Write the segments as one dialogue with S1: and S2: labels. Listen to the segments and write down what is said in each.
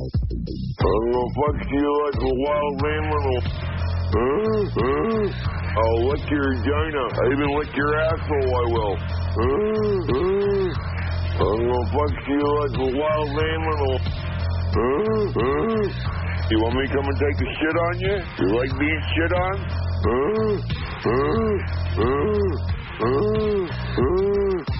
S1: I'm gonna fuck you like a wild animal. Uh, uh, I'll lick your vagina. I even lick your asshole, I will. Uh, uh, I'm gonna fuck you like a wild animal. Uh, uh, you want me to come and take a shit on you? You like being shit on? Uh, uh, uh, uh, uh.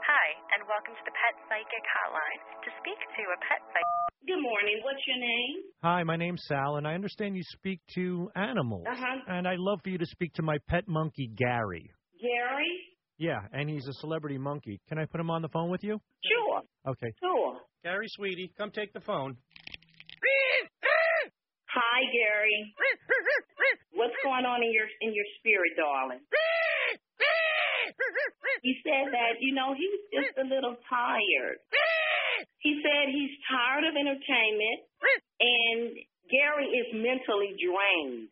S2: Hi, and welcome to the Pet Psychic Hotline. To speak to a pet psychic.
S3: Good morning. What's your name?
S4: Hi, my name's Sal, and I understand you speak to animals.
S3: Uh-huh.
S4: And I'd love for you to speak to my pet monkey, Gary.
S3: Gary?
S4: Yeah, and he's a celebrity monkey. Can I put him on the phone with you?
S3: Sure,
S4: Okay.
S3: sure.
S4: Gary, sweetie, come take the phone.
S3: Hi, Gary. What's going on in your in your spirit, darling? He said that you know he's just a little tired. He said he's tired of entertainment, and Gary is mentally drained.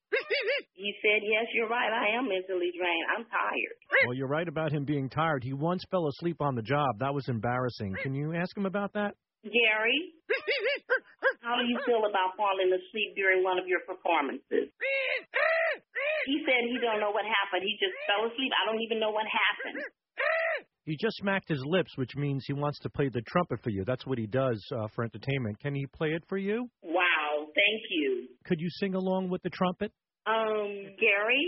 S3: He said, "Yes, you're right. I am mentally drained. I'm tired."
S4: Well, you're right about him being tired. He once fell asleep on the job. That was embarrassing. Can you ask him about that?
S3: Gary, how do you feel about falling asleep during one of your performances? He said he don't know what happened. He just fell asleep. I don't even know what happened.
S4: He just smacked his lips, which means he wants to play the trumpet for you. That's what he does uh, for entertainment. Can he play it for you?
S3: Wow, thank you.
S4: Could you sing along with the trumpet?
S3: Um, Gary,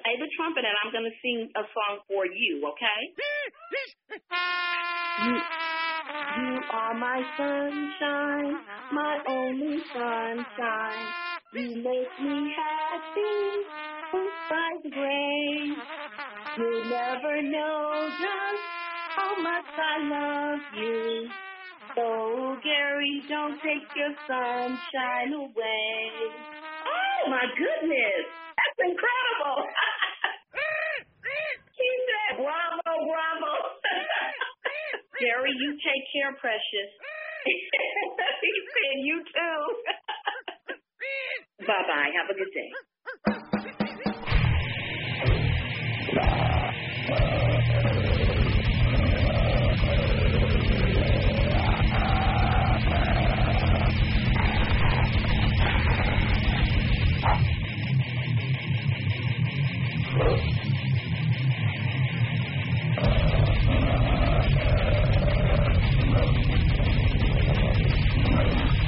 S3: play the trumpet and I'm going to sing a song for you, okay? You, you are my sunshine, my only sunshine. You make me happy by the grace. You'll never know just how much I love you. So, Gary, don't take your sunshine away. Oh, my goodness. That's incredible. he said, bravo, bravo. Gary, you take care, precious. he said, you too. Bye-bye. Have a good day.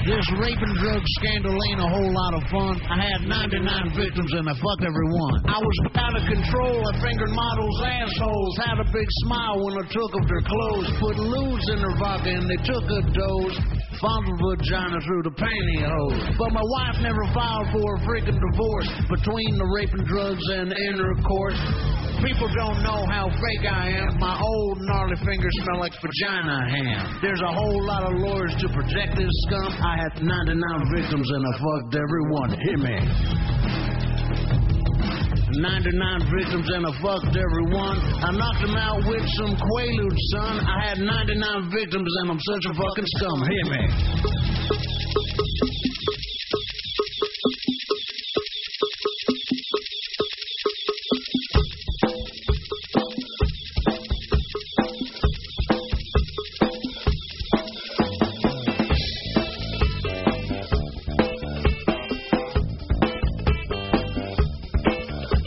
S5: This rape and drug scandal ain't a whole lot of fun. I had 99 victims and I fucked every one. I was out of control. I fingered models' assholes. Had a big smile when I took off their clothes. Put lewds in their vodka and they took a dose. Fondled vagina through the pantyhose. But my wife never filed for a freaking divorce between the rape and drugs and intercourse. People don't know how fake I am. My old gnarly fingers smell like vagina ham. There's a whole lot of lawyers to protect this scum. I had 99 victims and I fucked every one. Hit me. 99 victims and I fucked every one. I knocked them out with some Quaalude, son. I had 99 victims and I'm such a fucking scum. Hit me.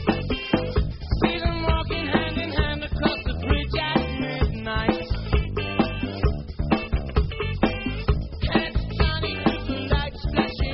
S6: See them walking hand in hand across the bridge at midnight. Catch Johnny Cooper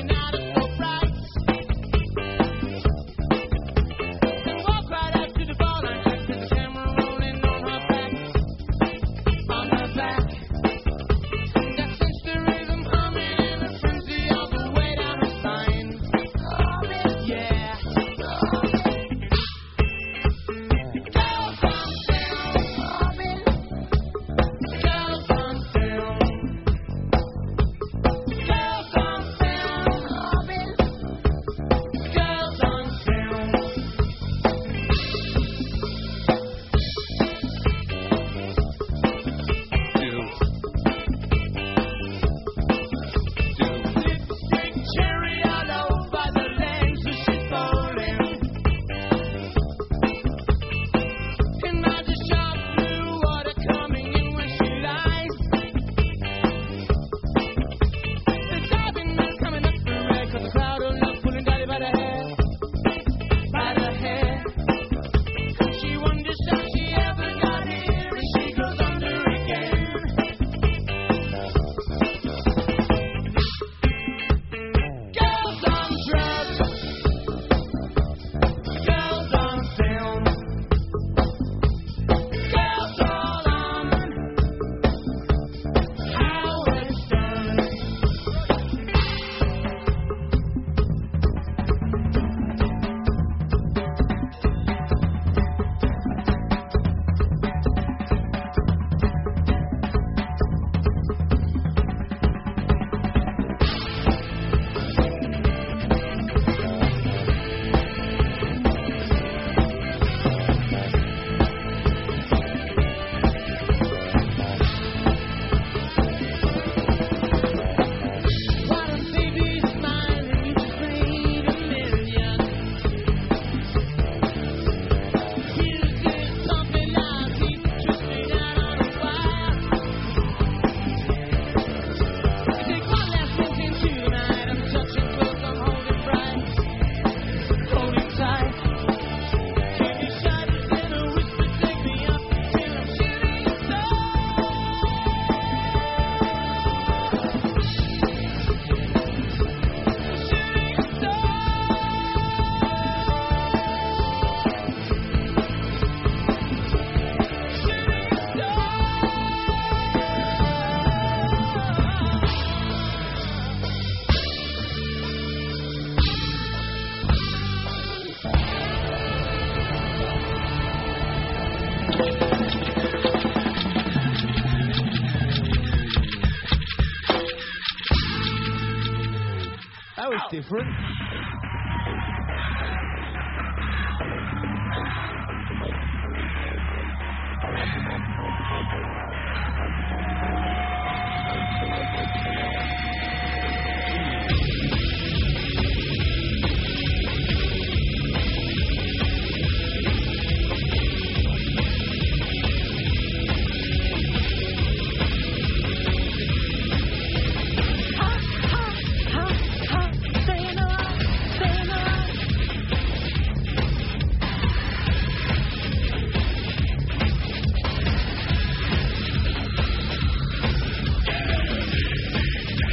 S5: That's different.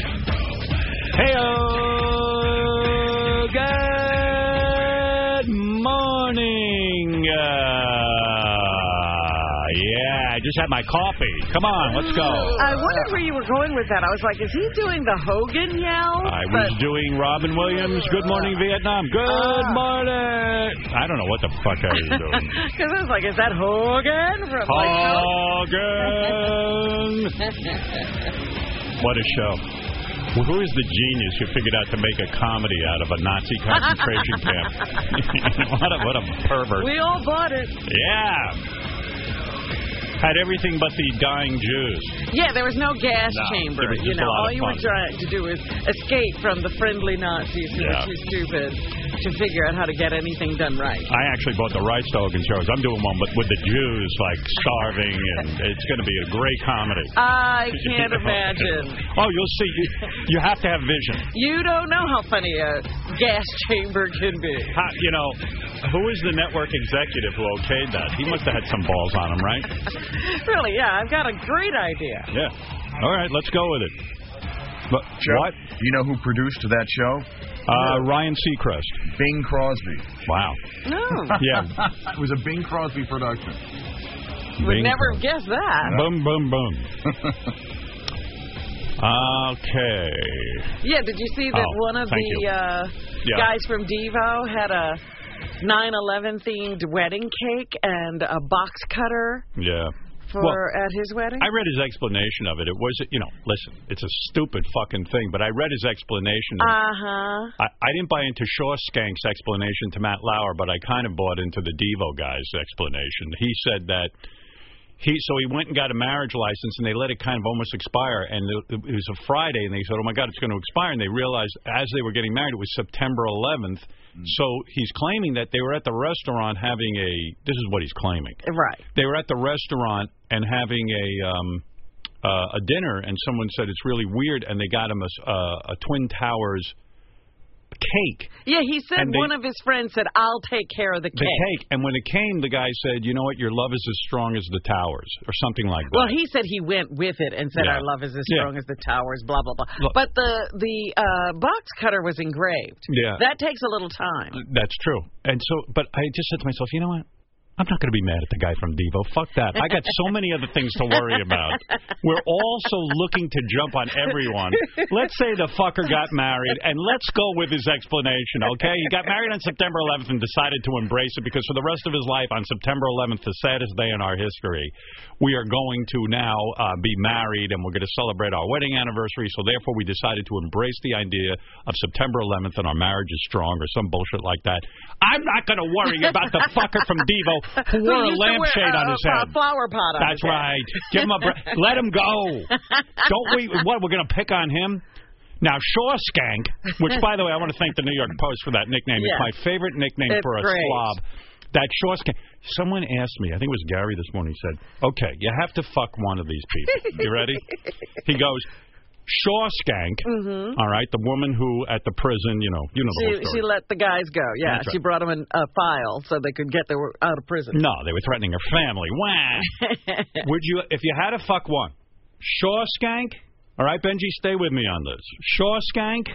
S7: Hey, good morning. Uh, yeah, I just had my coffee. Come on, let's go.
S8: I wondered where you were going with that. I was like, is he doing the Hogan yell?
S7: I was doing Robin Williams. Good morning, Vietnam. Good morning. I don't know what the fuck I was doing.
S8: Because I was like, is that Hogan? From
S7: Hogan. What a show. Well, who is the genius who figured out to make a comedy out of a Nazi concentration camp? what, a, what a pervert.
S8: we all bought it.
S7: Yeah. Had everything but the dying Jews.
S8: Yeah, there was no gas
S7: No,
S8: chamber.
S7: it was
S8: You
S7: just a
S8: know,
S7: lot
S8: all
S7: of
S8: you
S7: fun.
S8: were trying to do was escape from the friendly Nazis who
S7: Yeah.
S8: were too stupid to figure out how to get anything done right.
S7: I actually bought the rights to Hogan shows. I'm doing one, but with the Jews like starving, and it's going to be a great comedy.
S8: I can't imagine.
S7: Oh, you'll see. You, you have to have vision.
S8: You don't know how funny a gas chamber can be.
S7: How, you know, who is the network executive who okayed that? He must have had some balls on him, right?
S8: Really, yeah, I've got a great idea.
S7: Yeah. All right, let's go with it. But what?
S9: You know who produced that show?
S7: Uh, Ryan Seacrest.
S9: Bing Crosby.
S7: Wow.
S8: No.
S7: Yeah.
S9: It was a Bing Crosby production.
S8: Would
S7: Bing
S8: never have guessed that.
S7: Boom, boom, boom. okay.
S8: Yeah, did you see that
S7: Oh,
S8: one of
S7: thank
S8: the
S7: you.
S8: uh,
S7: Yeah.
S8: guys from Devo had a 9 11 themed wedding cake and a box cutter
S7: Yeah.
S8: for at his wedding?
S7: I read his explanation of it. It was, you know, listen, it's a stupid fucking thing, but I read his explanation.
S8: Uh huh.
S7: I, I didn't buy into Shawskank's explanation to Matt Lauer, but I kind of bought into the Devo guy's explanation. He said that he so he went and got a marriage license, and they let it kind of almost expire. And it, it was a Friday, and they said, "Oh my God, it's going to expire." And they realized as they were getting married, it was September 11th. So he's claiming that they were at the restaurant having a. This is what he's claiming
S8: Right.
S7: they were at the restaurant and having a um, uh, a dinner, and someone said it's really weird, and they got him a, s- uh, a Twin Towers cake,
S8: Yeah, he said
S7: And they-
S8: one of his friends said, I'll take care of the cake.
S7: the cake. And when it came, the guy said, "You know what? Your love is as strong as the towers," or something like that.
S8: Well, he said he went with it and said
S7: Yeah.
S8: our love is as
S7: Yeah.
S8: strong as the towers, blah blah blah.
S7: Look-
S8: But the the uh, box cutter was engraved.
S7: Yeah.
S8: that takes a little time.
S7: That's true. And so, but I just said to myself, you know what? I'm not going to be mad at the guy from Devo. Fuck that. I got so many other things to worry about. We're all so looking to jump on everyone. Let's say the fucker got married, and let's go with his explanation, okay? He got married on September 11th and decided to embrace it because for the rest of his life, on September 11th, the saddest day in our history, we are going to now uh, be married and we're going to celebrate our wedding anniversary. So therefore, we decided to embrace the idea of September 11th and our marriage is strong or some bullshit like that. I'm not going to worry about the fucker from Devo who
S8: Who
S7: wore a
S8: used to wear
S7: lampshade
S8: a-
S7: on his
S8: a-
S7: head.
S8: A flower pot on his
S7: That's
S8: head.
S7: right. Give him a break. Let him go. Don't we? What we're going to pick on him? Now, Shawskank, which by the way, I want to thank the New York Post for that nickname.
S8: Yes.
S7: It's my favorite nickname
S8: It's
S7: for a
S8: great.
S7: slob. That Shawskank. Someone asked me. I think it was Gary this morning. He said, "Okay, you have to fuck one of these people. You ready?" he goes. Shawskank,
S8: Mm-hmm.
S7: all right, the woman who at the prison, you know, Uh, you know the whole
S8: She,
S7: story.
S8: she let the guys go. Yeah,
S7: That's
S8: she
S7: right.
S8: brought them an, a file so they could get their out of prison.
S7: No, they were threatening her family. Wow. Would you, if you had to fuck one, Shawskank? All right, Benji, stay with me on this. Shawskank.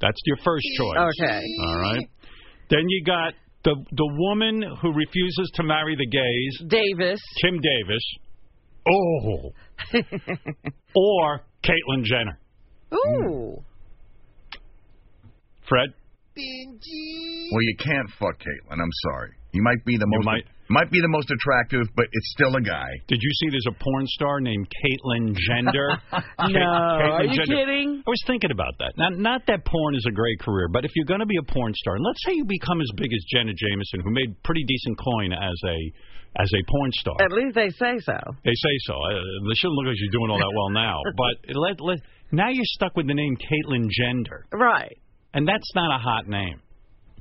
S7: That's your first choice.
S8: Okay.
S7: All right. Then you got the the woman who refuses to marry the gays,
S8: Davis.
S7: Kim Davis. Oh. or Caitlyn Jenner.
S8: Ooh.
S7: Fred,
S9: Well, you can't fuck Caitlin. I'm sorry. He might be the most
S7: might-
S9: Might be the most attractive, but it's still a guy.
S7: Did you see there's a porn star named Caitlyn Gender? Ca- Caitlyn
S9: No, are you kidding?
S7: I was thinking about that. Not, not that porn is a great career, but if you're going to be a porn star, and let's say you become as big as Jenna Jameson, who made pretty decent coin as a as a porn star.
S8: At least they say so.
S7: They say so. Uh, they shouldn't look like she's doing all that well now. But let, let, now you're stuck with the name Caitlyn Gender.
S8: Right.
S7: And that's not a hot name.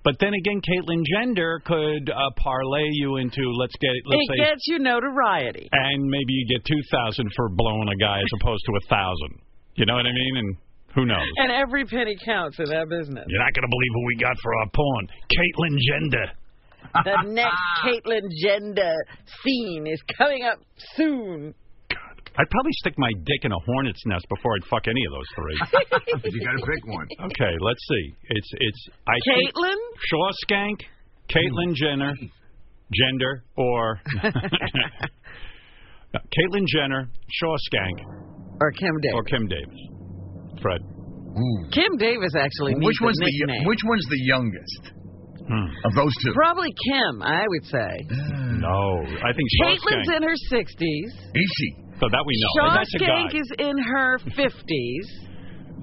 S7: But then again, Caitlyn Gender could uh, parlay you into let's get let's
S8: it
S7: say,
S8: gets you notoriety.
S7: and maybe you get two thousand for blowing a guy as opposed to a thousand. You know what I mean? And who knows?
S8: And every penny counts in that business.
S7: You're not gonna believe who we got for our porn, Caitlyn Gender.
S8: the next Caitlyn Gender scene is coming up soon.
S7: I'd probably stick my dick in a hornet's nest before I'd fuck any of those three.
S9: you got to pick one.
S7: Okay, let's see. It's it's I think
S8: Caitlyn?
S7: Shawskank, Caitlyn Jenner, gender or No, Caitlyn Jenner, Shawskank,
S8: or Kim Davis, Hmm.
S7: or Kim Davis. Fred,
S8: Kim Davis actually needs
S9: Which one's
S8: a
S9: the yo-
S8: nickname.
S9: which one's the youngest
S7: Hmm.
S9: of those two?
S8: Probably Kim, I would say.
S7: no, Oh, I think
S8: Caitlyn's
S7: Shawskank.
S8: in her 60s.
S9: Is she?
S7: So that we know.
S8: Shawn
S7: That's a guy.
S8: Skank is in her 50s.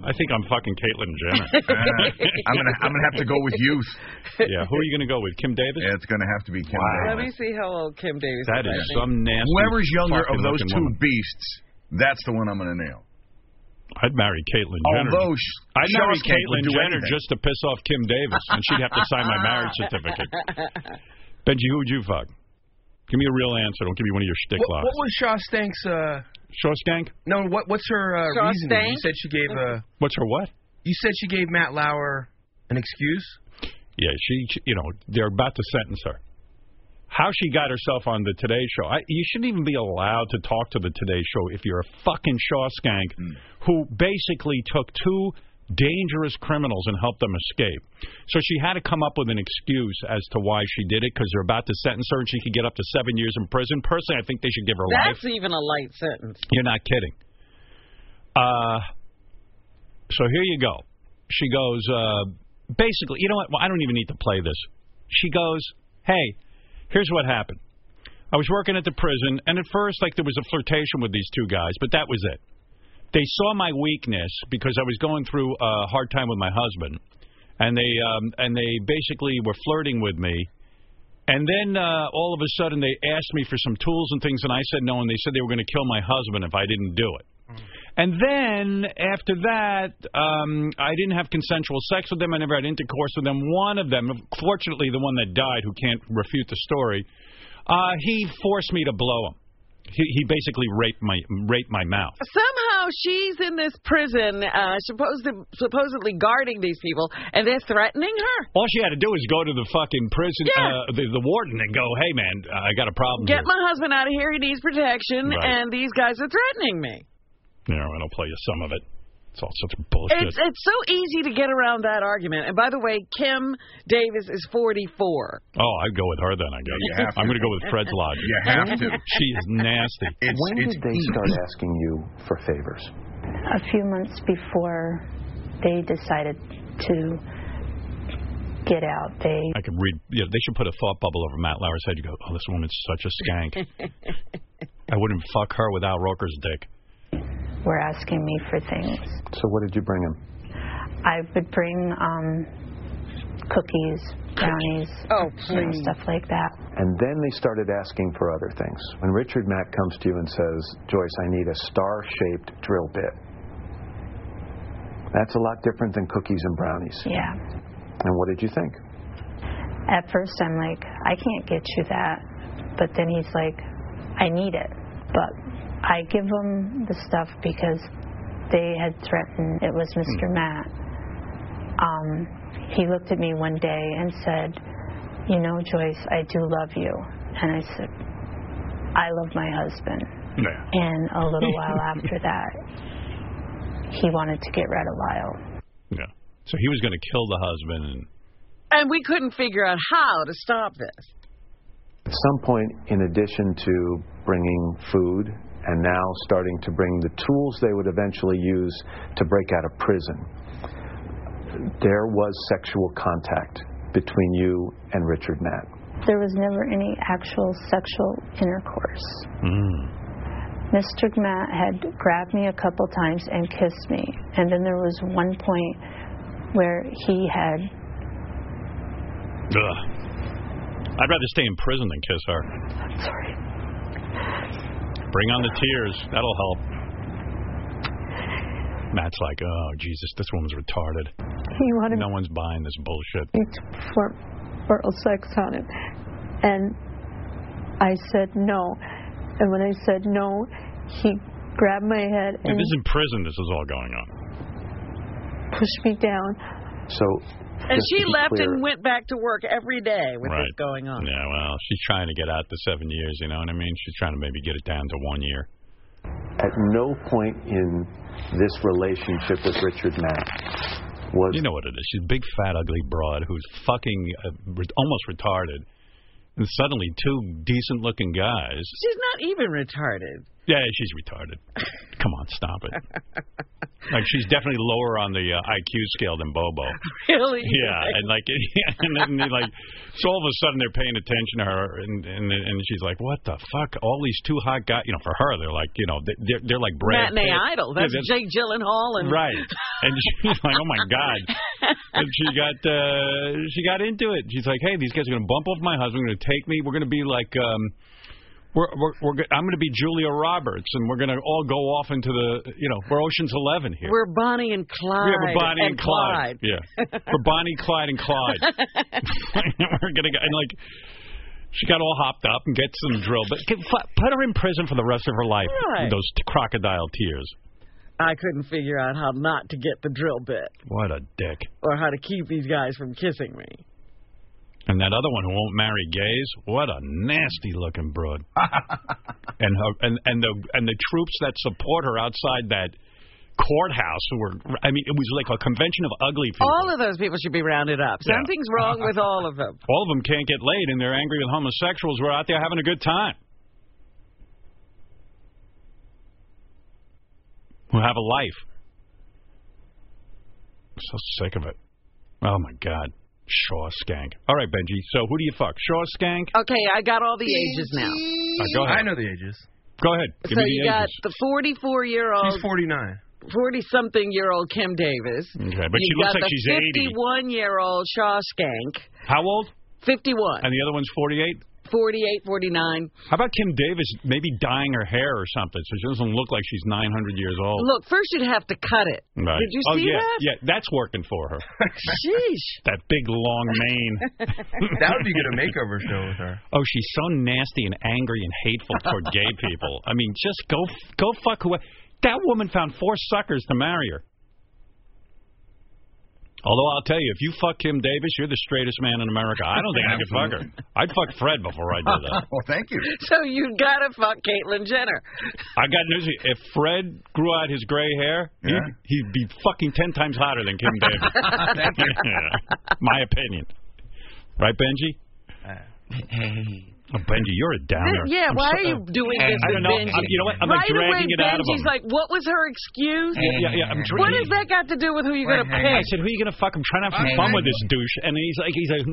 S7: I think I'm fucking Caitlyn Jenner.
S9: I'm gonna I'm gonna have to go with youth.
S7: yeah, who are you gonna go with? Kim Davis?
S9: Yeah, it's gonna have to be Kim.
S8: Let
S9: Davis.
S8: me see how old Kim Davis
S7: That
S8: is.
S7: is
S8: I think.
S7: some nasty.
S9: Whoever's younger of
S7: fucking
S9: those
S7: looking
S9: two
S7: woman.
S9: beasts, that's the one I'm gonna nail.
S7: I'd marry Caitlyn Jenner.
S9: Although Sh-
S7: I'd marry
S9: Shawshank would
S7: Caitlyn
S9: do
S7: Jenner
S9: anything.
S7: just to piss off Kim Davis, and she'd have to sign my marriage certificate. Benji, who would you fuck? Give me a real answer. Don't give me one of your shtick
S10: What,
S7: lies.
S10: what was Shawstank's? Uh,
S7: Shawshank?
S10: No, what what's her uh, reasoning? You
S7: Shawshank?
S10: said she gave. Uh,
S7: What's her what?
S10: You said she gave Matt Lauer an excuse.
S7: Yeah, she, she- you know, they're about to sentence her. How she got herself on the Today Show. I, you shouldn't even be allowed to talk to the Today Show if you're a fucking Shawskank
S10: Hmm.
S7: who basically took two dangerous criminals and helped them escape. So she had to come up with an excuse as to why she did it because they're about to sentence her and she could get up to seven years in prison. Personally, I think they should give her life.
S8: That's even a light sentence.
S7: You're not kidding. Uh, so here you go. She goes, uh, basically, you know what? Well, I don't even need to play this. She goes, hey, here's what happened. I was working at the prison, and at first, like, there was a flirtation with these two guys, but that was it. They saw my weakness because I was going through a hard time with my husband, and they um, and they basically were flirting with me. And then uh, all of a sudden, they asked me for some tools and things, and I said no, and they said they were going to kill my husband if I didn't do it.
S8: Mm.
S7: And then after that, um, I didn't have consensual sex with them. I never had intercourse with them. One of them, fortunately, the one that died, who can't refute the story, uh, he forced me to blow him. He, he basically raped my raped my mouth.
S8: Somehow she's in this prison, uh, supposedly, supposedly guarding these people, and they're threatening her.
S7: All she had to do is go to the fucking prison, uh, the, the warden, and go, "Hey, man, I got a problem."
S8: Get
S7: here.
S8: my husband out of here. He needs protection,
S7: Right.
S8: and these guys are threatening me.
S7: You know, and I'll play you some of it. It's all such bullshit.
S8: It's it's so easy to get around that argument. And by the way, Kim Davis is 44.
S7: Oh, I'd go with her then. I guess.
S8: You have
S7: I'm
S8: to.
S7: going to go with Fred's logic.
S8: You have to.
S7: She's nasty.
S11: when did they start asking you for favors?
S12: a few months before they decided to get out, they
S7: I could read. Yeah, they should put a thought bubble over Matt Lauer's head. You go, oh, this woman's such a skank. I wouldn't fuck her without Roker's dick.
S12: were asking me for things.
S11: So what did you bring him?
S12: I would bring um, cookies, brownies,
S8: oh,
S12: and stuff like that.
S11: And then they started asking for other things. When Richard Mack comes to you and says, Joyce, I need a star shaped drill bit, that's a lot different than cookies and brownies.
S12: Yeah.
S11: And what did you think?
S12: At first, I'm like, I can't get you that. But then he's like, I need it. But I give him the stuff because they had threatened it was Mr. Matt. Um, he looked at me one day and said, You know, Joyce, I do love you. And I said, I love my husband. And a little while after that, he wanted to get rid of Lyle.
S7: Yeah. So he was going to kill the husband. And
S8: And we couldn't figure out how to stop this.
S11: At some point, in addition to bringing food and now starting to bring the tools they would eventually use to break out of prison, there was sexual contact between you and Richard Matt.
S12: There was never any actual sexual intercourse.
S7: Mm.
S12: Mr. Gmat had grabbed me a couple times and kissed me, and then there was one point where he had
S7: Ugh. I'd rather stay in prison than kiss her. Bring on the tears. That'll help. Matt's like, oh, Jesus, this woman's retarded.
S13: He wanted
S7: No one's buying this bullshit.
S13: me to perform oral sex on him. And I said no. And when I said no, he grabbed my head
S7: If
S13: and
S7: this is in prison, this is all going on.
S13: pushed me down.
S11: So.
S8: And she left and went back to work every day with this going on.
S7: Yeah, well, she's trying to get out the seven years, you know what I mean? She's trying to maybe get it down to one year.
S11: At no point in this relationship with Richard Mack was
S7: You know what it is. She's a big, fat, ugly broad who's fucking uh, re- almost retarded. And suddenly, two decent looking guys.
S8: She's not even retarded.
S7: Yeah, she's retarded. Come on, stop it. like, she's definitely lower on the uh, IQ scale than Bobo.
S8: Really?
S7: Yeah, and like, and then they like, so all of a sudden they're paying attention to her, and and and she's like, "What the fuck? All these two hot guys, you know, for her, they're like, you know, they- they're they're like Brad
S8: Matinee
S7: Pitt.
S8: idol. That's
S7: Yeah, they're-
S8: Jake Gyllenhaal and
S7: Right. And she's like, oh my god. And she got uh, she got into it. She's like, hey, these guys are gonna bump off my husband. They're gonna take me. We're gonna be like. um we're, we're, we're, go- I'm going to be Julia Roberts, and we're going to all go off into the, you know, we're Ocean's Eleven here.
S8: We're Bonnie and Clyde.
S7: Yeah, we're Bonnie and, Clyde. Yeah, we're Bonnie, Clyde, and Clyde. we're gonna go, and like she got all hopped up and gets some drill, but get, fu- put her in prison for the rest of her life.
S8: Right.
S7: With those t- crocodile tears.
S8: I couldn't figure out how not to get the drill bit
S7: What a dick.
S8: or how to keep these guys from kissing me.
S7: And that other one who won't marry gays, what a nasty looking broad. and her, and and the and the troops that support her outside that courthouse who were I mean it was like a convention of ugly people.
S8: All of those people should be rounded up.
S7: Yeah.
S8: Something's wrong with all of them.
S7: All of them can't get laid, and they're angry with homosexuals who are out there having a good time. Who have a life. So sick of it. Oh my God. Shaw Skank. All right, Benji. So who do you fuck? Shaw Skank?
S8: Okay, I got all the ages now.
S7: Uh, go ahead.
S10: I know the ages.
S7: Go ahead. Give
S8: so
S7: me
S8: you
S7: the
S8: got
S7: ages.
S8: the 44 year old.
S10: She's 49.
S8: 40 something year old Kim Davis.
S7: Okay, Mm, but she
S8: You've
S7: looks
S8: got
S7: like
S8: the
S7: she's 80.
S8: 51 year old Shaw Skank.
S7: How old?
S8: 51.
S7: And the other one's 48?
S8: 48, 49.
S7: How about Kim Davis maybe dyeing her hair or something so she doesn't look like she's 900 years old?
S8: Look, first you'd have to cut it.
S7: Right.
S8: Did you
S7: oh,
S8: see
S7: yeah,
S8: that?
S7: Yeah, that's working for her.
S8: Sheesh.
S7: That big long mane.
S10: That would be good a makeover show with her.
S7: Oh, she's so nasty and angry and hateful toward gay people. I mean, just go go fuck whoever. That woman found four suckers to marry her. Although I'll tell you, if you fuck Kim Davis, you're the straightest man in America. I don't think I could fuck her. I'd fuck Fred before I did that.
S9: well, thank you.
S8: So you gotta fuck Caitlyn Jenner.
S7: I got news. for you. If Fred grew out his gray hair, he'd, he'd be fucking ten times hotter than Kim Davis.
S14: Thank you.
S7: Yeah. My opinion. Right, Benji? Oh, Benji, you're a downer.
S8: yeah,
S7: I'm
S8: why
S7: so-
S8: are you doing
S7: I
S8: this
S7: don't
S8: with
S7: know.
S8: Benji?
S7: I'm- you know what? I'm
S8: right
S7: like dragging
S8: away,
S7: it out of
S8: Benji's
S7: him.
S8: like, what was her excuse?
S7: Yeah, yeah, yeah, I'm
S8: what
S7: dragging-
S8: does that got to do with who you're gonna
S7: I
S8: pick?
S7: said, who are you gonna fuck? I'm trying to have some
S8: Hey,
S7: fun
S8: hey.
S7: with this douche, and he's like, he's like,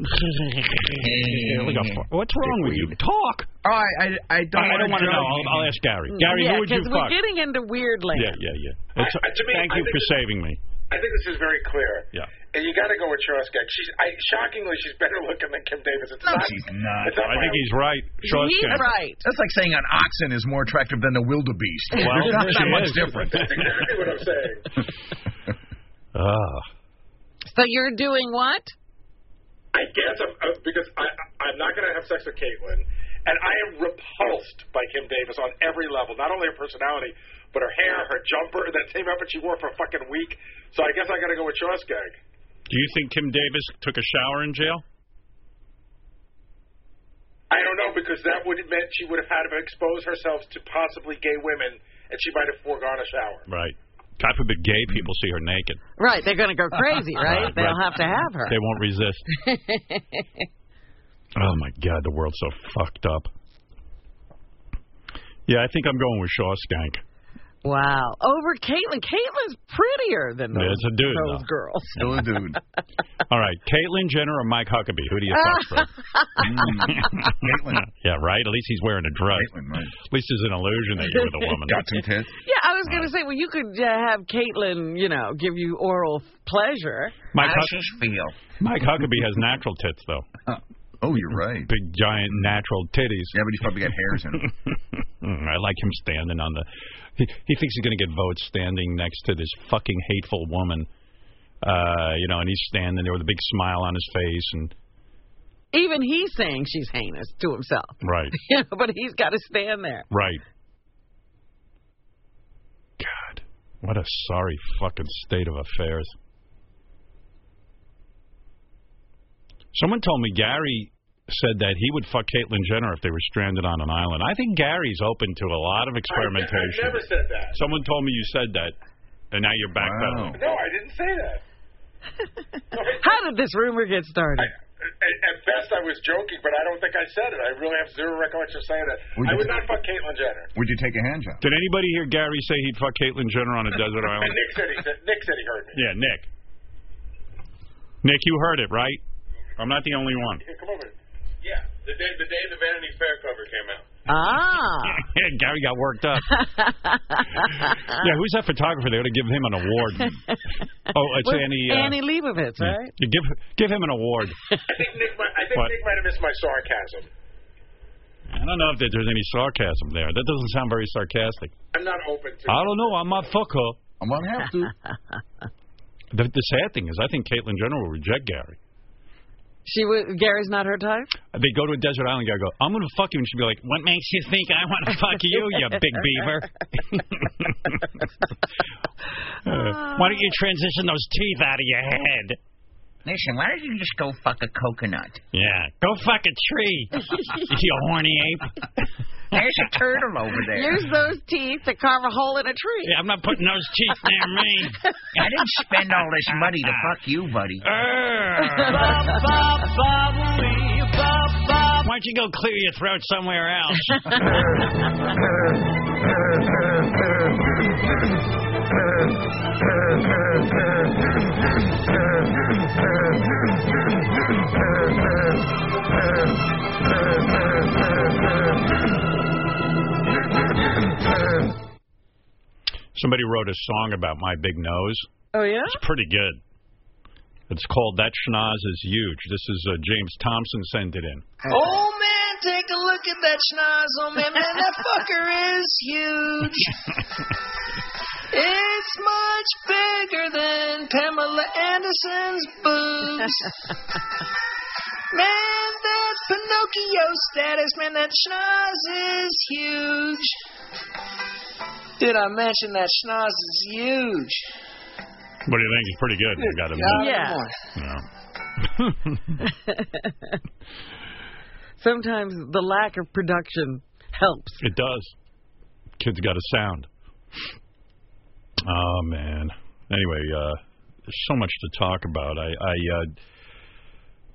S7: like a fu- what's wrong with you? Talk.
S10: Oh, I, I, I don't.
S7: I don't
S10: want to
S7: know. I'll, I'll ask Gary. Gary,
S8: Mm,
S7: who
S8: yeah,
S7: would you
S8: 'cause
S7: fuck?
S8: we're getting into weird land.
S7: Yeah, yeah, yeah. It's-
S15: I- to me, I
S7: thank you
S15: think
S7: for
S15: it's-
S7: saving me.
S15: I think this is very clear.
S7: Yeah.
S15: And you got to go with Shorskak. She's I, shockingly she's better looking than Kim Davis. It's not,
S9: she's not.
S15: It's not
S9: I
S15: my-
S9: think
S7: he's right.
S15: Sean's He's got- right.
S9: That's like saying an oxen is more attractive than a wildebeest.
S7: Well,
S9: There's not
S7: she
S9: that much
S7: is.
S9: difference.
S7: That's exactly
S15: what I'm saying.
S7: Ah.
S8: So you're doing what?
S15: I guess I'm, uh, because I, I- I'm not going to have sex with Caitlyn, and I am repulsed by Kim Davis on every level. Not only her personality, but her hair, her jumper, that same outfit she wore for a fucking week. So I guess I got to go with Shorskak.
S7: Do you think Kim Davis took a shower in jail?
S15: I don't know because that would have meant she would have had to expose herself to possibly gay women, and she might have foregone a shower.
S7: Right. God forbid gay people see her naked.
S8: Right, they're gonna go crazy, right?
S7: Right,
S8: They'll
S7: right. Mm.
S8: have to have her.
S7: They won't resist. Oh my God, the world's so fucked up. Yeah, I think I'm going with Shawskank.
S8: Wow. Over Caitlyn. Caitlyn's prettier than
S7: Yeah,
S8: those,
S7: it's a dude,
S8: those
S7: though.
S8: girls.
S7: Still a dude. All right, Caitlyn Jenner or Mike Huckabee? Who do you fuck for? Caitlyn. Yeah, right. At least he's wearing a dress. At least it's an illusion that you're with a woman. Got some tits.
S8: Yeah, I was going to say, well, you could uh, have Caitlyn, you know, give you oral f- pleasure.
S7: Mike Huckabee. Mike Huckabee has natural tits though. Oh, you're right. Big giant natural titties. Yeah, but he's probably got hairs in them. I like him standing on the. He, he thinks he's going to get votes standing next to this fucking hateful woman. Uh, you know, and he's standing there with a big smile on his face and
S8: Even he's saying she's heinous to himself.
S7: right,
S8: You know, but he's got to stand there.
S7: right. God, what a sorry fucking state of affairs. Someone told me Gary said that he would fuck Caitlyn Jenner if they were stranded on an island. I think Gary's open to a lot of
S15: I
S7: experimentation.
S15: never said that.
S7: Someone told me you said that, and now you're backpedaling.
S15: No, I didn't say that.
S8: How did this rumor get started?
S15: At, at best, I was joking, but I don't think I said it. I really have zero recollection of saying that.
S7: Would
S15: I
S7: you-
S15: would not fuck Caitlyn Jenner.
S7: Would you take a hand job? Did anybody hear Gary say he'd fuck Caitlyn Jenner on a desert
S15: And
S7: island?
S15: Nick said he said, Nick said he heard me.
S7: Yeah, Nick. Nick, you heard it, right? I'm not the only one.
S15: Here, come over. Yeah, the day the day the Vanity Fair cover came out.
S8: Ah.
S7: Gary got worked up. yeah, who's that photographer? They ought to give him an award. Oh, it's
S8: With
S7: Annie. Uh,
S8: Annie Leibovitz,
S7: yeah.
S8: right?
S7: Yeah, give give him an award.
S15: I think Nick might, I think
S7: What?
S15: Nick might have missed my sarcasm.
S7: I don't know if there- there's any sarcasm there. That doesn't sound very sarcastic.
S15: I'm not open to.
S7: I don't know. I'm not fuck her. I'm gonna have to. the, the sad thing is, I think Caitlyn Jenner will reject Gary.
S8: She w- Gary's not her type?
S7: They go to a desert island. Gary go. I'm gonna fuck you, and she'd be like, "What makes you think I want to fuck you, you big beaver? Uh, why don't you transition those teeth out of your head?
S16: Listen, why don't you just go fuck a coconut?
S7: Yeah, go fuck a tree, you horny ape.
S16: There's a turtle over there.
S8: Use those teeth to carve a hole in a tree.
S7: Yeah, I'm not putting those teeth near me.
S16: I didn't spend all this money to fuck you, buddy.
S7: Why don't you go clear your throat somewhere else? Somebody wrote a song about my big nose.
S8: Oh yeah,
S7: it's pretty good. It's called "That Schnoz Is Huge." This is uh, James Thompson sent it in.
S14: Oh man, take a look at that schnoz. Oh man, man, that fucker is huge. It's much bigger than Pamela Anderson's boobs. Man, that Pinocchio status, man, that schnoz is huge. Did I mention that schnoz is huge?
S7: What do you think? It's pretty good. You got to
S14: Yeah.
S8: Sometimes the lack of production helps.
S7: It does. Kid's got a sound. Oh man. Anyway, uh, there's so much to talk about. I I, uh,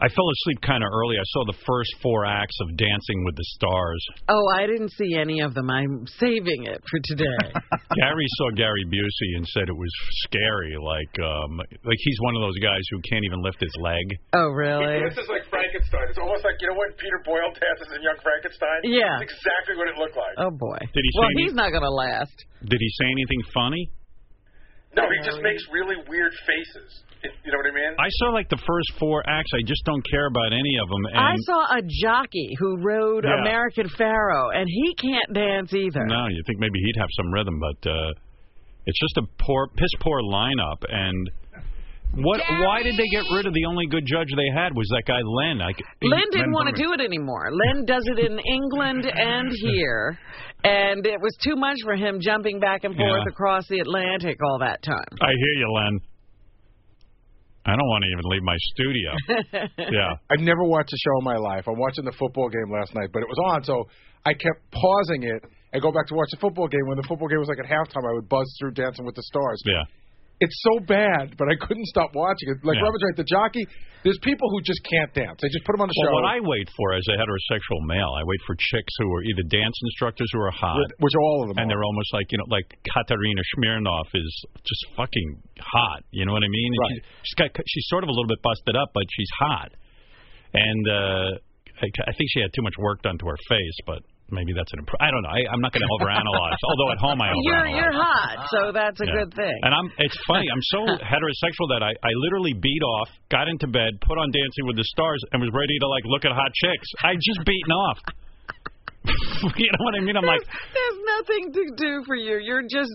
S7: I fell asleep kind of early. I saw the first four acts of Dancing with the Stars.
S8: Oh, I didn't see any of them. I'm saving it for today.
S7: Gary saw Gary Busey and said it was scary. Like um, like he's one of those guys who can't even lift his leg.
S8: oh really?
S15: This is like Frankenstein. It's almost like you know when Peter Boyle dances in Young Frankenstein.
S8: Yeah.
S15: That's exactly what it looked like.
S8: Oh boy.
S7: Did he
S8: well,
S7: say any-
S8: he's not gonna last.
S7: Did he say anything funny?
S15: No, he just makes really weird faces. It- you know what I mean?
S7: I saw like the first four acts. I just don't care about any of them. And
S8: I saw a jockey who rode
S7: Yeah.
S8: American Pharaoh, and he can't dance either.
S7: No, you think maybe he'd have some rhythm, but uh, it's just a poor, piss poor lineup. And what? Why did they get rid of the only good judge they had? Was that guy Len? I, c-
S8: Len didn't want to do it anymore. Len does it in England and here, and it was too much for him jumping back and forth
S7: Yeah.
S8: across the Atlantic all that time.
S7: I hear you, Len. I don't want to even leave my studio. yeah.
S17: I've never watched a show in my life. I'm watching the football game last night, but it was on, so I kept pausing it and go back to watch the football game. When the football game was like at halftime, I would buzz through Dancing with the Stars.
S7: Yeah.
S17: It's so bad, but I couldn't stop watching it. Like
S7: Yeah.
S17: Robert's right, the jockey. There's people who just can't dance. They just put them on the
S7: Well,
S17: show.
S7: what I wait for as a heterosexual male, I wait for chicks who are either dance instructors who are hot,
S17: which all of them,
S7: and they're almost like you know, like Katerina Smirnoff is just fucking hot. You know what I mean? And She, she's got she's sort of a little bit busted up, but she's hot. And uh, I, I think she had too much work done to her face, but maybe that's an imp- I don't know. I, I'm not going to overanalyze. although at home I overanalyze.
S8: You're you're hot, so that's a
S7: Yeah.
S8: good thing.
S7: And I'm it's funny, I'm so heterosexual that I, I literally beat off, got into bed, put on Dancing with the Stars, and was ready to like look at hot chicks. I just beaten off. you know what I mean? I'm like
S8: There's nothing to do for you. You're just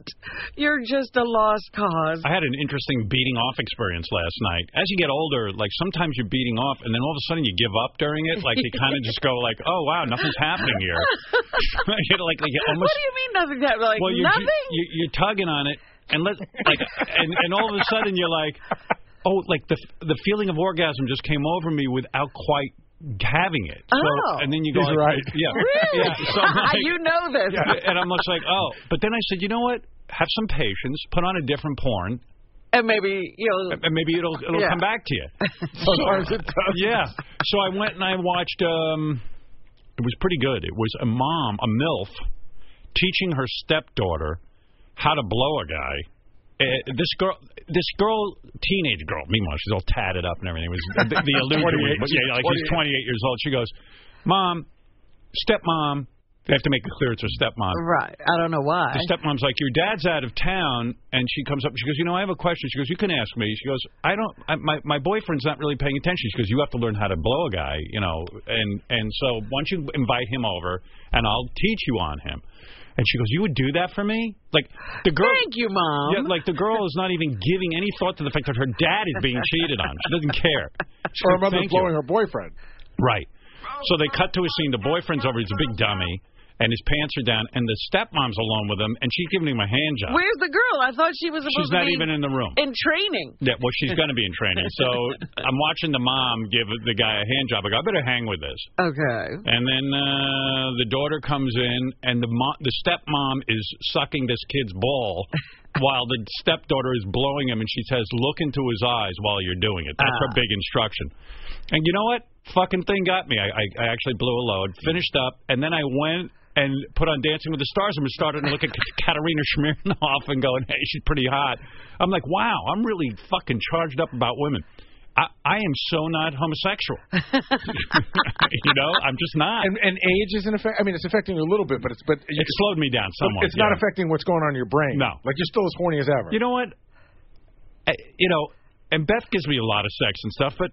S8: you're just a lost cause.
S7: I had an interesting beating off experience last night. As you get older, like sometimes you're beating off and then all of a sudden you give up during it. Like you kind of just go like, Oh wow, nothing's happening here. you know, like, like you almost
S8: what do you mean nothing happened? Like
S7: well, you're, ju-
S8: nothing?
S7: You're, you're tugging on it, and let like, and and all of a sudden you're like, oh, like the the feeling of orgasm just came over me without quite having it. So,
S8: Oh.
S7: and then you go,
S8: He's
S7: like,
S8: right.
S7: yeah,
S8: Really?
S7: yeah. So I'm like-
S8: You know this.
S7: Yeah, and I'm just like, oh. But then I said, you know what? Have some patience. Put on a different porn.
S8: And maybe you'll.
S7: And maybe it'll it'll
S8: Yeah.
S7: come back to you.
S8: Sometimes it does.
S7: Yeah. So I went and I watched. um It was pretty good. It was a mom, a milf, teaching her stepdaughter how to blow a guy. Uh, this girl, this girl, teenage girl. Meanwhile, she's all tatted up and everything. It was the, the illusion. was-
S9: 28.
S7: but yeah, like
S9: She's
S7: he's 28 years old. She goes, "Mom, stepmom." They have to make it clear it's her stepmom.
S8: Right. I don't know why.
S7: The stepmom's like, "Your dad's out of town," and she comes up and she goes, "You know, I have a question." She goes, "You can ask me." She goes, "I don't. I, my my boyfriend's not really paying attention." She goes, "You have to learn how to blow a guy, you know." And and so why don't you invite him over, and I'll teach you on him. And she goes, "You would do that for me?" Like the girl.
S8: Thank you, mom.
S7: Yeah, like the girl is not even giving any thought to the fact that her dad is being cheated on. She doesn't care. She
S17: or her
S7: goes,
S17: mother's
S7: "Thank you."
S17: blowing her boyfriend.
S7: Right. So they cut to a scene. The boyfriend's over. He's a big dummy, and his pants are down. And the stepmom's alone with him, and she's giving him a hand job.
S8: Where's the girl? I thought she was supposed
S7: She's not
S8: to be
S7: even in the room.
S8: in training.
S7: Yeah, well, she's going to be in training. So I'm watching the mom give the guy a hand job. I go, I better hang with this.
S8: Okay.
S7: And then uh, the daughter comes in, and the mo the stepmom is sucking this kid's ball, while the stepdaughter is blowing him, and she says, "Look into his eyes while you're doing it." That's her
S9: Ah.
S7: big instruction. And you know what? Fucking thing got me. I, I, I actually blew a load, finished up, and then I went and put on Dancing with the Stars and was starting to look at Katerina Smirnoff and going, "Hey, she's pretty hot." I'm like, "Wow, I'm really fucking charged up about women." I, I am so not homosexual. you know, I'm just not.
S17: And, and age isn't affect. I mean, it's affecting you a little bit, but it's but
S7: It slowed me down somewhat.
S17: it's not
S7: yeah.
S17: affecting what's going on in your brain. No, like you're still as horny as ever.
S7: You know what? I, you know, and Beth gives me a lot of sex and stuff, but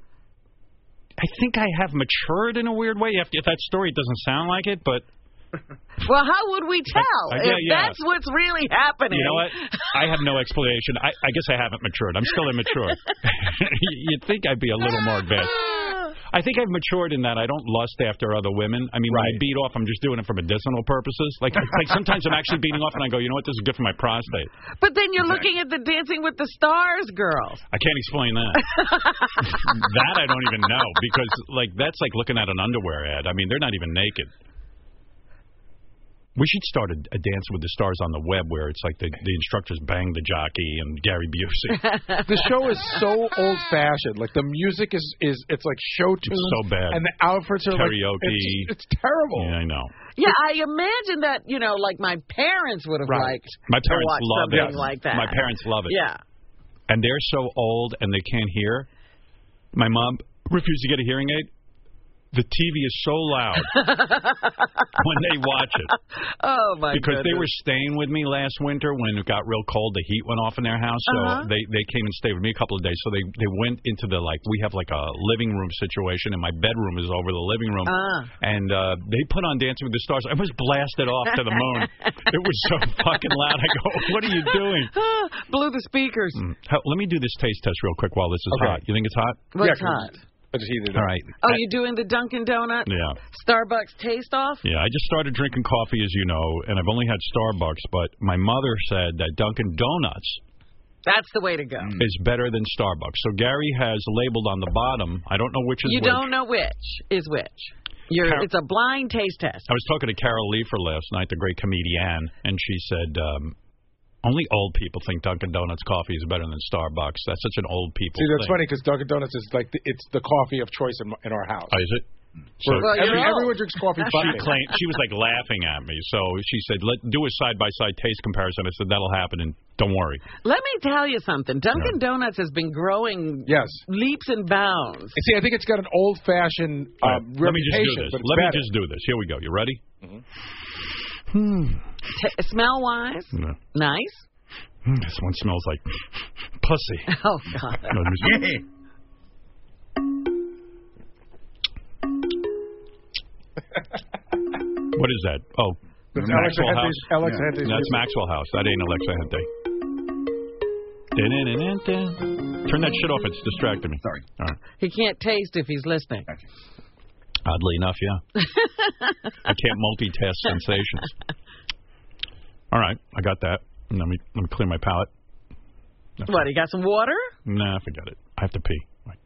S7: I think I have matured in a weird way. After that story, it doesn't sound like it, but
S8: Well, how would we tell
S7: Uh,
S8: if
S7: yeah, yeah.
S8: that's what's really happening?
S7: you know what? I have no explanation. I, I guess I haven't matured. I'm still immature. You'd think I'd be a little more advanced. I think I've matured in that I don't lust after other women. I mean, when I beat off, I'm just doing it for medicinal purposes. Like, like sometimes I'm actually beating off and I go, you know what? This is good for my prostate.
S8: But then you're looking at the Dancing with the Stars girls.
S7: I can't explain that. that I don't even know because like that's like looking at an underwear ad. I mean, they're not even naked. We should start a, a dance with the stars on the web where it's like the, the instructors bang the jockey and Gary Busey.
S17: the show is so old fashioned. Like the music is is it's like show tunes.
S7: so bad.
S17: And the outfits are
S7: Karaoke.
S17: Like, it's, just- it's terrible.
S7: Yeah, I know.
S8: Yeah, I imagine that, you know, like my parents would have liked
S7: My
S8: to
S7: parents
S8: watch
S7: love it.
S8: something like that.
S7: My parents love it.
S8: Yeah.
S7: And they're so old and they can't hear. My mom refused to get a hearing aid. The TV is so loud when they watch it.
S8: Oh my
S7: because they were
S8: goodness.
S7: staying with me last winter when it got real cold. The heat went off in their house, so
S8: Uh-huh.
S7: they they came and stayed with me a couple of days. So they they went into the like we have like a living room situation, and my bedroom is over the living room,
S9: Ah.
S7: and uh, they put on Dancing with the Stars. I was blasted off to the moon. it was so fucking loud. I go, what are you doing? Mm.
S8: Blew the speakers.
S7: How, let me do this taste test real quick while this is
S8: Okay.
S7: hot. You think it's hot?
S8: Well, it's Yeah, 'cause hot.
S17: I just heated
S7: it. All right.
S8: Oh, you're doing the Dunkin' Donut
S7: Yeah.
S8: Starbucks taste off?
S7: Yeah, I just started drinking coffee, as you know, and I've only had Starbucks. But my mother said that Dunkin' Donuts
S8: That's the way to go.
S7: is better than Starbucks. So Gary has labeled on the bottom. I don't know which is
S8: You
S7: which.
S8: don't know which is which. You're,
S7: Car-
S8: it's a blind taste test.
S7: I was talking to Carol Leifer last night, the great comedian, and she said, um, Only old people think Dunkin' Donuts coffee is better than Starbucks. That's such an old people
S17: See, that's
S7: thing.
S17: funny because Dunkin' Donuts is like the, it's the coffee of choice in, my- in our house.
S7: Oh, is it?
S17: Well, you're every- old. everyone drinks coffee but
S7: She
S17: me.
S7: claimed she was like laughing at me, so she said, "Let do a side by side taste comparison." I said, "That'll happen, and don't worry."
S8: Let me tell you something. Dunkin' Donuts has been growing
S17: yes.
S8: leaps and bounds.
S17: See, I think it's got an old fashioned
S7: All
S17: uh,
S7: right, let
S17: reputation.
S7: me just do this.
S17: but it's
S7: Let me
S17: better.
S7: just do this. Here we go. You ready?
S8: T- smell wise,
S7: No.
S8: nice.
S7: Mm, This one smells like pussy.
S8: Oh God.
S7: No, let me see. What is that? Oh,
S17: That's Alexa
S7: Maxwell
S17: Henty's-
S7: House.
S17: Alexa Henty's
S7: That's
S17: music.
S7: Maxwell House. That ain't Alexa Hente. Dun-dun-dun-dun-dun. Turn that shit off. It's distracting me. Sorry. All right.
S8: He can't taste if he's listening.
S7: Oddly enough, yeah. I can't multitask sensations. All right, I got that. Let me let me clear my palate.
S8: What? He got some water?
S7: Nah, forget it. I have to pee. Right.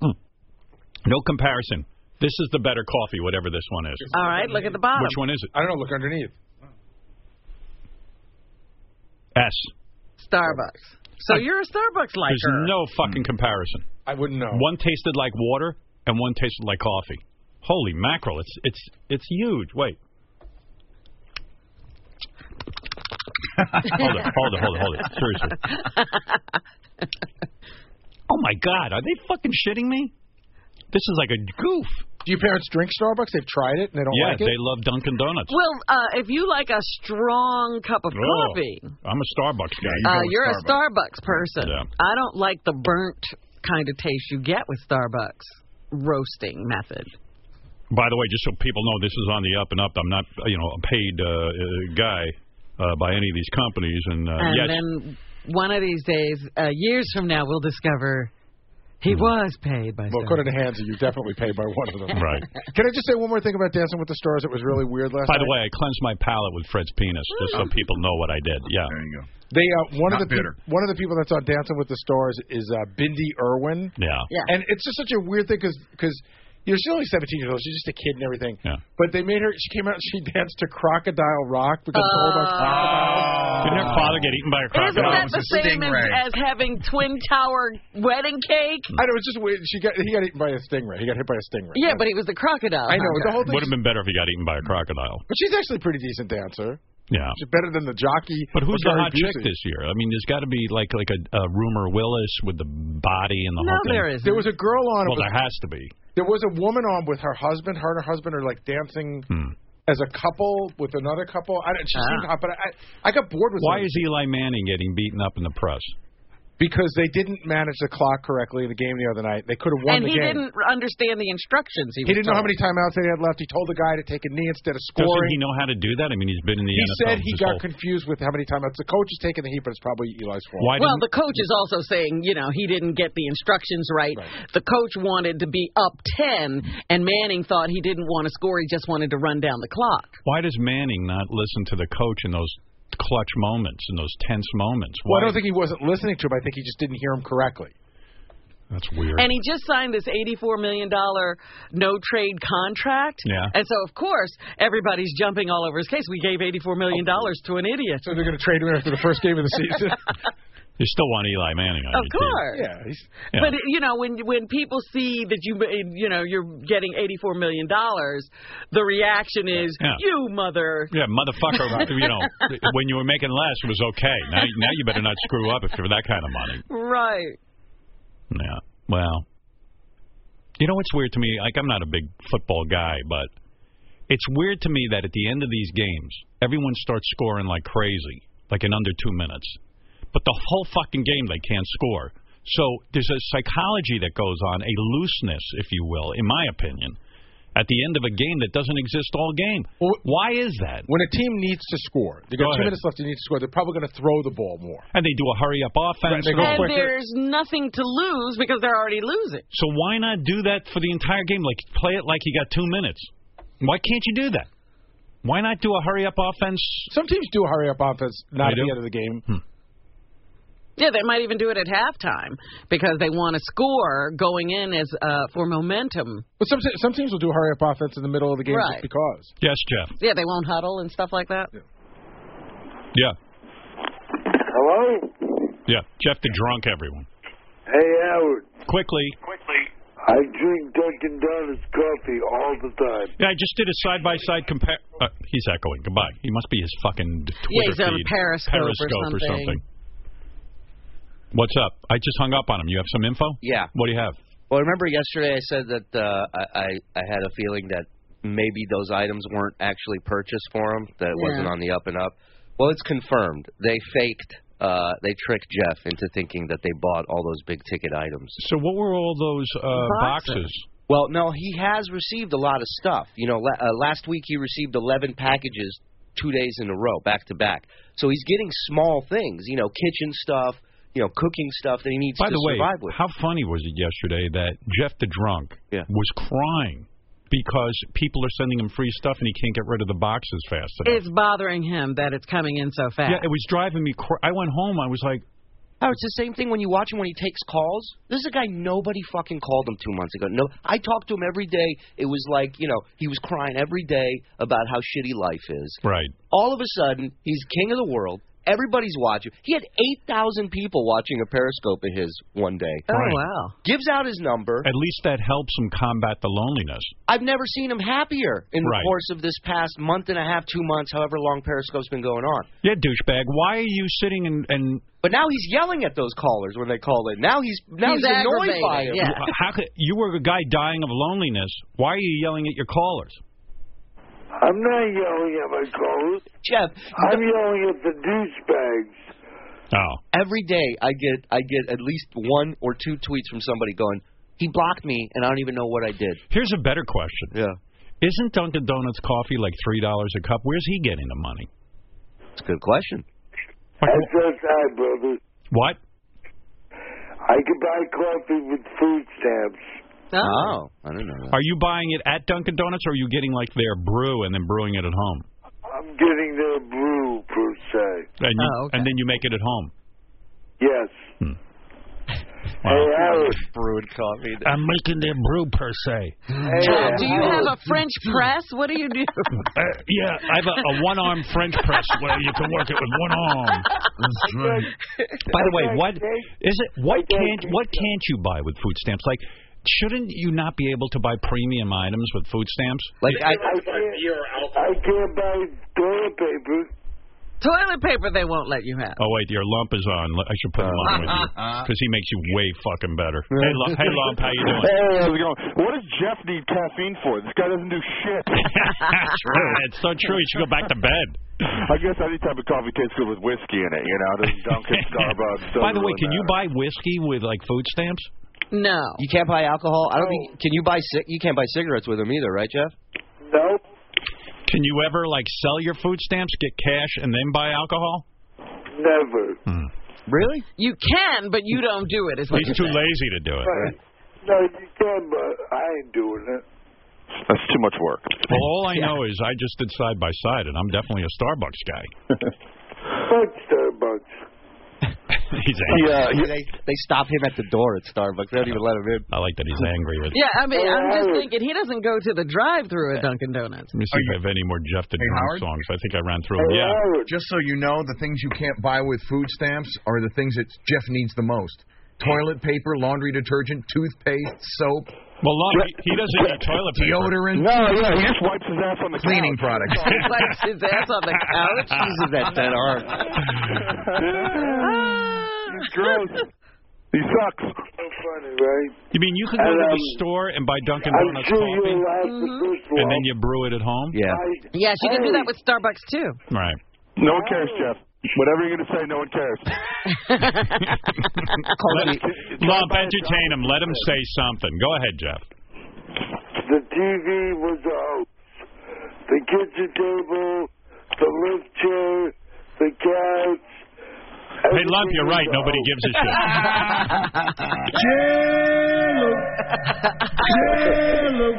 S7: Hmm. No comparison. This is the better coffee, whatever this one is.
S8: All right. Look at the bottom.
S7: Which one is it?
S17: I don't know. Look underneath.
S7: S.
S8: Starbucks. So you're a Starbucks liker.
S7: Oh. There's no fucking comparison.
S17: I wouldn't know.
S7: One tasted like water and one tasted like coffee. Holy mackerel! It's it's it's huge. Wait. hold it, hold it, hold it, hold it. Seriously. Oh my God! Are they fucking shitting me? This is like a goof.
S17: Do your parents drink Starbucks? They've tried it and they don't
S7: yeah,
S17: like it.
S7: they love Dunkin' Donuts.
S8: Well, uh, if you like a strong cup of
S7: Oh,
S8: coffee,
S7: I'm a Starbucks guy.
S8: uh, you're a Starbucks person. I don't like the burnt kind of taste you get with Starbucks roasting method.
S7: By the way, just so people know, this is on the up and up. I'm not, you know, a paid uh, uh, guy uh, by any of these companies. And, uh,
S8: and
S7: yes,
S8: then one of these days, uh, years from now, we'll discover he was paid by.
S17: Hmm.
S8: Starbucks.
S17: Well, according to Hansa, you definitely paid by one of them.
S7: Right.
S17: Can I just say one more thing about Dancing with the Stars? It was really weird last
S7: By the
S17: night.
S7: way, I cleansed my palate with Fred's penis, just so people know what I did. Yeah. There
S17: you go. They uh, one
S7: Not
S17: of the peop-
S7: bitter.
S17: one of the people that's on Dancing with the Stars is uh, Bindi Irwin.
S7: Yeah.
S17: And it's just such a weird thing because you know she's only 17 years old. She's just a kid and everything. Yeah. But they made her. She came out. and She danced to Crocodile Rock because it's all about crocodiles.
S7: Oh. Didn't her father get eaten by a
S8: Isn't
S7: crocodile?
S8: that the same as, as having Twin Tower wedding cake?
S17: I know it's just weird. She got he got eaten by a stingray. He got hit by a stingray.
S8: Yeah, but he was the crocodile.
S17: I know, the whole thing-
S7: Would have been better if he got eaten by a crocodile.
S17: But she's actually a pretty decent dancer.
S7: Yeah.
S17: She's better than the jockey.
S7: But who's the
S17: Gary
S7: hot chick
S17: Busey.
S7: this year? I mean, there's got to be like like a, a rumor Willis with the body and the whole thing.
S17: There was a girl on. it
S7: Well,
S17: was-
S7: there has to be.
S17: There was a woman on with her husband. Her and her husband are like dancing
S7: Hmm.
S17: as a couple with another couple. I don't, she
S8: Ah.
S17: seemed hot, but I I got bored with.
S7: Why
S17: them.
S7: is Eli Manning getting beaten up in the press?
S17: Because they didn't manage the clock correctly in the game the other night. They could have
S8: and
S17: won the
S8: he
S17: game.
S8: didn't understand the instructions. He,
S17: he
S8: was
S17: didn't know how
S8: told.
S17: many timeouts they had left. He told the guy to take a knee instead of
S7: Doesn't he
S17: scoring.
S7: know how to do that? I mean, he's been in the
S17: He
S7: NFL.
S17: said he
S7: his
S17: got
S7: whole-
S17: confused with how many timeouts. The coach is taking the heat, but it's probably Eli's fault.
S8: well, the coach is also saying, you know, he didn't get the instructions right. The coach wanted to be up 10, and Manning thought he didn't want to score. He just wanted to run down the clock.
S7: Why does Manning not listen to the coach in those clutch moments, in those tense moments?
S17: Well, I
S7: Why?
S17: don't think he wasn't listening to him. I think he just didn't hear him correctly.
S7: That's weird.
S8: And he just signed this $84 million no trade contract.
S7: Yeah.
S8: And so, of course, everybody's jumping all over his case. We gave $84 million to an idiot.
S17: So they're going to trade him after the first game of the season.
S7: You still want Eli Manning? I
S8: Of
S7: mean,
S8: course.
S17: Yeah,
S7: Yeah.
S8: But you know, when when people see that you you know you're getting eighty four million dollars, the reaction is
S7: Yeah.
S8: you mother.
S7: Yeah, motherfucker. you know, when you were making less, it was okay. Now, now you better not screw up if you're that kind of money.
S8: Right.
S7: Yeah. Well, you know what's weird to me? Like, I'm not a big football guy, but it's weird to me that at the end of these games, everyone starts scoring like crazy, like in under two minutes. But the whole fucking game, they can't score. So there's a psychology that goes on, a looseness, if you will, in my opinion, at the end of a game that doesn't exist all game. Why is that?
S17: When a team needs to score, they
S7: Go
S17: got two
S7: ahead.
S17: minutes left. They need to score. They're probably going to throw the ball more.
S7: and they do a hurry up offense.
S8: and there's nothing to lose because they're already losing.
S7: So why not do that for the entire game? Like play it like you got two minutes. Why can't you do that? Why not do a hurry up offense?
S17: Some teams do a hurry up offense, not at
S7: They do?
S17: the
S7: Hmm.
S17: end of the game.
S8: Yeah, they might even do it at halftime because they want to score going in as uh, for momentum.
S17: But some some teams will do a hurry up offense in the middle of the game
S8: Right.
S17: just because.
S7: Yes, Jeff.
S8: Yeah, they won't huddle and stuff like that.
S7: Yeah,
S18: Hello?
S7: yeah. Jeff the drunk, everyone.
S18: Hey, Howard.
S7: Quickly.
S18: I drink Dunkin' Donuts coffee all the time.
S7: Yeah, I just did a side by side compare. Uh, he's echoing. Goodbye. He must be his fucking Twitter
S8: he's on
S7: feed.
S8: Periscope or something.
S7: What's up? I just hung up on him. You have some info?
S19: Yeah.
S7: What do you have?
S19: Well, remember yesterday I said that uh, I, I I had a feeling that maybe those items weren't actually purchased for him. That it
S16: Yeah.
S19: wasn't on the up and up. Well, it's confirmed. They faked. Uh, they tricked Jeff into thinking that they bought all those big ticket items.
S7: So what were all those uh,
S19: Boxes.
S7: boxes?
S19: Well, no, he has received a lot of stuff. You know, la- uh, last week he received 11 packages two days in a row, back to back. So he's getting small things, you know, kitchen stuff, you know, cooking stuff that he needs
S7: By
S19: to
S7: the way,
S19: survive with.
S7: how funny was it yesterday that Jeff the drunk was crying because people are sending him free stuff and he can't get rid of the boxes fast enough.
S8: It's bothering him that it's coming in so fast.
S7: Yeah, it was driving me. Cr- I went home. I was like,
S19: Oh, it's the same thing when you watch him when he takes calls. This is a guy nobody fucking called him two months ago. No, I talked to him every day. It was like you know he was crying every day about how shitty life is.
S7: Right.
S19: All of a sudden, he's king of the world. Everybody's watching. He had eight thousand people watching a Periscope of his one day.
S7: Oh, Right.
S19: Gives out his number.
S7: At least that helps him combat the loneliness.
S19: I've never seen him happier in
S7: Right.
S19: the course of this past month and a half, two months, however long Periscope's been going on.
S7: Yeah, douchebag. Why are you sitting and and?
S19: But now he's yelling at those callers when they call in. Now he's now he's, annoyed by it.
S7: How could you were a guy dying of loneliness? Why are you yelling at your callers?
S18: I'm not yelling at my clothes.
S19: Jeff.
S18: I'm yelling at the douchebags.
S7: Oh.
S19: Every day I get I get at least one or two tweets from somebody going, "He blocked me and I don't even know what I did."
S7: Here's a better question.
S19: Yeah.
S7: Isn't Dunkin' Donuts coffee like three dollars a cup? Where's he getting the money?
S19: It's a good question.
S18: SSI, brother.
S7: What?
S18: I could buy coffee with food stamps.
S19: Oh, I don't know.
S7: Are you buying it at Dunkin' Donuts, or are you getting like their brew and then brewing it at home?
S18: I'm getting their brew, per se.
S7: And, you, and then you make it at home.
S18: Yes.
S7: Wow.
S18: Hey, Howard.
S19: Brewed coffee.
S7: I'm making their brew per se.
S8: John, do you have a French press? What do you do?
S7: Uh, yeah, I have a, a one-arm French press where you can work it with one arm. By the way, what is it? What can't what can't you buy with food stamps? Like, shouldn't you not be able to buy premium items with food stamps? Like,
S18: can't, I can't buy toilet paper.
S8: Toilet paper they won't let you have.
S7: oh wait, your lump is on. I should put him on with you because he makes you way fucking better. Hey, lump, hey, lump, how you doing?
S20: Hey, how's it going? What does Jeff need caffeine for? This guy doesn't do shit.
S7: That's right. It's so true. You should go back to bed.
S20: I guess any type of coffee tastes good with whiskey in it, you know, doesn't Dunkin', Starbucks. doesn't
S7: By the way,
S20: really
S7: can you
S20: matter.
S7: buy whiskey with like food stamps?
S8: No.
S19: You can't buy alcohol. I don't think. Can you buy? ci- You can't buy cigarettes with them either, right, Jeff?
S18: Nope.
S7: Can you ever like sell your food stamps, get cash, and then buy alcohol?
S18: Never.
S19: Really?
S8: You can, but you don't do it. Is what
S7: He's
S8: you're
S7: too
S8: saying.
S7: lazy to do it.
S18: No, you can, but I ain't doing it.
S7: That's too much work. Well, all I know is I just did side by side, and I'm definitely a Starbucks guy.
S18: Fuck Starbucks.
S7: he's
S18: angry.
S19: they, they stop him at the door at Starbucks. They don't even let him in.
S7: I like that he's angry with.
S8: Yeah, I mean, I'm just thinking he doesn't go to the drive-through at Dunkin' Donuts.
S7: Let me see if I have any more Jeff the
S8: Hey,
S7: Drunk
S8: Howard?
S7: songs. I think I ran through them. Yeah.
S9: Just so you know, the things you can't buy with food stamps are the things that Jeff needs the most: toilet paper, laundry detergent, toothpaste, soap.
S7: Well, look, he, he doesn't need toilet paper.
S9: Deodorant.
S7: No, yeah, he just wipes
S9: his ass on the cleaning products.
S8: Wipes his ass on the couch.
S19: Jesus, that dead arm.
S18: He's gross.
S20: He sucks.
S18: So funny, right?
S7: You mean you can go
S18: And,
S7: to the
S18: um,
S7: store and buy Dunkin'
S18: I'm
S7: Donuts
S18: sure
S7: coffee,
S18: you'll laugh at this
S7: and
S18: one.
S7: then you brew it at home?
S19: Yeah.
S8: Mm-hmm. Yeah, she can do that with Starbucks too.
S7: Right.
S20: No one cares, Jeff. Whatever you're going to say, no one cares.
S7: Let- Lump, entertain him. Let him say something. Go ahead, Jeff.
S18: The TV was a hoax. The kitchen table, the lift chair, the couch.
S7: Hey, Lump, you're right. Nobody gives a shit.
S18: Jello. Jello.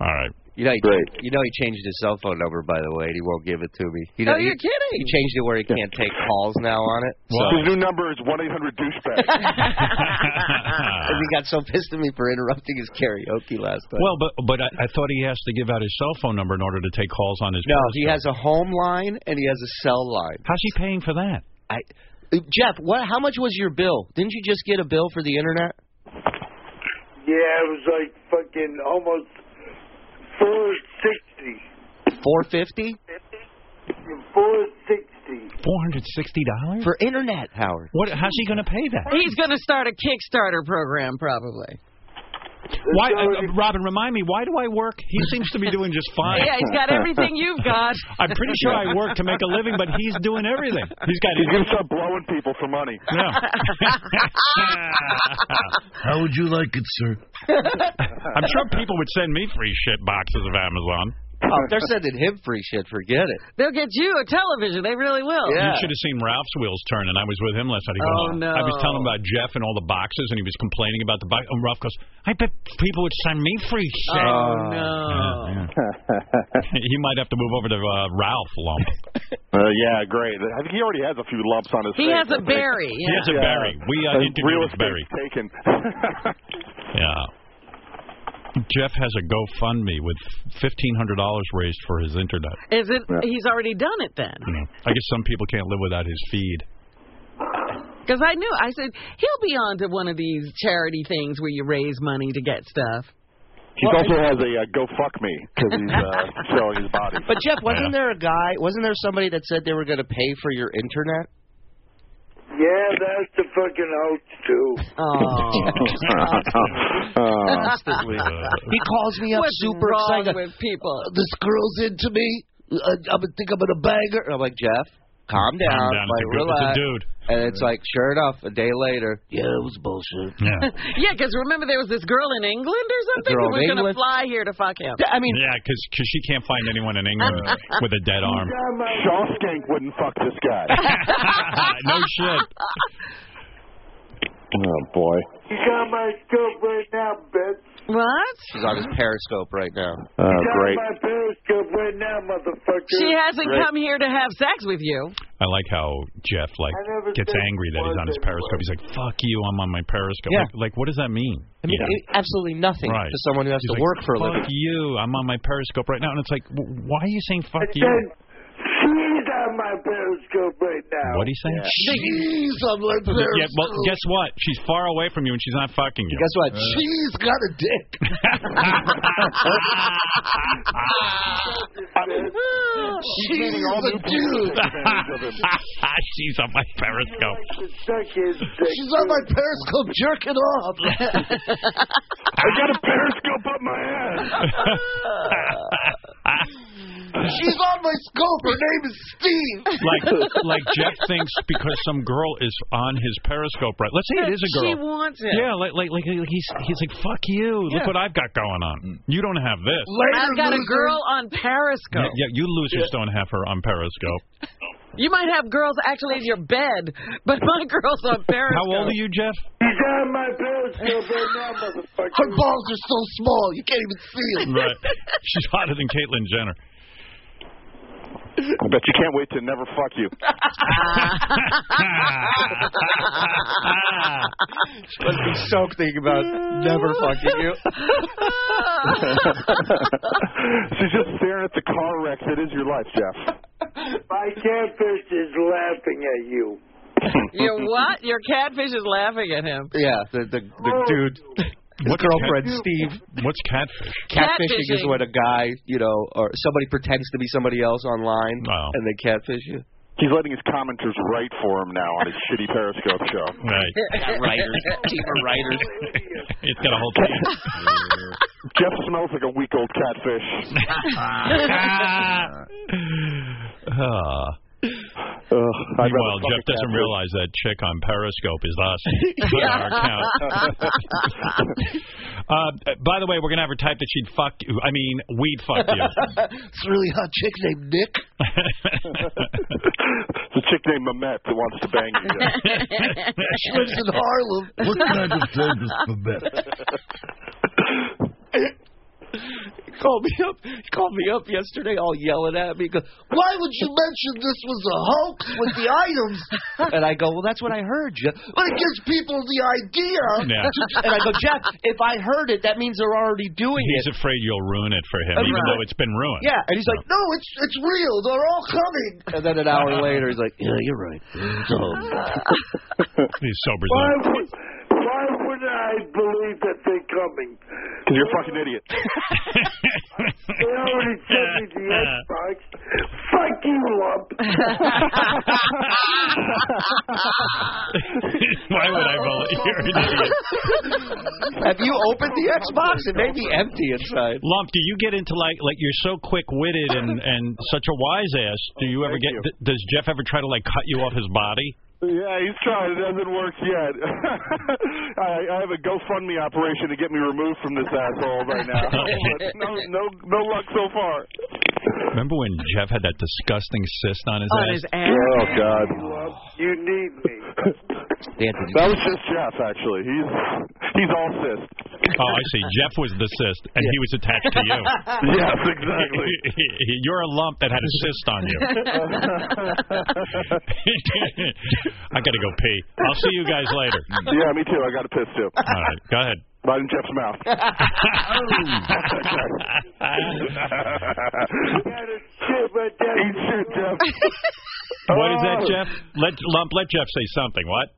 S7: All right.
S19: You know, he, you know, he changed his cell phone number, by the way, and he won't give it to me. You
S8: No,
S19: know,
S8: you're
S19: he,
S8: kidding.
S19: He changed it where he can't take calls now on it.
S17: His new number is one eight hundred douchebag.
S19: Because he got so pissed at me for interrupting his karaoke last night.
S7: Well, but but I, I thought he has to give out his cell phone number in order to take calls on his.
S19: No, he has a home line and he has a cell line.
S7: How's he paying for that?
S19: I, uh, Jeff, what? How much was your bill? Didn't you just get a bill for the internet?
S20: Yeah, it was like fucking almost four sixty.
S19: Four fifty
S20: Four sixty.
S7: Four hundred sixty dollars
S19: for internet, Howard.
S7: What? How's he going to pay that?
S8: He's going to start a Kickstarter program, probably.
S7: Why, uh, uh, Robin? Remind me, why do I work? He seems to be doing just fine.
S8: Yeah, he's got everything you've got.
S7: I'm pretty sure I work to make a living, but he's doing everything. He's got.
S17: He's gonna start blowing people for money.
S7: Yeah.
S21: How would you like it, sir?
S7: I'm sure people would send me free shit boxes of Amazon.
S19: Oh, if they're sending him free shit. Forget it.
S8: They'll get you a television. They really will.
S7: You should have seen Ralph's wheels turn, and I was with him last night. He goes,
S8: Oh, no.
S7: I was telling him about Jeff and all the boxes, and he was complaining about the box. And Ralph goes, I bet people would send me free shit.
S8: Oh, no.
S7: he might have to move over to uh, Ralph Lump.
S17: Uh, yeah, great. I think he already has a few lumps on his
S8: He
S17: face.
S8: has a
S17: I think.
S8: berry,
S17: He
S8: yeah.
S17: has
S7: a berry. We, uh,
S17: His
S7: interviewed
S17: real
S7: with Barry.
S17: estate's taken.
S7: Yeah. Jeff has a GoFundMe with fifteen hundred dollars raised for his internet.
S8: Is it? He's already done it then.
S7: You know, I guess some people can't live without his feed.
S8: Because I knew. I said he'll be on to one of these charity things where you raise money to get stuff.
S17: He also has a uh, go fuck me because he's uh, selling his body.
S19: But Jeff, wasn't there a guy? Wasn't there somebody that said they were going to pay for your internet?
S20: Yeah, that's the fucking hoax too.
S17: Oh.
S22: He calls me up
S8: What's
S22: super
S8: wrong
S22: excited. Uh,
S8: with people?
S22: This girl's into me. I, I think I'm gonna bang her.
S19: And I'm like, Jeff, calm down.
S22: Calm down,
S19: Like,
S22: it's a good-
S19: relax.
S22: it's a dude.
S19: And it's like, sure enough, a day later, yeah, it was bullshit.
S7: Yeah.
S8: yeah, because remember there was this girl in England or something
S7: Girl
S8: who
S7: in
S8: was going to
S7: England?
S8: fly here to fuck him.
S7: I mean, yeah, because she can't find anyone in England uh, with a dead arm.
S17: Shawshank wouldn't fuck this guy.
S7: no shit.
S17: Oh boy.
S20: You got my scope right now, bitch.
S8: What?
S19: She's on his Periscope right now.
S17: Oh,
S20: You got my periscope right now, motherfucker.
S8: She hasn't come here to have sex with you.
S7: I like how Jeff like
S8: I never
S7: gets
S8: said
S7: angry that he's on his Periscope. He's like, "Fuck you, I'm on my Periscope."
S19: Yeah.
S7: Like, like, what does that mean?
S19: I mean, it- absolutely nothing
S7: Right.
S19: to someone who has
S7: He's
S19: to
S7: like,
S19: work for a living.
S7: Fuck you, I'm on my Periscope right now, and it's like, w- why are you saying "fuck you"?
S20: She's on my periscope right now.
S7: What are you saying?
S22: She's on my
S7: Yeah,
S22: periscope.
S7: well, guess what? She's far away from you, and she's not fucking you. Uh. Guess
S19: what?
S22: She's got a dick.
S20: She's
S22: She's
S20: a
S22: a dude.
S7: she's on my Periscope.
S22: She's on my periscope jerking off.
S17: I got a periscope up my
S22: ass. She's on my scope. Her name is Steve.
S7: like like Jeff thinks because some girl is on his Periscope right. Let's say it is a girl.
S8: She wants it.
S7: Yeah, like like like he's he's like fuck you.
S8: Yeah.
S7: Look what I've got going on. You don't have this.
S8: I've got a girl on
S7: Yeah,
S8: Periscope.
S7: yeah, you losers don't have her on Periscope.
S8: You might have girls actually in your bed, but my girl's on Periscope.
S7: How old are you, Jeff?
S20: She's on my periscope right now, motherfucker.
S22: Her balls are so small you can't even see them.
S7: Right. She's hotter than Caitlyn Jenner.
S17: I bet you can't wait to never fuck you.
S19: She must be so thinking about never fucking you.
S17: She's just staring at the car wreck that is your life, Jeff.
S20: My catfish is laughing at you.
S8: Your what? Your catfish is laughing at him.
S19: Yeah, the the, the dude. His
S7: What's
S19: girlfriend
S7: cat-
S19: Steve.
S7: What's catfish?
S19: Catfishing, is
S8: Catfishing.
S19: when a guy, you know, or somebody pretends to be somebody else online and they catfish you.
S17: He's letting his commenters write for him now on his shitty Periscope show.
S7: Right.
S19: Got writers, team of writers.
S7: It's got a whole team.
S17: Jeff smells like a week old catfish.
S7: Ah. Meanwhile, Jeff doesn't realize that chick on Periscope is us. on our account. Uh, by the way, we're gonna have her type that she'd fuck you. I mean, we'd fuck you.
S22: It's a really hot chick named Nick.
S17: It's a chick named Mamet that wants to bang you, Jeff.
S22: she lives in Harlem.
S21: What kind of dog is Babette?
S19: called me up. He called me up yesterday, all yelling at me. He Goes, Why would you mention this was a hoax with the items? and I go, Well, that's what I heard. Jeff. But it gives people the idea.
S7: Yeah.
S19: and I go, Jeff, if I heard it, that means they're already doing it.
S7: He's afraid you'll ruin it for him,
S19: That's
S7: even
S19: right.
S7: though it's been ruined.
S19: Yeah, and he's like, no, it's it's real. They're all coming. And then an hour later, he's like, yeah, you're right.
S7: he's sober.
S20: Why would, why would I believe that they're coming?
S23: Because you're a fucking idiot.
S20: They already sent me the Xbox. Fuck you up.
S7: Why would I believe you're an idiot?
S19: Have you opened the Xbox? It may be empty inside.
S7: Lump, do you get into like like you're so quick witted and and such a wise ass? Do you ever get? th- Does Jeff ever try to like cut you off his body?
S23: Yeah, he's trying. It hasn't worked yet. I, I have a GoFundMe operation to get me removed from this asshole right now. But no, no, no luck so far.
S7: Remember when Jeff had that disgusting cyst on his ass?
S23: Oh God.
S20: You need me.
S23: That was just Jeff, actually. He's he's all cyst.
S7: Oh, I see. Jeff was the cyst, and he was attached to you.
S23: Yes, exactly.
S7: You're a lump that had a cyst on you. I got to go pee. I'll see you guys later.
S23: Yeah, me too. I got to piss too.
S7: All right, go ahead.
S23: Right in Jeff's mouth. Eat shit, Jeff.
S7: What is
S23: Oh.
S7: that, Jeff? Let lump. Let Jeff say something. What?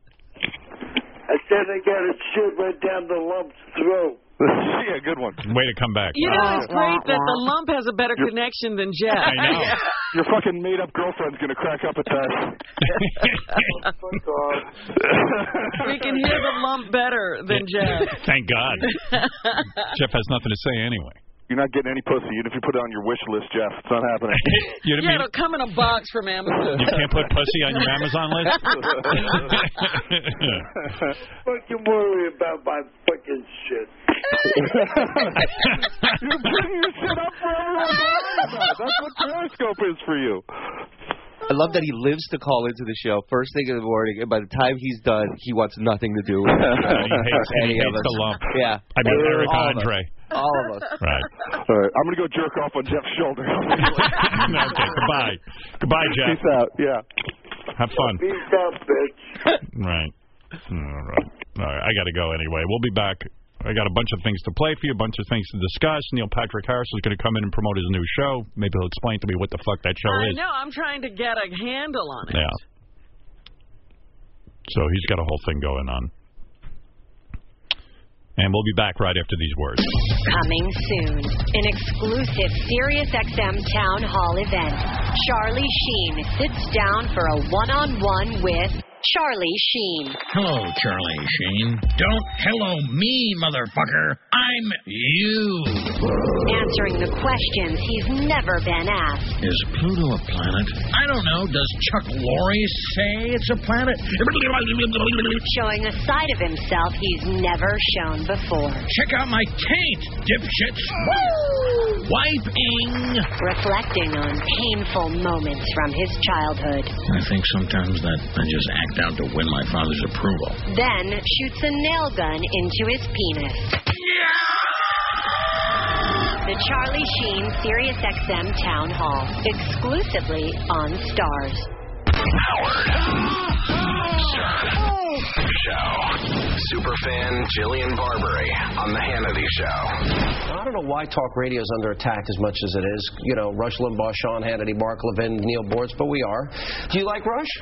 S20: I said I got a shit right down the lump's throat.
S23: yeah, good one.
S7: Way to come back.
S8: You know, it's great that the lump has a better connection than Jeff.
S7: I know.
S23: Your fucking made up girlfriend's gonna crack up at that.
S8: we can hear the lump better than Jeff.
S7: Thank God. Jeff has nothing to say anyway.
S23: You're not getting any pussy, even if you put it on your wish list, Jeff. It's not happening.
S7: You know
S8: yeah, it'll come in a box from Amazon.
S7: You can't put pussy on your Amazon list.
S20: Fucking worry about my fucking shit.
S23: You're bringing your shit up for everyone. to worry about. That's what Periscope is for you.
S19: I love that he lives to call into the show first thing in the morning, and by the time he's done, he wants nothing to do
S7: he
S19: with
S7: hates, he
S19: any of
S7: hates
S19: us.
S7: the lump.
S19: Yeah,
S7: I mean,
S19: All
S7: Eric
S19: of us.
S7: Andre.
S19: All of us.
S7: Right.
S23: All right, I'm gonna go jerk off on Jeff's shoulder.
S7: okay, goodbye. Goodbye, Jeff.
S23: Peace out. Yeah.
S7: Have fun.
S20: Peace out, bitch.
S7: Right. All right. All right. I got to go anyway. We'll be back. I got a bunch of things to play for you, a bunch of things to discuss. Neil Patrick Harris is going to come in and promote his new show. Maybe he'll explain to me what the fuck that show
S8: I
S7: is.
S8: know. I'm trying to get a handle on it.
S7: Yeah. So he's got a whole thing going on. And we'll be back right after these words.
S24: Coming soon, an exclusive SiriusXM Town Hall event. Charlie Sheen sits down for a one-on-one with Charlie Sheen.
S22: Hello, Charlie Sheen. Don't hello me, motherfucker. I'm you.
S24: Answering the questions he's never been asked.
S22: Is Pluto a planet? I don't know. Does Chuck Lorre say it's a planet?
S24: Showing a side of himself he's never shown before.
S22: Check out my taint, dipshits. Wiping.
S24: Reflecting on painful moments from his childhood.
S22: I think sometimes that I just act out to win my father's approval.
S24: Then shoots a nail gun into his penis. The Charlie Sheen SiriusXM Town Hall, exclusively on Stars.
S13: Show. Superfan Jillian Barbary on The Hannity Show.
S25: I don't know why talk radio is under attack as much as it is. You know, Rush Limbaugh, Sean Hannity, Mark Levin, Neil Bortz, but we are. Do you like Rush?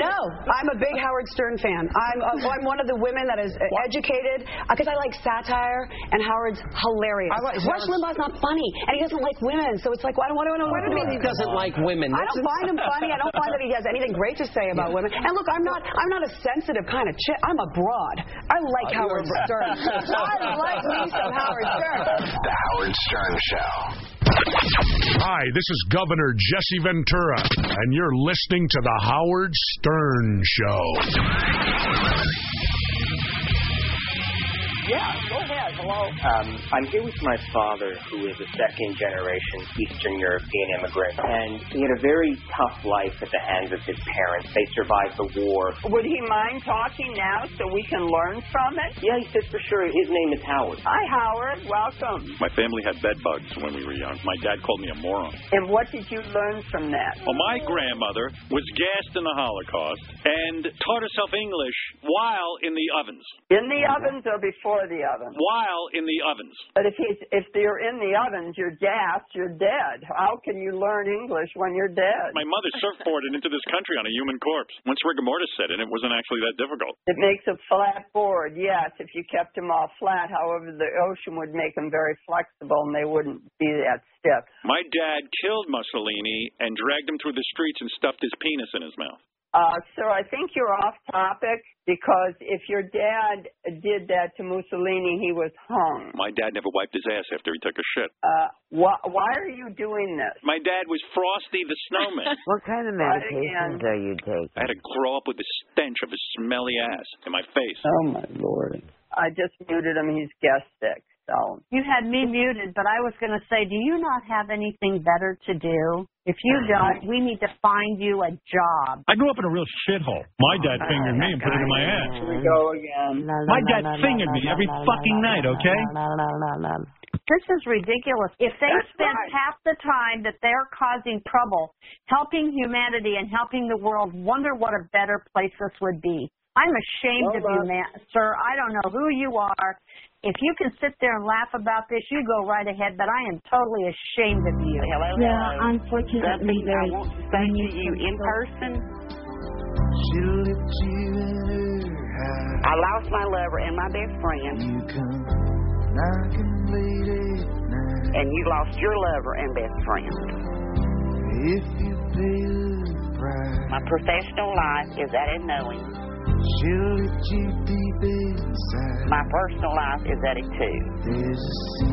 S9: No, I'm a big Howard Stern fan. I'm uh, I'm one of the women that is uh, educated because I like satire and Howard's hilarious.
S25: I like-
S9: Rush Limbaugh's not funny and he doesn't like women, so it's like why do I want to?
S25: What do you mean he doesn't like women?
S9: I don't find him funny. I don't find that he has anything great to say about women. And look, I'm not I'm not a sensitive kind of chick. I'm a broad. I like
S13: Uh,
S9: Howard
S13: you're a-
S9: Stern. I like me some Howard Stern.
S13: The Howard Stern Show.
S26: Hi, this is Governor Jesse Ventura, and you're listening to The Howard Stern Show.
S9: Yeah, go ahead.
S22: Hello. Um, I'm here with my father, who is a second generation Eastern European immigrant, and he had a very tough life at the hands of his parents. They survived the war.
S27: Would he mind talking now so we can learn from it?
S22: Yeah, he says for sure. His name is Howard.
S27: Hi, Howard. Welcome.
S7: My family had bed bugs when we were young. My dad called me a moron.
S27: And what did you learn from that?
S7: Well, my grandmother was gassed in the Holocaust and taught herself English while in the ovens.
S27: In the ovens or before the ovens?
S7: While in the ovens.
S27: But if he's, if you're in the ovens, you're gassed, you're dead. How can you learn English when you're dead?
S7: My mother surfboarded into this country on a human corpse. Once rigor mortis set in, it wasn't actually that difficult.
S27: It makes a flat board, yes, if you kept them all flat. However, the ocean would make them very flexible and they wouldn't be that stiff.
S7: My dad killed Mussolini and dragged him through the streets and stuffed his penis in his mouth.
S27: Uh, sir, I think you're off topic because if your dad did that to Mussolini, he was hung.
S7: My dad never wiped his ass after he took a shit.
S27: Uh, wh- why are you doing this?
S7: My dad was Frosty the Snowman.
S28: What kind of
S27: Right
S28: medications
S27: again.
S28: are you taking?
S7: I had to grow up with the stench of his smelly ass in my face.
S27: Oh, my Lord. I just muted him. He's guest sick. So
S3: You had me muted, but I was going to say, do you not have anything better to do? If you don't, we need to find you a job.
S20: I grew up in a real shithole. My dad fingered me and put it in my ass.
S27: we go again.
S20: My dad fingered me every fucking night, okay?
S3: This is ridiculous. If they spend half the time that they're causing trouble helping humanity and helping the world, wonder what a better place this would be. I'm ashamed of you,
S9: uh,
S3: man, sir. I don't know who you are. If you can sit there and laugh about this, you go right ahead, but I am totally ashamed of you.
S9: Yeah, unfortunately, there's I need to you in person. I lost my lover and my best friend. And you lost your lover and best friend. My professional life is at a knowing. My personal life is at a two.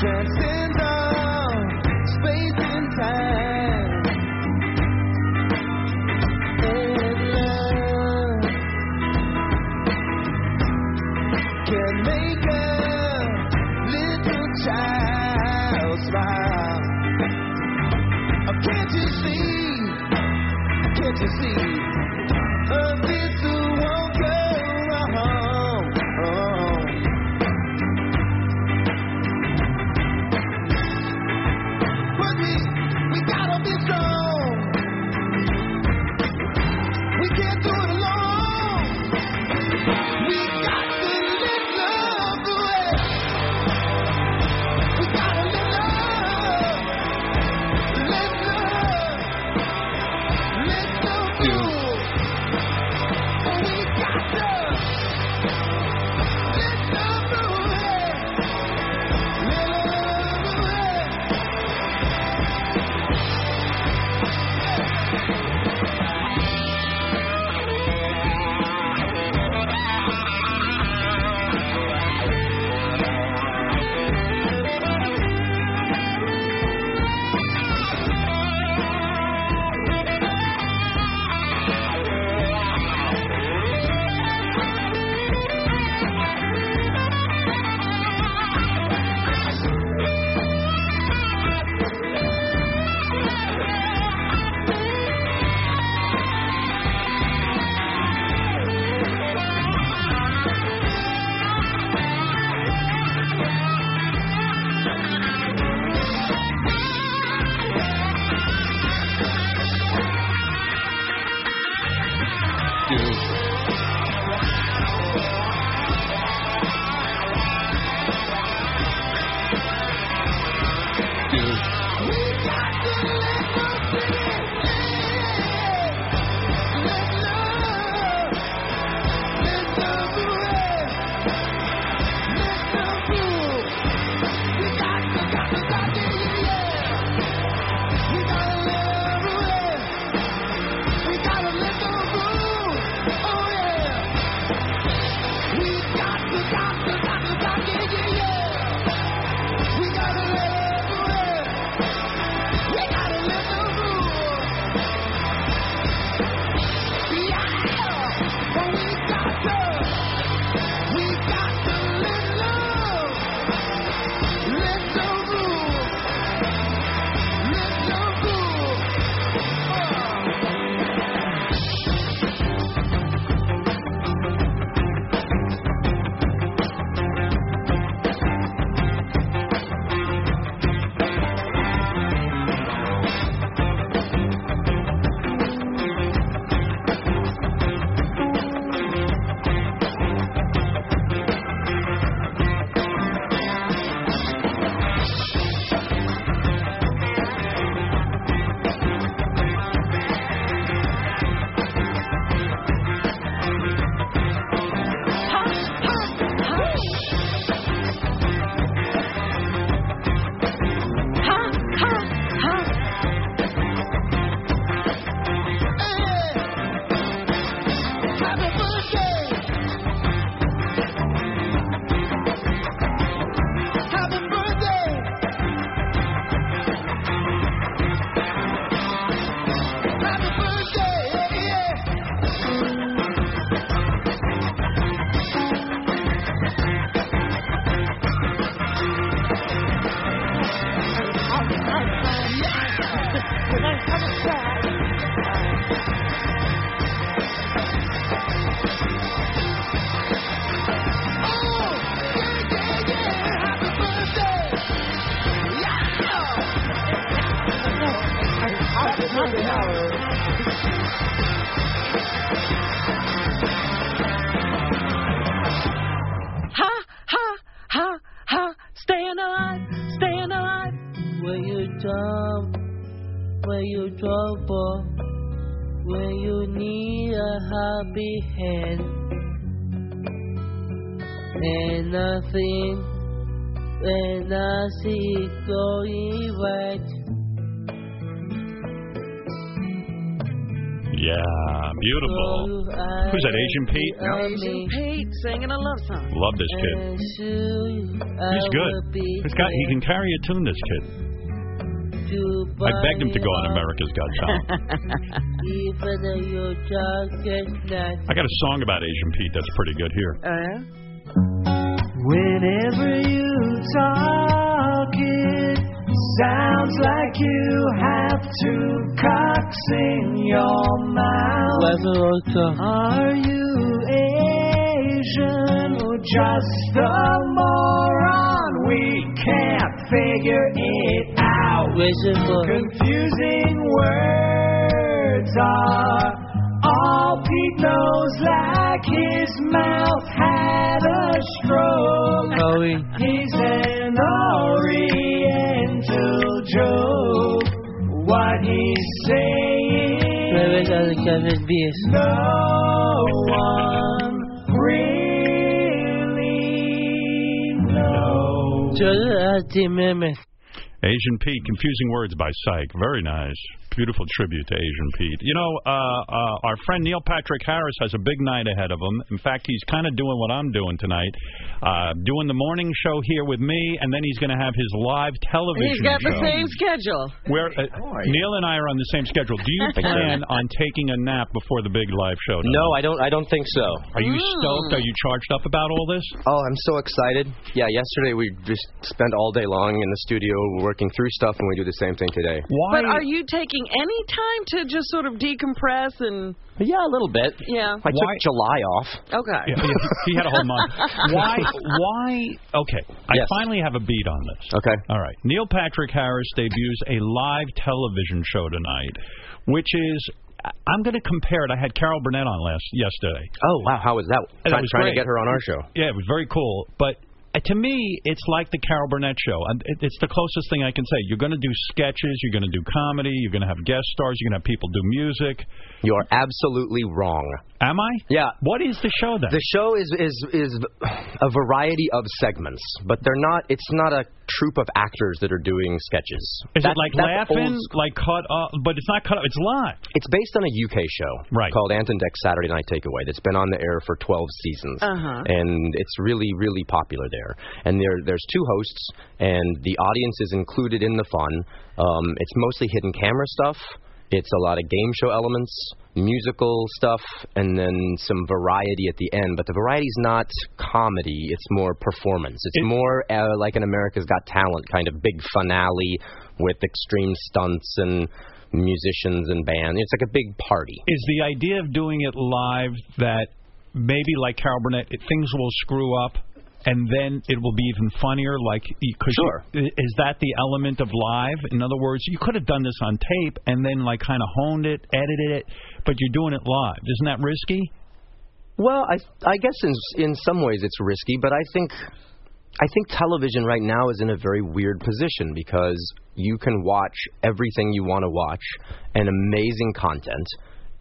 S1: Transcend all space and time. And love can make a little child smile. Oh, can't you see? Can't you see? Oh, this won't go wrong. Oh. But we, we gotta be strong. We can't do it alone. We got to let love the way. We gotta let love, let love, let love do
S8: Ha, ha, ha, ha. Staying alive, staying alive.
S29: When you jump, when you trouble, when you need a happy hand, and nothing, when I see it going back.
S7: Yeah, beautiful. Who's that, Asian Pete?
S18: um,
S8: Asian Pete singing a love song.
S7: Love this kid. He's good. He's got, he can carry a tune, this kid. I begged him to go on America's Got Talent.
S29: Even though your job gets nuts.
S7: I got a song about Asian Pete that's pretty good here.
S29: Uh,
S22: Uh-huh. Whenever you talk, it sounds like you have two cocks in your mouth. Are you Asian or just a moron? We can't figure it out. Confusing words are all Pete knows, like his mouth had a
S19: Oh,
S22: stroke. He's an oriental joke. What he's saying, no one really knows.
S7: Asian Pete, Confusing Words by Psych. Very nice. Beautiful tribute to Asian Pete. You know, uh, uh, our friend Neil Patrick Harris has a big night ahead of him. In fact, he's kind of doing what I'm doing tonight, uh, doing the morning show here with me, and then he's going to have his live television
S8: He's got the
S7: show.
S8: same schedule.
S7: Where uh, Neil and I are on the same schedule. Do you
S8: Exactly.
S7: plan on taking a nap before the big live show? tonight?
S18: No, I don't. I don't think so.
S7: Are you
S18: Hmm.
S7: stoked? Are you charged up about all this?
S18: Oh, I'm so excited. Yeah, yesterday we just spent all day long in the studio working through stuff, and we do the same thing today.
S8: But are you taking any time to just sort of decompress and
S18: Yeah, a little bit.
S8: yeah?
S18: I took July off.
S8: Okay.
S7: Yeah, yeah, he had a whole month. Why? Why? Okay, I finally have a beat on this.
S18: Okay.
S7: All right. Neil Patrick Harris debuts a live television show tonight, which is I- I'm going to compare it. I had Carol Burnett on last yesterday.
S18: Oh wow, how was that?
S7: And
S18: Try-
S7: it was
S18: trying to
S7: great.
S18: get her on our show.
S7: Yeah, it was very cool. But uh, to me, it's like the Carol Burnett show. And it- It's the closest thing I can say. You're going to do sketches. You're going to do comedy. You're going to have guest stars. You're going to have people do music.
S18: You are absolutely wrong.
S7: Am I?
S18: Yeah.
S7: What is the show then?
S18: The show is is is a variety of segments, but they're not. It's not a troupe of actors that are doing sketches.
S7: Is
S18: That-
S7: it like
S18: that's old
S7: laughing, like cut up? But it's not cut up. It's live.
S18: It's based on a UK show right. called Anton Deck's Saturday Night Takeaway that's been on the air for 12 seasons.
S8: Uh-huh.
S18: And it's really, really popular there. And there, there's two hosts, and the audience is included in the fun. Um, it's mostly hidden camera stuff. It's a lot of game show elements, musical stuff, and then some variety at the end. But the variety's not comedy; it's more performance. It's more uh, like an America's Got Talent kind of big finale with extreme stunts and musicians and band. It's like a big party.
S7: Is the idea of doing it live that maybe like Carol Burnett, it, things will screw up and then it will be even funnier? Like, because
S18: Sure.
S7: is that the element of live? In other words, you could have done this on tape and then like kind of honed it, edited it, but you're doing it live. Isn't that risky?
S18: Well, I I guess in in some ways it's risky, but I think I think television right now is in a very weird position because you can watch everything you want to watch and amazing content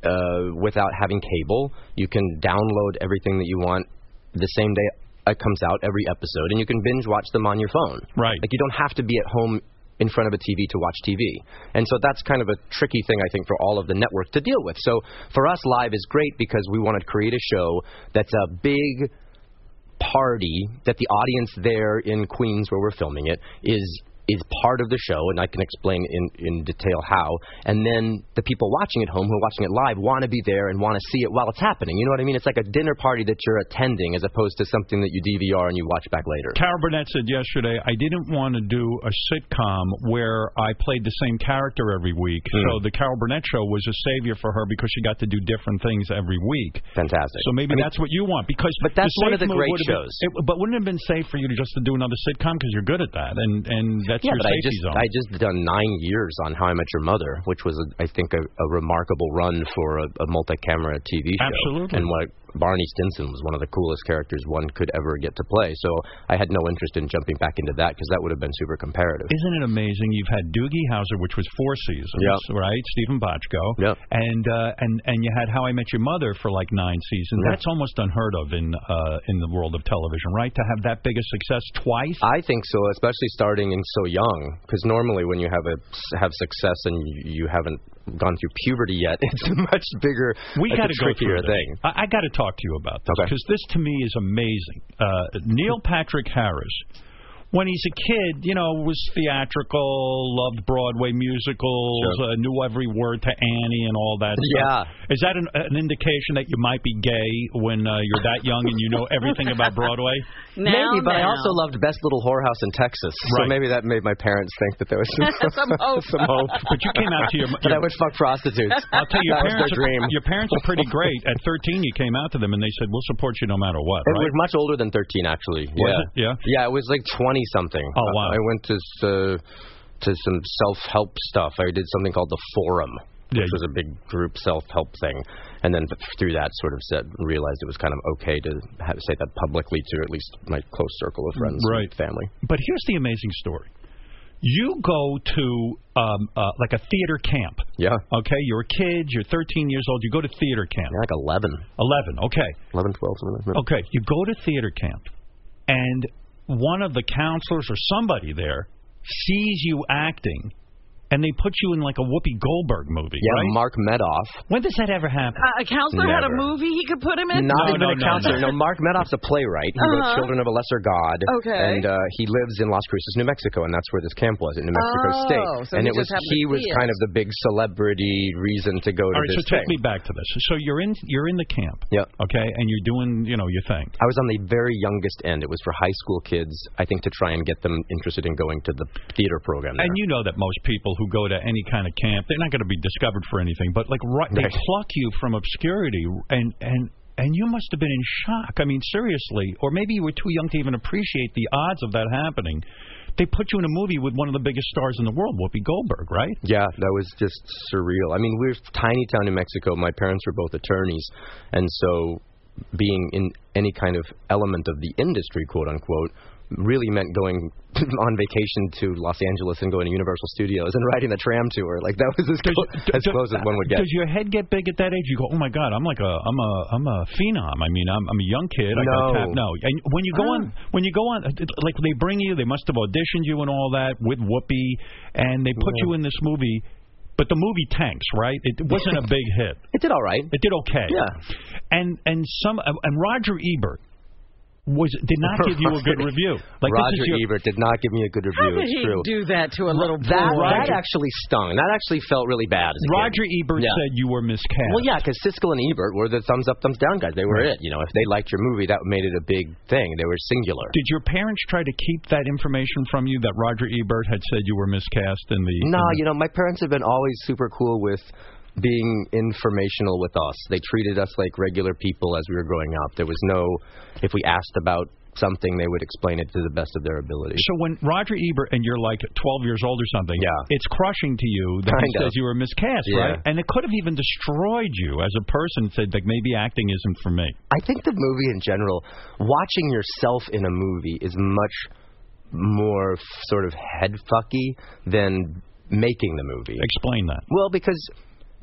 S18: uh, without having cable. You can download everything that you want the same day it comes out every episode, and you can binge watch them on your phone. Right. Like you don't have to be at home in front of a TV to watch TV. And so that's kind of a tricky thing, I think, for all of the network to deal with. So for us, live is great because we want to create a show that's a big party that the audience there in Queens, where we're filming it, is is part of the show, and I can explain in, in detail how. And then the people watching at home who are watching it live want to be there and want to see it while it's happening. You know what I mean? It's like a dinner party that you're attending as opposed to something that you DVR and you watch back later.
S7: Carol Burnett said yesterday, I didn't want to do a sitcom where I played the same character every week.
S18: Hmm.
S7: So the Carol Burnett show was a savior for her because she got to do different things every week.
S18: Fantastic.
S7: So
S18: I
S7: maybe
S18: mean-
S7: that's what you want because.
S18: But that's
S7: the
S18: one of
S7: safe
S18: the
S7: move
S18: great
S7: would've been-
S18: shows.
S7: it- but wouldn't it have been safe for you to just to do another sitcom because you're good at that and and that's
S18: yeah,
S7: your
S18: but I
S7: safety
S18: just
S7: zone.
S18: I just done nine years on How I Met Your Mother, which was a, I think a, a remarkable run for a, a multi-camera TV show.
S7: Absolutely.
S18: And what Barney Stinson was one of the coolest characters one could ever get to play. So I had no interest in jumping back into that because that would have been super comparative.
S7: Isn't it amazing? You've had Doogie Howser, which was four seasons,
S18: Yeah.
S7: right? Stephen Bochco, and uh, and and you had How I Met Your Mother for like nine seasons.
S18: Yeah.
S7: That's almost unheard of in uh, in the world of television, right? To have that big a success twice.
S18: I think so, especially starting in so young. Because normally, when you have a have success and you, you haven't gone through puberty yet, it's a much bigger,
S7: We
S18: like
S7: got
S18: a
S7: to go
S18: trickier
S7: through this.
S18: thing.
S7: I, I got to talk to you about this because this to me is amazing. Uh, Neil Patrick Harris, when he's a kid, you know, was theatrical, loved Broadway musicals, uh, knew every word to Annie and all that.
S18: Yeah.
S7: stuff. is that an, an indication that you might be gay when uh, you're that young and you know everything about Broadway?
S18: maybe, but I also loved Best Little Whorehouse in Texas, so maybe that made my parents think that there was some,
S7: Some hope.
S18: some hope.
S7: But you came out to your-
S18: that I would fuck prostitutes.
S7: I'll tell you, your
S18: that was their
S7: parents, are,
S18: dream.
S7: your parents are pretty great. At 13, you came out to them and they said, "We'll support you no matter what."
S18: It
S7: right?
S18: was much older than 13, actually.
S7: Was it?
S18: yeah. Yeah, it was like 20 something. Oh wow. I went to uh, to some self help stuff. I did something called the Forum, which was a big group self help thing, and then through that, sort of said realized it was kind of okay to have, say that publicly to at least my close circle of friends, and
S7: Right.
S18: family.
S7: But here's the amazing story. You go to um, uh, like a theater camp.
S18: Yeah.
S7: Okay, you're a kid. You're 13 years old. You go to theater camp.
S18: like 11.
S7: 11. Okay.
S18: 11, 12, something like that.
S7: Okay. You go to theater camp, and one of the counselors or somebody there sees you acting, and they put you in like a Whoopi Goldberg movie.
S18: Yeah,
S7: right?
S18: Mark Medoff.
S7: When does that ever happen?
S8: Uh, a counselor had a
S18: Never.
S8: movie he could put him in.
S18: Not even a counselor. No. Mark Medoff's a playwright. He
S8: Uh-huh.
S18: wrote Children of a Lesser God.
S8: Okay.
S18: And uh, he lives in Las Cruces, New Mexico, and that's where this camp was in New Mexico
S8: Oh,
S18: State.
S8: so
S18: and it
S8: he
S18: was
S8: just
S18: he
S8: happened to
S18: was
S8: see
S18: kind
S8: it.
S18: of the big celebrity reason to go to
S7: All right, so
S18: this
S7: take
S18: thing.
S7: me back to this. So you're in you're in the camp.
S18: Yeah.
S7: Okay, and you're doing you know your thing.
S18: I was on the very youngest end. It was for high school kids, I think, to try and get them interested in going to the theater program. there.
S7: And you know that most people who go to any kind of camp, they're not going to be discovered for anything. But like, right, they
S18: Right.
S7: pluck you from obscurity, and and and you must have been in shock. I mean, seriously, or maybe you were too young to even appreciate the odds of that happening. They put you in a movie with one of the biggest stars in the world, Whoopi Goldberg, right?
S18: Yeah, that was just surreal. I mean, we're tiny town New Mexico. My parents were both attorneys, and so being in any kind of element of the industry, quote unquote, really meant going on vacation to Los Angeles and going to Universal Studios and riding the tram tour. Like that was as, clo- as close as one would get.
S7: Does your head get big at that age? You go, oh my god, I'm like a, I'm a, I'm a phenom. I mean, I'm, I'm a young kid. I
S18: No.
S7: got tap. No, and when you go on, when you go on, uh, like they bring you, they must have auditioned you and all that with Whoopi, and they put you in this movie. But the movie tanks, right? It wasn't a big hit.
S18: It did all right.
S7: It did okay. Yeah. And and some uh, and Roger Ebert was did not give you a good review. Like this
S18: Roger
S7: is your,
S18: Ebert did not give me a good
S8: How
S18: review.
S8: did
S18: it's
S8: he
S18: true.
S8: do that to a little boy?
S18: that, that actually stung. That actually felt really bad. As a kid.
S7: Roger Ebert
S18: Yeah.
S7: said you were miscast.
S18: Well, yeah, because Siskel and Ebert were the thumbs up, thumbs down guys. They were it. You know, if they liked your movie, that made it a big thing. They were singular.
S7: Did your parents try to keep that information from you that Roger Ebert had said you were miscast in the?
S18: No, you know, my parents have been always super cool with being informational with us. They treated us like regular people as we were growing up. There was no, if we asked about something, they would explain it to the best of their ability.
S7: So when Roger Ebert and you're like 12 years old or something, yeah. it's crushing to you that he
S18: Kind
S7: says
S18: of.
S7: you were miscast,
S18: Yeah.
S7: right? And it could have even destroyed you as a person. Said like maybe acting isn't for me.
S18: I think the movie in general, watching yourself in a movie is much more f- sort of head fucky than making the movie.
S7: Explain that.
S18: Well, because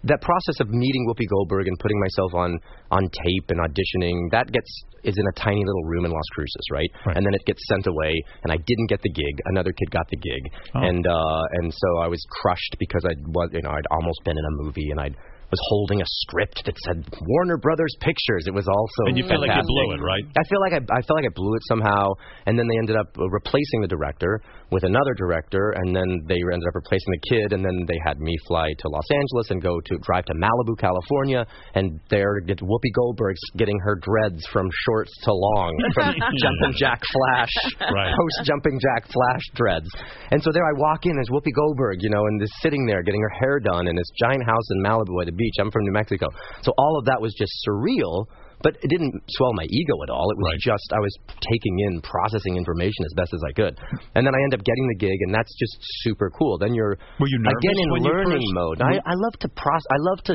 S18: that process of meeting Whoopi Goldberg and putting myself on on tape and auditioning, that gets is in a tiny little room in Las Cruces, right? And then it gets sent away, and I didn't get the gig. Another kid got the gig,
S7: Oh.
S18: and uh, and so I was crushed because I was you know I'd almost been in a movie and I'd. was holding a script that said Warner Brothers Pictures. It was also
S7: And you feel like you blew it,
S18: right? I feel like I, I felt like I blew it somehow, and then they ended up uh, replacing the director with another director, and then they ended up replacing the kid, and then they had me fly to Los Angeles and go to drive to Malibu, California, and there get Whoopi Goldberg's getting her dreads from shorts to long, from jumping jack flash,
S7: Right.
S18: post jumping jack flash dreads. And so there I walk in, there's Whoopi Goldberg, you know, and is sitting there getting her hair done in this giant house in Malibu at the beach. I'm from New Mexico. So all of that was just surreal, but it didn't swell my ego at all. It was just I was taking in, processing information as best as I could. And then I end up getting the gig, and that's just super cool. Then you're
S7: Were you nervous
S18: again in
S7: when you
S18: learning
S7: first-
S18: mode. I, I love to process. I love to.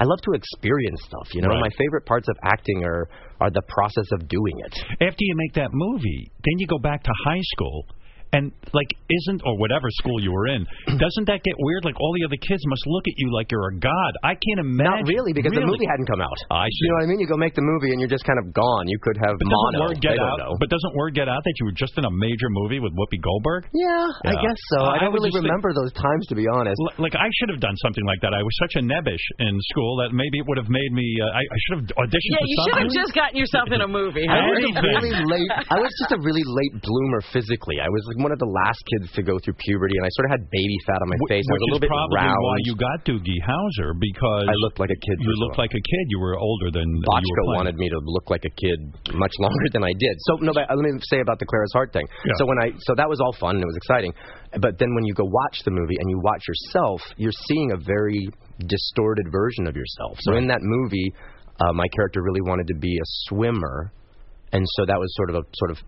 S18: I love to experience stuff. You know,
S7: Right.
S18: my favorite parts of acting are are the process of doing it.
S7: After you make that movie, then you go back to high school. And like, isn't or whatever school you were in, doesn't that get weird? Like all the other kids must look at you like you're a god. I can't imagine.
S18: Not really, because the movie hadn't come out. You
S7: I
S18: know what I mean? You go make the movie, and you're just kind of gone. You could have
S7: But doesn't
S18: mono.
S7: word get
S18: I don't
S7: out?
S18: know.
S7: But doesn't word get out that you were just in a major movie with Whoopi Goldberg?
S18: Yeah, I guess so. I don't
S7: would
S18: really
S7: just think-
S18: remember those times, to be honest.
S7: L- Like I should have done something like that. I was such a nebbish in school that maybe it would have made me. Uh, I, I should have auditioned
S8: Yeah,
S7: for
S8: you should
S7: something.
S8: have just gotten yourself in a movie.
S18: I
S8: Howard.
S18: was a really late. I was just a really late bloomer physically. I was like one of the last kids to go through puberty, and I sort of had baby fat on my face. I was
S7: Which
S18: a little bit
S7: is probably
S18: round.
S7: why you got Doogie Howser because
S18: I looked like a kid.
S7: You looked like a kid. You were older than you were
S18: Botchko
S7: playing.
S18: wanted me to look like a kid much longer than I did. So no, but uh, let me say about the Clara's Heart thing. So when I so that was all fun and it was exciting, but then when you go watch the movie and you watch yourself, you're seeing a very distorted version of yourself. So in that movie, uh, my character really wanted to be a swimmer, and so that was sort of a sort of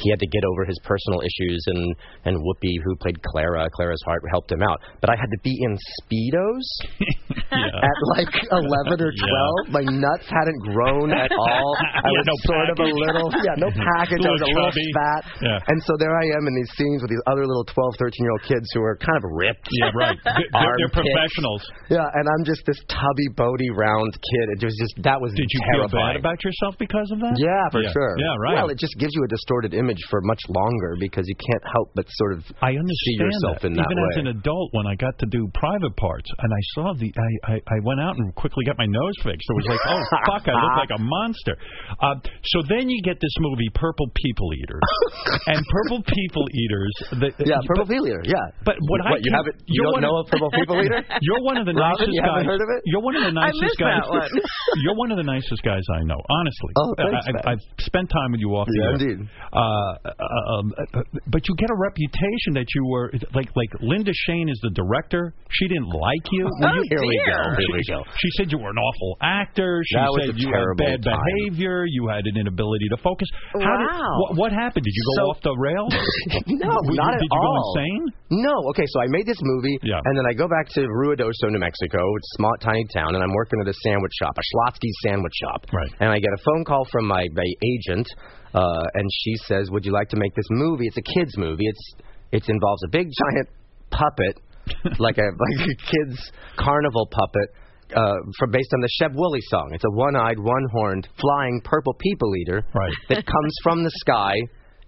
S18: he had to get over his personal issues and and Whoopi, who played Clara, Clara's heart helped him out. But I had to be in speedos at like eleven or twelve. My nuts hadn't grown at all. I
S7: You
S18: was
S7: had no
S18: sort of a
S7: package.
S18: little yeah, no package. I was a
S7: Little
S18: little
S7: chubby.
S18: fat,
S7: Yeah.
S18: and so there I am in these scenes with these other little 12, 13 year old kids who are kind of ripped.
S7: Yeah, right. They're- they're- they're
S18: armpits.
S7: professionals.
S18: Yeah, and I'm just this tubby, body, round kid. It was just that was
S7: Did you feel
S18: terrifying.
S7: bad about yourself because of that?
S18: Yeah, for sure.
S7: Yeah, right.
S18: Well, it just gives you a distorted image for much longer because you can't help but sort of I see
S7: understand
S18: yourself
S7: that.
S18: in that
S7: Even
S18: way.
S7: as an adult, when I got to do private parts, and I saw the, I, I, I went out and quickly got my nose fixed. It was like, oh fuck, I look like a monster. Uh, so then you get this movie, Purple People Eaters, and Purple People Eaters. The,
S18: yeah, Purple People Eater. Yeah.
S7: But what, I
S18: What, you
S7: can't-
S18: haven't- you
S7: you're
S18: don't
S7: one
S18: know of Purple People Eater?
S7: You're one of the
S18: Robin,
S7: nicest
S18: you haven't
S7: guys.
S18: heard of it?
S7: You're one of the
S18: I
S7: nicest
S18: missed
S7: guys.
S18: that one.
S7: you're one of the nicest guys I know, honestly.
S18: Oh, thanks,
S7: I,
S18: man.
S7: I, I've spent time with you off
S18: Yeah,
S7: the air.
S18: indeed.
S7: Uh, uh, um, uh, but you get a reputation that you were like like Linda Shane is the director. She didn't like you.
S18: Oh,
S7: you
S18: Here we go, dear. here we
S7: She-
S18: go.
S7: She said you were an awful actor. She
S18: That was a
S7: said you
S18: terrible
S7: had bad
S18: time.
S7: behavior. You had an inability to focus. How did-
S18: Wow.
S7: what, what happened? Did you go
S18: So-
S7: off the rails?
S18: no,
S7: Were you-
S18: not at
S7: did you go
S18: all.
S7: insane?
S18: No. Okay, so I made this movie, and then I go back to Ruidoso, New Mexico. It's a small, tiny town, and I'm working at a sandwich shop, a Schlotsky sandwich shop. Right. And I get a phone call from my, my agent, uh, and she says, "Would you like to make this movie? It's a kids' movie. It's it involves a big giant puppet, like a like a kids' carnival puppet." Uh, from based on the Sheb Woolley song, it's a one-eyed, one-horned, flying purple people eater that comes from the sky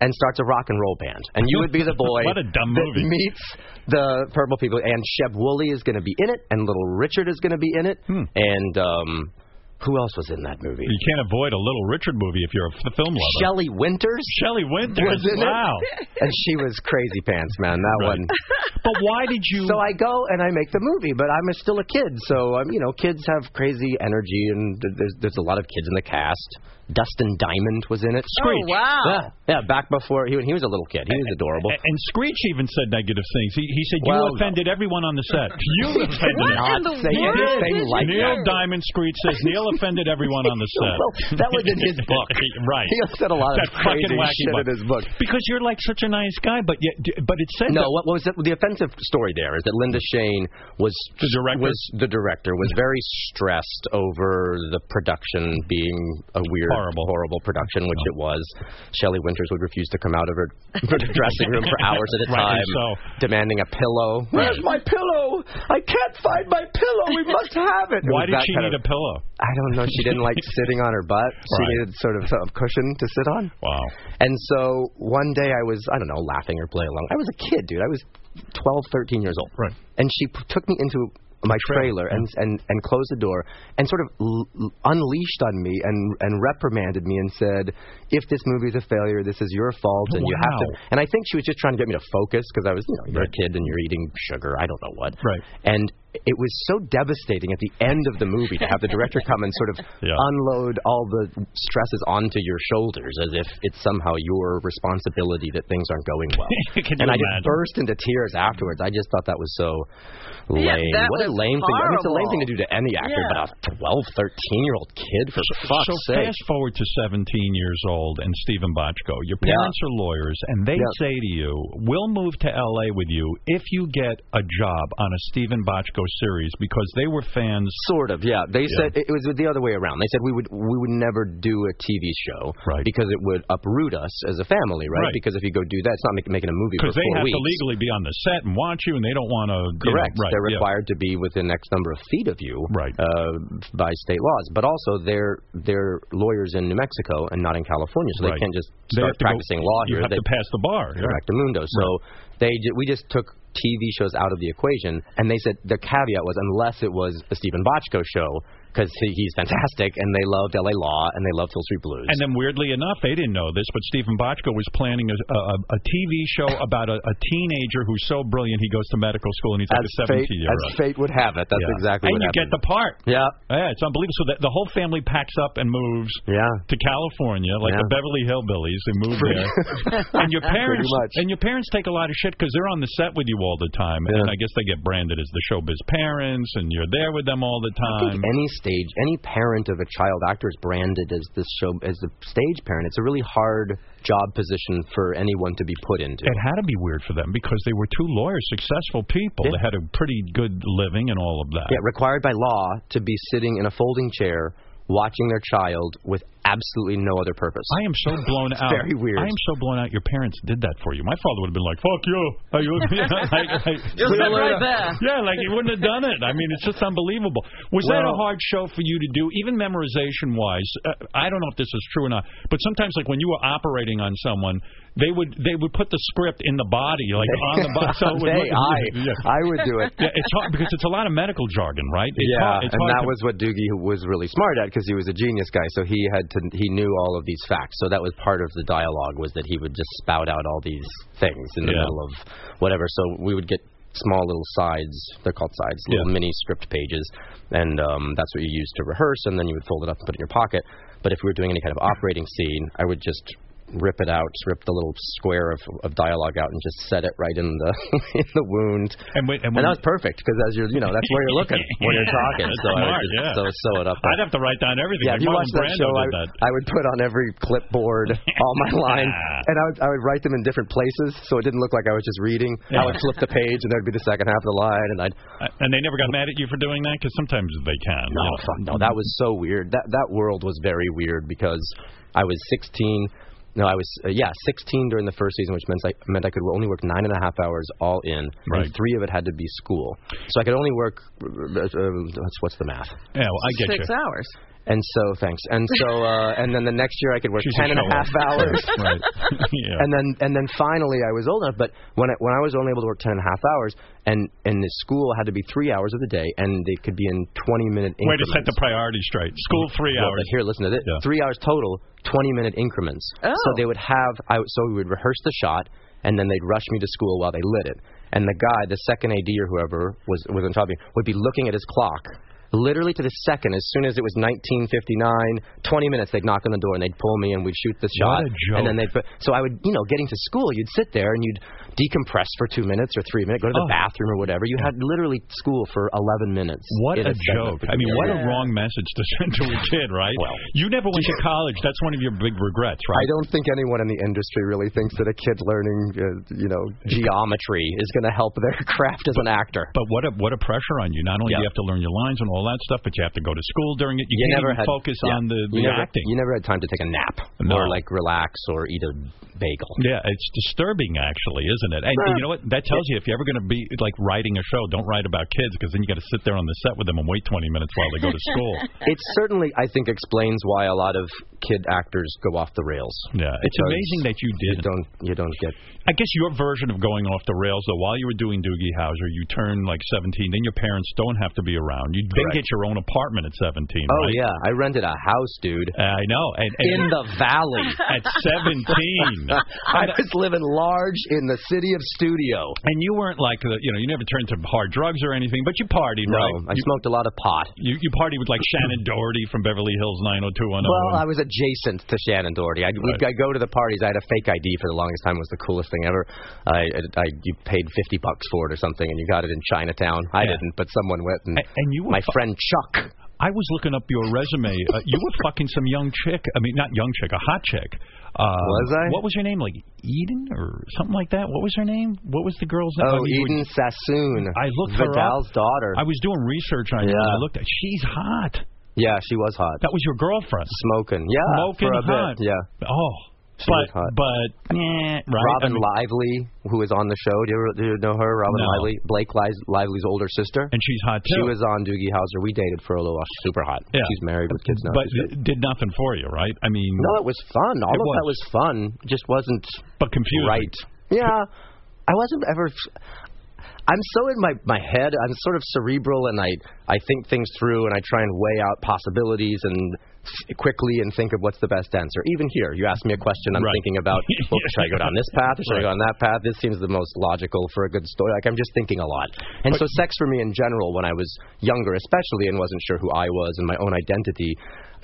S18: and starts a rock and roll band. And you would be the boy
S7: What a dumb
S18: that
S7: movie.
S18: meets the purple people. And Sheb Woolley is going to be in it, and Little Richard is going to be in it,
S7: Hmm.
S18: and um, who else was in that movie?
S7: You can't avoid a Little Richard movie if you're a f- film lover.
S18: Shelley Winters.
S7: Shelley Winters.
S18: was in
S7: wow.
S18: it, and she was crazy pants, man. That one.
S7: But why did you?
S18: So I go and I make the movie, but I'm a, still a kid. So I'm, you know, kids have crazy energy, and th- there's there's a lot of kids in the cast. Dustin Diamond was in it.
S7: Oh, Screech. wow.
S18: Yeah, yeah, back before he, he was a little kid. He was adorable.
S7: And Screech even said negative things. He, he said
S18: Well, no.
S7: you offended everyone on the set. You
S18: He did
S7: offended
S18: not
S7: everyone.
S18: say
S7: He did.
S18: anything like
S7: Neil
S18: that.
S7: Diamond Screech says Neil offended everyone on the set.
S18: Well, that was in his book.
S7: right.
S18: He said a lot
S7: that
S18: of crazy
S7: fucking wacky
S18: shit
S7: book.
S18: in his book.
S7: Because you're like such a nice guy, but yet, but it said
S18: No,
S7: that-
S18: what was it? the offensive story there is that Linda Shane was the director was the director was very stressed over the production being a weird horrible Oh. horrible production which it was. Shelley Winters would refuse to come out of her dressing room for hours at a
S7: Rightly
S18: time demanding a pillow. Where's my pillow? I can't find my pillow. We must have it. was
S7: Why did
S18: that
S7: she
S18: kind
S7: need
S18: of-
S7: a pillow?
S18: I don't know. She didn't like sitting on her butt. She needed sort of a cushion to sit on.
S7: Wow.
S18: And so one day I was, I don't know, laughing or playing along. I was a kid, dude. I was 12, 13 years old. Right. And she p- took me into my trailer and and and closed the door and sort of l- l- unleashed on me and and reprimanded me and said if this movie's a failure this is your fault and you have
S7: Wow.
S18: to and I think she was just trying to get me to focus because I was you know you're a kid and you're eating sugar I don't know what right and it was so devastating at the end of the movie to have the director come and sort of unload all the stresses onto your shoulders as if it's somehow your responsibility that things aren't going well
S7: Can
S18: and I
S7: you imagine?
S18: just burst into tears afterwards. I just thought that was so lame.
S7: Yeah, that
S18: what a
S7: was
S18: lame thing. I mean, it's a lame
S7: horrible.
S18: thing to do to any actor,
S7: Yeah.
S18: but a 12, 13 year old kid, for fuck's
S7: so
S18: sake.
S7: fast forward to 17 years old and Stephen Bochco. Your parents are lawyers, and they
S18: Yeah.
S7: say to you, "We'll move to L.A. with you if you get a job on a Stephen Bochco series," because they were fans.
S18: Sort of, yeah. They said it was the other way around. They said we would we would never do a TV show because it would uproot us as a family, right?
S7: Right.
S18: Because if you go do that, it's not make, making a movie for
S7: because they
S18: four
S7: have
S18: weeks.
S7: to legally be on the set and watch you, and they don't want to.
S18: Correct.
S7: right.
S18: They're
S7: yeah.
S18: required to be within X number of feet of you right. uh, by state laws. But also, they're they're lawyers in New Mexico and not in California, so
S7: Right.
S18: they can't just
S7: They
S18: start
S7: have to go-
S18: practicing law
S7: you
S18: here.
S7: have
S18: They-
S7: to pass the bar. yeah.
S18: Correct, Mundo. So they ju- we just took TV shows out of the equation, and they said the caveat was unless it was the Stephen Bochco show because he, he's fantastic, and they loved L.A. Law and they loved Hill Street Blues.
S7: And then, weirdly enough, they didn't know this, but Stephen Bochco was planning a, a, a TV show about a, a teenager who's so brilliant he goes to medical school and he's
S18: as
S7: like a
S18: fate,
S7: 17 year
S18: as
S7: old.
S18: fate would have it, that's
S7: Yeah.
S18: exactly
S7: and
S18: what
S7: you
S18: happened.
S7: get the part.
S18: Yeah.
S7: Yeah, it's unbelievable. So the, the whole family packs up and moves to California, like the Beverly Hillbillies. They move there, and your parents and your parents take a lot of shit because they're on the set with you all the time, and I guess they get branded as the showbiz parents, and you're there with them all the
S18: I
S7: time.
S18: think any stage, any parent of a child actor is branded as the show as the stage parent. It's a really hard job position for anyone to be put into.
S7: It had to be weird for them because they were two lawyers, successful people. They had a pretty good living and all of that.
S18: Yeah, required by law to be sitting in a folding chair watching their child with absolutely no other purpose.
S7: I am so blown
S18: It's
S7: out.
S18: Very weird.
S7: I am so blown out. Your parents did that for you. My father would have been like, "Fuck you." Are you like, like,
S8: Just
S7: yeah,
S8: sit right there.
S7: Yeah, like he wouldn't have done it. I mean, it's just unbelievable. Was that a hard show for you to do, even memorization wise? Uh, I don't know if this is true or not, but sometimes, like when you were operating on someone, they would they would put the script in the body, like on the body. So it would
S18: They,
S7: look-
S18: I,
S7: yeah.
S18: I would do it.
S7: Yeah, it's hard because it's a lot of medical jargon, right? It's
S18: yeah,
S7: hard, it's
S18: and
S7: hard
S18: that
S7: to-
S18: was what Doogie was really smart at because he was a genius guy. So he had to he knew all of these facts. So that was part of the dialogue was that he would just spout out all these things in the
S7: Yeah.
S18: middle of whatever. So we would get small little sides. They're called sides, little mini script pages, and um, that's what you use to rehearse. And then you would fold it up and put it in your pocket. But if we were doing any kind of operating scene, I would just rip it out, rip the little square of, of dialogue out, and just set it right in the in the wound.
S7: And, wait, and
S18: that
S7: when-
S18: was perfect because as you're you know that's where you're looking when you're talking. So I would
S7: Smart,
S18: just
S7: yeah.
S18: so sew it up.
S7: I'd have to write down everything.
S18: Yeah,
S7: like
S18: if you
S7: Marlon
S18: watch that
S7: Brando
S18: show, I,
S7: did that.
S18: I would put on every clipboard all my lines, and I would, I would write them in different places so it didn't look like I was just reading.
S7: Yeah.
S18: I would flip the page, and there'd be the second half of the line, and I'd
S7: And they never got mad at you for doing that because sometimes they can.
S18: no, fuck no, that was so weird. That that world was very weird because I was 16. No, I was uh, yeah 16 during the first season, which meant I meant I could only work nine and a half hours all in,
S7: Right.
S18: and three of it had to be school. So I could only work. Uh, uh, what's- what's the math?
S7: Yeah, well, Oh, I get you.
S18: hours. And so thanks. And so uh, and then the next year I could work
S7: She's
S18: ten
S7: a
S18: and a half
S7: show-off.
S18: hours.
S7: Right. Yeah.
S18: And then and then finally I was old enough. But when I, when I was only able to work ten and a half hours, and and the school had to be three hours of the day, and they could be in twenty minute
S7: Way
S18: increments.
S7: to set the priorities straight. School three
S18: Well,
S7: hours.
S18: But here, listen to this: three hours total, twenty-minute increments. So they would have, I, so we would rehearse the shot, and then they'd rush me to school while they lit it. And the guy, the second AD or whoever was was on top of me, would be looking at his clock. Literally to the second, as soon as it was 1959, 20 minutes, they'd knock on the door and they'd pull me and we'd shoot the shot.
S7: What a joke.
S18: And then they'd put, so I would, you know, getting to school, you'd sit there and you'd decompress for two minutes or three minutes, go to the
S7: Oh.
S18: bathroom or whatever. You had literally school for 11 minutes.
S7: What
S18: in
S7: a
S18: segment.
S7: joke. I mean, what a wrong message to send to a kid, right? Well, you never went to college. That's one of your big regrets,
S18: I
S7: right?
S18: don't think anyone in the industry really thinks that a kid learning, uh, you know, geometry is going to help their craft as an actor.
S7: But what a what a pressure on you. Not only do you have to learn your lines and all that stuff, but you have to go to school during it. You,
S18: You
S7: can't
S18: never
S7: even
S18: had
S7: focus
S18: yeah.
S7: on the,
S18: you
S7: the
S18: never,
S7: acting.
S18: You never had
S7: isn't it? And you know what? That tells you if you're ever going to be like writing a show, don't write about kids because then you got to sit there on the set with them and wait 20 minutes while they go to school.
S18: It certainly, I think, explains why a lot of kid actors go off the rails.
S7: Yeah, it's
S18: Because
S7: amazing that you didn't.
S18: don't you don't get.
S7: I guess your version of going off the rails, though, while you were doing Doogie Howser, you turn like 17, then your parents don't have to be around. You then
S18: Correct.
S7: get your own apartment at
S18: Oh
S7: 17. right? Uh,
S18: yeah, I rented a house, dude.
S7: I know. And,
S18: in the valley
S7: At 17.
S18: I was living large in the city of studio.
S7: And you weren't like the, you know, you never turned to hard drugs or anything, but you partied,
S18: No,
S7: right?
S18: I
S7: you,
S18: smoked a lot of pot.
S7: You you partied with like Shannon Doherty from Beverly Hills 90210.
S18: Well, I was adjacent to Shannon Doherty. I'd, we'd, I'd go to the parties. I had a fake ID for the longest time. It was the coolest thing ever. I, I, I you paid fifty bucks for it or something, and you got it in Chinatown. I
S7: Yeah.
S18: didn't, but someone went and,
S7: and you were
S18: my
S7: fu-
S18: friend Chuck.
S7: I was looking up your resume. Uh, you were fucking some young chick. I mean, not young chick, a hot chick. Uh,
S18: Was I?
S7: What was her name? Like Eden or something like that? What was her name? What was the girl's name?
S18: Oh,
S7: I mean, you were-
S18: Eden Sassoon.
S7: I looked her
S18: Vidal's
S7: up.
S18: daughter.
S7: I was doing research on you.
S18: Yeah.
S7: and I looked at. She's hot.
S18: yeah, she was hot.
S7: That was your girlfriend.
S18: Smoking. Yeah,
S7: Smoking
S18: for a
S7: hot.
S18: bit. Yeah.
S7: Oh,
S18: She
S7: but
S18: was hot.
S7: but eh, right.
S18: Robin
S7: I mean,
S18: Lively, who is on the show. Do you, ever, do you know her? Robin
S7: No.
S18: Lively, Blake Lives, Lively's older sister.
S7: And she's hot
S18: She
S7: too.
S18: was on Doogie Howser. We dated for a little while. She's Super hot.
S7: Yeah.
S18: She's married with kids now.
S7: but
S18: She's great.
S7: it did nothing for you, right? I mean,
S18: no, it was fun. All
S7: It
S18: of that was fun. Just wasn't
S7: but confusing.
S18: right. Yeah, I wasn't ever. I'm so in my my head. I'm sort of cerebral, and I I think things through, and I try and weigh out possibilities and s- quickly and think of what's the best answer. Even here, you ask me a question, I'm
S7: Right.
S18: thinking about, well, should I go down this path or should I
S7: Right.
S18: go down that path? This seems the most logical for a good story. Like I'm just thinking a lot. And so sex for me in general, when I was younger, especially, and wasn't sure who I was and my own identity,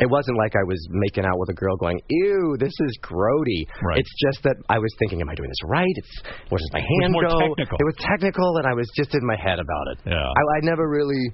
S18: it wasn't like I was making out with a girl going, "Ew, this is grody."
S7: Right.
S18: It's just that I was thinking, "Am I doing this right? It's where does my
S7: was
S18: hand
S7: more
S18: go?"
S7: technical.
S18: It was technical, and I was just in my head about it.
S7: Yeah.
S18: I, I never really.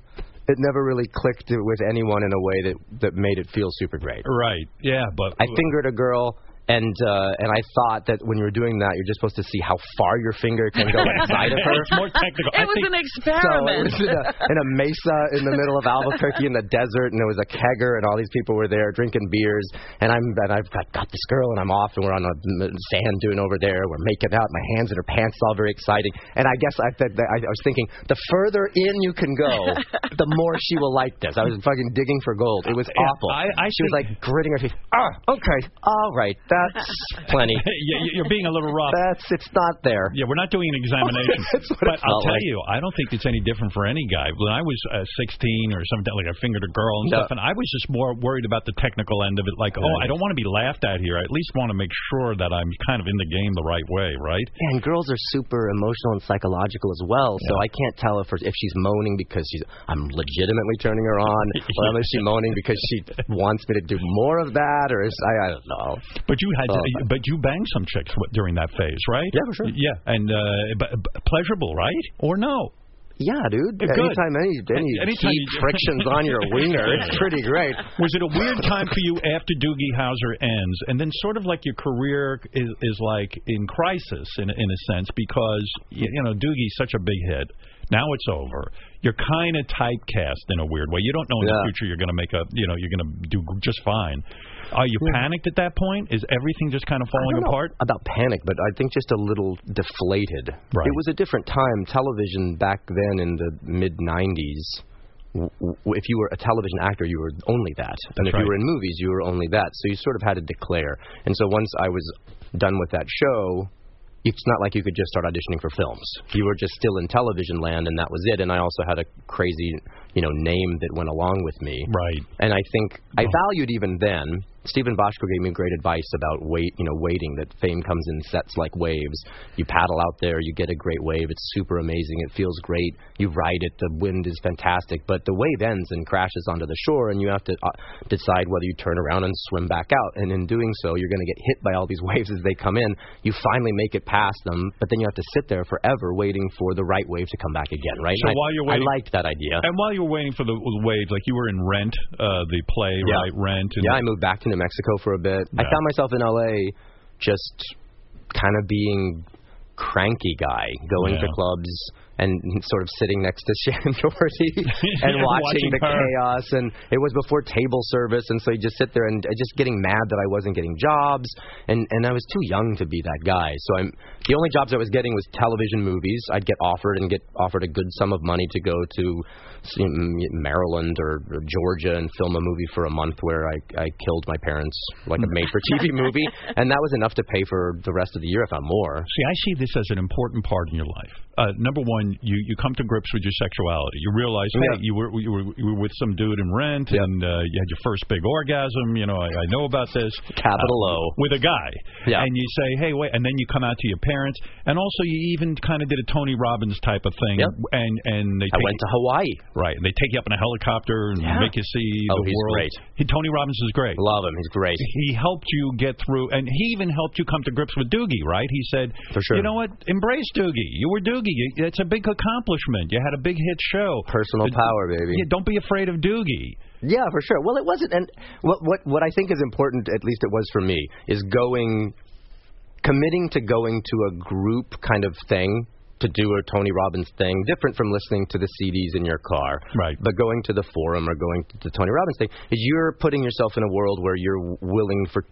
S18: It never really clicked with anyone in a way that that made it feel super great.
S7: Right. Yeah, but
S18: I fingered a girl, and uh, and I thought that when you're doing that, you're just supposed to see how far your finger can go inside of her.
S7: It's more technical.
S8: It
S7: I
S8: was
S7: think-
S8: an
S18: So it
S8: experiment.
S18: was in a, in a mesa in the middle of Albuquerque in the desert, and there was a kegger, and all these people were there drinking beers. And I'm and I've got, got this girl, and I'm off, and we're on a m- sand dune over there. We're making out, my hands in her pants, all very exciting. And I guess I, th- I I was thinking, the further in you can go, the more she will like this. I was fucking digging for gold. It was awful.
S7: I- I
S18: she was like
S7: think-
S18: gritting her teeth. Ah, okay, all right, that's plenty.
S7: Yeah, you- you're being a little rough.
S18: That's it's not there.
S7: Yeah, we're not doing an examination.
S18: That's what
S7: but
S18: it
S7: I'll
S18: felt
S7: tell
S18: like.
S7: you, I don't think it's any different for any guy. When I was uh, 16 or something, like I fingered a girl and
S18: Yeah.
S7: stuff, and I was just more worried about the technical end of it. Like, oh,
S18: Right.
S7: I don't want to be laughed at here. I at least want to make sure that I'm kind of in the game the right way, right?
S18: Yeah, and girls are super emotional and psychological as well. So I can't tell if her, if she's moaning because she's I'm legitimately turning her on, or is she moaning because she wants me to do more of that, or is I, I don't know.
S7: But you had,
S18: Oh.
S7: but you banged some chicks w- during that phase, right? Yeah, for sure. Yeah, and uh, but, but pleasurable, right? Or no?
S18: Yeah, dude.
S7: Good.
S18: Anytime any any
S7: Anytime
S18: heat
S7: you-
S18: frictions on your wiener, it's pretty great.
S7: Was it a weird time for you after Doogie Howser ends, and then sort of like your career is, is like in crisis in in a sense because you, you know Doogie's such a big hit. Now it's over. You're kind of typecast in a weird way. You don't know in the
S18: Yeah.
S7: future you're going to make a you know you're going to do just fine. Are you panicked at that point? Is everything just kind of
S18: I
S7: falling
S18: don't know
S7: apart?
S18: about panic, but I think just a little deflated.
S7: Right.
S18: It was a different time. Television back then in the mid '90s. w- w- If you were a television actor, you were only that, and if
S7: right.
S18: you were in movies, you were only that. So you sort of had to declare. And so once I was done with that show, it's not like you could just start auditioning for films. You were just still in television land, and that was it. And I also had a crazy, you know, name that went along with me.
S7: Right.
S18: And I think I valued even then. Stephen Boschko gave me great advice about wait, you know, waiting. That fame comes in sets like waves. You paddle out there, you get a great wave. It's super amazing. It feels great. You ride it. The wind is fantastic. But the wave ends and crashes onto the shore, and you have to uh, decide whether you turn around and swim back out. And in doing so, you're going to get hit by all these waves as they come in. You finally make it past them, but then you have to sit there forever waiting for the right wave to come back again. Right.
S7: So
S18: And I-
S7: while you're waiting-
S18: I liked that idea.
S7: And while you were waiting for the waves, like you were in Rent, uh, the play, right? Rent. And
S18: yeah, I moved back to New Mexico for a bit. I
S7: Yeah.
S18: found myself in LA just kind of being cranky guy, going to
S7: Yeah.
S18: clubs, and sort of sitting next to Shannon Doherty and watching,
S7: Yeah, watching
S18: the
S7: her.
S18: chaos. And it was before table service, and so you just sit there and uh, just getting mad that I wasn't getting jobs, and and I was too young to be that guy. So I'm the only jobs I was getting was television movies. I'd get offered and get offered a good sum of money to go to see, M- Maryland or, or Georgia and film a movie for a month where I I killed my parents like a made for TV movie, and that was enough to pay for the rest of the year if not more.
S7: See, I see this as an important part in your life. Uh, number one, you you come to grips with your sexuality. You realize,
S18: Yeah.
S7: hey, you were you were you were with some dude in Rent, and uh, you had your first big orgasm. You know, I, I know about this.
S18: Capital
S7: uh,
S18: O.
S7: with a guy. Yeah. And you say, hey, wait, and then you come out to your parents, and also you even kind of did a Tony Robbins type of thing. And and they
S18: I
S7: take
S18: went to Hawaii.
S7: Right. And they take you up in a helicopter and
S18: Yeah.
S7: make you see
S18: Oh,
S7: the
S18: he's
S7: world.
S18: great.
S7: He, Tony Robbins is great.
S18: Love him. He's great.
S7: He helped you get through, and he even helped you come to grips with Doogie, right? He said, For
S18: sure.
S7: You know what? Embrace Doogie. You were Doogie. You- It's a big accomplishment. You had a big hit show.
S18: Personal power, baby.
S7: Yeah, don't be afraid of Doogie.
S18: Yeah, for sure. Well, it wasn't, and what what what I think is important, at least it was for me, is going, committing to going to a group kind of thing to do a Tony Robbins thing, different from listening to the CDs in your car. Right. But going to the forum or going to the Tony Robbins thing is you're putting yourself in a world where you're willing for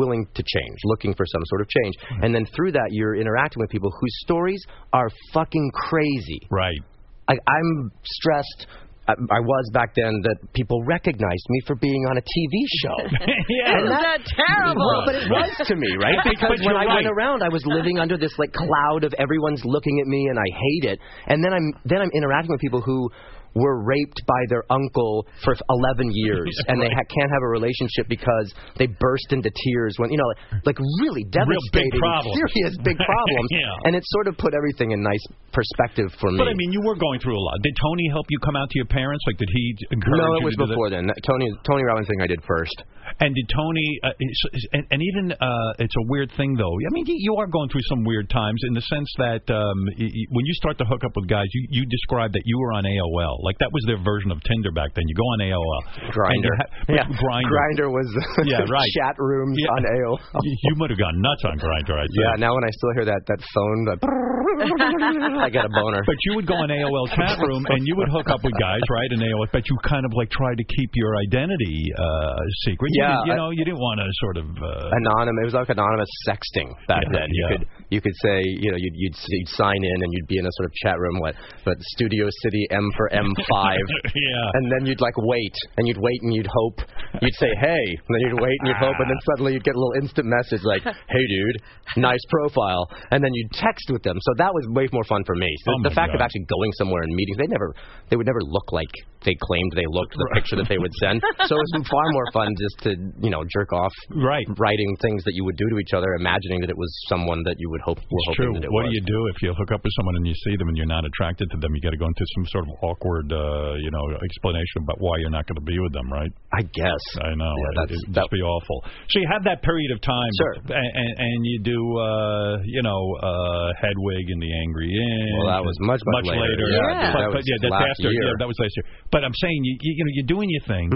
S18: willing to change, looking for some sort of change, and then through that you're interacting with people whose stories are fucking crazy.
S7: Right.
S18: I, I'm stressed. I, I was back then that people recognized me for being on a TV show.
S8: Yeah.
S18: And
S8: Isn't that terrible?
S18: Well, but it
S8: Right.
S18: was to me, right?
S8: But-
S18: Because
S8: but
S18: when
S8: you're
S18: I
S8: right.
S18: went around, I was living under this like cloud of everyone's looking at me, and I hate it. And then I'm then I'm interacting with people who were raped by their uncle for 11 years, and they ha- can't have a relationship because they burst into tears when you know, like, like really devastating,
S7: problems.
S18: serious big problems.
S7: Yeah.
S18: And it sort of put everything in nice perspective for me.
S7: But I mean, you were going through a lot. Did Tony help you come out to your parents? Like, did he encourage
S18: No, it
S7: you
S18: was
S7: to do that?
S18: before then. That- Tony Tony Robbins thing I did first.
S7: And did Tony? Uh, is- is- and, and even uh, it's a weird thing, though. I mean, you- you are going through some weird times in the sense that um, y- y- when you start to hook up with guys, you you described that you were on AOL, like that was their version of Tinder back then. You go on AOL,
S18: Grinder.
S7: yeah,
S18: Yeah.
S7: Grinder,
S18: Grinder was
S7: yeah, right.
S18: chat rooms
S7: Yeah.
S18: on AOL.
S7: You, you might have gone nuts on Grinder. I
S18: Yeah, now when I still hear that that phone, that I get a boner.
S7: But you would go on AOL chat room and you would hook up with guys, right? In AOL, but you kind of like try to keep your identity uh, secret. You
S18: Yeah,
S7: didn't- you,
S18: I-
S7: know, you didn't want to sort of uh,
S18: anonymous. It was like anonymous sexting back
S7: Yeah,
S18: then. You
S7: yeah.
S18: could you could say you know you'd, you'd s- you'd sign in and you'd be in a sort of chat room what but Studio City M for M five.
S7: Yeah.
S18: And then you'd like wait and you'd wait and you'd hope you'd say hey and then you'd wait and you'd hope and
S7: Ah.
S18: then suddenly you'd get a little instant message like hey dude nice profile and then you'd text with them. So that was way more fun for me. So
S7: Oh
S18: the
S7: my
S18: fact of
S7: God.
S18: actually going somewhere and meeting they never they would never look like they claimed they looked the picture that they would send. So it was far more fun just to you know jerk off
S7: right
S18: writing things that you would do to each other, imagining that it was someone that you would hope were
S7: It's
S18: hoping
S7: true.
S18: that it
S7: What
S18: was.
S7: do you do if you hook up with someone and you see them and you're not attracted to them? You got to go into some sort of awkward, uh, you know, explanation about why you're not going to be with them, right?
S18: I guess.
S7: I know.
S18: Yeah,
S7: it,
S18: that's-
S7: would just be awful. So you have that period of time, sure. and, and, and you do, uh, you know, uh, Hedwig and the Angry Inch.
S18: Well, that was much, much later.
S7: later.
S18: Yeah, Yeah. dude,
S7: But,
S18: that
S7: but
S18: was
S7: yeah, that's
S18: last
S7: after.
S18: year. Mm-hmm.
S7: Yeah, that was last year. But I'm saying, you, you, you know, you're doing your thing,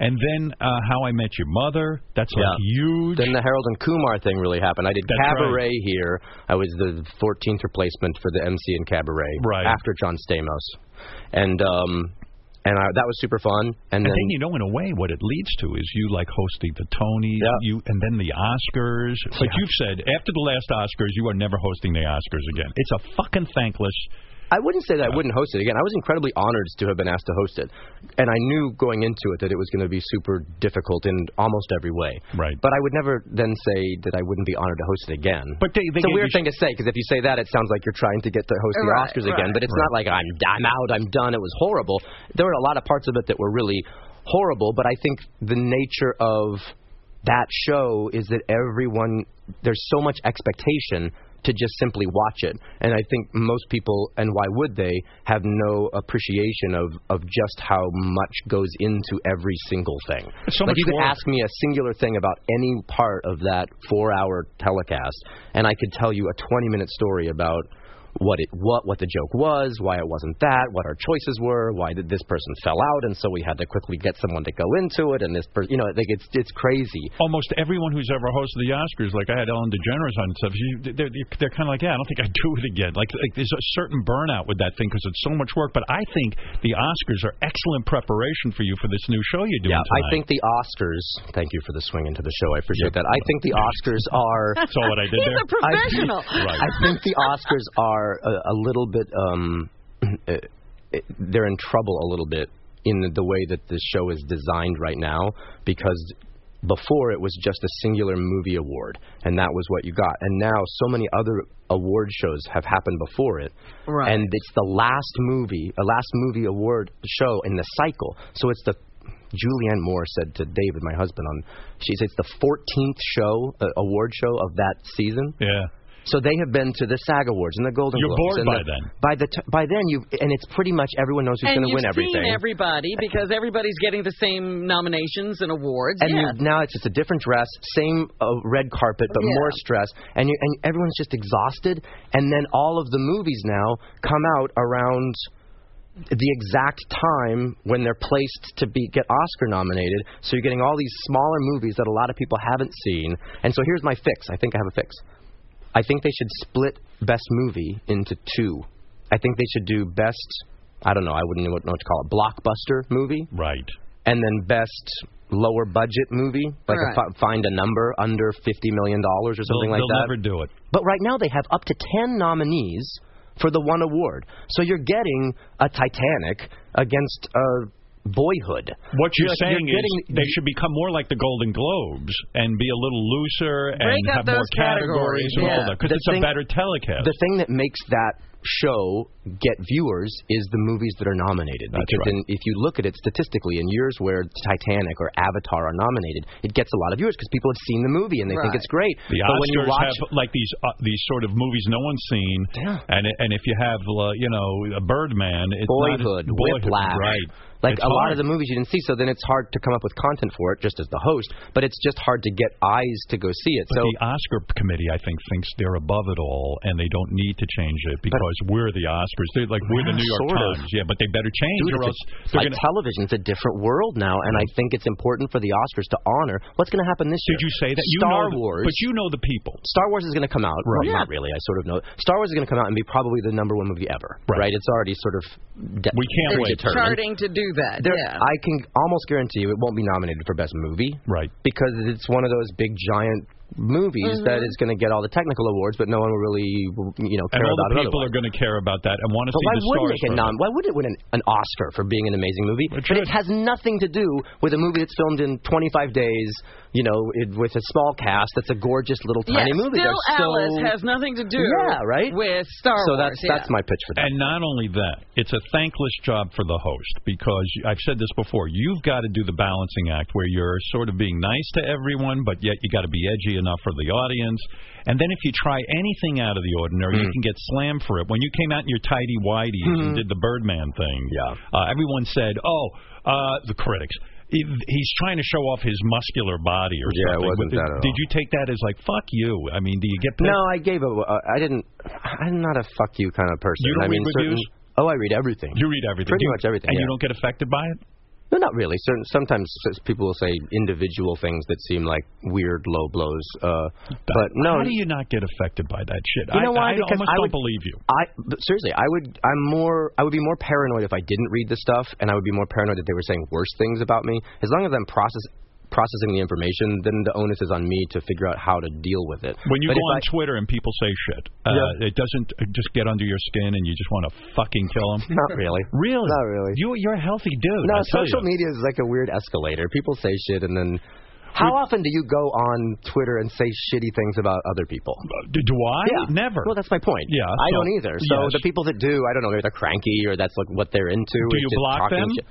S7: and then uh, How I Met Your Mother. That's
S18: Yeah.
S7: like huge.
S18: Then the Harold and Kumar thing really happened. I did
S7: That's
S18: Cabaret here. I was the 14th replacement for the MC in Cabaret
S7: Right.
S18: after John Stamos, and um, and I, that was super fun. And
S7: And
S18: then
S7: then you know, in a way, what it leads to is you like hosting the Tonys, you, and then the Oscars. But you've said after the last Oscars, you are never hosting the Oscars again. It's a fucking thankless.
S18: I wouldn't say that I wouldn't host it again. I was incredibly honored to have been asked to host it, and I knew going into it that it was going to be super difficult in almost every way.
S7: Right.
S18: But I would never then say that I wouldn't be honored to host it again.
S7: But they, they
S18: it's a
S7: gave
S18: weird
S7: you-
S18: thing to say because if you say that, it sounds like you're trying to get to host the
S7: Right,
S18: Oscars again.
S7: right.
S18: But it's not like I'm I'm out, I'm done. It was horrible. There were a lot of parts of it that were really horrible, but I think the nature of that show is that everyone there's so much expectation to just simply watch it, and I think most people, and why would they, have no appreciation of of just how much goes into every single thing.
S7: So
S18: like
S7: much
S18: you could
S7: work.
S18: ask me a singular thing about any part of that four hour telecast, and I could tell you a 20 minute story about what it what what the joke was, why it wasn't that, what our choices were, why did this person fell out, and so we had to quickly get someone to go into it, and this person, you know, like it's it's crazy.
S7: Almost everyone who's ever hosted the Oscars, like I had Ellen DeGeneres on and stuff, she, they're, they're kind of like, yeah, I don't think I'd do it again. Like, like there's a certain burnout with that thing because it's so much work. But I think the Oscars are excellent preparation for you for this new show you're doing.
S18: Yeah,
S7: tonight.
S18: I think the Oscars. Thank you for the swing into the show. I appreciate that. I think the Oscars are.
S7: Saw what I did He's there? a professional.
S18: I,
S7: Right.
S18: I think the Oscars are a, a little bit. Um, uh, they're in trouble a little bit in the, the way that the show is designed right now because before it was just a singular movie award and that was what you got and now so many other award shows have happened before it
S8: Right.
S18: and it's the last movie a last movie award show in the cycle so it's the Julianne Moore said to David my husband on she said it's the 14th show uh, award show of that season
S7: yeah
S18: so they have been to the SAG Awards and the Golden
S7: You're
S18: Globes.
S7: bored
S18: and the,
S7: by then.
S18: By the t- by then you and it's pretty much everyone knows who's
S8: and
S18: going to win
S8: you've
S18: everything.
S8: seen everybody because everybody's getting the same nominations and awards.
S18: and
S8: yeah.
S18: you, now it's just a different dress, same uh, red carpet, but
S8: Yeah.
S18: more stress, and you, and everyone's just exhausted. And then all of the movies now come out around the exact time when they're placed to be get Oscar nominated. So you're getting all these smaller movies that a lot of people haven't seen. And so here's my fix. I think I have a fix. I think they should split best movie into two. I think they should do best. I don't know. I wouldn't know what, know what to call it. Blockbuster movie.
S7: Right.
S18: And then best lower budget movie, like a
S7: Right.
S18: fi- find a number under fifty million dollars or something
S7: they'll,
S18: like
S7: they'll
S18: that.
S7: never do it.
S18: But right now they have up to 10 nominees for the one award. So you're getting a Titanic against a Boyhood.
S7: What you're,
S18: You're-
S7: saying
S18: you're
S7: is they should become more like the Golden Globes and be a little looser and
S18: Break up
S7: have more
S18: those categories,
S7: and all
S18: yeah.
S7: that because
S18: The
S7: it's a
S18: thing-
S7: better telecast.
S18: The thing that makes that show get viewers is the movies that are nominated. because in, if you look at it statistically, in years where Titanic or Avatar are nominated, it gets a lot of viewers because people have seen the movie and they think
S7: Right.
S18: it's great.
S7: The
S18: but when you
S7: Oscars
S18: watch,
S7: have like these uh, these sort of movies no one's seen, and and if you have uh, you know a Birdman, it's not-
S18: Boyhood,
S7: Boyhood,
S18: Whiplash.
S7: right?
S18: Like
S7: It's
S18: a lot
S7: hard.
S18: of the movies you didn't see, so then it's hard to come up with content for it, just as the host. But it's just hard to get eyes to go see it. so
S7: But the Oscar committee, I think, thinks they're above it all, and they don't need to change it because we're the Oscars. They're like we're the
S18: Yeah,
S7: New York
S18: sort of.
S7: Times, yeah. But they better change,
S18: Dude, it's
S7: or else
S18: a-
S7: they're
S18: like
S7: going to.
S18: television, it's a different world now, and I think it's important for the Oscars to honor what's going to happen this year. Did you
S7: say that? You
S18: Star
S7: know the-
S18: Wars?
S7: but you know the people.
S18: Star Wars is going to come out.
S7: Right.
S18: Well, not really. I sort of know. Star Wars is going to come out and be probably the number one movie ever. Right. It's already sort of. De- we
S8: They're starting to do that.
S18: There,
S8: yeah.
S18: I can almost guarantee you it won't be nominated for best movie,
S7: right?
S18: Because it's one of those big giant movies
S8: Mm-hmm.
S18: that is going to get all the technical awards, but no one will really, you know,
S7: And
S18: care
S7: all
S18: about
S7: the
S18: it.
S7: people are going to care about that and want to
S18: But
S7: see
S18: why
S7: the
S18: wouldn't
S7: stars.
S18: it get
S7: from
S18: nom- Why wouldn't it win an, an Oscar for being an amazing movie? but it has nothing to do with a movie that's filmed in 25 days, you know, it, with a small cast. That's a gorgeous little tiny
S8: Yes,
S18: movie.
S8: Still
S18: They're so-
S8: Alice has nothing to do
S18: Yeah, right?
S8: with Star
S18: So
S8: Wars.
S18: that's-
S8: yeah.
S18: that's my pitch for that.
S7: And not only that, it's a thankless job for the host because I've said this before. You've got to do the balancing act where you're sort of being nice to everyone, but yet you got to be edgy enough for the audience. And then if you try anything out of the ordinary, you
S18: Mm-hmm.
S7: can get slammed for it. When you came out in your tidy whities and did the Birdman thing, yeah, uh, everyone said, "Oh, uh, the critics." he- He's trying to show off his muscular body or
S18: Yeah, it
S7: something.
S18: wasn't
S7: Did-
S18: that at
S7: Did you take that as like fuck you? I mean, do you get pissed?
S18: No, I gave a. Uh, I didn't. I'm not a fuck you kind of person.
S7: You don't
S18: I mean,
S7: read
S18: certain-
S7: reviews?
S18: Oh, I read everything.
S7: You read everything.
S18: Pretty
S7: You-
S18: much everything.
S7: and
S18: yeah.
S7: you don't get affected by it.
S18: No, not really. Certain sometimes s- people will say individual things that seem like weird low blows. Uh, but no,
S7: How do you not get affected by that shit?
S18: You know
S7: I,
S18: why?
S7: I
S18: Because
S7: almost
S18: I
S7: don't
S18: would-
S7: believe you.
S18: I but seriously, I would. I'm more. I would be more paranoid if I didn't read the stuff, and I would be more paranoid that they were saying worse things about me. As long as I'm process processing the information, then the onus is on me to figure out how to deal with it.
S7: When you
S18: But
S7: go
S18: if
S7: on
S18: I-
S7: Twitter and people say shit, uh, it doesn't uh, just get under your skin and you just want to fucking kill them.
S18: Not really.
S7: Really?
S18: Not really.
S7: You, you're a healthy dude.
S18: No,
S7: I tell
S18: social
S7: you.
S18: media is like a weird escalator. People say shit and then. How often do you go on Twitter and say shitty things about other people?
S7: Uh, Do, I?
S18: Yeah.
S7: Never.
S18: Well, that's my point.
S7: Yeah.
S18: I
S7: so-
S18: don't either. So
S7: yes.
S18: the people that do, I don't know, maybe they're cranky or that's like what they're into.
S7: do
S18: is
S7: you
S18: just
S7: block
S18: talking
S7: them?
S18: shit.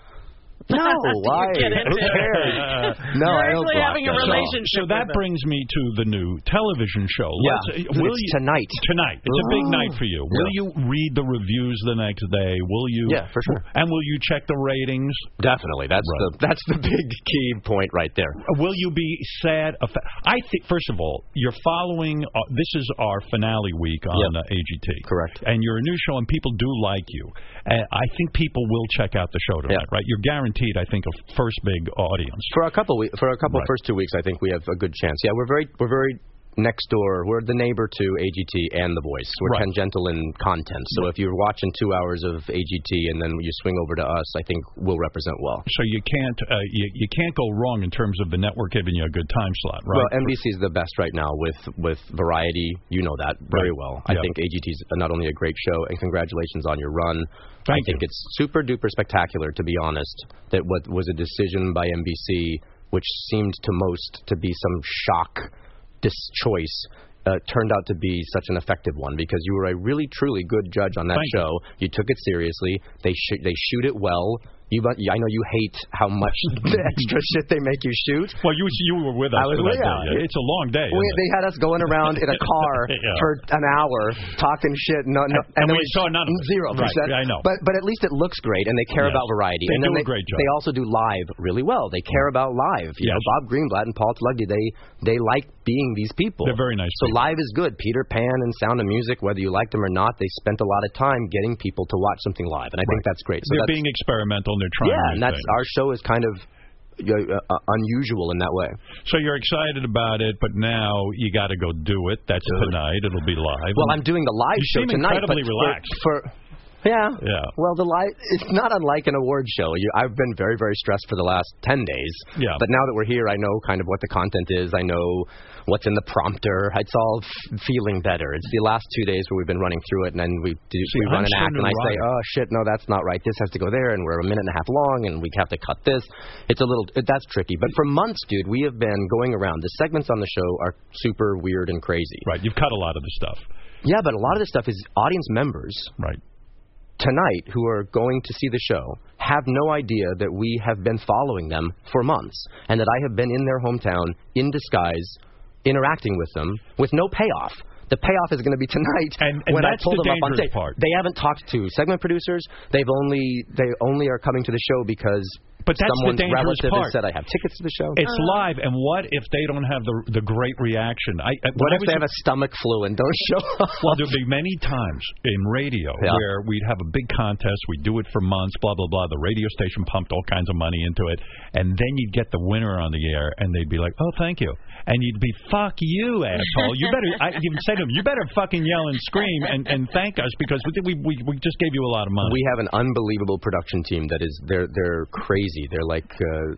S8: No,
S18: why? Who cares? No, I don't block
S8: having a
S18: that.
S8: relationship.
S7: So that
S8: with them.
S7: brings me to the new television show.
S18: Yeah.
S7: Let's- uh, will
S18: It's
S7: you,
S18: tonight.
S7: Tonight. It's a big
S18: Oh.
S7: night for you. Will you read the reviews the next day? Will you?
S18: Yeah, for sure.
S7: And will you check the ratings?
S18: Definitely. That's the that's the big key point right there.
S7: Uh, Will you be sad? affa- I think, first of all, you're following. Uh, this is our finale week on uh, AGT. Correct. And you're a new show, and people do like you. And I think people will check out the show tonight, right? You're guaranteed, I think, a first big audience.
S18: For a couple we- for a couple
S7: Right.
S18: first two weeks, I think we have a good chance. Yeah, we're very we're very next door. We're the neighbor to AGT and The Voice. We're
S7: Right.
S18: tangential in content. So if you're watching two hours of AGT and then you swing over to us, I think we'll represent well.
S7: So you can't uh, you, you can't go wrong in terms of the network giving you a good time slot, right?
S18: Well, NBC is the best right now with with variety. You know that very
S7: Right.
S18: well.
S7: Yeah.
S18: I think AGT is not only a great show, and congratulations on your run.
S7: Thank
S18: I think it's super duper spectacular, to be honest. That what was a decision by NBC, which seemed to most to be some shock, this choice. Uh, turned out to be such an effective one because you were a really truly good judge on that
S7: Thank you.
S18: show. You. took it seriously. They sh- they shoot it well. You but I know you hate how much the extra shit they make you shoot.
S7: Well, you you were with us.
S18: I was
S7: for that
S18: with-
S7: day.
S18: yeah.
S7: It's a long day.
S18: We,
S7: isn't it?
S18: they had us going around in a car
S7: Yeah.
S18: for an hour talking shit. No, no,
S7: And
S18: then
S7: we saw none of it.
S18: Zero
S7: Right,
S18: percent.
S7: yeah, I know.
S18: But but at least it looks great, and they care
S7: Yes.
S18: about variety.
S7: They
S18: and then
S7: do a
S18: they,
S7: great job.
S18: They also do live really well. They care about live. You know,
S7: Yes.
S18: Bob Greenblatt and Paul Tlugdy, they they like being these people.
S7: They're very nice
S18: So live is good. Peter Pan and Sound of Music, whether you liked them or not, they spent a lot of time getting people to watch something live, and I think that's great. So
S7: they're
S18: that's,
S7: being experimental and they're trying.
S18: yeah,
S7: new
S18: and that's
S7: things.
S18: our show is kind of. Uh, uh, unusual in that way.
S7: So you're excited about it, but now you got to go do it. That's tonight. It'll be live.
S18: Well, I'm doing the live
S7: you
S18: show
S7: seem
S18: tonight.
S7: Incredibly
S18: but for-
S7: relaxed.
S18: For, yeah.
S7: Yeah.
S18: Well, the li it's not unlike an award show. You, I've been very, very stressed for the last 10 days.
S7: Yeah.
S18: But now that we're here, I know kind of what the content is. I know what's in the prompter. It's all f- feeling better. It's the last two days where we've been running through it, and then we, do, we
S7: I'm
S18: run an
S7: so
S18: act, and I say,
S7: neurotic.
S18: oh, shit, no, that's not right. This has to go there, and we're a minute and a half long, and we have to cut this. It's a little, it, that's tricky. But for months, dude, we have been going around. The segments on the show are super weird and crazy.
S7: right. You've cut a lot of the stuff.
S18: Yeah, but a lot of this stuff is audience members
S7: Right.
S18: tonight who are going to see the show have no idea that we have been following them for months and that I have been in their hometown in disguise interacting with them with no payoff. The payoff is going to be tonight
S7: and
S18: when
S7: that's
S18: I pull
S7: the
S18: them up on
S7: dangerous
S18: stage.
S7: part.
S18: They haven't talked to segment producers. They've only they only are coming to the show because
S7: But that's the
S18: someone's
S7: dangerous
S18: relative has
S7: part.
S18: said I have tickets to the show.
S7: It's live, and what if they don't have the the great reaction? I, I
S18: What
S7: when I
S18: if
S7: was
S18: they have a stomach flu and don't show up?
S7: Well, there'd be many times in radio
S18: Yeah.
S7: where we'd have a big contest, we'd do it for months, blah blah blah. The radio station pumped all kinds of money into it, and then you'd get the winner on the air, and they'd be like, "Oh, thank you," and you'd be, "Fuck you, asshole! You better," I even say to them, "You better fucking yell and scream and and thank us because we we we, we just gave you a lot of money."
S18: We have an unbelievable production team that is they're they're crazy. They're like uh,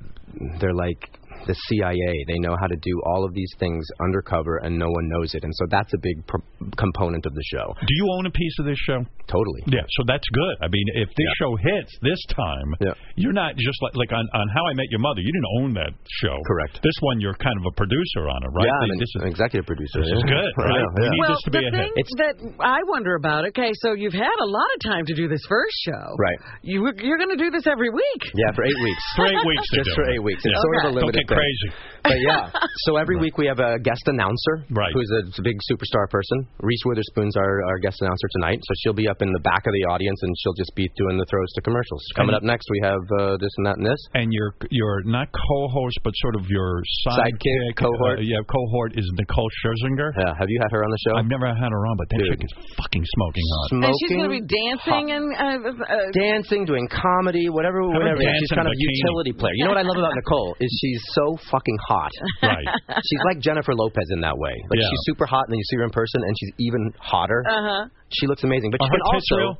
S18: they're like the CIA. They know how to do all of these things undercover, and no one knows it. And so that's a big pr- component of the show.
S7: do you own a piece of this show?
S18: Totally.
S7: Yeah, so that's good. I mean, if this show hits this time, you're not just like like on, on How I Met Your Mother. You didn't own that show. Correct. This one, you're kind of a producer on it, right?
S18: Yeah, I'm
S7: This
S18: an,
S7: is-
S18: an executive producer.
S7: this is
S18: yeah.
S7: good, right?
S18: Yeah,
S7: We
S18: yeah.
S7: need
S8: well,
S7: this to be a
S8: the thing
S7: hit. It's-
S8: that I wonder about. Okay, so you've had a lot of time to do this first show.
S18: Right.
S8: You you're going to do this every week.
S18: Yeah, for eight weeks.
S7: For eight weeks they're
S18: Just
S7: doing
S18: for eight
S7: it.
S18: weeks. It's
S7: Yeah.
S18: sort of a
S7: Okay. Don't
S18: limited
S7: get crazy.
S18: thing. But yeah, so every week we have a guest announcer, right. who's a big superstar person. Reese Witherspoon's our, our guest announcer tonight, so she'll be up in the back of the audience and she'll just be doing the throws to commercials. Coming
S7: And-
S18: up next, we have uh, this and that and this.
S7: And your your not co-host, but sort of your
S18: Sidekick,
S7: sidekick,
S18: cohort.
S7: Uh, yeah, cohort is Nicole Scherzinger.
S18: Yeah, have you had her on the show?
S7: I've never had her on, but that chick is fucking smoking hot.
S8: And she's going to be dancing and uh, uh,
S18: dancing, doing comedy, whatever, whatever.
S7: dance
S18: She's
S7: in
S18: kind
S7: a
S18: of a
S7: bikini.
S18: utility player. You know what I love about Nicole is she's so fucking hot.
S7: Right.
S18: She's like Jennifer Lopez in that way. Like
S7: Yeah.
S18: she's super hot, and then you see her in person, and she's even hotter.
S8: Uh huh.
S18: She looks amazing, but
S7: Are
S18: she
S7: her
S18: can
S7: tits
S18: also.
S7: real?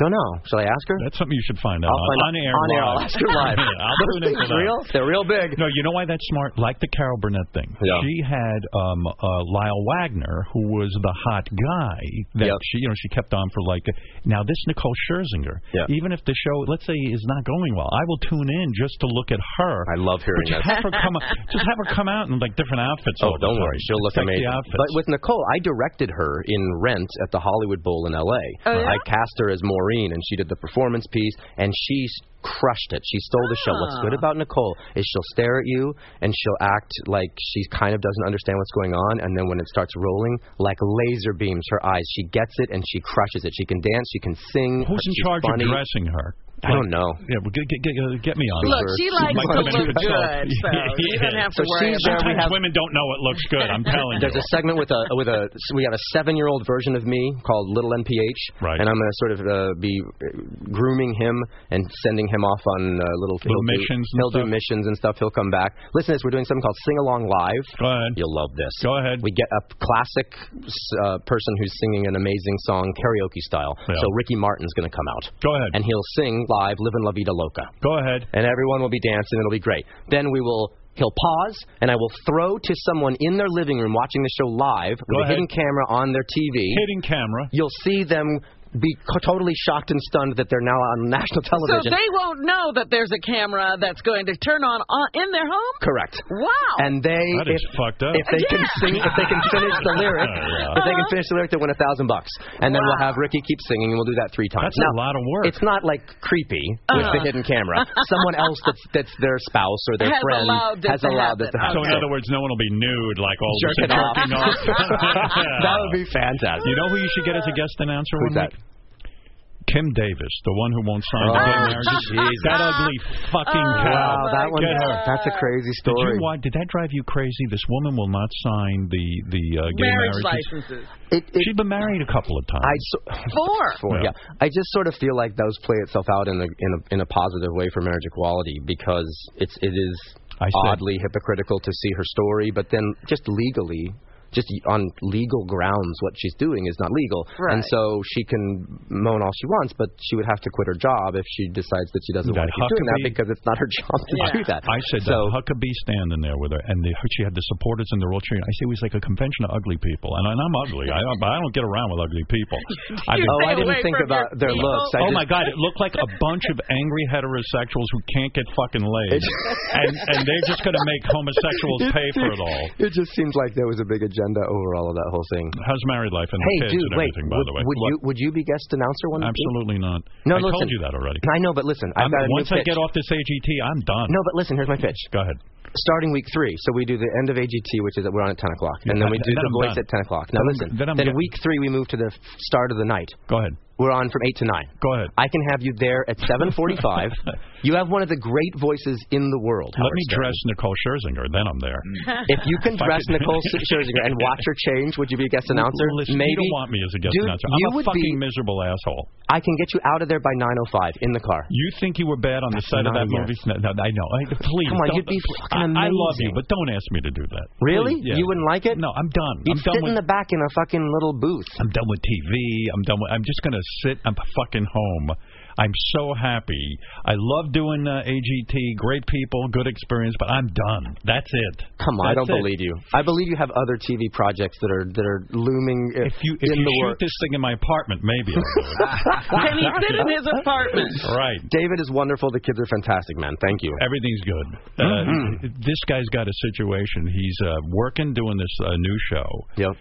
S18: Don't know. Should I ask her?
S7: That's something you should find out
S18: I'll find
S7: on,
S18: out-
S7: air.
S18: on air,
S7: live.
S18: I'll ask her live.
S7: Yeah, I'll
S18: Those
S7: tune in
S18: things
S7: for that.
S18: real? They're real big.
S7: No, you know why that's smart? Like the Carol Burnett thing.
S18: Yeah.
S7: She had um, uh, Lyle Wagner, who was the hot guy that she, you know, she kept on for like. Now this Nicole Scherzinger. Even if the show, let's say, is not going well, I will tune in just to look at her.
S18: I love hearing
S7: But just
S18: that.
S7: Have her come, out- just have her come out in like different outfits.
S18: Oh,
S7: all the
S18: don't
S7: time.
S18: worry. She'll look
S7: Check the
S18: amazing.
S7: outfits.
S18: But with Nicole, I directed her in Rent at the Hollywood Bowl in L.A.
S8: Oh, yeah?
S18: I cast her as Maureen, and she did the performance piece, and she's crushed it. She stole the show.
S8: Ah.
S18: What's good about Nicole is she'll stare at you and she'll act like she kind of doesn't understand what's going on, and then when it starts rolling, like laser beams her eyes. She gets it and she crushes it. She can dance, she can sing.
S7: Who's in
S18: she's
S7: charge
S18: funny.
S7: of dressing her?
S18: I don't know.
S7: Yeah, well, get, get, get, uh, get me on.
S18: Look,
S7: that.
S18: she likes
S7: Might
S18: to
S7: come in
S18: look
S7: and do
S18: good,
S7: it.
S18: so you don't have to
S7: So
S18: worry
S7: she's-
S18: about it.
S7: Sometimes women don't know it looks good. I'm telling you.
S18: There's a segment with a with a we have a seven year old version of me called Little NPH, right. and I'm gonna sort of uh, be uh, grooming him and sending him off on uh, little,
S7: Little
S18: he'll do-
S7: missions and
S18: he'll do
S7: stuff?
S18: missions and stuff. He'll come back. Listen to this. We're doing something called Sing Along Live. Go ahead. You'll love this.
S7: Go ahead.
S18: We get a classic uh, person who's singing an amazing song karaoke style. So Ricky Martin's gonna come out.
S7: Go ahead.
S18: And he'll sing live "Live in La Vida Loca."
S7: Go ahead.
S18: And everyone will be dancing. It'll be great. Then we will. He'll pause, and I will throw to someone in their living room watching the show live with a
S7: ahead.
S18: hidden camera on their TV.
S7: Hidden camera.
S18: You'll see them be co- totally shocked and stunned that they're now on national
S8: So
S18: television.
S8: they won't know that there's a camera that's going to turn on on- in their home.
S18: Correct.
S8: Wow.
S18: And they,
S7: That
S18: if,
S7: is fucked up. Oh,
S18: if they can
S8: Yeah.
S18: sing, if they can finish the lyric,
S7: Yeah.
S18: if they can finish the lyric, they win a thousand bucks. And then we'll have Ricky keep singing, and we'll do that three times.
S7: That's a lot of work.
S18: It's not like creepy with the
S7: Uh-huh.
S18: hidden camera. Someone else that's that's their spouse or their
S7: Has
S18: friend
S7: allowed this
S18: has
S7: to
S18: allowed this to
S7: So
S18: happen.
S7: in other words, no one will be nude like all
S18: Jerking
S7: this
S18: off.
S7: jerking off.
S18: That would be fantastic.
S7: You know who you should get as a guest announcer
S18: Who's
S7: one week? Kim Davis, the one who won't sign
S18: Oh,
S7: gay marriages.
S18: Jesus.
S7: That ugly fucking
S18: Oh,
S7: cow.
S18: Wow, that one-
S7: Get her.
S18: that's a crazy
S7: Did
S18: story.
S7: you wa- Did that drive you crazy? This woman will not sign the the uh, gay
S8: Marriage
S7: marriages.
S8: licenses.
S7: She's been married a couple of times.
S18: I so,
S8: Four.
S18: for. Yeah. I just sort of feel like those play itself out in a in a in a positive way for marriage equality because it's it is
S7: see.
S18: oddly hypocritical to see her story, but then just legally. Just on legal grounds, what she's doing is not legal, and
S7: Right.
S18: so she can moan all she wants, but she would have to quit her job if she decides that she doesn't want
S7: That
S18: to keep doing that
S7: Huckabee-
S18: because it's not her job to do that.
S7: I said that Huckabee standing there with her, and the, she had the supporters in the roll cheering. I said it was like a convention of ugly people, and, and I'm ugly. I, but I don't get around with ugly people. I
S18: You stay Oh, I didn't away think from about your their people. looks. I
S7: oh
S18: just-
S7: my God, it looked like a bunch of angry heterosexuals who can't get fucking laid, and and they're just going to make homosexuals pay for it all.
S18: It just seems like there was a big agenda over all of that whole thing.
S7: How's married life and the
S18: hey,
S7: kids
S18: dude,
S7: and
S18: wait.
S7: everything? By
S18: would,
S7: the way,
S18: would you would you be guest announcer one week?
S7: absolutely not.
S18: No,
S7: I
S18: listen.
S7: told you that already.
S18: I know, but listen, I've
S7: I'm,
S18: got a
S7: once
S18: new
S7: I
S18: pitch.
S7: get off this AGT, I'm done.
S18: No, but listen, here's my pitch.
S7: Go ahead.
S18: Starting week three, so we do the end of AGT, which is that we're on at 10 o'clock, and
S7: Yeah,
S18: then we
S7: then-
S18: do
S7: then
S18: the
S7: I'm
S18: voice
S7: done.
S18: at 10 o'clock. Now
S7: Then I'm-
S18: listen,
S7: then I'm
S18: then
S7: getting-
S18: week three we move to the f- start of the night.
S7: Go ahead.
S18: We're on from eight to nine.
S7: Go ahead.
S18: I can have you there at 7:45. you have one of the great voices in the world.
S7: Let
S18: Howard
S7: me
S18: Stern.
S7: dress Nicole Scherzinger, then I'm there.
S18: If you can
S7: I
S18: dress
S7: could-
S18: Nicole Scherzinger and watch her change, would you be a guest announcer?
S7: Listen,
S18: Maybe.
S7: you don't want me as a guest
S18: Dude,
S7: announcer.
S18: you
S7: I'm a
S18: would
S7: fucking
S18: be-
S7: miserable asshole.
S18: I can get you out of there by 9:05 in the car.
S7: You think you were bad on the side of
S18: not
S7: that
S18: yet.
S7: movie? No, no, I know. I, please,
S18: Come on,
S7: don't-
S18: you'd be fucking
S7: I, I love you,
S18: amazing.
S7: but don't ask me to do that.
S18: Really?
S7: Please, yeah.
S18: You wouldn't like it?
S7: No, I'm done.
S18: You'd
S7: I'm done
S18: sit
S7: with.
S18: in the back in a fucking little booth.
S7: I'm done with TV. I'm done with. I'm just gonna sit. I'm fucking home. I'm so happy. I love doing uh, AGT. Great people, good experience, but I'm done. That's it.
S18: Come on, I
S7: That's
S18: don't
S7: it.
S18: believe you. I believe you have other TV projects that are that are looming uh,
S7: If you if
S18: in
S7: you
S18: the
S7: shoot
S18: works.
S7: this thing in my apartment, maybe. I'll do it.
S8: Can he sit in his apartment?
S7: Right.
S18: David is wonderful. The kids are fantastic, man. Thank you.
S7: Everything's good. Uh,
S18: Mhm.
S7: this guy's got a situation. He's uh, working doing this uh, new show.
S18: Yep.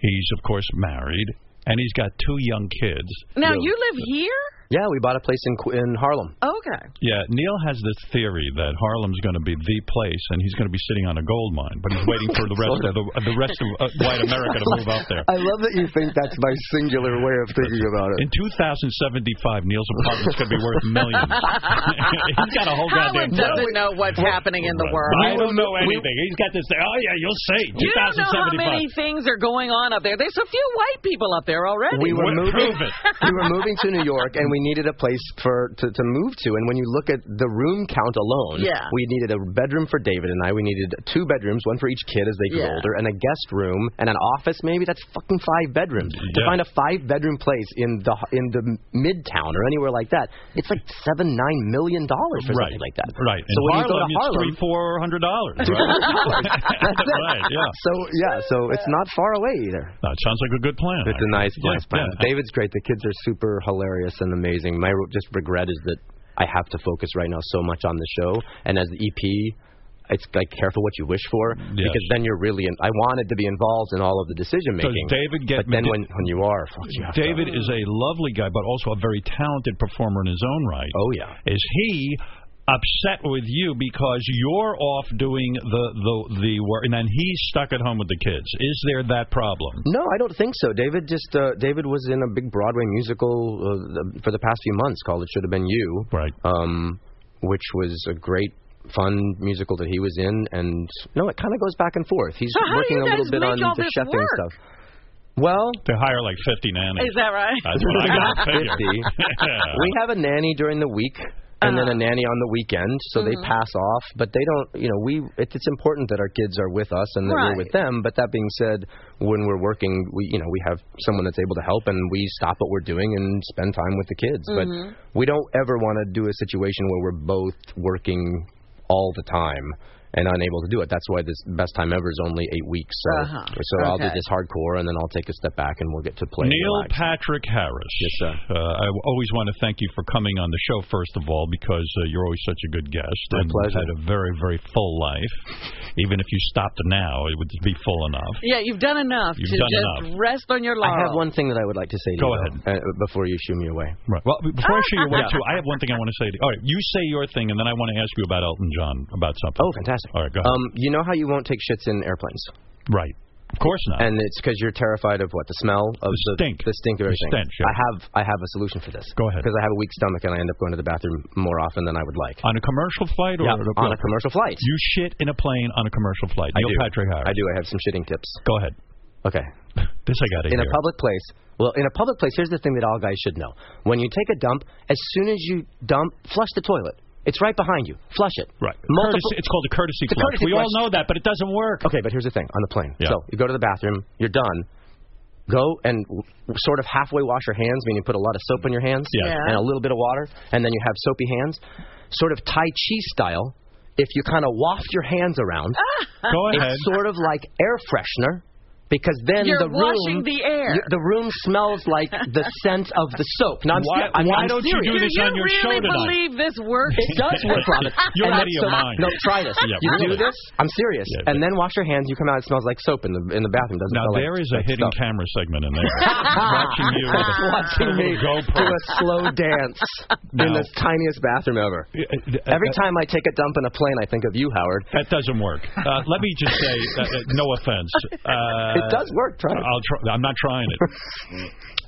S7: He's of course married, and he's got two young kids.
S8: Now you live here?
S18: Yeah, we bought a place in Qu- in Harlem.
S8: Okay.
S7: Yeah, Neil has this theory that Harlem's going to be the place, and he's going to be sitting on a gold mine. But he's waiting for the rest of the, the rest of uh, white America to move out there.
S18: I love that you think that's my singular way of thinking about it.
S7: In 2075, Neil's apartment's going to be worth millions. he's got a whole
S8: Howard
S7: goddamn.
S8: doesn't know what's happening in the world.
S7: I don't know anything. He's got this. Thing. Oh yeah, you'll see.
S8: You don't know how
S7: 2075.
S8: many things are going on up there. There's a few white people up there already.
S18: We were moving. we were moving to New York, and we needed a place for to, to move to. And when you look at the room count alone,
S8: Yeah.
S18: we needed a bedroom for David and I. We needed two bedrooms, one for each kid as they grew
S8: Yeah.
S18: older, and a guest room and an office. Maybe that's fucking five bedrooms. To
S7: Yeah.
S18: find a five bedroom place in the in the midtown or anywhere like that, it's like seven nine million dollars or
S7: Right.
S18: something like that.
S7: Right.
S18: So
S7: In
S18: when you go
S7: Harlem,
S18: to Harlem,
S7: it's three, four hundred dollars. Right?
S18: That's it.
S7: Right, yeah.
S18: So yeah, so it's not far away either.
S7: No, it sounds like a good plan.
S18: It's a nice,
S7: Yeah,
S18: nice plan.
S7: yeah.
S18: David's great. The kids are super hilarious and amazing. My re- just regret is that I have to focus right now so much on the show, and as the EP, E it's like careful what you wish for because then you're really. In, I wanted to be involved in all of the decision
S7: Does
S18: making.
S7: David get-
S18: But then when when you are, fuck, you have to-
S7: David is a lovely guy, but also a very talented performer in his own right. Oh yeah, is he upset with you because you're off doing the the the work, and then he's stuck at home with the kids? Is there that problem?
S18: No, I don't think so. David just uh, David was in a big Broadway musical uh, the, for the past few months called "It Should Have Been You,"
S7: right?
S18: Um, which was a great, fun musical that he was in, and no, it kind of goes back and forth. He's
S7: So how do
S18: working
S7: you
S18: a little
S7: guys
S18: bit
S7: make
S18: on
S7: all
S18: the
S7: this
S18: chefing
S7: work?
S18: stuff. Well,
S7: they hire like fifty nannies.
S8: Is that right?
S7: That's what I got to figure.
S18: 50. we have a nanny during the week and then a
S7: Uh-huh.
S18: nanny on the weekend, so they
S7: Mm-hmm.
S18: pass off. But they don't, you know, we. It, it's important that our kids are with us and that
S9: Right.
S18: we're with them. But that being said, when we're working, we, you know, we have someone that's able to help, and we stop what we're doing and spend time with the kids.
S7: Mm-hmm.
S9: Mhm.
S18: But we don't ever want to do a situation where we're both working all the time. And unable to do it. That's why this best time ever is only eight weeks. So,
S7: Uh-huh.
S18: so I'll do
S7: Okay.
S18: this hardcore, and then I'll take a step back, and we'll get to play. and
S7: Neil
S18: relax.
S7: Patrick Harris. Yes, sir. Uh, I w- always want to thank you for coming on the show, first of all, because uh, you're always such a good guest.
S18: My
S7: and
S18: pleasure.
S7: You've had a very, very full life. Even if you stopped now, it would be full enough.
S8: Yeah, you've done enough
S7: You've
S8: to
S7: done
S8: just rest on your laurels.
S18: I have one thing that I would like to say to
S7: Go
S18: you ahead. Uh, before you shoo me away.
S7: Right. Well, b- before I show you away,
S18: Yeah.
S7: too, I have one thing I want to say to you. All right, you say your thing, and then I want to ask you about Elton John, about something. Oh,
S18: fantastic.
S7: All right, go ahead.
S18: Um, you know how you won't take shits in airplanes?
S7: Right. Of course not.
S18: And it's because you're terrified of what the smell of the
S7: stink,
S18: the stink of
S7: The
S18: everything.
S7: stench, yeah.
S18: I have I have a solution for this. Go ahead. Because I have a weak stomach and I end up going to the bathroom more often than I would like.
S7: on a commercial flight? Or
S18: Yeah, on a commercial flight.
S7: You shit in a plane on a commercial flight.
S18: I
S7: Neil
S18: do.
S7: Patrick Harris.
S18: I do. I have some shitting tips.
S7: Go ahead.
S18: Okay.
S7: This I got to
S18: in
S7: hear.
S18: a public place. Well, in a public place, here's the thing that all guys should know. When you take a dump, as soon as you dump, flush the toilet. It's right behind you. Flush it. Right.
S7: Courtesy- it's called a courtesy
S18: It's a
S7: flush.
S18: courtesy
S7: We all know that, but it doesn't work.
S18: Okay, but here's the thing on the plane. So you go to the bathroom, you're done. Go and w- sort of halfway wash your hands, meaning you put a lot of soap in your hands
S9: Yeah. Yeah.
S18: and a little bit of water, and then you have soapy hands. Sort of Tai Chi style, if you kind of waft your hands around,
S9: Go
S18: it's
S9: ahead.
S18: sort of like air freshener. Because then
S9: You're
S18: the room,
S9: washing the air.
S18: y- the room smells like the scent of the soap. Now, I'm
S9: Why-
S18: ser- I'm-
S9: why
S18: I'm
S9: don't you do
S18: serious.
S9: this Do on you your show really tonight?
S8: Believe this works.
S18: It does work, Robin.
S8: You're
S18: And
S8: out of your
S18: so-
S8: mind.
S18: No, try this.
S8: Yeah,
S18: you do
S8: really.
S18: this. I'm serious. and then wash your hands. You come out. It smells like soap in the in the bathroom. Doesn't
S7: Now
S18: smell
S7: there
S18: like,
S7: is a
S18: like
S7: hidden
S18: soap.
S7: camera segment in there, watching you, with a-
S18: watching
S7: with a
S18: me
S7: little
S18: do
S7: GoPro.
S18: a slow dance in
S7: Now-
S18: the
S7: uh,
S18: tiniest bathroom ever. Every time I take a dump in a plane, I think of you, Howard.
S7: That doesn't work. Uh, let me just say, uh, uh, no offense. Uh,
S18: It does work. Try it.
S7: I'll try, I'm not trying it.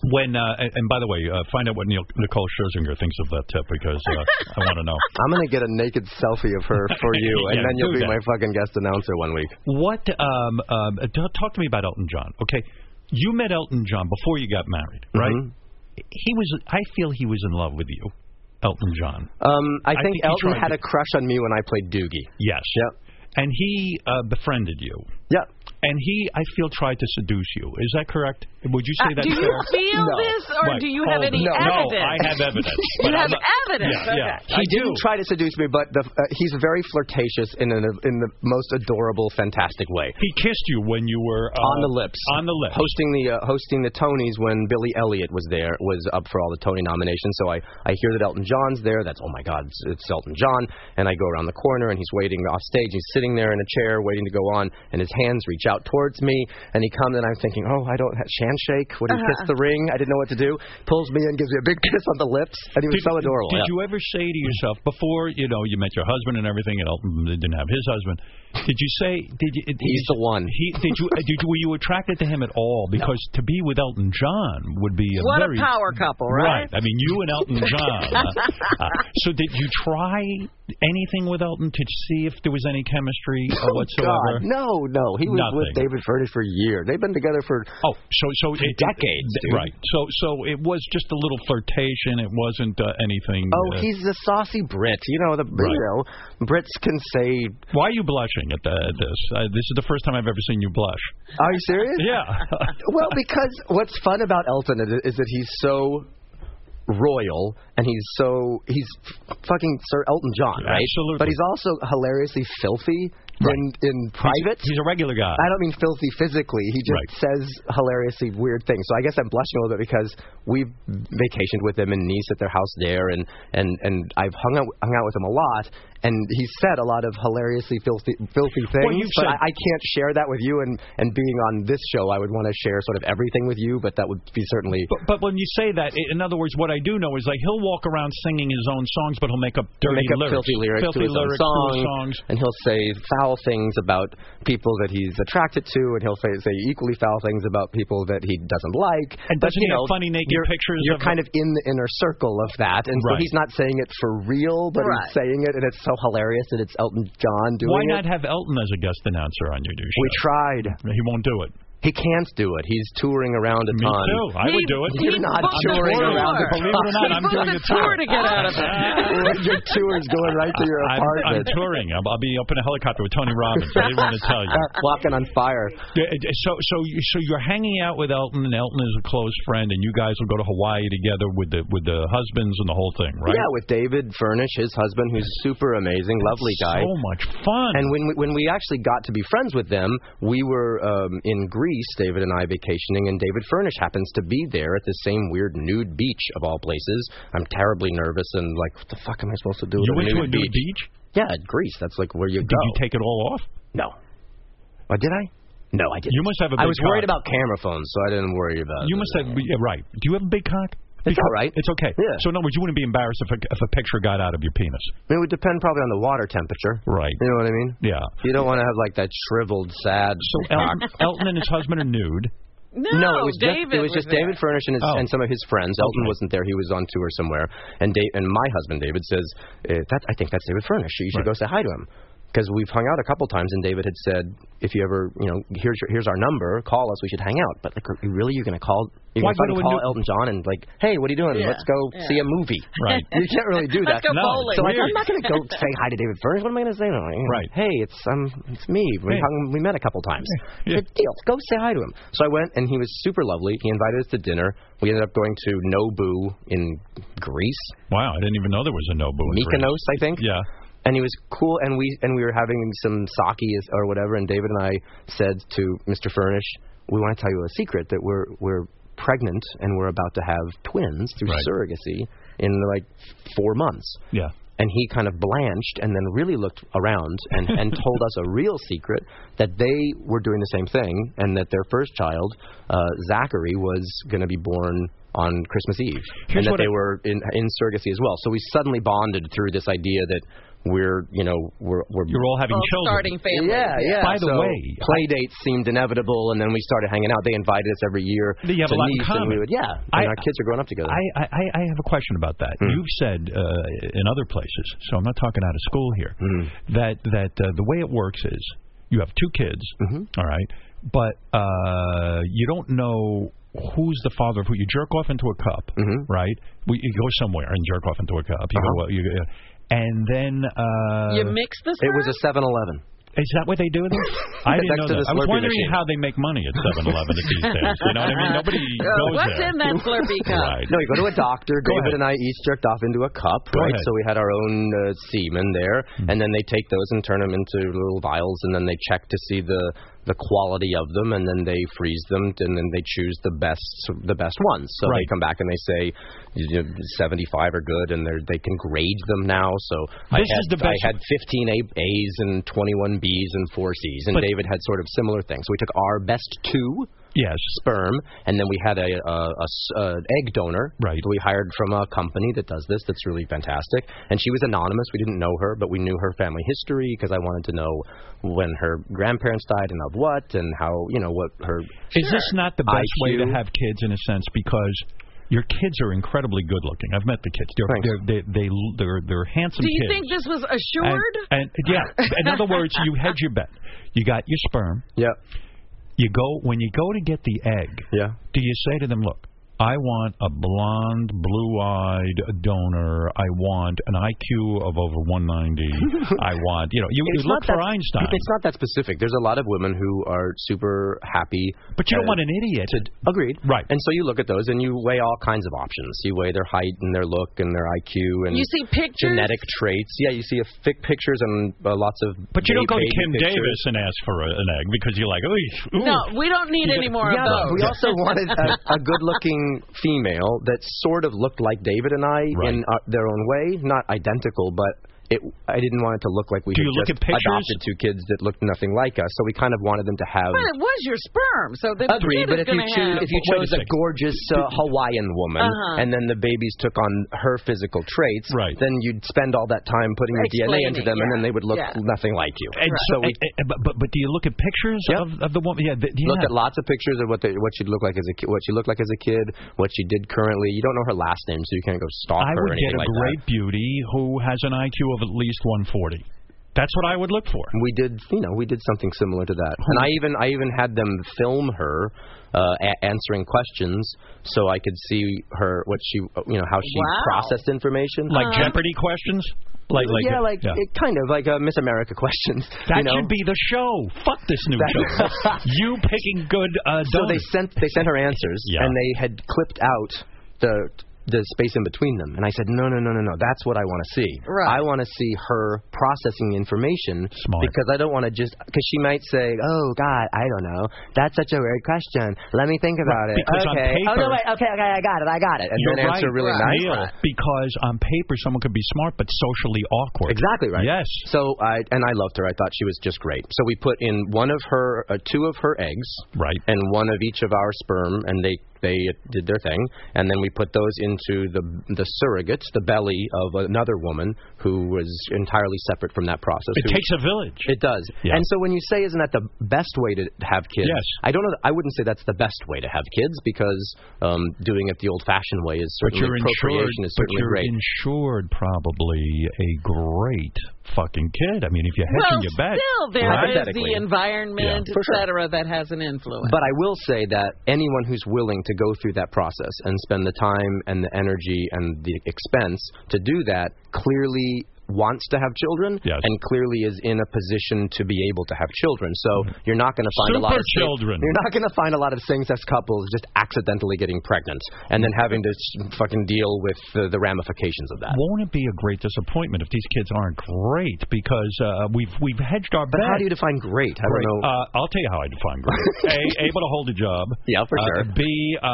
S7: When uh, and and by the way, uh, find out what Neil, Nicole Scherzinger thinks of that tip because uh, I want to know.
S18: I'm gonna get a naked selfie of her for you, and
S7: Yeah,
S18: then you'll
S7: do
S18: be
S7: that.
S18: my fucking guest announcer one week.
S7: What? Um, um, uh, t- talk to me about Elton John. Okay, you met Elton John before you got married, right? He was. I feel he was in love with you, Elton John.
S18: Um, I
S7: I
S18: think
S7: think he
S18: Elton
S7: tried
S18: had
S7: to-
S18: a crush on me when I played Doogie.
S7: Yes. Yep. And he uh, befriended you.
S18: Yep.
S7: And he, I feel, tried to seduce you. Is that correct? Would you say
S8: Uh,
S7: that?
S8: do you
S7: fair?
S8: feel No. this,
S7: Right.
S8: or do you have
S7: Oh,
S8: any
S7: no,
S8: evidence?
S7: No, I have evidence.
S8: You
S7: but I'm
S8: have
S7: not-
S8: evidence,
S7: Yeah, yeah. I
S8: okay.
S18: He
S7: do.
S18: didn't try to seduce me, but the, uh, he's very flirtatious in, an, in the most adorable, fantastic way.
S7: He kissed you when you were uh,
S18: on the lips.
S7: On the lips.
S18: Hosting the uh, hosting the Tonys when Billy Elliot was there was up for all the Tony nominations. So I I hear that Elton John's there. That's oh my God, it's, it's Elton John. And I go around the corner and he's waiting off stage. He's sitting there in a chair waiting to go on, and his hands reach out towards me. And he comes and I'm thinking, oh, I don't have handshake. Would he kiss
S7: Uh-huh.
S18: the ring? I didn't know what to do. Pulls me in, gives me a big kiss on the lips, and he was
S7: Did-
S18: so adorable.
S7: Did
S18: yeah.
S7: you ever say to yourself before you know you met your husband and everything, and Elton didn't have his husband? Did you say did you? Did
S18: He's
S7: you,
S18: the one.
S7: He did you? uh, Did you? Were you attracted to him at all? Because to be with Elton John would be a
S8: What a
S7: very
S8: power couple, right?
S7: I mean, you and Elton John. uh, uh, so did you try anything with Elton to see if there was any chemistry uh, whatsoever?
S18: Oh, God, no, no. He was with
S7: Nothing.
S18: David Furnish for a year. They've been together for
S7: oh, so so it,
S18: decades, dude.
S7: right? So so it was just a little flirtation. It wasn't uh, anything.
S18: Oh,
S7: uh,
S18: he's a saucy Brit. You know the you know Brits can say.
S7: Why are you blushing at, the, at this? Uh, this is the first time I've ever seen you blush.
S18: Are you serious?
S7: Yeah.
S18: well, because what's fun about Elton is- is that he's so royal and he's so he's f- fucking Sir Elton John, right?
S7: Absolutely.
S18: But he's also hilariously filthy in in private.
S7: He's a regular guy.
S18: I don't mean filthy physically. He just says hilariously weird things. So I guess I'm blushing a little bit because we've vacationed with him in Nice at their house there, and and and I've hung out hung out with him a lot. And he said a lot of hilariously filthy, filthy things,
S7: you've
S18: but
S7: said-
S18: I, I can't share that with you. And, and being on this show, I would want to share sort of everything with you, but that would be certainly
S7: But when you say that, i- in other words, what I do know is like he'll walk around singing his own songs, but he'll make up dirty
S18: make up
S7: lyrics,
S18: filthy lyrics
S7: filthy
S18: to his own
S7: lyrics to his songs.
S18: and he'll say foul things about people that he's attracted to, and he'll say, say equally foul things about people that he doesn't like.
S7: And
S18: but,
S7: doesn't
S18: you
S7: he have
S18: know,
S7: funny naked
S18: you're,
S7: pictures
S18: You're
S7: of
S18: kind
S7: him?
S18: of in the inner circle of that, and so
S7: Right.
S18: he's not saying it for real, but
S7: Right.
S18: he's saying it, and it's so hilarious, and it's Elton John doing
S7: Why
S18: it.
S7: not have Elton as a guest announcer on your new show?
S18: We tried.
S7: He won't do it.
S18: He can't do it. He's touring around a ton.
S7: too. I would do it.
S18: You're
S7: He's
S18: not
S7: booked a
S18: touring
S7: tour.
S18: around a
S7: Believe it or not,
S18: ton.
S7: I'm He's doing booked a the tour. tour to get out of it.
S18: Your tour's going right to your
S7: I'm, I'm
S18: apartment.
S7: touring. I'll, I'll be up in a helicopter with Tony Robbins. I didn't want to tell you.
S18: Walking on fire.
S7: Uh, So, so, you- so you're hanging out with Elton, and Elton is a close friend, and you guys will go to Hawaii together with the with the husbands and the whole thing, right?
S18: Yeah, with David Furnish, his husband, who's super amazing, lovely guy.
S7: so much fun.
S18: And when we, when we actually got to be friends with them, we were um, in Greece, David and I vacationing, and David Furnish happens to be there at the same weird nude beach of all places. I'm terribly nervous and like, what the fuck am I supposed to do?
S7: You
S18: at
S7: went
S18: a
S7: to
S18: nude
S7: a nude
S18: beach? Yeah, at Greece. That's like where you
S7: Did
S18: go.
S7: you take it all off?
S18: No. Oh, did I? No, I didn't.
S7: You must have a
S18: I
S7: big
S18: was worried about camera phones, so I didn't worry about
S7: You
S18: it.
S7: must have yeah, right. Do you have a big cock?
S18: It's all right.
S7: It's okay. So in other words, you wouldn't be embarrassed if a, if a picture got out of your penis.
S18: I mean, it would depend probably on the water temperature.
S7: Right.
S18: You know what I mean?
S7: Yeah.
S18: You don't want to have like that shriveled, sad.
S7: So Elton, Elton and his husband are nude. Oh.
S18: No, it was just, it was just David Furnish and, his, and some of his friends. Elton wasn't there; he was on tour somewhere. And da- and my husband David says, eh, that, "I think that's David Furnish. You should go say hi to him." Because we've hung out a couple times, and David had said, "If you ever, you know, here's your, here's our number, call us. We should hang out." But like, are you really, you're gonna call? You're
S7: Why
S18: gonna fucking
S7: go to a
S18: call
S7: new-
S18: Elton John and like, "Hey, what are you doing?
S7: Yeah,
S18: Let's go
S7: yeah.
S18: see a movie."
S7: Right.
S18: you can't really do
S7: Let's
S18: that.
S7: go No, bowling.
S18: So like, I'm
S7: weird.
S18: not gonna go say hi to David Furnish. What am I gonna say to him? Right. Hey, it's um, it's me. We
S7: Hey.
S18: hung, we met a couple times. Good deal. Go say hi to him. So I went, and he was super lovely. He invited us to dinner. We ended up going to Nobu in Greece,
S7: Wow, I didn't even know there was a Nobu. in Greece.
S18: Mykonos, I think.
S7: Yeah.
S18: And he was cool, and we and we were having some sake is- or whatever. And David and I said to Mr. Furnish, "We want to tell you a secret that we're we're pregnant and we're about to have twins through surrogacy in like four months."
S7: Yeah.
S18: And he kind of blanched and then really looked around and, and told us a real secret that they were doing the same thing and that their first child, uh, Zachary, was going to be born on Christmas Eve. and
S7: Here's
S18: that
S7: what
S18: they
S7: I-
S18: were in, in surrogacy as well. So we suddenly bonded through this idea that we're, you know, we're. we're
S7: You're all having Well, children. starting families.
S18: Yeah, yeah.
S7: By the
S18: So
S7: way,
S18: play dates seemed inevitable, and then we started hanging out. They invited us every year.
S7: That you have
S18: to
S7: a lot in
S18: Nice, and we
S7: common.
S18: would- yeah.
S7: I-
S18: and our kids are growing up together.
S7: I, I, I have a question about that.
S18: Hmm.
S7: You've said uh, in other places, so I'm not talking out of school here,
S18: Hmm.
S7: that that uh, the way it works is you have two kids,
S18: Mm-hmm.
S7: all right, but uh, you don't know who's the father of who. You jerk off into a cup,
S18: Mm-hmm.
S7: right? We, you go somewhere and jerk off into a cup.
S18: Uh-huh.
S7: You go, you, and then uh,
S8: You mix the It was
S18: a 7-Eleven.
S7: Is that what they do? Then? I didn't
S18: Next
S7: know
S18: to
S7: that.
S18: the
S7: I was
S18: Slurpee
S7: wondering
S18: machine.
S7: how they make money at 7-Eleven these days. You know what I mean? Nobody
S8: Uh,
S7: goes
S8: what's
S7: there.
S8: in that Slurpee cup?
S7: Right.
S18: No, you go to a doctor.
S7: Go
S18: David and
S7: ahead.
S18: I each jerked off into a cup,
S7: Go
S18: right?
S7: ahead. Mm-hmm.
S18: So we had our own uh, semen there, and then they take those and turn them into little vials, and then they check to see the the quality of them, and then they freeze them, and then they choose the best the best ones. So they
S7: Right.
S18: come back and they say you know, 75 are good, and they are they can grade them now. So I
S7: This
S18: had
S7: is the best-
S18: I had 15 A- A's and 21 B's and four C's, and
S7: But-
S18: David had sort of similar things. So we took our best two
S7: yes.
S18: sperm, and then we had a, a, a s- uh, egg donor right. that we hired from a company that does this. That's really fantastic. And she was anonymous. We didn't know her, but we knew her family history because I wanted to know when her grandparents died and of what, and how you know what her.
S7: Is this not the best way to
S18: IQ?
S7: have kids in a sense because your kids are incredibly good looking. I've met the kids. They're they're, they they they're they're handsome
S8: Do you
S7: kids.
S8: think this was
S7: and,
S8: assured?
S7: and yeah, in other words, you hedge your bet. You got your sperm.
S18: Yep.
S7: You go when you go to get the egg.
S18: Yeah.
S7: Do you say to them, "Look, I want a blonde, blue-eyed donor. I want an IQ of over 190. I want, you know, you, you
S18: It's
S7: look
S18: not
S7: for
S18: that-
S7: Einstein.
S18: It's not that specific. There's a lot of women who are super happy.
S7: But you don't want an idiot.
S18: agreed. Right. And so you look at those and you weigh all kinds of options. You weigh their height and their look and their IQ and
S8: You see pictures?
S18: genetic traits. Yeah, you see a thick pictures and uh, lots of.
S7: But you don't
S18: ba-
S7: go to
S18: baby
S7: Kim
S18: pictures.
S7: Davis and ask for a, an egg because you're like, ooh, ooh.
S8: No, we don't need any more
S18: yeah,
S8: of
S18: but
S8: those.
S18: we also wanted uh, a, a good-looking female that sort of looked like David and I in uh, their own way, not identical, but it, I didn't want it to look like we
S7: Do
S18: had
S7: you look
S18: just
S7: at pictures?
S18: adopted two kids that looked nothing like us. So we kind of wanted them to have.
S8: But it was your sperm, so the
S18: Agreed,
S8: kid
S18: but
S8: is
S18: if you
S8: gonna
S18: choose,
S8: have-
S18: if you chose a gorgeous uh, Hawaiian woman,
S8: Uh-huh.
S18: and then the babies took on her physical traits, right. then you'd spend all that time putting your DNA into
S7: Explaining,
S18: them, and then
S7: yeah,
S18: they would look
S7: yeah.
S18: nothing like you.
S7: And so,
S18: we
S7: and- and- but, but but do you look at pictures of, of the woman? Yeah, th- yeah.
S18: looked at lots of pictures of what they, what she looked like as a ki- what she looked like as a kid, what she did currently. You don't know her last name, so you can't go stalk her
S7: I
S18: or
S7: would
S18: anything
S7: get a
S18: like
S7: great
S18: that.
S7: beauty who has an IQ of at least 140. That's what I would look for.
S18: We did, you know, we did something similar to that, and I even I even had them film her uh, a- answering questions so I could see her what she you know how she
S7: Wow.
S18: processed information,
S7: Like Jeopardy questions? Like, like
S18: Uh-huh. yeah, like
S7: yeah.
S18: It, kind of like uh, Miss America questions.
S7: That
S18: you know?
S7: should be the show. Fuck this new show. you picking good. Uh,
S18: so they
S7: donors.
S18: sent they sent her answers, and they had clipped out the the space in between them. And I said, no, no, no, no, no. That's what I want to see. Right. I want to see her processing information because I don't want to just because she might say, oh God, I don't know. That's such a weird question. Let me think about it.
S7: because on
S18: okay.
S7: paper-
S18: oh no, wait. Okay, okay, I got it. I got it. And
S7: You're
S18: then
S7: right,
S18: answer really nice.
S7: Neil, because on paper someone could be smart but socially awkward.
S18: Exactly right.
S7: Yes.
S18: So I and I loved her. I thought she was just great. So we put in one of her, uh, two of her eggs,
S7: right,
S18: and one of each of our sperm, and they they did their thing, and then we put those into the the surrogates, the belly of another woman who was entirely separate from that process.
S7: It
S18: who-
S7: takes a village.
S18: It does. And so when you say, isn't that the best way to have kids?
S7: Yes.
S18: I don't know. I wouldn't say that's the best way to have kids because um, doing it the old-fashioned way is
S7: But
S18: certainly
S7: you're insured.
S18: procreation is
S7: But
S18: certainly
S7: you're
S18: great.
S7: insured probably a great fucking kid. I mean, if you hedge
S8: well,
S7: and you bet.
S8: still there is
S18: Hypothetically.
S8: the environment,
S18: Yeah.
S8: et
S18: For sure.
S8: cetera, that has an influence.
S18: But I will say that anyone who's willing to go through that process and spend the time and the energy and the expense to do that clearly wants to have children and clearly is in a position to be able to have children. So you're not going to find a lot
S7: Mm-hmm. Super
S18: of sing-
S7: children.
S18: You're not going to find a lot of same-sex couples just accidentally getting pregnant and then having to s- fucking deal with the, the ramifications of that.
S7: Won't it be a great disappointment if these kids aren't great because uh, we've we've hedged our
S18: But
S7: bet?
S18: how do you define great? I
S7: Great.
S18: don't know.
S7: Uh, I'll tell you how I define great. a, able to hold a job.
S18: Yeah, for sure.
S7: uh, B, uh,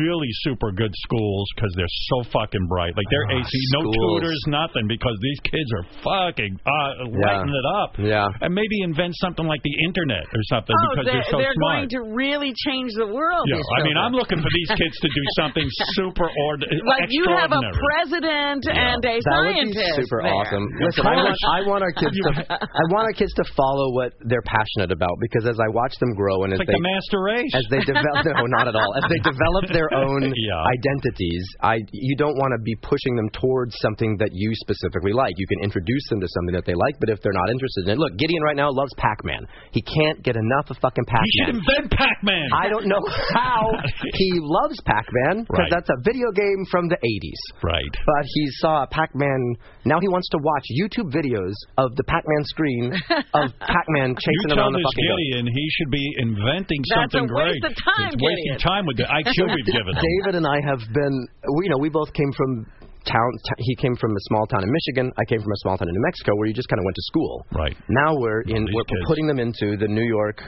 S7: really super good schools because they're so fucking bright. Like they're
S18: Ah,
S7: AC, no
S18: schools.
S7: tutors, nothing, because these kids are fucking uh, lighting it up.
S18: Yeah.
S7: And maybe invent something like the internet or something
S8: oh,
S7: because
S8: they're,
S7: they're so
S8: they're
S7: smart.
S8: going to really change the world.
S7: yeah,
S8: these
S7: I mean,
S8: children.
S7: I'm looking for these kids to do something super ordinary.
S8: like you have a president and
S18: that
S8: a
S18: would
S8: scientist.
S18: be super
S8: there.
S18: awesome. Listen, I want, I want our kids to I want our kids to follow what they're passionate about because as I watch them grow and as
S7: It's like
S18: they
S7: the master race.
S18: as they develop no not at all as they develop their own identities I you don't want to be pushing them towards something that you specifically like you can introduce them to something that they like but if they're not interested in it look Gideon right now loves Pac-Man he can't get enough of fucking
S7: You should
S18: Pac-Man
S7: invent Pac-Man.
S18: I don't know how he loves Pac-Man because
S7: Right.
S18: that's a video game from the 80s.
S7: Right.
S18: But he saw Pac-Man. Now he wants to watch YouTube videos of the Pac-Man screen of Pac-Man
S7: You
S18: chasing him
S7: tell
S18: around the
S7: this
S18: fucking. building.
S7: Gideon he should be inventing
S18: That's a
S7: something
S18: waste
S7: great.
S18: of time,
S7: It's wasting
S18: Gideon.
S7: time with the IQ we've given him.
S18: David and I have been. we- You know, we both came from town. T- he came from a small town in Michigan. I came from a small town in New Mexico, where you just kind of went to school.
S7: Right.
S18: Now we're in. We're, we're putting them into the New York.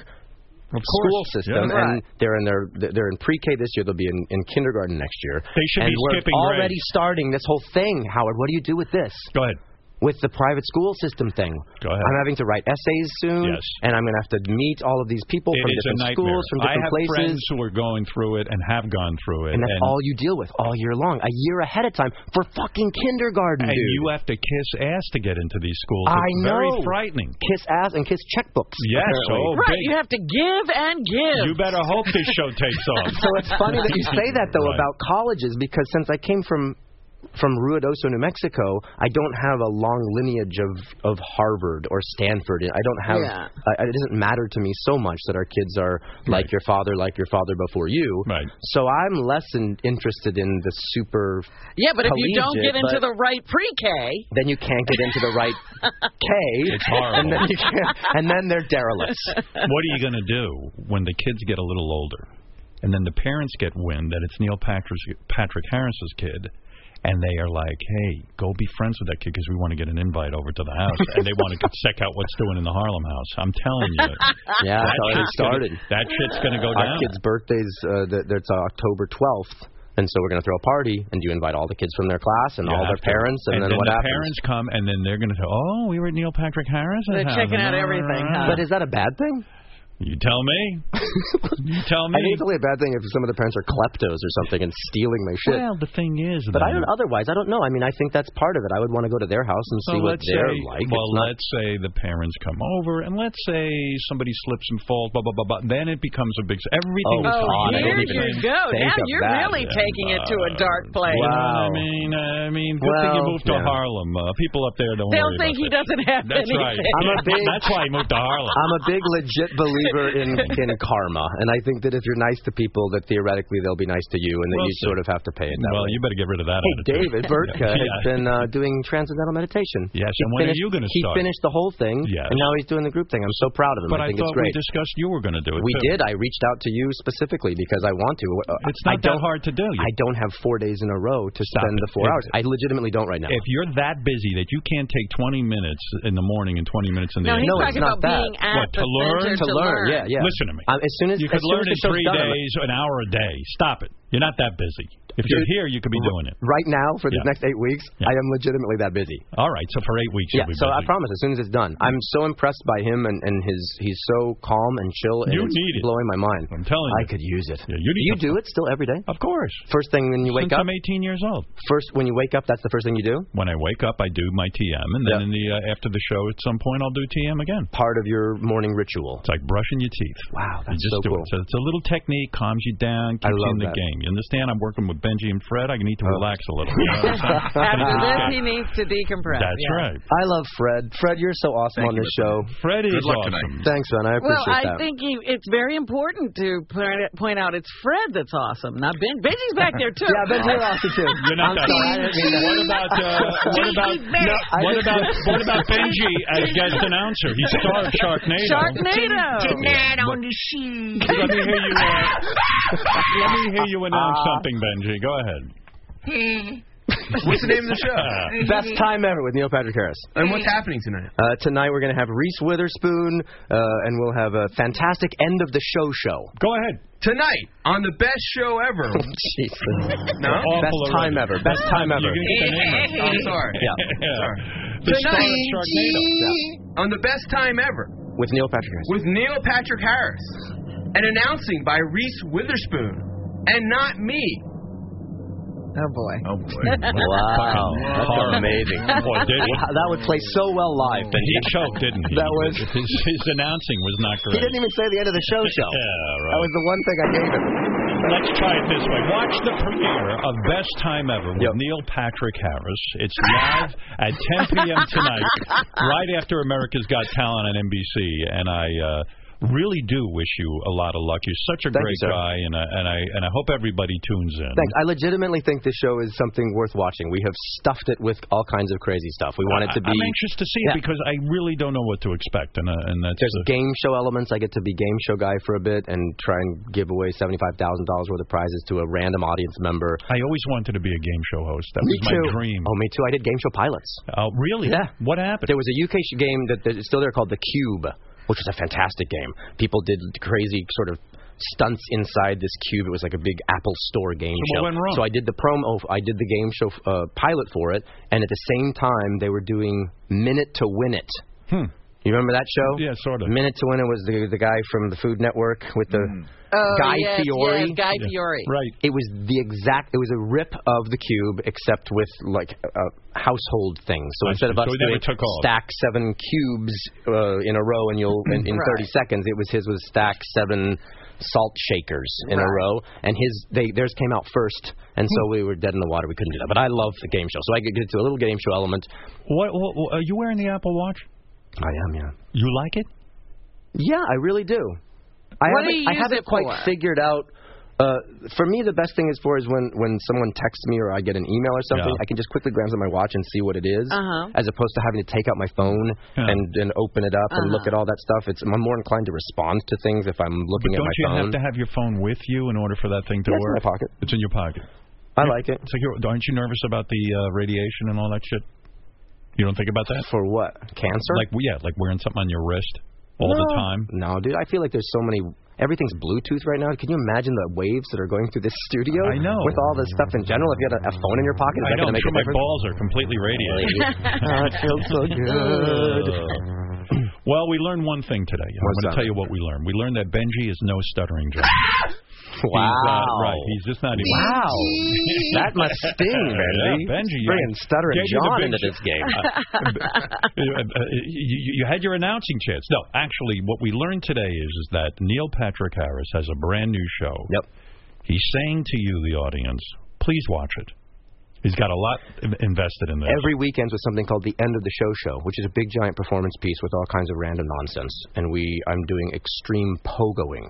S18: school
S7: course.
S18: system,
S7: Yeah.
S18: and they're in their they're in pre-K this year. They'll be in, in kindergarten next year.
S7: They should
S18: and
S7: be
S18: we're
S7: skipping
S18: already
S7: grades.
S18: starting this whole thing. Howard, what do you do with this?
S7: Go ahead.
S18: With the private school system thing, Go ahead. I'm having to write essays soon, yes. and I'm going to have to meet all of these people
S7: It
S18: from
S7: is a
S18: different
S7: nightmare.
S18: schools, from different
S7: I have
S18: places.
S7: friends who are going through it and have gone through
S18: And
S7: it,
S18: that's all you deal with all year long, a year ahead of time for fucking kindergarten,
S7: and
S18: dude.
S7: you have to kiss ass to get into these schools.
S18: I
S7: It's
S18: know.
S7: Very frightening.
S18: Kiss ass and kiss checkbooks.
S7: Yes.
S18: apparently.
S7: Oh,
S8: Right,
S7: big.
S8: you have to give and give.
S7: You better hope this show takes off.
S18: So it's funny that you say that though
S7: Right.
S18: about colleges because since I came from from Ruidoso, New Mexico, I don't have a long lineage of, of Harvard or Stanford. I don't have.
S8: Yeah.
S18: I, it doesn't matter to me so much that our kids are like your father, like your father before you. Right. So I'm less in, interested in the super.
S8: Yeah, but if you don't
S18: collegiate,
S8: get into
S18: but
S8: the right pre-K,
S18: Then you can't get into the right K.
S7: It's horrible.
S18: And then, you can't, and then they're derelicts.
S7: what are you going to do when the kids get a little older, and then the parents get wind that it's Neil Patrick, Patrick Harris's kid, and they are like, "Hey, go be friends with that kid because we want to get an invite over to the house, and they want to check out what's doing in the Harlem house." I'm telling you,
S18: Yeah, that's
S7: that
S18: how it
S7: shit's
S18: started.
S7: Gonna, that shit's going to go
S18: Our
S7: down.
S18: kids' birthdays, uh, th- it's October 12th, and so we're going to throw a party, and you invite all the kids from their class and
S7: You
S18: all
S7: have
S18: their
S7: to.
S18: parents, and, then, what
S7: the
S18: happens?
S7: parents come, and then they're going to say, "Oh, we were at Neil Patrick Harris."
S18: They're checking out everything, huh? But is that a bad thing?
S7: You tell me. you tell
S18: I think
S7: me.
S18: it's only a bad thing if some of the parents are kleptos or something and stealing my shit.
S7: Well, the thing is,
S18: but I
S7: though-
S18: don't. Otherwise, I don't know. I mean, I think that's part of it. I would want to go to their house and
S7: So
S18: see what
S7: let's
S18: they're
S7: say,
S18: like.
S7: well,
S18: it's not
S7: let's say the parents come over, and let's say somebody slips and falls, blah blah blah blah. Then it becomes a big.
S18: Oh,
S7: Everything. is
S18: God, I
S7: fine.
S18: didn't
S8: here you go. Now you're really
S7: Yeah.
S8: taking it to
S7: Uh,
S8: a dark place.
S7: You know what I mean, Uh, I mean, good thing you
S18: Well,
S7: moved to
S18: yeah.
S7: Harlem. Uh, people up there don't.
S8: They'll
S7: worry
S8: think
S7: about
S8: he doesn't have
S7: That's
S8: anything.
S7: right.
S18: I'm a big-
S7: That's why he moved to Harlem.
S18: I'm a big legit believer in in karma, and I think that if you're nice to people, that theoretically they'll be nice to you, and that
S7: Well,
S18: you
S7: so-
S18: sort of have to pay it. That
S7: well,
S18: way.
S7: you better get rid of that.
S18: Hey,
S7: attitude.
S18: David Burtka
S7: Yeah.
S18: has been uh, doing transcendental meditation. He
S7: Yes, and when are
S18: finished-
S7: you gonna
S18: He
S7: start?
S18: finished the whole thing, and now he's doing the group thing. I'm so proud of him.
S7: But
S18: I
S7: I,
S18: think
S7: thought
S18: it's great.
S7: we discussed you were going to do it.
S18: We
S7: too.
S18: did. I reached out to you specifically because I want to.
S7: It's not
S18: I
S7: that
S18: don't,
S7: hard to do.
S18: I don't have four days in a row to spend the four
S7: If-
S18: hours. I legitimately don't right now.
S7: If you're that busy that you can't take 20 minutes in the morning and 20 minutes in the
S18: No, he's No,
S7: evening,
S18: it's talking not about that. being at
S7: what, to
S18: the
S7: learn,
S18: center To to learn, learn. yeah, yeah.
S7: Listen to me.
S18: Um, as soon as-
S7: you
S18: as
S7: could
S18: soon
S7: learn
S18: as the
S7: in
S18: show's
S7: three
S18: done, I'm-
S7: days, an hour a day. Stop it. You're not that busy. If you're
S18: Dude,
S7: here, you could be doing it.
S18: Right now, for the
S7: Yeah.
S18: next eight weeks, I am legitimately that busy.
S7: All right, so for eight weeks,
S18: Yeah,
S7: you'll be
S18: so I
S7: busy.
S18: promise. As soon as it's done, I'm so impressed by him and, and his he's so calm and chill. And
S7: You
S18: it's
S7: need it.
S18: blowing my mind.
S7: I'm telling
S18: I
S7: you.
S18: could use it.
S7: you need
S18: do it still every day?
S7: Of course.
S18: First thing when you wake
S7: Since
S18: up.
S7: I'm 18 years old.
S18: First when you wake up, that's the first thing you do.
S7: When I wake up, I do my TM, and then in the uh, after the show, at some point, I'll do TM again.
S18: Part of your morning ritual. It's
S7: like brushing your teeth.
S18: Wow,
S7: you
S18: that's
S7: just
S18: so
S7: do
S18: cool.
S7: it. So it's a little technique, calms you down, keeps
S18: I
S7: you
S18: love
S7: in the
S18: that. Oh.
S7: game. You understand? I'm working with Benji and Fred. I need to relax a little. You know what I'm saying?
S8: After
S7: But
S8: this,
S7: it's okay.
S8: he needs to decompress.
S7: That's
S8: yeah.
S7: right.
S18: I love Fred. Fred, you're so awesome on this show.
S7: Fred is Good luck awesome. tonight.
S18: Thanks, man. I appreciate
S8: well, I
S18: that.
S8: think he, it's very important to point- point out it's Fred that's awesome, not Ben. Benji's back there too.
S18: Yeah, Benji lost it too.
S7: You're
S18: I'm
S7: not that
S18: sorry, I didn't mean that.
S7: What about uh, what about no,
S18: I
S7: what
S18: just-
S7: about what about Benji as guest announcer? He starred Sharknado.
S3: on the sea.
S7: Let me hear you. Uh, let me hear you announce something, Benji. Go ahead. uh,
S3: What's the name of the show?
S18: Best time ever with Neil Patrick Harris.
S3: And what's happening tonight?
S18: Uh, tonight we're going to have Reese Witherspoon, uh, and we'll have a fantastic end of the show show.
S7: Go ahead.
S3: Tonight on the best show ever.
S18: Oh, Jesus.
S3: No?
S18: Best
S3: Awful
S18: time
S3: already.
S18: ever. Best time ever.
S3: I'm sorry.
S18: Yeah.
S3: Sorry.
S18: The star of
S3: Tonight
S18: Sharknado.
S3: on the best time ever
S18: With Neil Patrick Harris.
S3: with Neil Patrick Harris and announcing by Reese Witherspoon and not me.
S8: Oh boy.
S3: Oh boy.
S18: Wow. That's
S7: Horrible.
S18: amazing.
S7: oh, Boy, did he.
S18: Wow, that would play so well live.
S7: And he choked, didn't he?
S18: That was-
S7: his, his announcing was not
S18: He
S7: great.
S18: didn't even say the end of the show show.
S7: Yeah,
S18: That
S7: right.
S18: was the one thing I gave him.
S7: Let's try it this way. Watch the premiere of Best Time Ever with Neil Patrick Harris. It's live at 10 p.m. tonight, right after America's Got Talent on NBC. And I uh, really do wish you a lot of luck. You're such a
S18: Thank you,
S7: great
S18: sir.
S7: guy, and I, and I and I hope everybody tunes in.
S18: Thanks. I legitimately think this show is something worth watching. We have stuffed it with all kinds of crazy stuff. We want it to be.
S7: I, am anxious to see
S18: Yeah.
S7: it because I really don't know what to expect, and uh, and that's
S18: There's
S7: the-
S18: game show elements. I get to be game show guy for a bit and try and give away seventy-five thousand dollars worth of prizes to a random audience member.
S7: I always wanted to be a game show host. That
S18: me
S7: was my
S18: too.
S7: dream.
S18: Oh, me too. I did game show pilots.
S7: Oh, really?
S18: Yeah.
S7: What happened?
S18: There was a UK sh- game that that is still there called The Cube, which was a fantastic game. People did crazy sort of stunts inside this cube. It was like a big Apple Store game
S7: So what
S18: show.
S7: went wrong?
S18: So I did the promo. I did the game show uh, pilot for it, and at the same time they were doing Minute to Win It.
S7: Hmm.
S18: You remember that show?
S7: Yeah, sort of.
S18: Minute to Win It was the the guy from the Food Network with the
S8: Oh,
S18: Guy
S8: yes,
S18: Fiore.
S8: yes, Guy Yeah. Fiore.
S7: Hmm. Right.
S18: It was the exact. It was a rip of the cube, except with like uh, household things. So
S7: I
S18: instead of
S7: see.
S18: us
S7: So it never
S18: doing
S7: took off.
S18: stack seven cubes uh, in a row and you'll in, in
S8: Right.
S18: 30 seconds, it was his was stack seven salt shakers in a row, and his they theirs came out first, and so we were dead in the water. We couldn't do that. But I love the game show, so I could get to a little game show element.
S7: What, what, what- are you wearing the Apple Watch?
S18: I am, yeah.
S7: You like it?
S18: Yeah, I really do. I haven't,
S7: What do you
S18: I
S7: use
S18: haven't
S7: it
S18: quite
S7: for?
S18: figured out. Uh, for me, the best thing is for is when when someone texts me or I get an email or something, I can just quickly glance at my watch and see what it is,
S9: Uh-huh.
S18: as opposed to having to take out my phone and and open it up and look
S7: Uh-huh.
S18: at all that stuff. It's I'm more inclined to respond to things if I'm looking at
S7: But don't
S18: my
S7: you
S18: phone.
S7: have to have your phone with you in order for that thing to
S18: Yeah, it's in
S7: work?
S18: my pocket.
S7: It's in your pocket.
S18: I like it.
S7: So you're, aren't you nervous about the uh, radiation and all that shit? You don't think about that?
S18: For what? Cancer?
S7: Like yeah, like wearing something on your wrist all the
S18: No.
S7: time.
S18: No, dude, I feel like there's so many. Everything's Bluetooth right now. Can you imagine the waves that are going through this studio? I know. With all this stuff in general, if you had a, a phone in your pocket, is
S7: I
S18: that
S7: know.
S18: going to make
S7: I'm sure
S18: a
S7: my
S18: difference?
S7: balls are completely radiated.
S18: Oh, it feels so good.
S7: Uh, well, we learned one thing today. I'm
S18: What's
S7: going
S18: that?
S7: to tell you what we learned. We learned that Benji is no stuttering giant. He's, uh,
S18: Wow.
S7: right. He's just not. even-
S18: Wow. That must sting, Benji.
S7: Yeah, Benji, you
S18: Bringing stuttering
S7: gave you the
S18: John
S7: big
S18: into
S7: sh-
S18: this game.
S7: Uh, uh, you, you- you had your announcing chance. No, actually, what we learned today is, is that Neil Patrick Harris has a brand new show.
S18: Yep.
S7: He's saying to you, the audience, please watch it. He's got a lot in- invested in this.
S18: Every weekends was something called the End of the Show Show, which is a big giant performance piece with all kinds of random nonsense. And we, I'm doing extreme pogoing.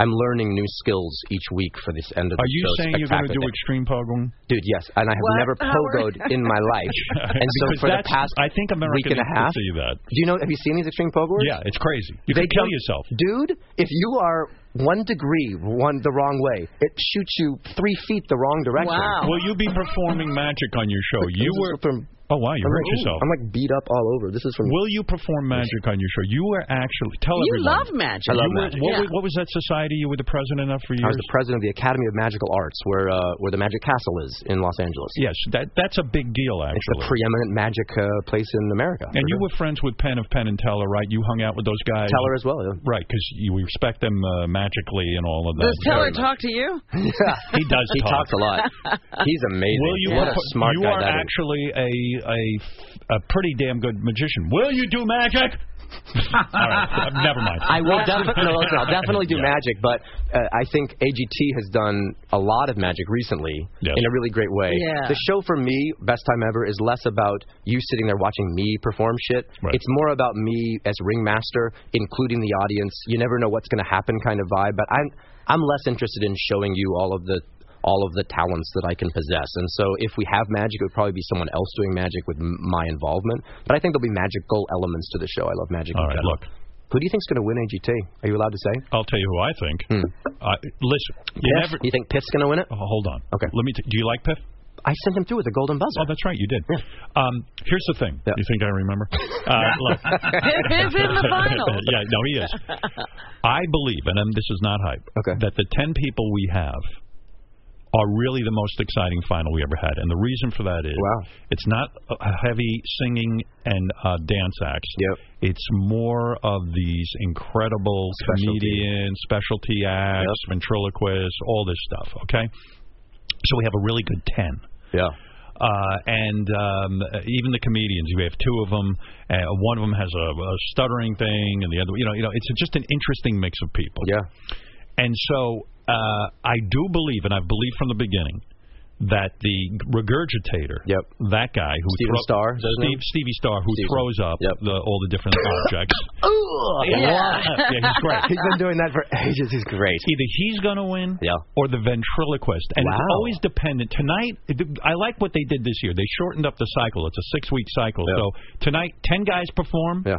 S18: I'm learning new skills each week for this end of
S7: Are
S18: the
S7: you
S18: show.
S7: saying you're going to do
S18: spectacular
S7: extreme pogoing?
S18: thing. Dude, yes, and I have
S7: What,
S18: never
S7: Howard?
S18: pogoed in my life, and so
S7: Because
S18: for the
S7: that's-
S18: past
S7: I think America
S18: week and a
S7: needs to
S18: half,
S7: see that.
S18: Do you know? Have you seen these extreme pogoers?
S7: Yeah, it's crazy. You
S18: they
S7: could kill
S18: jump-
S7: yourself.
S18: dude. If you are one degree one the wrong way, it shoots you three feet the wrong direction.
S7: Will you be performing magic on your show?
S18: This
S7: You
S18: is
S7: were.
S18: from-
S7: Oh wow, you
S18: I'm
S7: hurt
S18: like,
S7: yourself.
S18: I'm like beat up all over. This is from.
S7: Will you perform magic on your show? You were actually tell
S8: You
S7: everyone.
S8: love magic. I love
S7: You were-
S8: magic.
S7: What,
S8: Yeah.
S7: was- what was that society you were the president of for years?
S18: I was the president of the Academy of Magical Arts, where uh, where the Magic Castle is in Los Angeles.
S7: Yes, that that's a big deal
S18: It's
S7: actually.
S18: the preeminent magic uh, place in America.
S7: and you were friends with Penn of Penn and Teller, right? You hung out with those guys.
S18: Teller as well.
S7: Right, because you respect them uh, magically and all of that.
S8: Does Teller talk to you?
S7: He does.
S18: He
S7: talk.
S18: talks a lot. He's amazing.
S7: Will you
S18: what a
S7: perfor-
S18: smart
S7: you
S18: guy
S7: are
S18: that is.
S7: actually a a a pretty damn good magician. Will you do magic? all right, uh, never mind.
S18: I will definitely, no, listen, I'll definitely do magic, but uh, I think AGT has done a lot of magic recently in a really great way.
S9: Yeah.
S18: The show for me, best time ever, is less about you sitting there watching me perform shit. It's more about me as ringmaster, including the audience. You never know what's going to happen, kind of vibe. But I'm I'm less interested in showing you all of the all of the talents that I can possess. And so if we have magic, it would probably be someone else doing magic with m- my involvement. But I think there'll be magical elements to the show. I love magic.
S7: All
S18: in
S7: right,
S18: general.
S7: look.
S18: Who do you think's going to win AGT? Are you allowed to say?
S7: I'll tell you who I think. I listen, you
S18: Piff?
S7: never.
S18: You think Piff's going to win it?
S7: Oh, hold on.
S18: Okay.
S7: Let me. T do you like Piff?
S18: I sent him through with a golden buzzer.
S7: Oh, that's right. You did. Um, here's the thing. You think I remember? Uh, look.
S8: Piff is in the finals.
S7: yeah, no, he is. I believe, and um, this is not hype, that the 10 people we have are really the most exciting final we ever had. And the reason for that is it's not a a heavy singing and uh, dance acts. Yep. It's more of these incredible comedian, specialty acts, ventriloquists, all this stuff, okay? So we have a really good 10.
S18: Yeah.
S7: Uh, and um, even the comedians, we have two of them. Uh, one of them has a, a stuttering thing, and the other, you know, you know, it's just an interesting mix of people. Yeah. And so uh, I do believe, and I've believed from the beginning, that the regurgitator, yep. that guy who
S18: Steven
S7: thro-
S18: Starr, is that his name?
S7: Steve, Stevie Starr, who
S18: Steven.
S7: throws up the, all the different objects.
S18: Yeah.
S7: Yeah, he's great.
S18: He's been doing that for ages. He's great.
S7: Either he's going to win or the ventriloquist. And it's
S18: Wow.
S7: always dependent. Tonight, I like what they did this year. They shortened up the cycle. It's a six week cycle. So tonight, 10 guys perform.
S18: Yeah.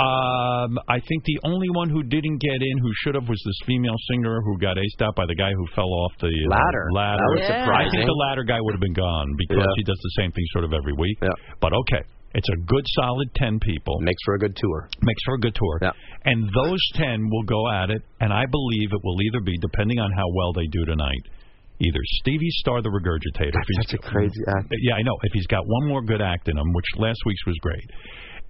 S7: Um, I think the only one who didn't get in who should have was this female singer who got aced out by the guy who fell off the uh,
S18: Ladder.
S7: ladder.
S18: That was Yeah.
S7: I think
S18: surprising.
S7: the ladder guy would have been gone because
S18: Yeah.
S7: he does the same thing sort of every week. But okay, it's a good solid 10 people.
S18: Makes for a good tour.
S7: Makes for a good tour. And those 10 will go at it, and I believe it will either be, depending on how well they do tonight, either Stevie Starr the regurgitator. Uh, That's
S18: such a crazy act.
S7: Yeah, I know. If he's got one more good act in him, which last week's was great,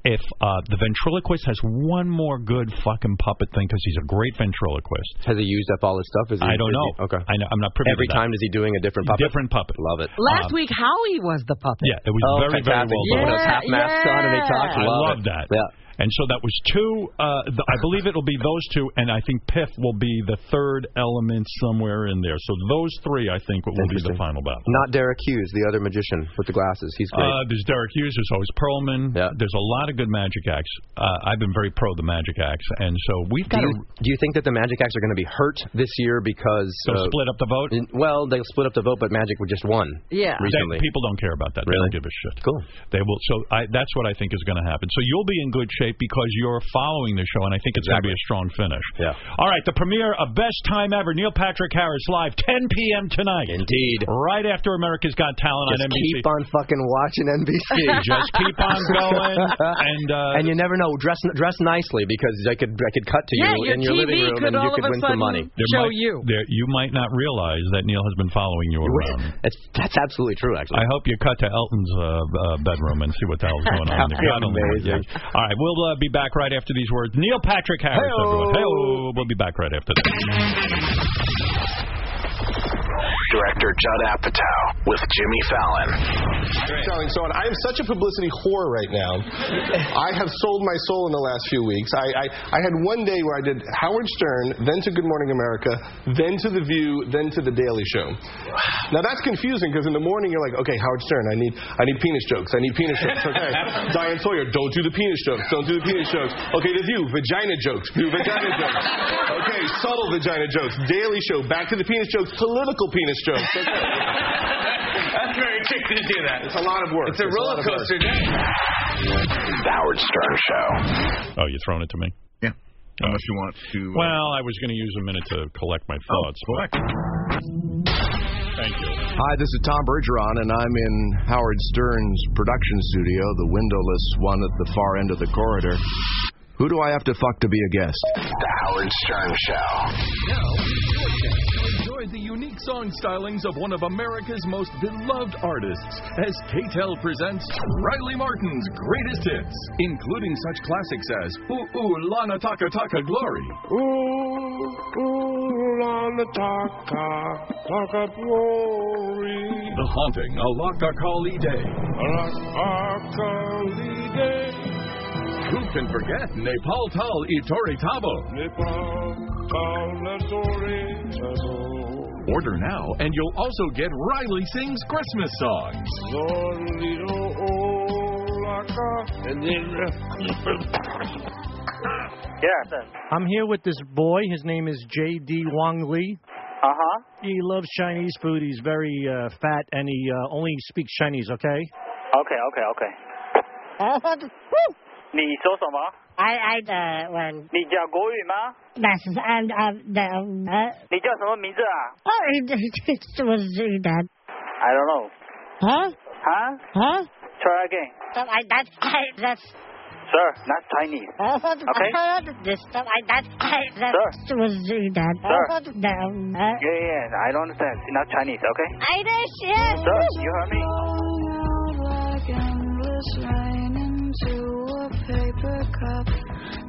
S7: if uh, the ventriloquist has one more good fucking puppet thing because he's a great ventriloquist.
S18: Has he used up all his stuff? Is he,
S7: I don't
S18: is
S7: know.
S18: he- okay.
S7: I know, I'm not privy
S18: Every
S7: to that.
S18: time is he doing a different puppet?
S7: Different puppet.
S18: Love it.
S7: Uh,
S8: Last
S18: Um,
S8: week, Howie was the puppet.
S7: Yeah, it was
S18: Oh,
S7: very, very
S18: fantastic.
S7: well
S18: You
S7: done.
S18: put those half masks on and they talk.
S7: I
S18: Love
S7: love
S18: it.
S7: that. Yeah. And so that was two. Uh, th I believe it'll be those two, and I think Piff will be the third element somewhere in there. So those three, I think, will be the final battle.
S18: Not Derek Hughes, the other magician with the glasses. He's great.
S7: Uh, there's Derek Hughes. There's always Perlman. There's a lot of good magic acts. Uh, I've been very pro the magic acts, and so we've
S18: do
S7: got
S18: you, do you think that the Magic Acts are going to be hurt this year because
S7: They'll split up the vote?
S18: Well, they'll split up the vote, but Magic would just won.
S7: Yeah. They-
S18: recently.
S7: people don't care about that. They
S18: Really?
S7: don't give a shit.
S18: Cool.
S7: They will. So I, that's what I think is going to happen. So you'll be in good shape because you're following the show, and I think it's going to be a strong finish. Yeah. All right. The premiere of Best Time Ever, Neil Patrick Harris live, 10 p.m. tonight.
S18: Indeed.
S7: Right after America's Got Talent
S18: Just
S7: on NBC.
S18: keep on fucking watching NBC.
S7: Just keep on going, and uh,
S18: and you never know. Dress dress nicely because I could I could cut to
S7: Yeah,
S18: you
S7: your
S18: in your
S7: TV
S18: living room
S7: could
S18: and you
S7: all
S18: could
S7: of a
S18: win some
S7: sudden
S18: money.
S7: there might, There, you might not realize that Neil has been following you around.
S18: That's, that's absolutely true, actually.
S7: I hope you cut to Elton's uh, uh, bedroom and see what the hell's going on. there. God only knows.
S18: Amazing.
S7: All right, we'll uh, be back right after these words. Neil Patrick Harris,
S30: Hey-o.
S7: everyone. Hey, we'll be back right after this.
S31: Director Judd Apatow with Jimmy Fallon.
S32: Selling so on. I am such a publicity whore right now. I have sold my soul in the last few weeks. I, I, I had one day where I did Howard Stern, then to Good Morning America, then to The View, then to The Daily Show. Now that's confusing because in the morning you're like, okay, Howard Stern, I need I need penis jokes. I need penis jokes. Okay, Diane Sawyer, don't do the penis jokes. Don't do the penis jokes. Okay, The View, vagina jokes. Do vagina jokes. Okay, subtle vagina jokes. Daily Show, back to the penis jokes. Political penis jokes. Okay.
S22: That's very tricky to do that.
S32: It's a lot of work.
S22: It's a roller
S32: lot of work.
S22: coaster.
S31: The Howard Stern Show.
S7: Oh, you're throwing it to me?
S11: Yeah. Unless you want to. uh,
S7: Well, I was going to use a minute to collect
S8: Oh,
S7: my thoughts. but- Thank you.
S11: Hi, this is Tom Bergeron, and I'm in Howard Stern's production studio, the windowless one at the far end of the corridor. Who do I have to fuck to be a guest?
S31: The Howard Stern Show.
S13: Enjoy the unique song stylings of one of America's most beloved artists as KTEL presents Riley Martin's greatest hits, including such classics as Ooh Ooh Lana Taka Taka Glory,
S22: Ooh, ooh, on the taka, taka glory.
S13: The Haunting, A Lockakali E Day.
S22: Akali day.
S13: Who can forget Nepal Tal Itori Tabo?
S22: Nepal, Kalnasori, Tado.
S13: Order now, and you'll also get Riley Sings Christmas songs.
S22: And then. Yeah.
S4: I'm here with this boy. His name is J.D. Wang Lee.
S12: Uh huh.
S22: Uh-huh.
S4: He loves Chinese food. He's very uh, fat and he uh, only speaks Chinese, okay?
S12: Okay, okay, okay.
S24: 然后就
S12: 你说什么？
S24: I I uh when
S12: 你讲国语吗？
S24: that's and uh the um, uh
S12: 你叫什么名字啊
S24: oh it, it, it was uh, that
S12: ？I don't know.
S24: huh
S12: Huh?
S24: huh
S12: Try again.
S24: stuff like that I that's
S12: Sir, not Chinese.
S24: I thought
S12: Okay.
S24: I thought this stuff like that I that
S12: Sir.
S24: was uh, that
S12: Sir.
S24: I thought the um, uh,
S12: Yeah, yeah, yeah, I don't understand. Not Chinese, okay?
S24: Irish yes
S12: Sir, you heard me?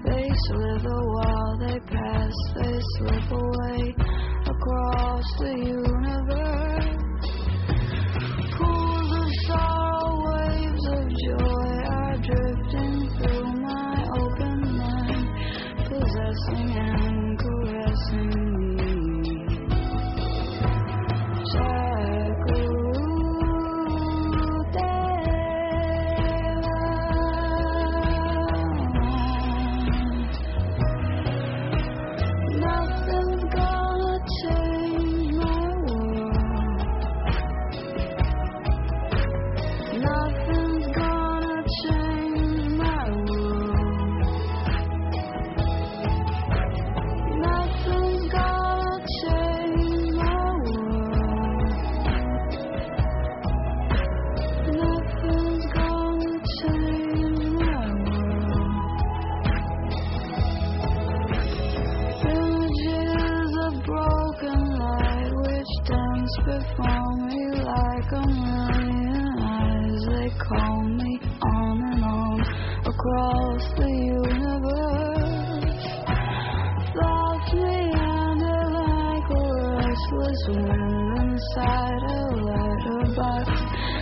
S1: They slither while they pass, they slip away across the universe. Pools of sorrow, waves of joy are drifting through my open mind, possessing and caressing me. Nothing's gonna change my across the universe. Loved me and her language was written inside a letterbox.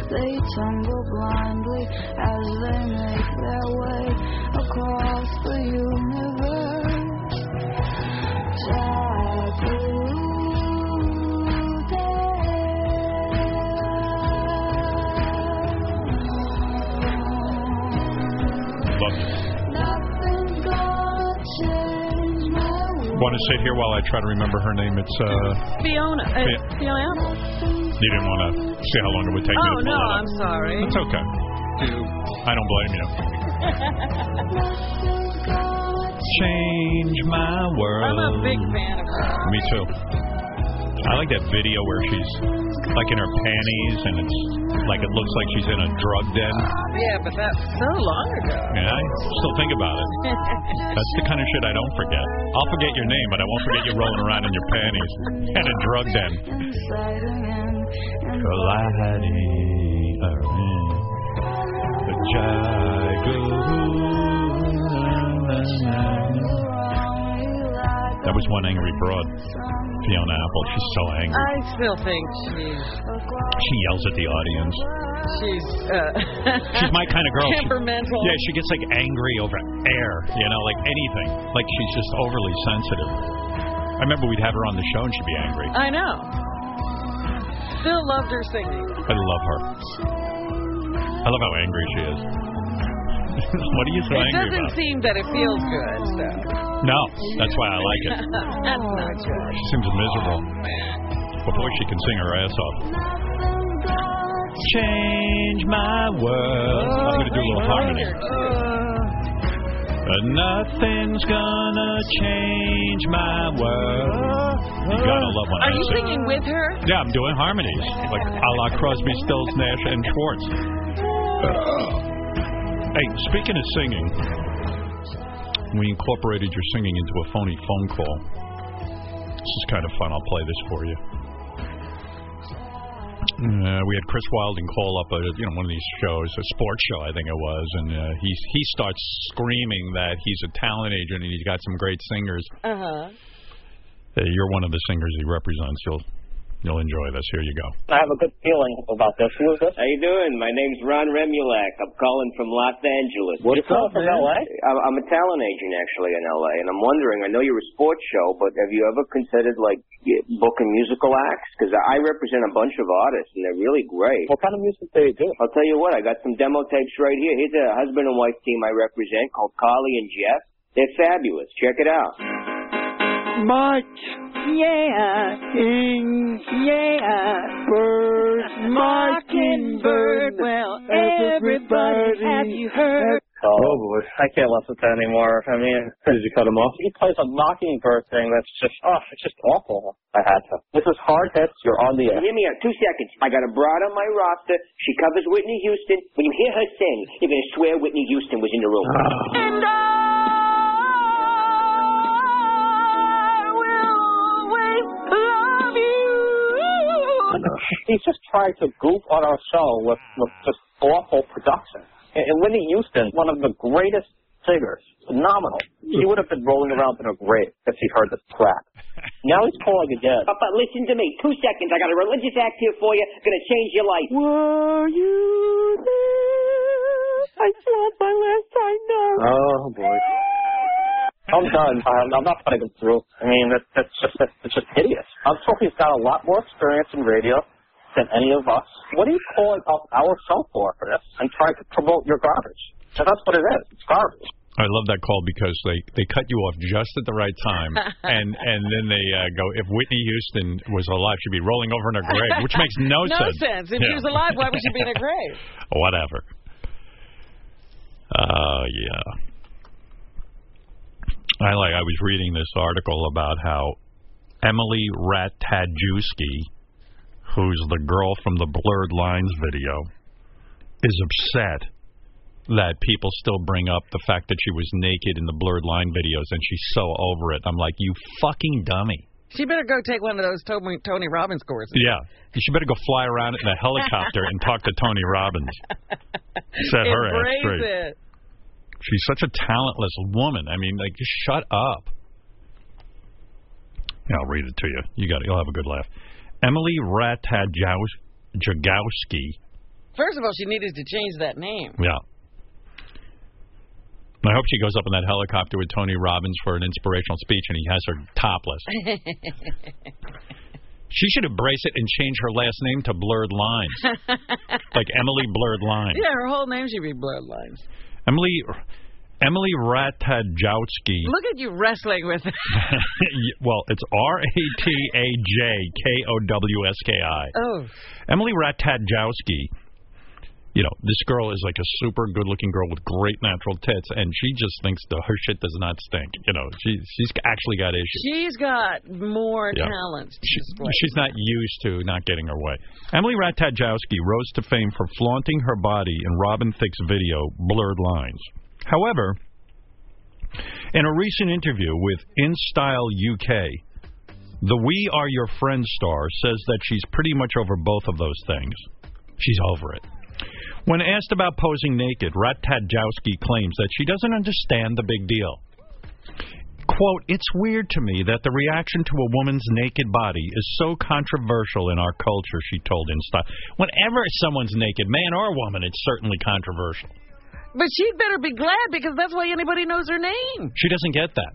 S1: They tumble blindly as they make their way across the universe. Taboo Nothing's gonna change my
S7: Want to sit here while I try to remember her name? It's uh,
S8: Fiona. Uh,
S7: Yeah.
S8: Fiona Apple.
S7: you didn't want to see how long it would take me
S8: Oh,
S7: to pull
S8: no,
S7: that up.
S8: I'm sorry.
S7: It's okay. I don't blame you. Change my world.
S8: I'm a big fan of her.
S7: Me too. I like that video where she's like in her panties and it's like it looks like she's in a drug den.
S8: Yeah, but that's so long ago.
S7: And I still think about it. That's the kind of shit I don't forget. I'll forget your name, but I won't forget you rolling around in your panties at a drug den.
S1: inciting and
S7: Colliding around the That was one angry broad, Fiona Apple. She's so angry.
S8: I still think she's
S7: She yells at the audience.
S8: she's uh,
S7: She's my kind of girl. She-
S8: temperamental.
S7: yeah, she gets like angry over air, you know, like anything. Like she's just overly sensitive. I remember we'd have her on the show and she'd be angry.
S8: I know. Still loved her singing.
S7: I love her. I love how angry she is. what are you so
S8: it
S7: angry
S8: doesn't
S7: about?
S8: seem that it feels good. So.
S7: No, that's why I like it.
S8: Oh, that's not good.
S7: She seems miserable. But boy, she can sing her ass off. Change my world. I'm going to do a little harmony. But nothing's gonna change my world. You gotta love when
S8: Are
S7: I
S8: you
S7: sing.
S8: singing with her?
S7: Yeah, I'm doing harmonies, like a la Crosby, Stills, Nash, and Schwartz. Hey, speaking of singing, we incorporated your singing into a phony phone call. This is kind of fun. I'll play this for you. Uh, we had Chris Wilding call up, a, you know, one of these shows, a sports show, I think it was, and uh, he he starts screaming that he's a talent agent and he's got some great singers.
S8: Uh huh.
S7: Uh, you're one of the singers he represents. You'll you'll enjoy this. Here you go.
S19: I have a good feeling about this. Who is this? How you doing? My name's Ron Remulak. I'm calling from Los Angeles.
S18: What's
S19: you call
S18: up,
S19: from
S18: man?
S19: LA? I'm, I'm a talent agent actually in LA, and I'm wondering. I know you're a sports show, but have you ever considered like y- booking musical acts? Because I represent a bunch of artists, and they're really great. What kind of music do you do? I'll tell you what. I got some demo tapes right here. Here's a husband and wife team I represent called Carly and Jeff. They're fabulous. Check it out.
S3: March, yeah, in, yeah, birds, mockingbird, well, everybody, have you heard?
S22: Oh, boy, I can't listen to that anymore. I mean, did you cut him off? He plays a mockingbird thing that's just, oh, it's just awful. I had to. This is hard hits. You're on the air.
S19: Hear me out. Two seconds. I got a broad on my roster. She covers Whitney Houston. When you hear her sing, you're going to swear Whitney Houston was in the room.
S22: He's just trying to goof on our show with, with just awful production. And, and Whitney Houston, one of the greatest singers, phenomenal. She would have been rolling around in her grave if she heard this crap. Now he's calling again.
S19: Papa, listen to me. Two seconds. I got a religious act here for you. Going to change your life.
S3: Were you there? I swallowed my last I know.
S22: Oh boy. I'm done. I'm, I'm not putting him through. I mean, that, that's just that's, that's just hideous. I'm sure he's got a lot more experience in radio than any of us. What are you calling up our show for for this? And trying to promote your garbage. So that's what it is. It's garbage.
S7: I love that call because they they cut you off just at the right time, and and then they uh, go, if Whitney Houston was alive, she'd be rolling over in her grave, which makes no, sense.
S8: If she
S7: Yeah.
S8: was alive, why would she be in a grave?
S7: Whatever. Uh, yeah. I like. I was reading this article about how Emily Ratajkowski, who's the girl from the Blurred Lines video, is upset that people still bring up the fact that she was naked in the Blurred Line videos, and she's so over it. I'm like, you fucking dummy.
S8: She better go take one of those Tony, Tony Robbins courses.
S7: Yeah, you should better go fly around in a helicopter and talk to Tony Robbins. Set her ass
S8: Embrace
S7: straight.
S8: it.
S7: She's such a talentless woman. I mean, like, just shut up. Yeah, I'll read it to you. You got it. You'll have a good laugh. Emily Ratajkowski.
S8: First of all, she needed to change that name.
S7: Yeah. I hope she goes up in that helicopter with Tony Robbins for an inspirational speech, and he has her topless. She should embrace it and change her last name to Blurred Lines, like Emily Blurred Lines.
S8: yeah, her whole name should be Bloodlines.
S7: Emily Emily Ratajkowski.
S8: Look at you wrestling with
S7: well, it's R A T A J K O W S K I.
S8: Oh.
S7: Emily Ratajkowski. You know, this girl is like a super good-looking girl with great natural tits, and she just thinks the her shit does not stink. You know, she she's actually got issues.
S8: She's got more
S7: Yeah.
S8: talent.
S7: She, she's not used to not getting her way. Emily Ratajkowski rose to fame for flaunting her body in Robin Thicke's video Blurred Lines. However, in a recent interview with In Style UK, the We Are Your Friends star says that she's pretty much over both of those things. She's over it. When asked about posing naked, Ratajkowski claims that she doesn't understand the big deal quote, it's weird to me that the reaction to a woman's naked body is so controversial in our culture, she told InStyle. Whenever someone's naked, man or woman, it's certainly controversial.
S8: But she'd better be glad because that's why anybody knows her name.
S7: She doesn't get that.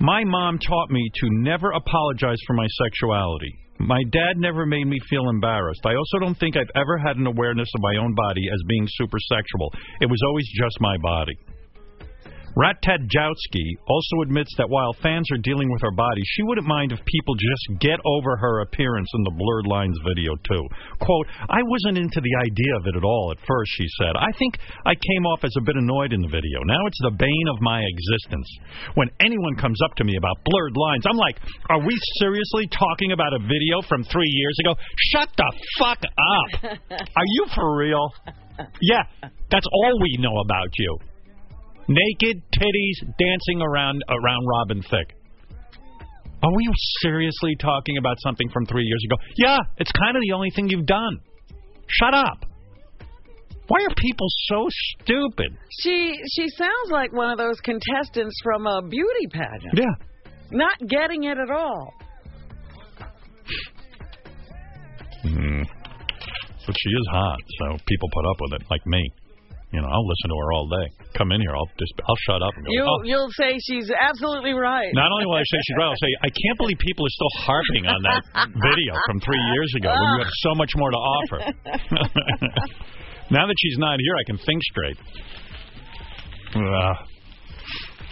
S7: My mom taught me to never apologize for my sexuality. My dad never made me feel embarrassed. I also don't think I've ever had an awareness of my own body as being super sexual. It was always just my body. Ratajkowski also admits that while fans are dealing with her body, she wouldn't mind if people just get over her appearance in the Blurred Lines video too. "Quote: I wasn't into the idea of it at all at first," she said. "I think I came off as a bit annoyed in the video. Now it's the bane of my existence. When anyone comes up to me about blurred lines, I'm like, are we seriously talking about a video from three years ago? Shut the fuck up. Are you for real? Yeah, that's all we know about you." naked titties dancing around around Robin Thicke. Are we seriously talking about something from three years ago? Yeah, it's kind of the only thing you've done. Shut up. Why are people so stupid?
S8: She she sounds like one of those contestants from a beauty pageant.
S7: Yeah.
S8: Not getting it at all.
S7: Mm-hmm. But she is hot, so people put up with it, like me. You know, I'll listen to her all day. Come in here, I'll just I'll shut up and go.
S8: You
S7: "Oh."
S8: you'll say she's absolutely right.
S7: Not only will I say she's right, I'll say I can't believe people are still harping on that video from three years ago when you have so much more to offer. now that she's not here, I can think straight. Ugh.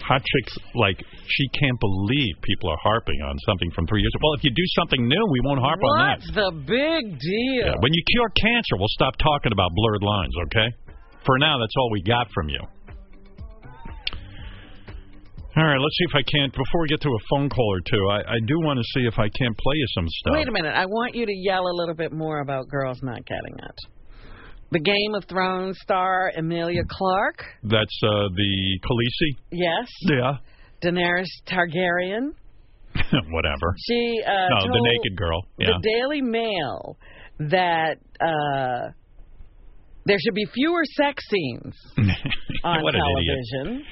S7: hot chicks, like she can't believe people are harping on something from three years. ago. Well, if you do something new, we won't harp on that.
S8: What's the big deal?
S7: Yeah, when you cure cancer, we'll stop talking about blurred lines, okay? For now, that's all we got from you. All right, let's see if I can't, before we get to a phone call or two, I, I do want to see if I can't play you some stuff.
S8: Wait a minute. I want you to yell a little bit more about girls not getting it. The Game of Thrones star Amelia Clark.
S7: That's uh, the Khaleesi?
S8: Yes.
S7: Yeah.
S8: Daenerys Targaryen.
S7: Whatever.
S8: She uh,
S7: no,
S8: told
S7: the naked girl. Yeah.
S8: the Daily Mail that uh, there should be fewer sex scenes on
S7: What an idiot.
S8: television.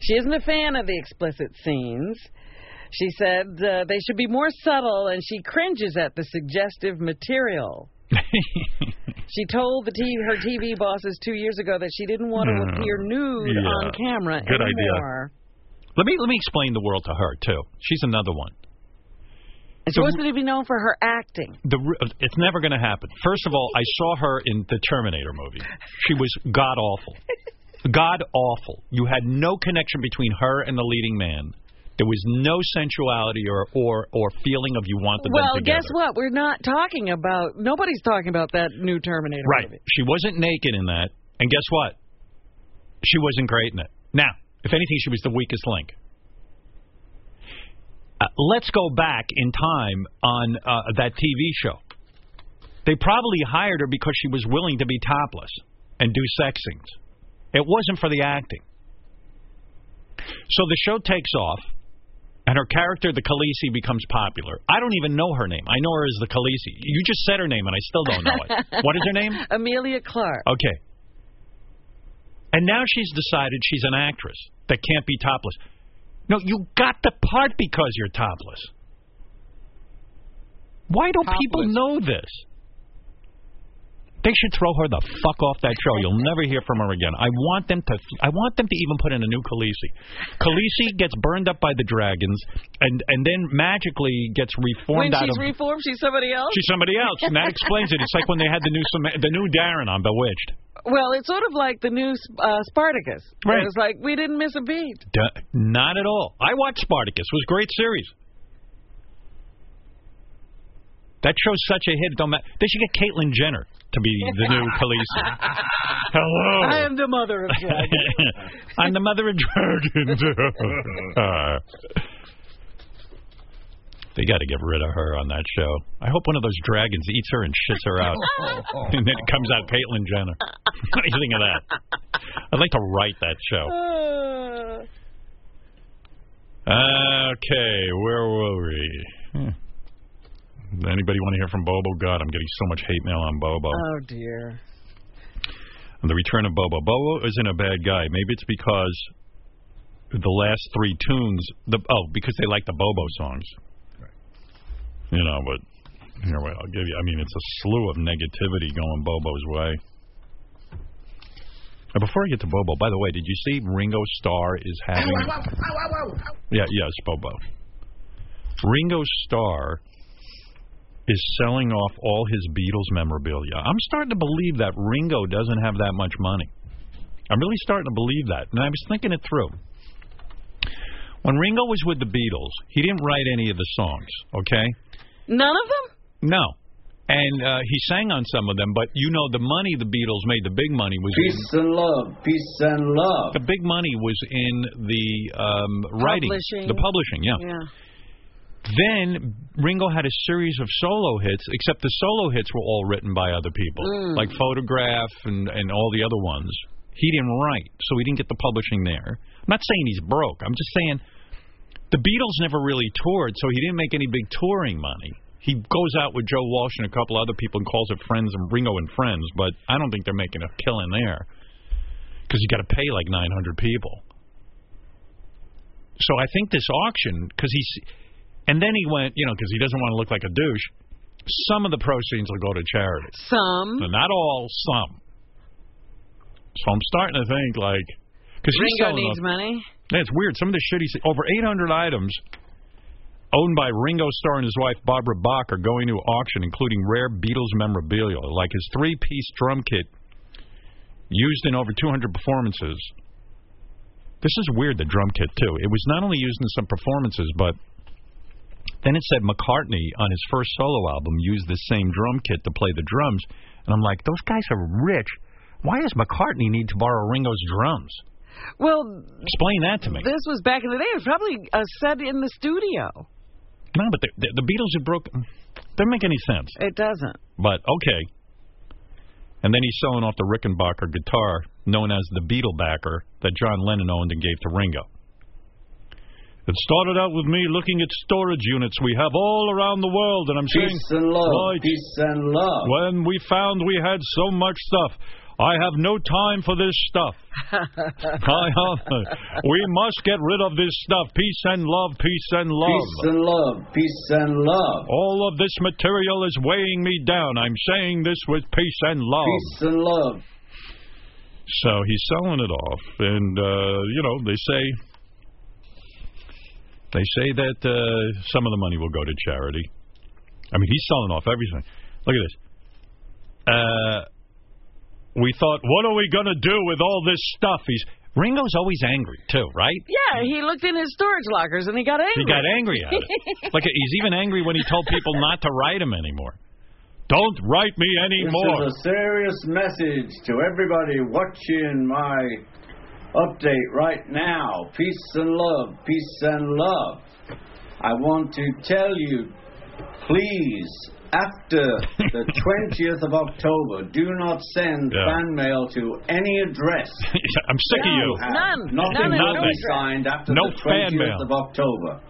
S8: She isn't a fan of the explicit scenes. She said uh, they should be more subtle, and she cringes at the suggestive material. she told the t- her TV bosses two years ago that she didn't want to
S7: Hmm.
S8: appear nude
S7: Yeah.
S8: on camera
S7: Good idea.
S8: anymore.
S7: Let me let me explain the world to her, too. She's another one.
S8: It's
S7: The-
S8: supposed to be known for her acting.
S7: The, r- it's never going to happen. First of all, I saw her in the Terminator movie. She was god awful. God awful. You had no connection between her and the leading man. There was no sensuality or or, or feeling of you wanted
S8: Well,
S7: them together.
S8: guess what? We're not talking about. Nobody's talking about that new Terminator
S7: Right.
S8: movie.
S7: She wasn't naked in that, and guess what? She wasn't great in it. Now, if anything, she was the weakest link. Uh, let's go back in time on uh, that TV show. They probably hired her because she was willing to be topless and do sex scenes. It wasn't for the acting. So the show takes off, and her character, the Khaleesi, becomes popular. I don't even know her name. I know her as the Khaleesi. You just said her name, and I still don't know it. what is her name?
S8: Amelia Clark.
S7: Okay. And now she's decided she's an actress that can't be topless. No, you got the part because you're topless. Why don't people know this? They should throw her the fuck off that show. You'll never hear from her again. I want them to. I want them to even put in a new Khaleesi. Khaleesi gets burned up by the dragons, and and then magically gets reformed
S8: when
S7: out
S8: she's
S7: of.
S8: reformed, she's somebody else.
S7: She's somebody else, and that explains it. It's like when they had the new Sam- the new Darren on Bewitched.
S8: Well, it's sort of like the new uh, Spartacus.
S7: Right.
S8: It was like we didn't miss a beat.
S7: D- not at all. I watched Spartacus. It was a great series. That show's such a hit. it Don't matter. They should get Caitlyn Jenner to be the new Khaleesi. Hello.
S8: I am the mother of dragons.
S7: I'm the mother of dragons. Uh, they got to get rid of her on that show. I hope one of those dragons eats her and shits her out, and then it comes out Caitlyn Jenner. what do you think of that? I'd like to write that
S8: Uh,
S7: show. Okay, where were we? Hmm. Anybody want to hear from Bobo? God, I'm getting so much hate mail on Bobo.
S22: Uh.
S8: oh dear.
S7: And the return of Bobo. Bobo isn't a bad guy. Maybe it's because the last three tunes, the oh, because they like the Bobo songs. You know, but here, well, I'll give you. I mean, it's a slew of negativity going Bobo's way. Now, before I get to Bobo, by the way, did you see Ringo Starr is having? Yeah, yes, Bobo. Ringo Starr is selling off all his Beatles memorabilia. I'm starting to believe that Ringo doesn't have that much money. I'm really starting to believe that. And I was thinking it through. When Ringo was with the Beatles, he didn't write any of the songs, okay?
S8: None of them.
S7: No. And uh, he sang on some of them, but you know the money the Beatles made, the big money was
S23: Peace and love, peace and love.
S7: the big money was in the um, writing,
S23: Publishing.
S7: the publishing, yeah. Then Ringo had a series of solo hits, except the solo hits were all written by other people,
S1: Mm.
S7: like Photograph and, and all the other ones. He didn't write, so he didn't get the publishing there. I'm not saying he's broke. I'm just saying the Beatles never really toured, so he didn't make any big touring money. He goes out with Joe Walsh and a couple other people and calls it Friends and Ringo and Friends, but I don't think they're making a killing there because you got to pay like 900 people. So I think this auction, because he's, and then he went, you know, because he doesn't want to look like a douche. Some of the proceeds will go to charity.
S8: Some.
S7: But not all. Some. So I'm starting to think like, because he's
S8: Ringo
S7: selling
S8: needs
S7: off-
S8: money.
S7: that's weird. Some of the shit he's over 800 items owned by Ringo Starr and his wife Barbara Bach are going to auction, including rare Beatles memorabilia like his three-piece drum kit used in over 200 performances. This is weird. The drum kit too. It was not only used in some performances, but then it said McCartney on his first solo album used the same drum kit to play the drums, and I'm like, those guys are rich. Why does McCartney need to borrow Ringo's drums?
S8: Well,
S7: Explain that to me.
S8: this was back in the day. It was probably uh, set in the studio.
S7: No, but the, the, the Beatles had broke. Doesn't make any sense.
S8: It doesn't.
S7: But okay. And then he's selling off the Rickenbacker guitar, known as the Beetlebacker, that John Lennon owned and gave to Ringo. It started out with me looking at storage units we have all around the world, and I'm saying,
S23: Peace and love,
S7: Right.
S23: peace and love.
S7: When we found we had so much stuff, I have no time for this stuff. I have, we must get rid of this stuff. Peace and love, peace and love.
S23: Peace and love, peace and love.
S7: All of this material is weighing me down. I'm saying this with peace and love.
S23: Peace and love.
S7: So he's selling it off, and uh, you know they say they say that uh, some of the money will go to charity. I mean, he's selling off everything. Look at this. Uh, we thought, what are we gonna do with all this stuff? He's Ringo's always angry too, right?
S8: Yeah, he looked in his storage lockers and he got angry.
S7: He got angry at it. Like he's even angry when he told people not to write him anymore. Don't write me anymore.
S23: This is a serious message to everybody watching my update right now. Peace and love, peace and love. I want to tell you, please, after the 20th of October, do not send
S7: Yeah.
S23: fan mail to any address.
S7: I'm sick of you.
S23: Have
S7: None.
S23: Nothing
S7: None at
S23: will be
S7: all.
S23: signed after
S7: No
S23: the
S7: fan
S23: 20th
S7: mail.
S23: of October.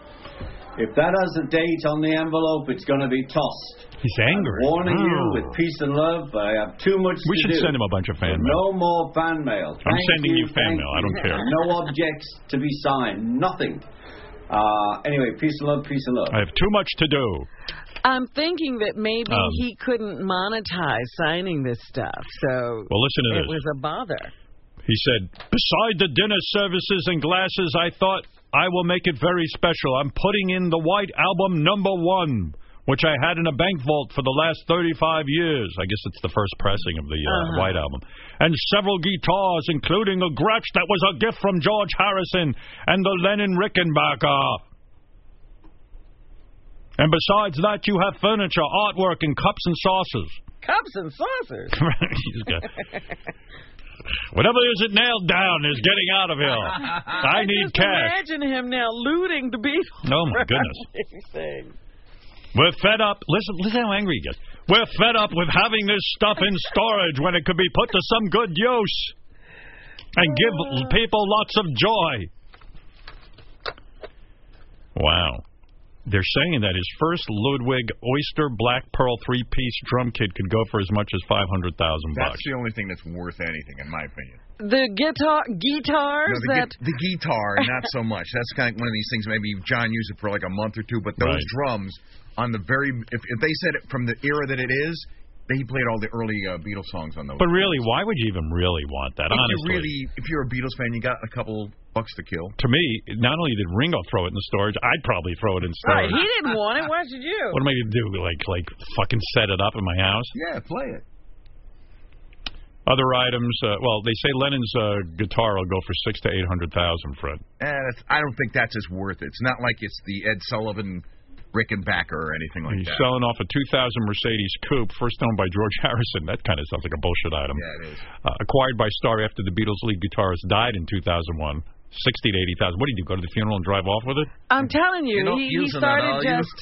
S23: If that has a date on the envelope, it's going to be tossed.
S7: He's angry.
S23: Warning you
S7: Oh.
S23: with peace and love. I have too much
S7: We
S23: to
S7: should
S23: do.
S7: send him a bunch of fan mail.
S23: No more fan mail.
S7: I'm
S23: Thank
S7: sending you fan
S23: thank
S7: mail. I don't
S23: you.
S7: care.
S23: No objects to be signed. Nothing. Uh, anyway, peace and love, peace and love.
S7: I have too much to do.
S8: I'm thinking that maybe
S7: Um,
S8: he couldn't monetize signing this stuff, so
S7: Well, listen to
S8: it
S7: this.
S8: was a bother.
S7: He said, Beside the dinner services and glasses, I thought I will make it very special. I'm putting in the White Album number one, which I had in a bank vault for the last 35 years. I guess it's the first pressing of the uh,
S1: Uh-huh.
S7: White Album. And several guitars, including a Gretsch that was a gift from George Harrison and the Lennon Rickenbacker. And besides that, you have furniture, artwork, and cups and saucers.
S8: Cups and saucers.
S7: He's got- Whatever isn't nailed down is getting out of here. I need
S8: Just
S7: cash.
S8: Imagine him now looting the Beatles.
S7: Oh, my goodness.
S8: Everything.
S7: We're fed up. Listen, listen how angry he gets. We're fed up with having this stuff in storage when it could be put to some good use and give people lots of joy. Wow. They're saying that his first Ludwig Oyster Black Pearl three-piece drum kit could go for as much as 500,000 bucks.
S13: That's the only thing that's worth anything, in my opinion.
S8: The guitar guitars
S13: No, the,
S8: that
S13: gui- the guitar, not so much. That's kind of one of these things. Maybe John used it for like a month or two, but those
S7: Right.
S13: drums on the very if, if they said it from the era that it is, they played all the early uh, Beatles songs on those.
S7: But really, why would you even really want that?
S13: if
S7: honestly,
S13: you really, if you're a Beatles fan, you got a couple bucks to kill.
S7: to me, not only did Ringo throw it in storage, I'd probably throw it in
S8: right,
S7: storage.
S8: he didn't want it. Why should you?
S7: What am I going to do? Like, like fucking set it up in my house?
S13: Yeah, play it.
S7: Other items, uh, well, they say Lennon's uh, guitar will go for six to eight hundred thousand, Fred.
S13: Eh, that's, I don't think that's as worth it. It's not like it's the Ed Sullivan, Rickenbacker, or anything like
S7: He's
S13: that.
S7: selling off a 2000 Mercedes Coupe, first owned by George Harrison. That kind of sounds like a bullshit item.
S13: Yeah, it is.
S7: Uh, acquired by Starr after the Beatles' lead guitarist died in 2001. 60 to 80,000. What do you do? Go to the funeral and drive off with it?
S8: I'm telling
S7: You're not
S8: you, he, he
S7: using that,
S8: started
S7: are you?
S8: just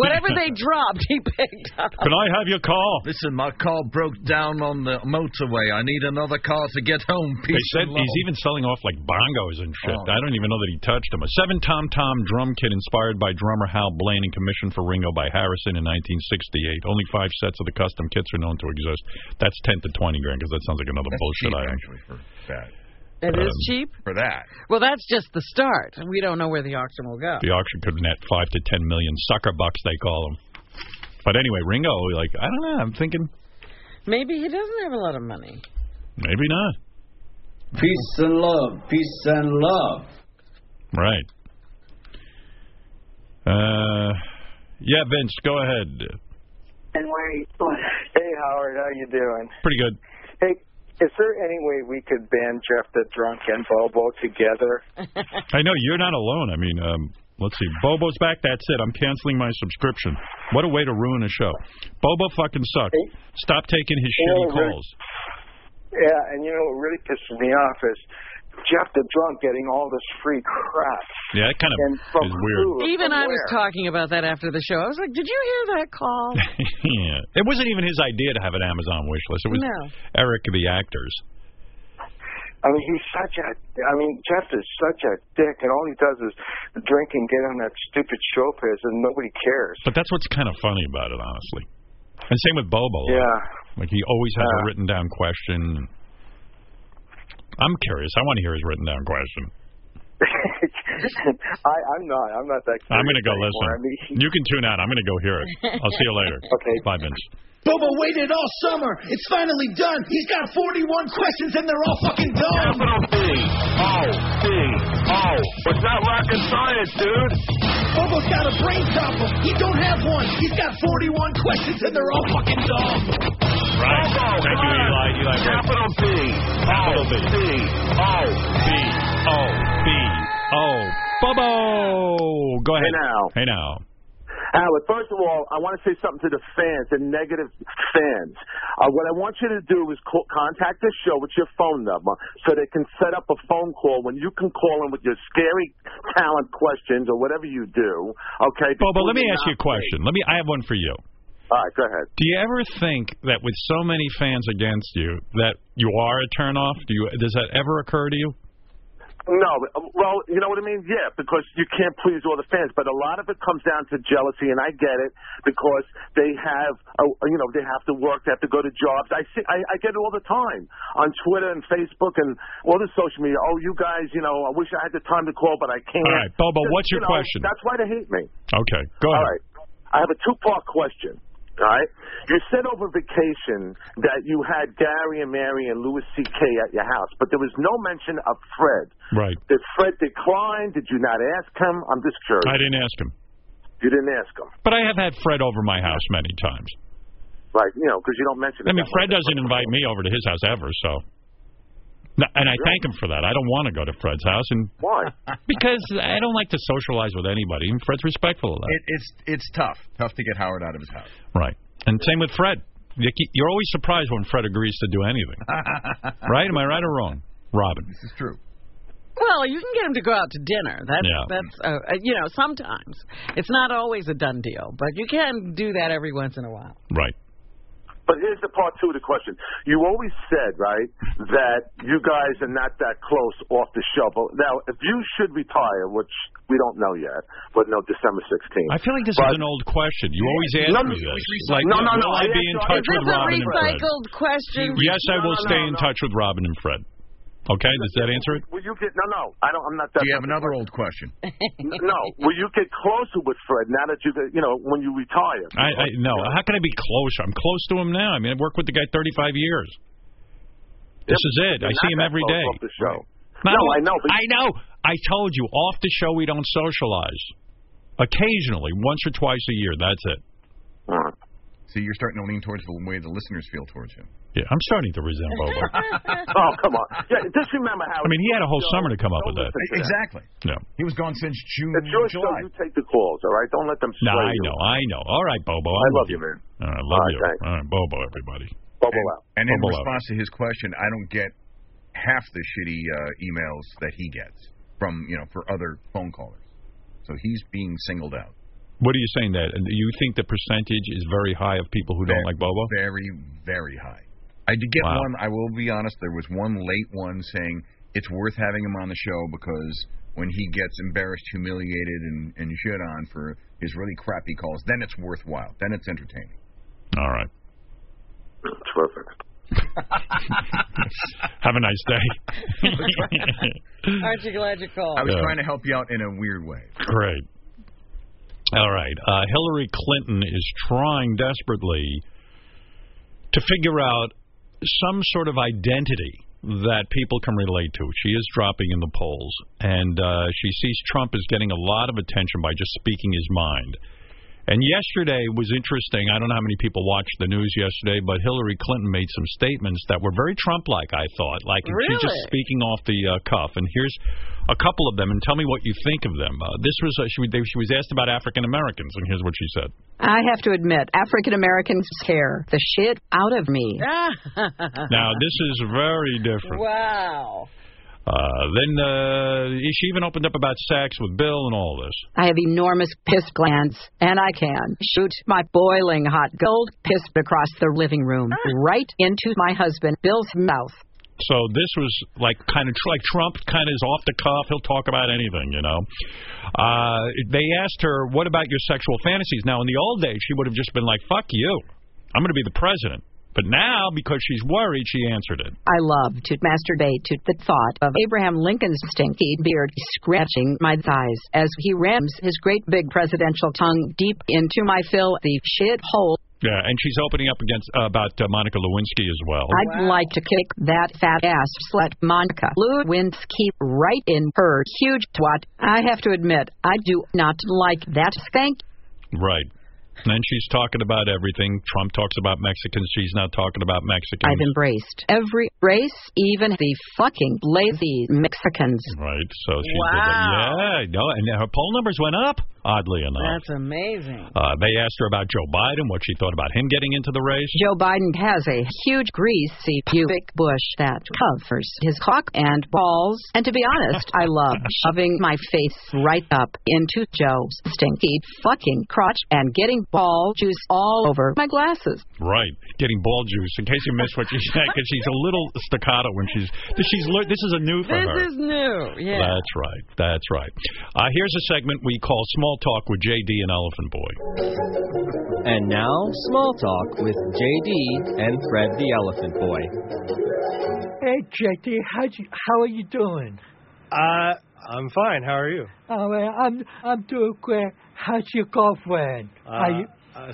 S8: whatever they dropped, he picked up.
S7: Can I have your car?
S1: Listen, my car broke down on the motorway. I need another car to get home. Peace
S7: They said
S1: and
S7: he's
S1: love.
S7: even selling off like bongos and shit.
S13: Oh.
S7: I don't even know that he touched them. A seven tom tom drum kit inspired by drummer Hal Blaine and commissioned for Ringo by Harrison in 1968. Only five sets of the custom kits are known to exist. That's 10 to 20 grand because that sounds like another bullshit item.
S13: Actually, for that.
S8: It is
S7: Um,
S8: cheap.
S13: For that.
S8: Well, that's just the start. We don't know where the auction will go.
S7: The auction could net five to 10 million sucker bucks, they call them. But anyway, Ringo, like, I don't know. I'm thinking
S8: Maybe he doesn't have a lot of money.
S7: maybe not.
S23: Peace and love, peace and love.
S7: Right. Uh, yeah, Vince, go ahead.
S24: And wait. Hey, Howard, how you doing?
S7: Pretty good.
S24: Hey, is there any way we could band Jeff the Drunk and Bobo together?
S7: I know you're not alone. I mean, um, let's see. Bobo's back. That's it. I'm canceling my subscription. What a way to ruin a show. Bobo fucking sucks. Stop taking his shitty
S24: Yeah, right.
S7: calls.
S24: Yeah, and you know what really pisses me off is Jeff the Drunk getting all this free crap.
S7: Yeah, that kind
S24: And
S7: of is weird.
S8: Even I was talking about that after the show. I was like, "Did you hear that call?"
S7: yeah. It wasn't even his idea to have an Amazon wish list. It was
S24: No.
S7: Eric the actors.
S24: I mean, he's such a. I mean, Jeff is such a dick, and all he does is drink and get on that stupid show piss, and nobody cares.
S7: But that's what's kind of funny about it, honestly. And same with Bobo.
S24: Yeah.
S7: Like he always has a written down question. I'm curious. I want to hear his written down question.
S24: I, I'm not. I'm not that.
S7: I'm going to go
S24: curious
S7: listen.
S24: anymore. I mean,
S7: You can tune out. I'm going to go hear it. I'll see you later. Okay. Bye, Vince.
S1: Bobo waited all summer. It's finally done. He's got 41 questions and they're all fucking done. Capital B. Oh, B. Oh. It's not rocket science, dude. Bobo's got a brain problem. He don't have one. He's got 41 questions and they're all fucking dumb.
S7: Right. Thank you, Eli. Eli
S1: Capital B.
S7: Capital B.
S1: B. Oh.
S7: B. O. B. O. Bobo. Go
S31: Hey,
S7: ahead.
S31: now.
S7: Hey now.
S31: Howard, first of all, I want to say something to the fans, the negative fans. Uh, what I want you to do is call, contact the show with your phone number so they can set up a phone call when you can call in with your scary talent questions or whatever you do. Okay?
S7: Bobo,
S31: before
S7: let me
S31: you
S7: ask you a question. Let me. I have one for you.
S31: knock- All right, go ahead.
S7: Do you ever think that with so many fans against you that you are a turnoff? Do you? Does that ever occur to you?
S20: No, um, well, you know what I mean? Yeah, because you can't please all the fans, but a lot of it comes down to jealousy, and I get it because they have, a, you know, they have to work, they have to go to jobs. I see, I, I get it all the time on Twitter and Facebook and all the social media. Oh, you guys, you know, I wish I had the time to call, but I can't.
S7: All right, Bobo, what's
S20: You
S7: your
S20: know,
S7: question?
S20: That's why they hate me.
S7: Okay, go ahead.
S20: All right. I have a two part question. All right. You said over vacation that you had Gary and Mary and Louis C.K. at your house, but there was no mention of Fred.
S7: Right.
S20: Did Fred decline? Did you not ask him? I'm just curious.
S7: I didn't ask him,
S20: You didn't ask him.
S7: but I have had Fred over my house many times.
S20: Like, you know, because you don't mention
S7: I
S20: it.
S7: mean,
S20: that
S7: Fred
S20: much.
S7: doesn't invite me over to his house ever, so. No, And I thank him for that. I don't want to go to Fred's house, and
S20: why?
S7: Because I don't like to socialize with anybody, and Fred's respectful of that.
S13: It, it's it's tough, tough to get Howard out of his house.
S7: Right. And same with Fred. You keep- You're always surprised when Fred agrees to do anything.
S20: Oh,
S7: right? Am I right or wrong, Robin? This
S13: is true.
S8: Well, you can get him to go out to dinner. That's
S7: Yeah.
S8: that's uh, uh, you know sometimes it's not always a done deal, but you can do that every once in a while.
S7: Right.
S20: But here's the part two of the question. You always said, right, that you guys are not that close off the shovel. Now, if you should retire, which we don't know yet, but no, December 16th.
S7: I feel like this is
S20: But-
S7: an old question. You always ask
S20: No, no,
S7: me
S20: we-
S7: this.
S20: we-
S7: Like,
S20: no, no, no,
S7: will I
S20: I
S7: be
S20: asked
S7: in
S20: you-
S7: touch
S8: Is
S7: with
S8: this a
S7: Robin and Fred?
S8: recycled question?
S7: Yes, I will
S20: No, no,
S7: stay
S20: no,
S7: in
S20: no.
S7: touch with Robin and Fred. Okay, does that answer it?
S20: Will you get no, no? I don't. I'm not that.
S13: Do you have another old question?
S20: no. Will you get closer with Fred now that you, you know, when you retire?
S7: I, I no. How can I be closer? I'm close to him now. I mean, I've worked with the guy 35 years. This is it. I see him every day.
S20: Off the show.
S7: No,
S20: No, I know, but-
S7: I know. I told you off the show we don't socialize. Occasionally, once or twice a year. That's it.
S13: So you're starting to lean towards the way the listeners feel towards him.
S7: Yeah, I'm starting to resent Bobo.
S20: oh come on! Yeah, just remember how.
S7: I mean, he had a whole summer to come up with that.
S13: Exactly.
S7: No.
S13: He was gone since June.
S20: It's your show.
S13: July.
S20: You take the calls, all right? Don't let them.
S7: No, I
S20: sway you.
S7: know, I know. All right, Bobo.
S20: I love you, man.
S7: All right, I love you. All right, Bobo, everybody.
S20: Bubble
S13: out. And in
S7: Bubble out.
S13: response to his question, I don't get half the shitty uh, emails that he gets from you know for other phone callers. So he's being singled out.
S7: What are you saying that you think the percentage is very high of people who don't like Bobo?
S13: Very, very high. I did get
S7: Wow.
S13: one. I will be honest. There was one late one saying it's worth having him on the show because when he gets embarrassed, humiliated, and, and shit on for his really crappy calls, then it's worthwhile. Then it's entertaining.
S7: All right.
S20: Perfect.
S7: Have a nice day.
S8: Aren't you glad you called?
S13: I was
S7: Yeah.
S13: trying to help you out in a weird way.
S7: Great. All right. Uh, Hillary Clinton is trying desperately to figure out some sort of identity that people can relate to. She is dropping in the polls, and uh, she sees Trump is getting a lot of attention by just speaking his mind. And yesterday was interesting. I don't know how many people watched the news yesterday, but Hillary Clinton made some statements that were very Trump-like. I thought, like she's just
S22: Really?
S7: speaking off the uh, cuff. And here's a couple of them, and tell me what you think of them. Uh, this was uh, she, they, she was asked about African Americans, and here's what she said.
S9: I have to admit, African Americans scare the shit out of me.
S7: Now this is very different.
S8: wow.
S7: Uh, then uh, she even opened up about sex with Bill and all this.
S9: I have enormous piss glands, and I can shoot my boiling hot gold piss across the living room, right into my husband Bill's mouth.
S7: So this was like kind of like Trump kind of is off the cuff. He'll talk about anything, you know. Uh, they asked her, "What about your sexual fantasies?" Now, in the old days, she would have just been like, "Fuck you, I'm going to be the president." But now, because she's worried, she answered it.
S9: I love to masturbate to the thought of Abraham Lincoln's stinky beard scratching my thighs as he rams his great big presidential tongue deep into my filthy shit hole.
S7: Yeah, and she's opening up against about uh, Monica Lewinsky as well.
S9: I'd like to kick that fat ass slut Monica Lewinsky right in her huge twat. I have to admit, I do not like that skank.
S7: Right. And then she's talking about everything. Trump talks about Mexicans. She's not talking about Mexicans.
S9: I've embraced every race, even the fucking lazy Mexicans.
S7: Right. So she did that. Yeah. No, and her poll numbers went up. Oddly enough,
S8: That's amazing.
S7: uh, they asked her about Joe Biden, what she thought about him getting into the race.
S9: Joe Biden has a huge greasy pubic bush that covers his cock and balls. And to be honest, I love shoving my face right up into Joe's stinky fucking crotch and getting ball juice all over my glasses.
S7: Right, getting ball juice. In case you missed what she said, because she's a little staccato when she's she's lear- this is a new for her.
S8: This is new. Yeah.
S7: That's right. That's right. Uh, here's a segment we call Small Talk with JD and Elephant Boy.
S4: And now, Small Talk with JD and Fred the Elephant Boy.
S22: Hey, JD, how you, how are you doing?
S4: Uh, I'm fine. How are you?
S22: Oh, well, I'm I'm doing great. How's your girlfriend?
S4: Uh,
S22: are you,
S4: I,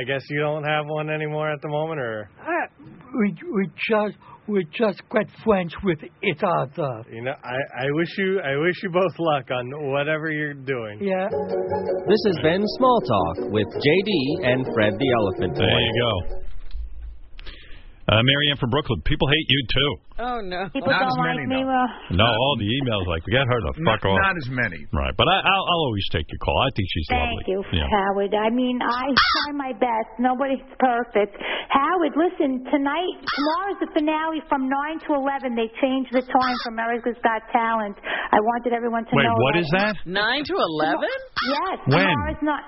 S4: I guess you don't have one anymore at the moment, or
S22: uh, we we just we just got friends with each other.
S4: you know, I, I wish you I wish you both luck on whatever you're doing.
S22: Yeah.
S4: This has been Small Talk with JD and Fred the Elephant
S7: There you go. Uh, Marianne from Brooklyn. People hate you too.
S8: Oh no.
S22: People
S7: Not don't as many, like me, No, all the emails like we got her the fuck
S13: Not-
S7: off.
S13: not as many.
S7: Right, but I, I'll, I'll always take your call. I think she's
S10: Thank you,
S7: lovely. Yeah.
S10: Howard. I mean, I try my best. Nobody's perfect. Howard, listen, tonight, tomorrow's the finale from 9 to 11. They changed the time for America's Got Talent. I wanted everyone to
S7: Wait,
S10: know.
S7: what is that?
S8: Nine to eleven?
S10: Yes.
S7: When?
S10: Tomorrow's not.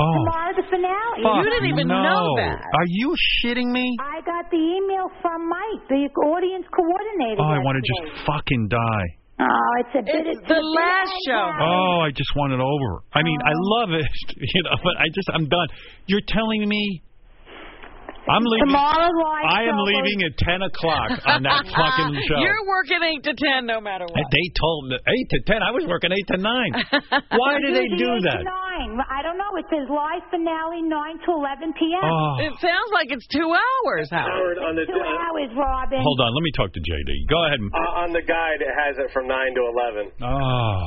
S7: Oh.
S10: Tomorrow's the finale.
S7: Fuck, no. Are you shitting me?
S10: I got the email from Mike, the audience coordinator.
S7: Oh, I want to
S10: yesterday.
S7: just fucking die.
S10: Oh, it's a bit. It's, the last show.
S7: Oh, I just want it over. I mean, I love it, you know, but I just I'm done. You're telling me I'm leaving.
S10: Tomorrow live
S7: I am
S10: show
S7: leaving at ten o'clock on that fucking show.
S8: You're working eight to ten, no matter what.
S7: they told me eight to ten. I was working eight to nine. Why do they do
S10: Usually
S7: that?
S10: eight to Nine. I don't know. It says live finale nine to eleven p.m.
S7: Oh.
S8: It sounds like it's two hours, Howard.
S10: on the two hours, Robin.
S7: Hold on, let me talk to JD. Go ahead. and-
S22: Uh,
S33: I'm uh, the guy that has it from 9 to 11.
S7: Oh.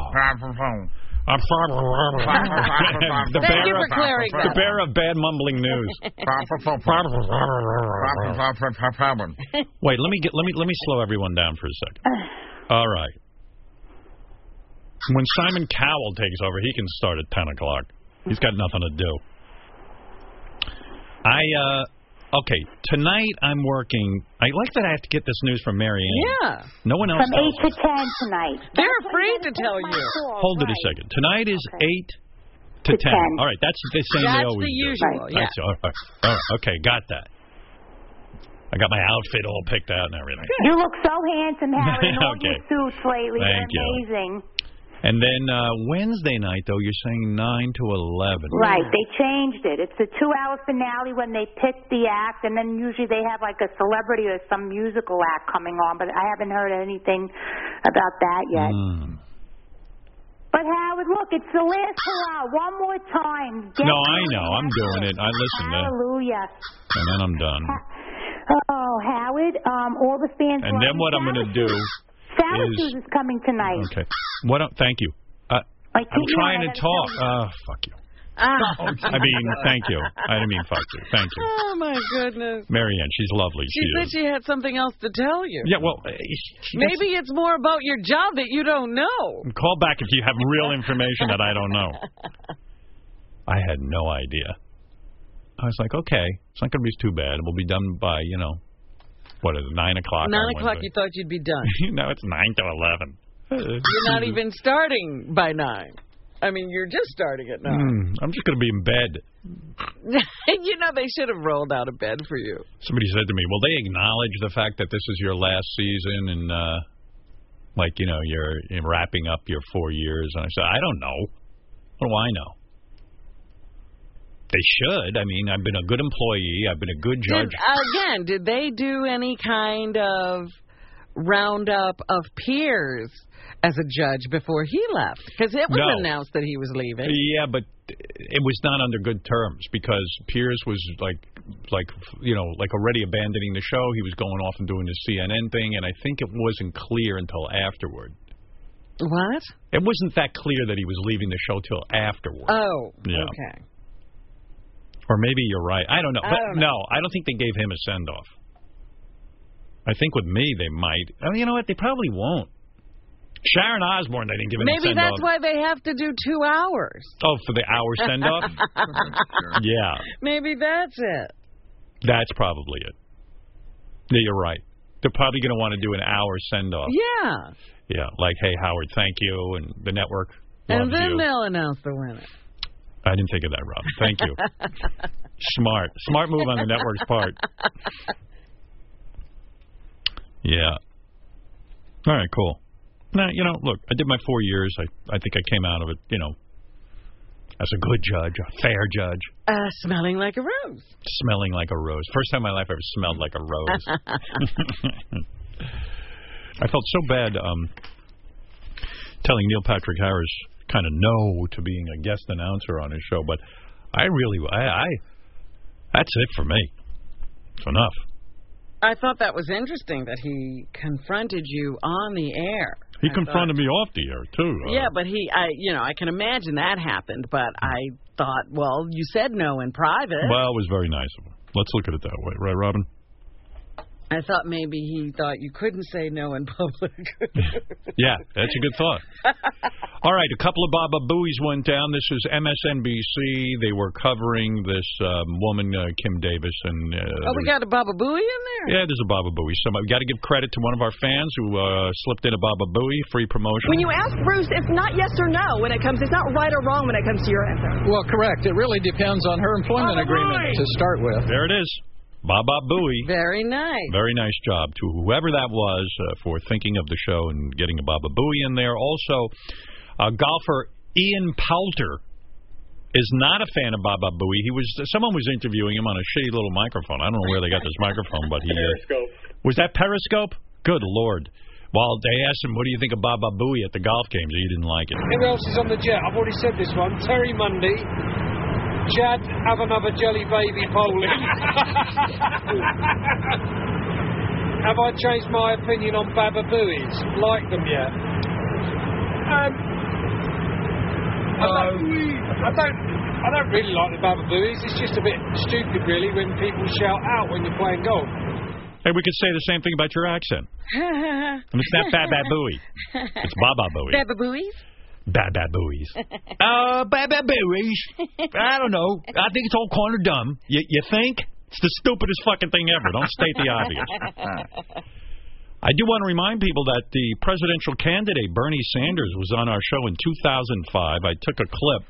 S7: I'm sorry. the
S33: Thank you
S7: bearer-
S33: for clearing
S7: the
S33: that.
S7: bearer of bad mumbling news. Wait, let me get let me let me slow everyone down for a second. All right. When Simon Cowell takes over, he can start at ten o'clock. He's got nothing to do. I uh okay, tonight I'm working I like that I have to get this news from Marianne.
S10: Yeah.
S7: No one else
S10: From
S7: tells
S10: eight to ten tonight.
S8: They're afraid to tell you.
S7: Hold it a second. Tonight is eight to, ten. All right, that's the same they
S8: That's
S7: always
S8: the
S7: do.
S8: usual, yeah.
S7: That's- all right, all right, okay, got that. I got my outfit all picked out and everything.
S10: You look so handsome, Howard. In all
S7: Okay.
S10: your suits lately.
S7: Thank
S10: You're
S7: you.
S10: amazing.
S7: And then uh, Wednesday night, though, you're saying nine to eleven.
S10: Right. They changed it. It's a two-hour finale when they pick the act, and then usually they have like a celebrity or some musical act coming on. But I haven't heard anything about that yet.
S7: Mm.
S10: But Howard, look, it's the last hurrah. One more time. Get
S7: No, I know. I'm doing it. I listen to,
S10: Hallelujah.
S7: and then I'm done.
S10: Oh, Howard, um, all the fans.
S7: And then what I'm going to do?
S10: Syracuse is coming tonight.
S7: Okay. What? I'm- Thank you. Uh,
S10: Like,
S7: I'm
S10: you know,
S7: trying
S10: I
S7: to
S10: gotta
S7: talk.
S10: tell
S7: Uh, fuck you.
S10: Ah.
S7: Oh, I mean, thank you. I didn't mean fuck you. Thank you,
S8: Oh my goodness.
S7: Marianne. She's lovely.
S8: She
S7: She,
S8: said
S7: is.
S8: she had something else to tell you.
S7: Yeah. Well, uh, she-
S8: Maybe it's more about your job that you don't know.
S7: call back if you have real information that I don't know. I had no idea. I was like, okay, it's not going to be too bad. We'll be done by you know, what is it, nine o'clock? on
S8: Nine o'clock,
S7: Wednesday.
S8: you thought you'd be done.
S7: no, it's nine to eleven.
S8: You're not even starting by nine. I mean, you're just starting at nine.
S7: Mm, I'm just going to be in bed.
S8: you know, they should have rolled out of bed for you.
S7: Somebody said to me, "Will they acknowledge the fact that this is your last season and uh, like you know you're, you're wrapping up your four years?" And I said, "I don't know. What do I know?" They should. I mean, I've been a good employee. I've been a good
S8: Did, uh,
S7: judge.
S8: again, did they do any kind of roundup of peers as a judge before he left? Because it was
S7: No.
S8: announced that he was leaving.
S7: Yeah, but it was not under good terms because Pierce was like, like you know, like already abandoning the show. He was going off and doing his CNN thing, and I think it wasn't clear until afterward.
S8: What?
S7: It wasn't that clear that he was leaving the show till afterward,
S8: Oh,
S7: Yeah.
S8: okay.
S7: or maybe you're right. I don't know.
S8: I
S7: But
S8: don't
S7: no, I don't think they gave him a send off. I think with me they might. Oh, you know what? They probably won't. Sharon Osbourne, they didn't give any
S8: Maybe that's why they have to do two hours.
S7: Oh, for the hour send off? yeah,
S8: Maybe that's it.
S7: that's probably it. Yeah, you're right. They're probably going to want to do an hour send off.
S8: Yeah.
S7: Yeah, like, hey, Howard, thank you, and the network.
S8: And
S7: loves
S8: then
S7: you.
S8: they'll announce the winner.
S7: I didn't think of that, Rob. Thank you. Smart. Smart move on the network's part. Yeah. All right, cool. Now, you know, look, I did my four years. I, I think I came out of it, you know, as a good judge, a fair judge,
S8: Uh, smelling like a rose.
S7: smelling like a rose. First time in my life I ever smelled like a rose. I felt so bad um, telling Neil Patrick Harris kind of no to being a guest announcer on his show, but I really, I, I that's it for me. It's enough.
S8: I thought that was interesting that he confronted you on the air.
S7: He
S8: I
S7: confronted me off the air too.
S8: thought- yeah, but he, I, you know, I can imagine that happened. But I thought, well, you said no in private.
S7: Well, it was very nice of him. Let's look at it that way, right, Robin?
S8: I thought maybe he thought you couldn't say no in public.
S7: Yeah, that's a good thought. All right, a couple of Baba Booey's went down. This is MSNBC. They were covering this um, woman, uh, Kim Davis, and uh,
S8: oh, we got a Baba Booey in there.
S7: yeah, there's a Baba Booey. So we got to give credit to one of our fans who uh, slipped in a Baba Booey free promotion.
S11: When you ask Bruce, it's not yes or no when it comes. It's not right or wrong when it comes to your answer.
S12: Well, correct. It really depends on her employment agreement to start with.
S7: there it is, Baba Booey.
S8: Very nice.
S7: Very nice job to whoever that was uh, for thinking of the show and getting a Baba Booey in there. Also, uh, golfer Ian Poulter is not a fan of Baba Booey. He was someone was interviewing him on a shitty little microphone. I don't know where they got this microphone, but he uh, was that Periscope. Good lord! While they asked him, "What do you think of Baba Booey at the golf games?" He didn't like it.
S32: Who else is on the jet? I've already said this one. Terry Mundy. Chad, have another jelly baby polling. have I changed my opinion on Baba Booey's? Like them yet? Um, I, don't, I don't. I don't really like the Baba Booey's. It's just a bit stupid, really, when people shout out when you're playing golf.
S7: Hey, we could say the same thing about your accent. And it's not Baba Booey. It's Baba Booey.
S8: Baba Booey's.
S7: Baba Booey's. Uh, Baba Booey's. I don't know. I think it's all corner dumb. You, you think? It's the stupidest fucking thing ever. Don't state the obvious. I do want to remind people that the presidential candidate, Bernie Sanders, was on our show in 2005. I took a clip.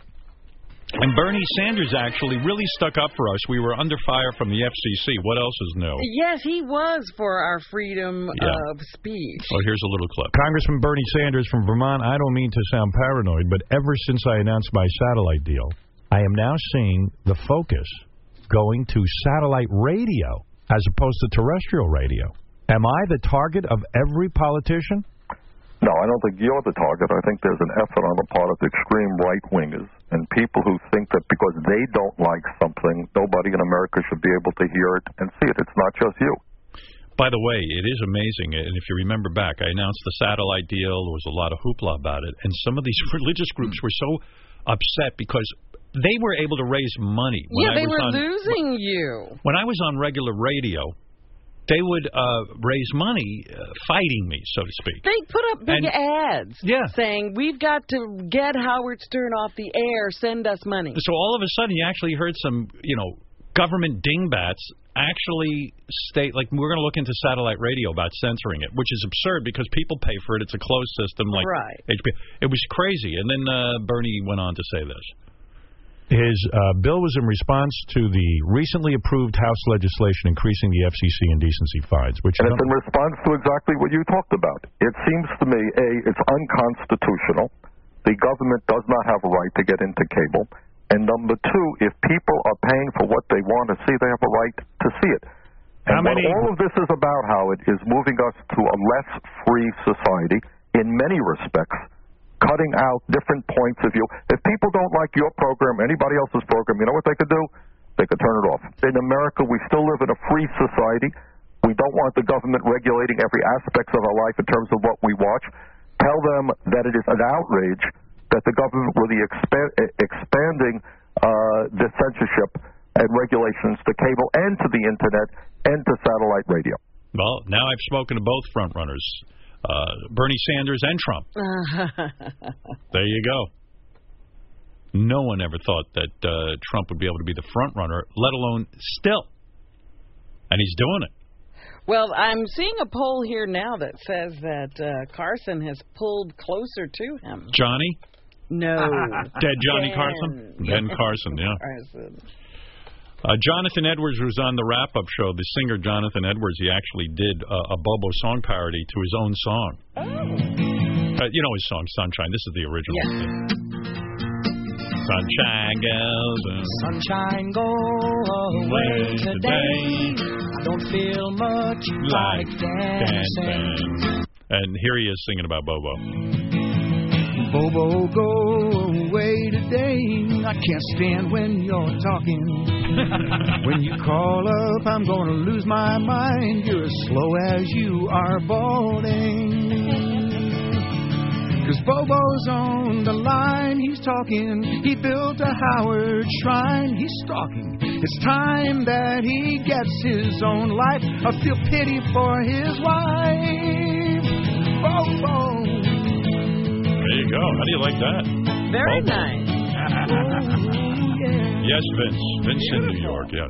S7: And Bernie Sanders actually really stuck up for us. We were under fire from the FCC. What else is new?
S8: Yes, he was for our freedom
S7: Yeah.
S8: of speech.
S7: Oh, here's a little clip.
S4: Congressman Bernie Sanders from Vermont, I don't mean to sound paranoid, but ever since I announced my satellite deal, I am now seeing the focus going to satellite radio as opposed to terrestrial radio. Am I the target of every politician?
S21: No, I don't think you're the target. I think there's an effort on the part of the extreme right wingers and people who think that because they don't like something, nobody in America should be able to hear it and see it. It's not just you.
S7: By the way, it is amazing, and if you remember back, I announced the satellite deal. There was a lot of hoopla about it, and some of these religious groups were so upset because they were able to raise money. When
S8: yeah,
S7: I
S8: they
S7: was
S8: were
S7: on,
S8: losing you.
S7: When I was on regular radio, they would uh, raise money uh, fighting me, so to speak.
S8: They put up big
S7: And-
S8: ads saying, We've got to get Howard Stern off the air. Send us money.
S7: So all of a sudden, you actually heard some, you know, government dingbats actually state like we're going to look into satellite radio about censoring it, which is absurd because people pay for it. It's a closed system, like
S8: Right.
S7: HBO. It was crazy, and then uh, Bernie went on to say this.
S4: His uh, bill was in response to the recently approved House legislation increasing the FCC indecency fines, which
S21: And it's in response to exactly what you talked about. It seems to me, A, it's unconstitutional. The government does not have a right to get into cable. And number two, if people are paying for what they want to see, they have a right to see it. And
S4: How many-
S21: what all of this is about, Howard, is moving us to a less free society in many respects, cutting out different points of view. If people don't like your program, anybody else's program, you know what they could do? They could turn it off. In America, we still live in a free society. We don't want the government regulating every aspect of our life in terms of what we watch. Tell them that it is an outrage that the government will be expa- eh, expanding uh, the censorship and regulations to cable and to the internet and to satellite radio.
S7: Well, now I've spoken to both front runners. uh, Bernie Sanders and Trump. There you go. No one ever thought that uh, Trump would be able to be the front runner, let alone still. And he's doing it.
S8: Well, I'm seeing a poll here now that says that uh, Carson has pulled closer to him.
S7: Johnny,
S8: No.
S7: dead Johnny
S8: Ben.
S7: Carson, Ben Carson, yeah.
S8: Carson.
S7: Uh, Jonathan Edwards was on the wrap up show. The singer Jonathan Edwards, he actually did uh, a Bobo song parody to his own song. Uh, you know his song Sunshine. This is the original. Sunshine goes. and-
S22: Sunshine, Oh, go away today. I don't feel much like dancing.
S7: And here he is singing about Bobo.
S22: Bobo, go away today. I can't stand when you're talking. when you call up, I'm gonna lose my mind. You're as slow as you are balding. Cause Bobo's on the line, he's talking. He built a Howard shrine, he's stalking. It's time that he gets his own life. I feel pity for his wife. Bobo.
S7: There you go. How do you like that?
S22: Very
S7: Bobo.
S22: nice.
S7: Yes, Vince. Vince in New York, yes.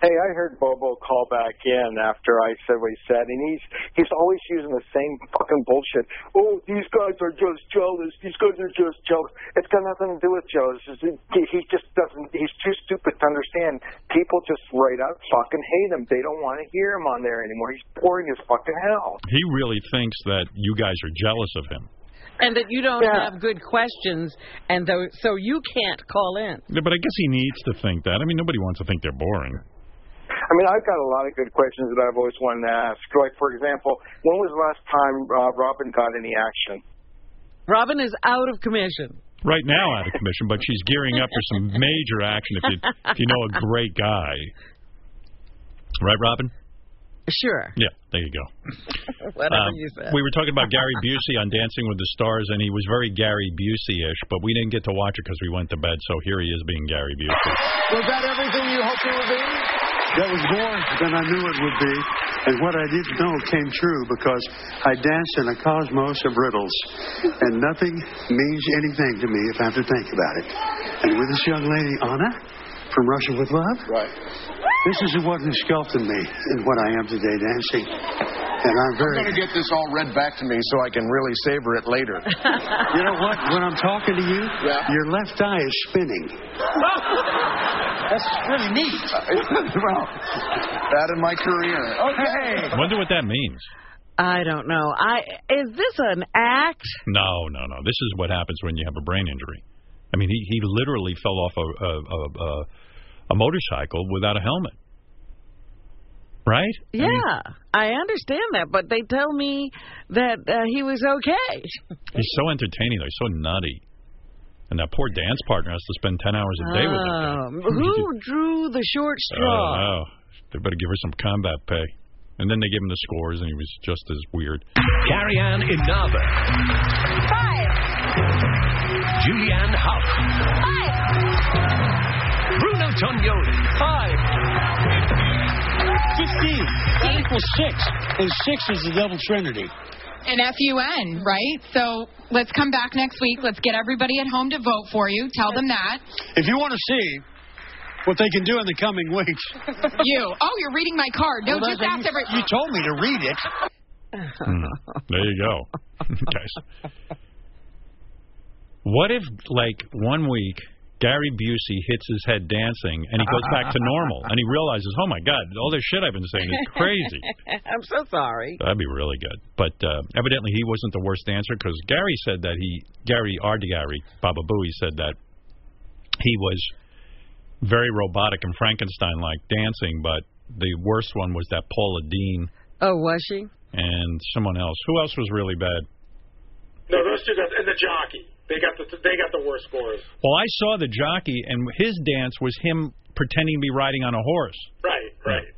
S20: Hey, I heard Bobo call back in after I said what he said, and he's he's always using the same fucking bullshit. Oh, these guys are just jealous. These guys are just jealous. It's got nothing to do with jealous. It's- He he just doesn't. He's too stupid to understand. People just right out fucking hate him. They don't want to hear him on there anymore. He's boring as fucking hell.
S7: He really thinks that you guys are jealous of him.
S8: And that you don't have good questions, and though, so you can't call in.
S7: Yeah, but I guess he needs to think that. I mean, nobody wants to think they're boring.
S20: I mean, I've got a lot of good questions that I've always wanted to ask. Like, for example, when was the last time uh, Robin got any action?
S8: Robin is out of commission.
S7: Right now, out of commission, but she's gearing up for some major action. If you if you know a great guy, right, Robin?
S8: Sure.
S7: Yeah, there you go.
S8: Whatever
S7: Um,
S8: you said.
S7: We were talking about Gary Busey on Dancing with the Stars, and he was very Gary Busey-ish, but we didn't get to watch it because we went to bed. So here he is being Gary Busey.
S34: Was that everything you hoped it would be?
S35: That was more than I knew it would be. And what I didn't know came true because I dance in a cosmos of riddles. And nothing means anything to me if I have to think about it. And with this young lady, Anna, from Russia with Love, right. this is what has sculpted me and what I am today dancing. And I'm very.
S11: I'm going to get this all read back to me so I can really savor it later.
S35: You know what? When I'm talking to you, your left eye is spinning.
S11: That's really neat. well, that in my career. Okay.
S7: I wonder what that means.
S8: I don't know. I is this an act?
S7: No, no, no. This is what happens when you have a brain injury. I mean, he he literally fell off a a a, a, a motorcycle without a helmet. Right?
S8: Yeah, I understand that, but they tell me that uh, he was okay.
S7: He's so entertaining, though. He's so nutty. And that poor dance partner has to spend 10 hours a day with him.
S8: Um, who drew the short straw?
S7: Oh, they better give her some combat pay. And then they give him the scores, and he was just as weird.
S1: Carrie-Ann Inaba. Five. Julianne Hough. Five. Bruno Tognoli. Five. Fifteen. That equals six. And six is the double trinity.
S10: And FUN, right? So let's come back next week. Let's get everybody at home to vote for you. Tell them that.
S1: If you want to see what they can do in the coming weeks.
S10: You. Oh, you're reading my card. No,
S1: Well,
S10: just
S1: that's-
S10: ask every.
S1: You told me to read it.
S7: Mm. There you go, guys. What if, like, one week Gary Busey hits his head dancing, and he goes back to normal, and he realizes, oh my God, all this shit I've been saying is crazy.
S8: I'm so sorry.
S7: That'd be really good. But uh, evidently, he wasn't the worst dancer because Gary said that he, Gary Ardigary, Baba Booey, said that he was very robotic and Frankenstein like dancing, but the worst one was that Paula Dean
S8: Oh, was she?
S7: and someone else. Who else was really bad?
S17: No, those two guys and the jockey. They got the they got the worst scores.
S7: Well, I saw the jockey, and his dance was him pretending to be riding on a horse,
S17: Right, right.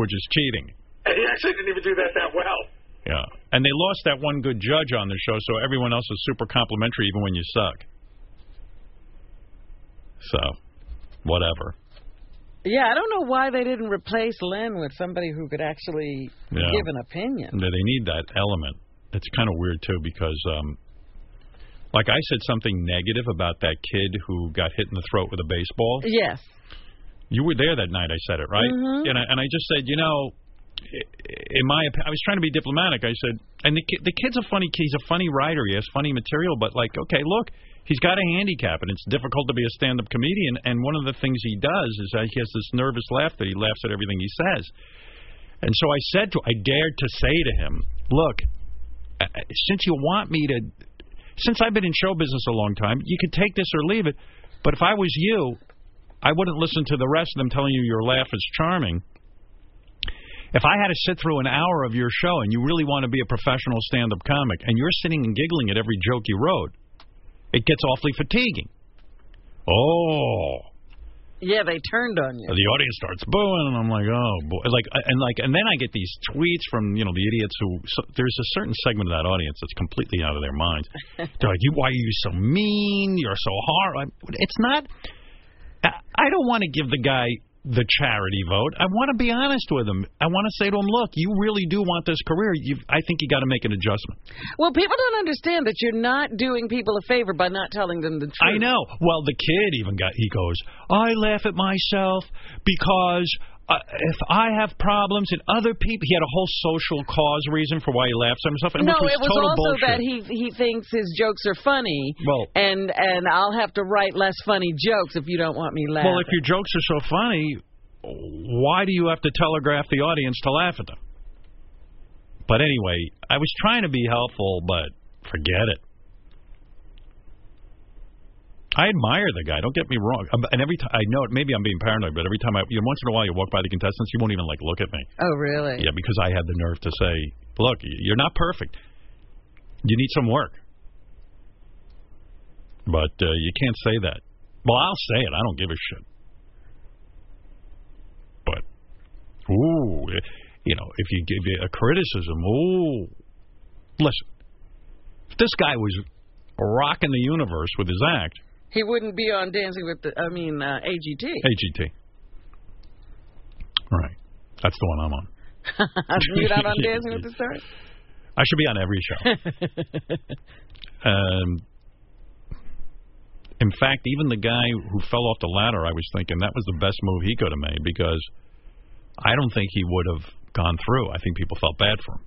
S7: which is cheating.
S17: And he actually didn't even do that that well.
S7: Yeah. And they lost that one good judge on the show, so everyone else is super complimentary even when you suck. So, whatever.
S8: Yeah, I don't know why they didn't replace Lynn with somebody who could actually
S7: Yeah.
S8: give an opinion.
S7: Yeah, they need that element. It's kind of weird too because, um, like I said something negative about that kid who got hit in the throat with a baseball.
S8: Yes.
S7: You were there that night. I said it right,
S1: Mhm.
S7: and I and I just said, you know, i- in my opi- I was trying to be diplomatic. I said, and the kid, the kid's a funny kid. He's a funny writer. He has funny material, but like, okay, look, he's got a handicap, and it's difficult to be a stand-up comedian. And one of the things he does is that he has this nervous laugh that he laughs at everything he says. And so I said to, I dared to say to him, look, I- I- since you want me to, since I've been in show business a long time, you could take this or leave it. But if I was you, I wouldn't listen to the rest of them telling you your laugh is charming. If I had to sit through an hour of your show and you really want to be a professional stand up comic and you're sitting and giggling at every joke you wrote, it gets awfully fatiguing. Oh,
S8: Yeah, they turned on you.
S7: the audience starts booing, and I'm like, oh boy, like, and like, and then I get these tweets from you know the idiots who. So, there's a certain segment of that audience that's completely out of their minds. They're like, you, why are you so mean? You're so hard. I- It's not. I I don't want to give the guy the charity vote. I want to be honest with him. I want to say to him, look, you really do want this career. You, I think you got to make an adjustment.
S8: Well, people don't understand that you're not doing people a favor by not telling them the truth.
S7: I know. Well, the kid even got. He goes, I laugh at myself because uh, if I have problems and other people, he had a whole social cause reason for why he laughs at himself, and
S8: no,
S7: which was
S8: it was
S7: total
S8: also
S7: bullshit.
S8: that he he thinks his jokes are funny,
S7: Well-
S8: and and I'll have to write less funny jokes if you don't want me laughing.
S7: well, if your jokes are so funny, why do you have to telegraph the audience to laugh at them? But anyway, I was trying to be helpful, but forget it. I admire the guy. Don't get me wrong. Um, And every time I know it, maybe I'm being paranoid, but every time I, you know, once in a while, you walk by the contestants, you won't even like look at me.
S8: oh, really?
S7: Yeah, because I had the nerve to say, "Look, y- you're not perfect. You need some work." But uh, you can't say that. Well, I'll say it. I don't give a shit. But ooh, eh, you know, if you give it a criticism, ooh, listen. If this guy was rocking the universe with his act,
S8: He wouldn't be on Dancing with the, I mean, uh, AGT.
S7: AGT. All right, that's the one I'm on.
S8: you're not on Dancing with the Stars.
S7: I should be on every show. um, in fact, even the guy who fell off the ladder, I was thinking that was the best move he could have made because I don't think he would have gone through. I think people felt bad for him.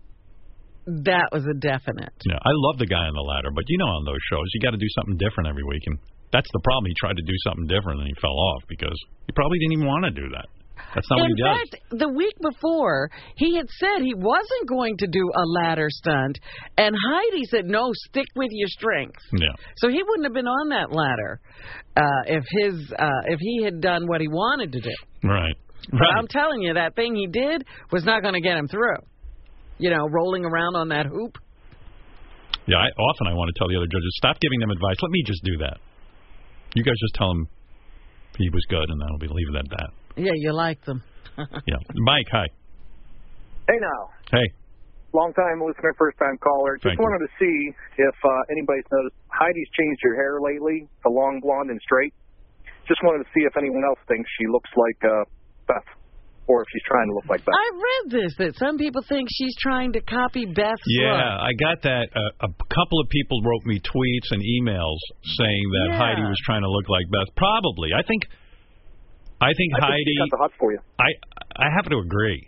S8: That was a definite.
S7: You know, I love the guy on the ladder, but you know, on those shows, you got to do something different every week, and that's the problem. He tried to do something different and he fell off because he probably didn't even want to do that. That's not what
S8: In
S7: he does.
S8: fact, the week before, he had said he wasn't going to do a ladder stunt, and Heidi said, "No, stick with your strength."
S7: Yeah.
S8: So he wouldn't have been on that ladder uh, if his uh, if he had done what he wanted to do.
S7: Right.
S8: But I'm telling you, that thing he did was not going to get him through. You know, rolling around on that hoop.
S7: Yeah, I, often I want to tell the other judges, stop giving them advice. Let me just do that. You guys just tell him he was good, and that'll be leave it at that.
S8: Yeah, you like them.
S7: Yeah, Mike, hi.
S23: Hey now,
S7: Hey,
S23: long time listener, first time caller. Just
S7: Thank you.
S23: wanted to see if uh, anybody's noticed Heidi's changed her hair lately to long blonde and straight. Just wanted to see if anyone else thinks she looks like uh, Beth, or if she's trying to look like Beth.
S8: I read this that some people think she's trying to copy Beth's look.
S7: Yeah, I got that. Uh, a couple of people wrote me tweets and emails saying that
S8: Yeah.
S7: Heidi was trying to look like Beth. Probably, I think. I think
S23: I think
S7: Heidi.
S23: she got the hots for you.
S7: I I happen to agree.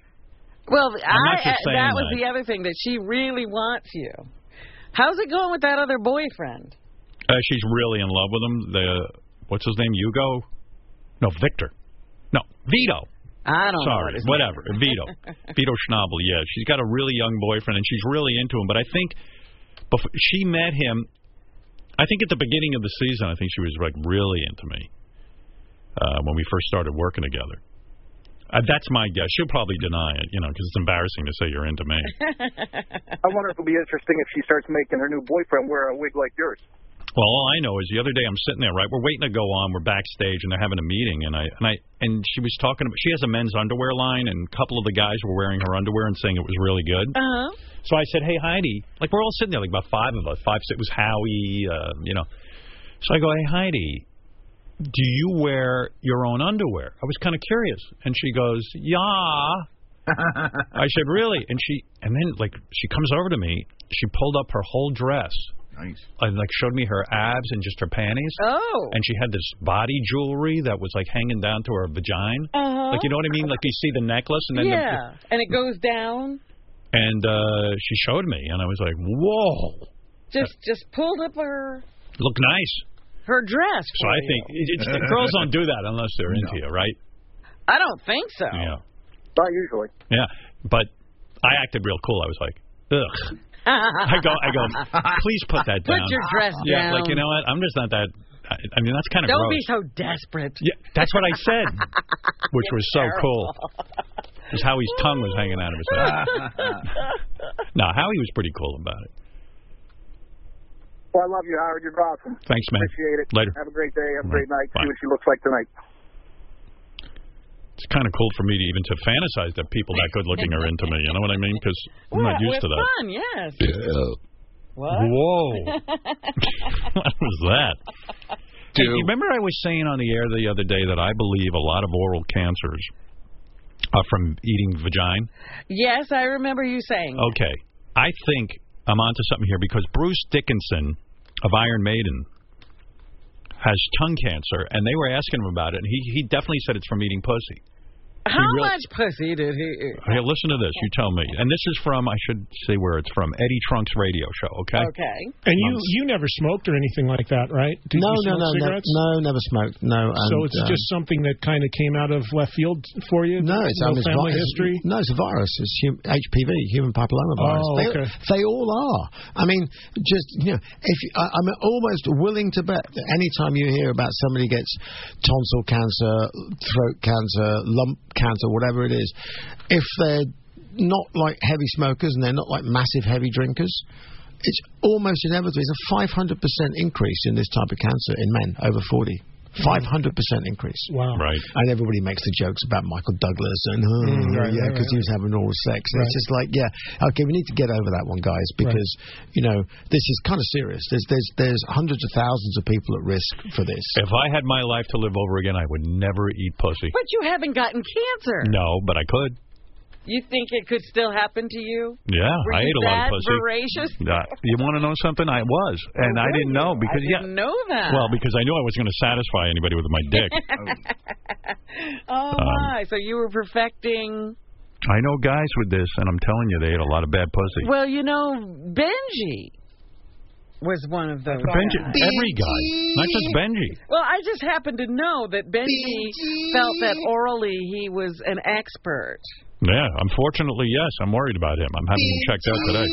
S8: Well,
S7: not
S8: I,
S7: just saying
S8: that was
S7: that.
S8: the other thing that she really wants you. How's it going with that other boyfriend?
S7: Uh, she's really in love with him. The what's his name? Hugo? No, Victor. No, Vito.
S8: I don't
S7: Sorry,
S8: know. what
S7: whatever. Vito. Vito Schnabel, yeah. She's got a really young boyfriend, and she's really into him. But I think before she met him, I think at the beginning of the season, I think she was like really into me uh, when we first started working together. Uh, that's my guess. She'll probably deny it, you know, because it's embarrassing to say you're into me.
S23: I wonder if it'll be interesting if she starts making her new boyfriend wear a wig like yours.
S7: Well, all I know is the other day I'm sitting there, right? We're waiting to go on. We're backstage, and they're having a meeting, and I and I and she was talking about. She has a men's underwear line, and a couple of the guys were wearing her underwear and saying it was really good.
S8: Uh-huh.
S7: So I said, "Hey, Heidi," like we're all sitting there, like about five of us, five. It was Howie, uh, you know. So I go, "Hey, Heidi, do you wear your own underwear? I was kind of curious. And she goes, yeah. I said, really? And she, and then like she comes over to me. She pulled up her whole dress.
S13: Nice.
S7: And like showed me her abs and just her panties.
S8: Oh.
S7: And she had this body jewelry that was like hanging down to her vagina.
S8: Uh-huh.
S7: Like you know what I mean? Like you see the necklace and then
S8: yeah,
S7: the,
S8: and it goes down.
S7: and uh, she showed me and I was like, whoa, Uh.
S8: Just just pulled up her
S7: look nice.
S8: her dress.
S7: So I think it, it's, the girls don't do that unless they're into you, right?
S8: I don't think so.
S7: Yeah.
S23: Not usually.
S7: Yeah, but I acted real cool. I was like, ugh. I go, I go. Please put that
S8: Put
S7: down.
S8: your dress
S7: yeah,
S8: down.
S7: like you know what? I'm just not that. I, I mean, that's kind of
S8: Don't
S7: gross.
S8: be so desperate.
S7: Yeah, that's what I said, which was so
S8: Terrible.
S7: cool. Is Howie's tongue was hanging out of his head. no, Howie was pretty cool about it.
S23: Well, I love you, Howard. You're awesome.
S7: Thanks, man.
S23: Appreciate it.
S7: Later.
S23: Have a great day. Have a
S7: Right.
S23: great night.
S7: Bye.
S23: See what she looks like tonight.
S7: It's kind of cool for me to even to fantasize that people that good looking are into me. You know what I mean? Because I'm
S8: Well,
S7: not used to
S8: with
S7: that.
S8: fun, yes. What?
S7: Whoa. what was that? Do you remember I was saying on the air the other day that I believe a lot of oral cancers are from eating vagina?
S8: yes, I remember you saying.
S7: Okay. I think I'm onto something here because Bruce Dickinson of Iron Maiden has tongue cancer, and they were asking him about it, and he, he definitely said it's from eating pussy.
S8: How
S7: really-
S8: much pussy did he eat?
S7: Here, listen to this. You tell me. And this is from, I should say where it's from, Eddie Trunk's radio show, okay?
S8: Okay.
S18: And you you never smoked or anything like that, right? Did
S14: no, no,
S18: you smoke
S14: no, no,
S18: cigarettes?
S14: no, never smoked. No, and,
S18: so it's
S14: uh,
S18: just something that kind of came out of left field for you.
S14: no, it's um,
S18: no
S14: it's
S18: family
S14: vi- it's-
S18: history.
S14: No, it's a virus. It's hum- HPV, human papillomavirus.
S18: Oh,
S14: they,
S18: okay.
S14: they all are. I mean, just you know, if you, I, I'm almost willing to bet that any time you hear about somebody gets tonsil cancer, throat cancer, lump cancer, whatever it is, if they're not like heavy smokers and they're not like massive heavy drinkers. It's almost inevitable. It's a 500% increase in this type of cancer in men over 40. 500% increase.
S18: Wow.
S7: Right.
S14: And everybody makes the jokes about Michael Douglas and, oh,
S18: Mm, right,
S14: yeah,
S18: right,
S14: because he
S18: right,
S14: was having oral sex. And It's
S18: Right.
S14: just like, yeah, okay, we need to get over that one, guys, because, you know, this is kind of serious. There's, there's, there's hundreds of thousands of people at risk for this.
S7: If I had my life to live over again, I would never eat pussy.
S8: But you haven't gotten cancer.
S7: No, but I could.
S8: You think it could still happen to you?
S7: Yeah,
S8: Were
S7: I
S8: you
S7: ate a lot
S8: that
S7: of pussy.
S8: voracious?
S7: Uh, you want to know something? I was, and I didn't know because
S8: I didn't
S7: yeah.
S8: know that.
S7: Well, because I knew I wasn't going to satisfy anybody with my Um, dick.
S8: oh my! So you were perfecting.
S7: I know guys with this, and I'm telling you, they ate a lot of bad pussy.
S8: Well, you know, Benji was one of those.
S7: Benji,
S8: guys.
S7: every guy, not just Benji.
S8: Well, I just happen to know that Benji, felt that orally he was an expert.
S7: Yeah, unfortunately, yes, I'm worried about him. I'm having him checked out today.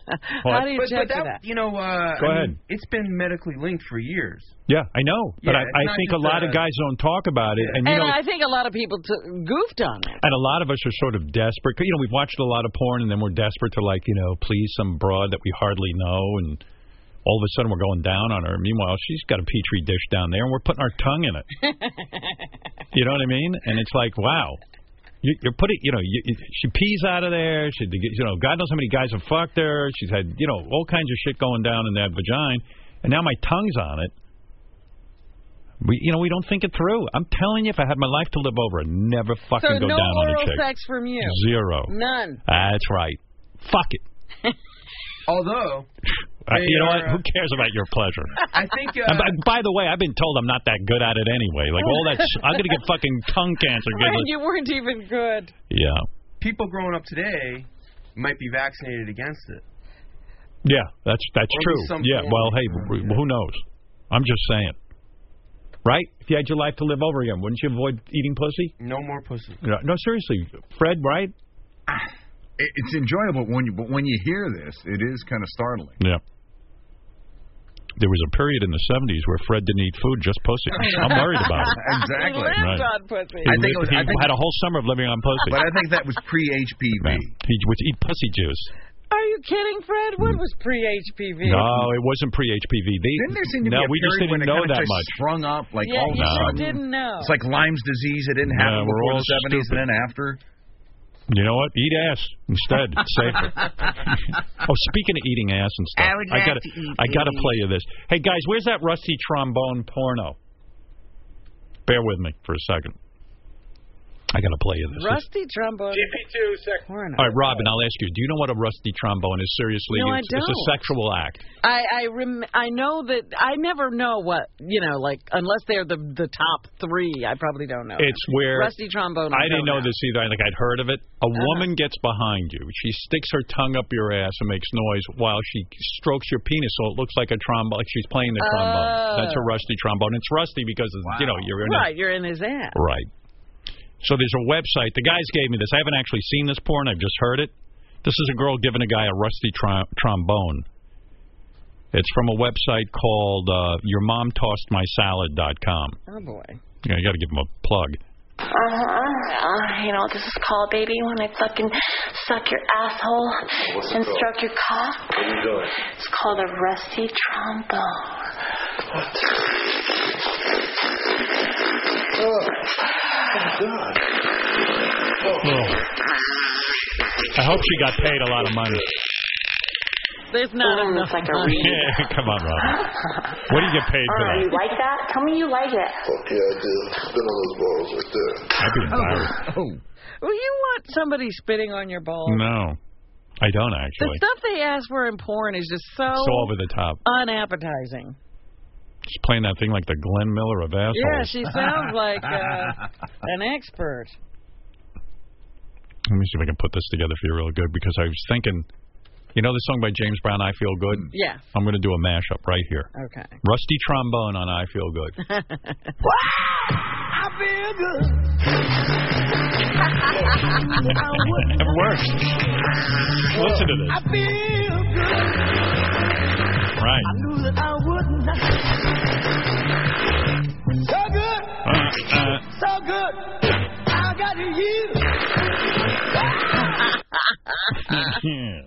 S8: How do you
S9: but, but
S8: check
S9: that,
S8: for that?
S9: You know, uh,
S7: Go
S9: I
S7: ahead.
S9: mean, it's been medically linked for years.
S7: Yeah, I know, but I,
S9: Yeah, it's
S7: I
S9: not
S7: think a
S9: just
S7: lot
S9: a-
S7: of guys don't talk about it, and
S8: And,
S7: you know,
S8: I think a lot of people t- goofed on it.
S7: And a lot of us are sort of desperate. 'Cause, You know, we've watched a lot of porn, and then we're desperate to like, you know, please some broad that we hardly know, and all of a sudden we're going down on her. Meanwhile, she's got a petri dish down there, and we're putting our tongue in it. you know what I mean? And it's like, wow, you, you're putting, you know, you, you- she pees out of there. She, you know, God knows how many guys have fucked her. She's had, you know, all kinds of shit going down in that vagina, and now my tongue's on it. We, you know, we don't think it through. I'm telling you, if I had my life to live over, I'd never fucking
S8: so
S7: go
S8: no
S7: down on a
S8: oral
S7: chick.
S8: sex from you.
S7: Zero.
S8: None.
S7: That's right. Fuck it.
S9: Although,
S7: Uh, you know what?
S9: are, uh,
S7: Who cares about your pleasure?
S9: I think uh,
S7: And by, by the way, I've been told I'm not that good at it anyway. Like all that, sh- I'm gonna get fucking tongue cancer. Good.
S9: Right,
S7: luck.
S8: You weren't even good.
S7: Yeah,
S9: people growing up today might be vaccinated against it.
S7: yeah, that's that's
S9: Or
S7: true.
S9: some
S7: Yeah.
S9: form
S7: Well, hey, w- who knows? I'm just saying. Right? If you had your life to live over again, wouldn't you avoid eating pussy?
S9: No more pussy.
S7: No, no seriously, Fred. Right?
S13: It, it's enjoyable when you, but when you hear this, it is kind of startling.
S7: Yeah. There was a period in the '70s where Fred didn't eat food, just pussy. I'm worried about it.
S8: He lived
S7: Right.
S8: on pussy.
S7: He, lived- he had a whole summer of living on pussy.
S13: But I think that was pre HPV.
S7: He would eat pussy juice.
S8: Are you kidding, Fred? What was pre-HPV?
S7: No, it wasn't pre HPV. They,
S13: Didn't there seem to
S7: no,
S13: be a
S7: we just
S13: period when
S7: didn't
S13: it
S7: know
S13: kinda
S7: that
S13: just
S7: much.
S13: Sprung up like
S8: Yeah,
S13: all of a
S8: you just
S13: sudden.
S8: didn't know.
S13: It's like Lyme's disease. It didn't
S7: No,
S13: happen
S7: we're
S13: before
S7: all
S13: the seventies, and then after.
S7: You know what? Eat ass instead. It's safer. oh, speaking of eating ass and stuff,
S1: I would
S7: I
S1: like
S7: gotta,
S1: to eat
S7: I gotta
S1: ass.
S7: play you this. Hey guys, where's that rusty trombone porno? Bear with me for a second. I got to play you this.
S8: Rusty trombone.
S17: GP2 sec.
S7: All right, Robin, I'll ask you. Do you know what a rusty trombone is? Seriously,
S8: No, I
S7: it's, it's a
S8: don't.
S7: sexual act.
S8: I I rem- I know that I never know what you know like unless they're the the top three. I probably don't know.
S7: It's where
S8: rusty trombone.
S7: I didn't know this either. I think I'd heard of it. A woman gets behind you. She sticks her tongue up your ass and makes noise while she strokes your penis, so it looks like a trombone, like she's playing the trombone.
S8: Oh.
S7: That's a rusty trombone. It's rusty because it's, you know you're in a-
S8: Right, you're in his ass.
S7: Right. So there's a website. The guys gave me this. I haven't actually seen this porn. I've just heard it. This is a girl giving a guy a rusty trom trombone. It's from a website called uh, YourMomTossedMySalad.com.
S8: Oh boy.
S7: You, know, you got to give them a plug.
S10: Uh-huh. Uh, you know what this is called, baby? When I fucking suck your asshole
S1: What's it
S10: and
S1: called?
S10: stroke your cock.
S1: What are you doing?
S10: It's called a rusty trombone.
S7: I hope she got paid a lot of money.
S8: There's not
S10: Mm,
S8: enough.
S10: it's like a
S8: money.
S10: reed.
S7: Yeah, come on, Robin. What do you get paid
S10: All
S7: for
S10: right, you
S7: that?
S10: like that? Tell me you like it.
S1: Okay, I do. Spin on those balls right there.
S7: I'd be embarrassed.
S8: Well, you want somebody spitting on your balls?
S7: No, I don't
S8: The
S7: actually.
S8: stuff they ask for in porn is just so
S7: Mm, It's all over the top.
S8: unappetizing.
S7: She's playing that thing like the Glenn Miller of assholes.
S8: Yeah, she sounds like uh, an expert.
S7: Let me see if I can put this together for you real good because I was thinking, you know, the song by James Brown, "I Feel Good."
S8: Yes.
S7: I'm going to do a mashup right here.
S8: Okay.
S7: Rusty trombone on "I Feel Good."
S1: I feel good. it
S7: works. Listen to this.
S1: I feel good.
S7: Right.
S1: I knew that I would not. So good. so good. I got you.
S7: uh,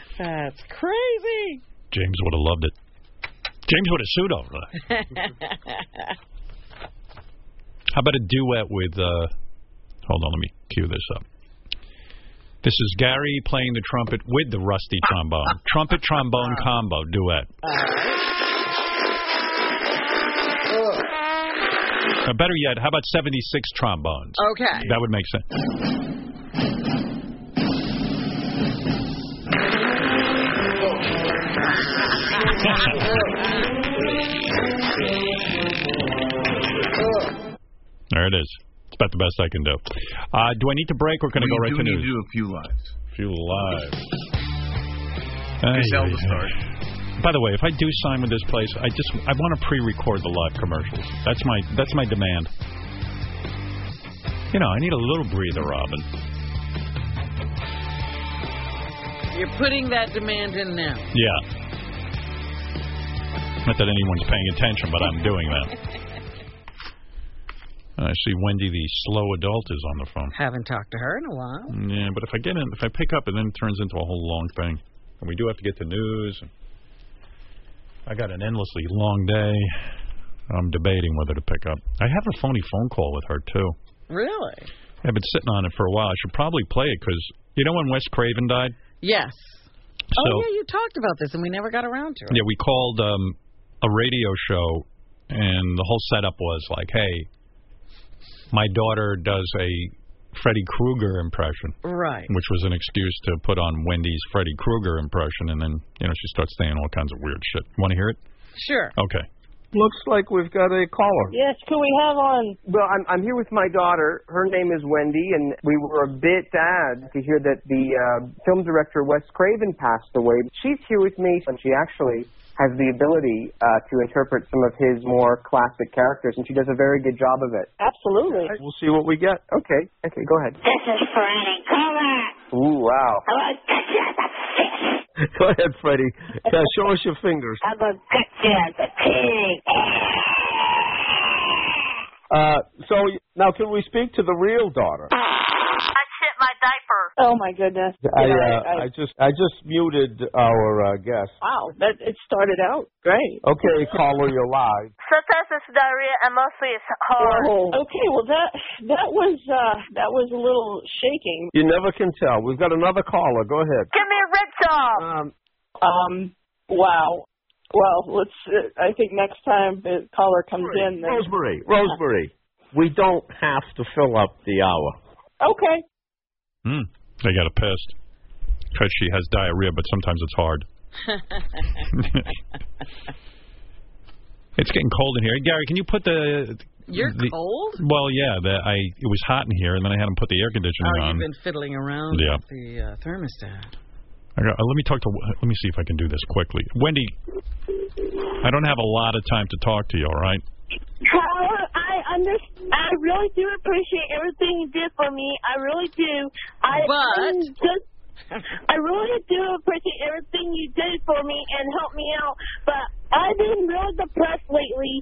S8: That's crazy.
S7: James would have loved it. James would have sued over that. How about a duet with? Uh, hold on, let me cue this up. This is Gary playing the trumpet with the rusty trombone. trumpet trombone combo duet. Or better yet, how about 76 trombones?
S1: Okay.
S7: That would make sense. There it is. It's about the best I can do. Uh, do I need to break or can I go right
S13: do
S7: to
S13: need
S7: news?
S13: to do a few lives.
S7: Few lives.
S13: Zelda
S7: Ay, ay, ay. By the way, if I do sign with this place, I just I want to pre-record the live commercials. That's my that's my demand. You know, I need a little breather, Robin.
S8: You're putting that demand in now.
S7: Yeah. Not that anyone's paying attention, but I'm doing that. I see Wendy, the slow adult, is on the phone.
S8: Haven't talked to her in a while.
S7: Yeah, but if I get in, if I pick up, and then it turns into a whole long thing, and we do have to get the news. And I got an endlessly long day. I'm debating whether to pick up. I have a phony phone call with her too.
S8: Really?
S7: I've been sitting on it for a while. I should probably play it because you know when Wes Craven died.
S8: Yes.
S7: So-
S8: oh yeah, you talked about this and we never got around to it.
S7: Yeah, we called um, a radio show, and the whole setup was like, "Hey, my daughter does a Freddy Krueger impression."
S8: Right.
S7: which was an excuse to put on Wendy's Freddy Krueger impression, and then you know she starts saying all kinds of weird shit. Want to hear it?
S8: Sure.
S7: Okay.
S19: Looks like we've got a caller.
S27: Yes, can we have on? Well, I'm, I'm here with my daughter. Her name is Wendy, and we were a bit sad to hear that the uh, film director Wes Craven passed away. She's here with me, and she actually has the ability uh, to interpret some of his more classic characters, and she does a very good job of it. Absolutely.
S19: We'll see what we get. Okay. Okay, go ahead.
S27: This is Franny Cola.
S19: Ooh, wow. go ahead, Freddie. Uh, show us your fingers.
S27: I'm a gut the pig.
S19: Uh, so now, can we speak to the real daughter?
S27: I shit my diaper. Oh my goodness.
S19: I,
S27: You know,
S19: uh, I just I just muted our uh, guest.
S27: wow, that it started out great.
S19: Okay, caller, you're live.
S27: Sometimes it's diarrhea and mostly it's hard. Oh, Okay, well that that was uh that was a little shaking.
S19: You never can tell. We've got another caller. Go ahead.
S27: Give me a red top. Um, um wow. Well, let's. Uh, I think next time the caller comes in. then-
S19: Rosemary. Rosemary.
S11: we don't have to fill up the hour.
S12: Okay.
S7: Hmm. They got a pissed because she has diarrhea, but sometimes it's hard. it's getting cold in here. Gary, can you put the?
S8: You're
S7: the-
S8: cold?
S7: Well, yeah. The, I it was hot in here, and then I had him put the air conditioning
S8: Oh,
S7: on.
S8: you've been fiddling around
S7: Yeah.
S8: with the uh, thermostat.
S7: I got, uh, let me talk to. Let me see if I can do this quickly. Wendy, I don't have a lot of time to talk to you. All right.
S3: Howard, I under I really do appreciate everything you did for me. I really do. I
S32: But-
S3: I'm just, I really do appreciate everything you did for me and helped me out. But I've been really depressed lately,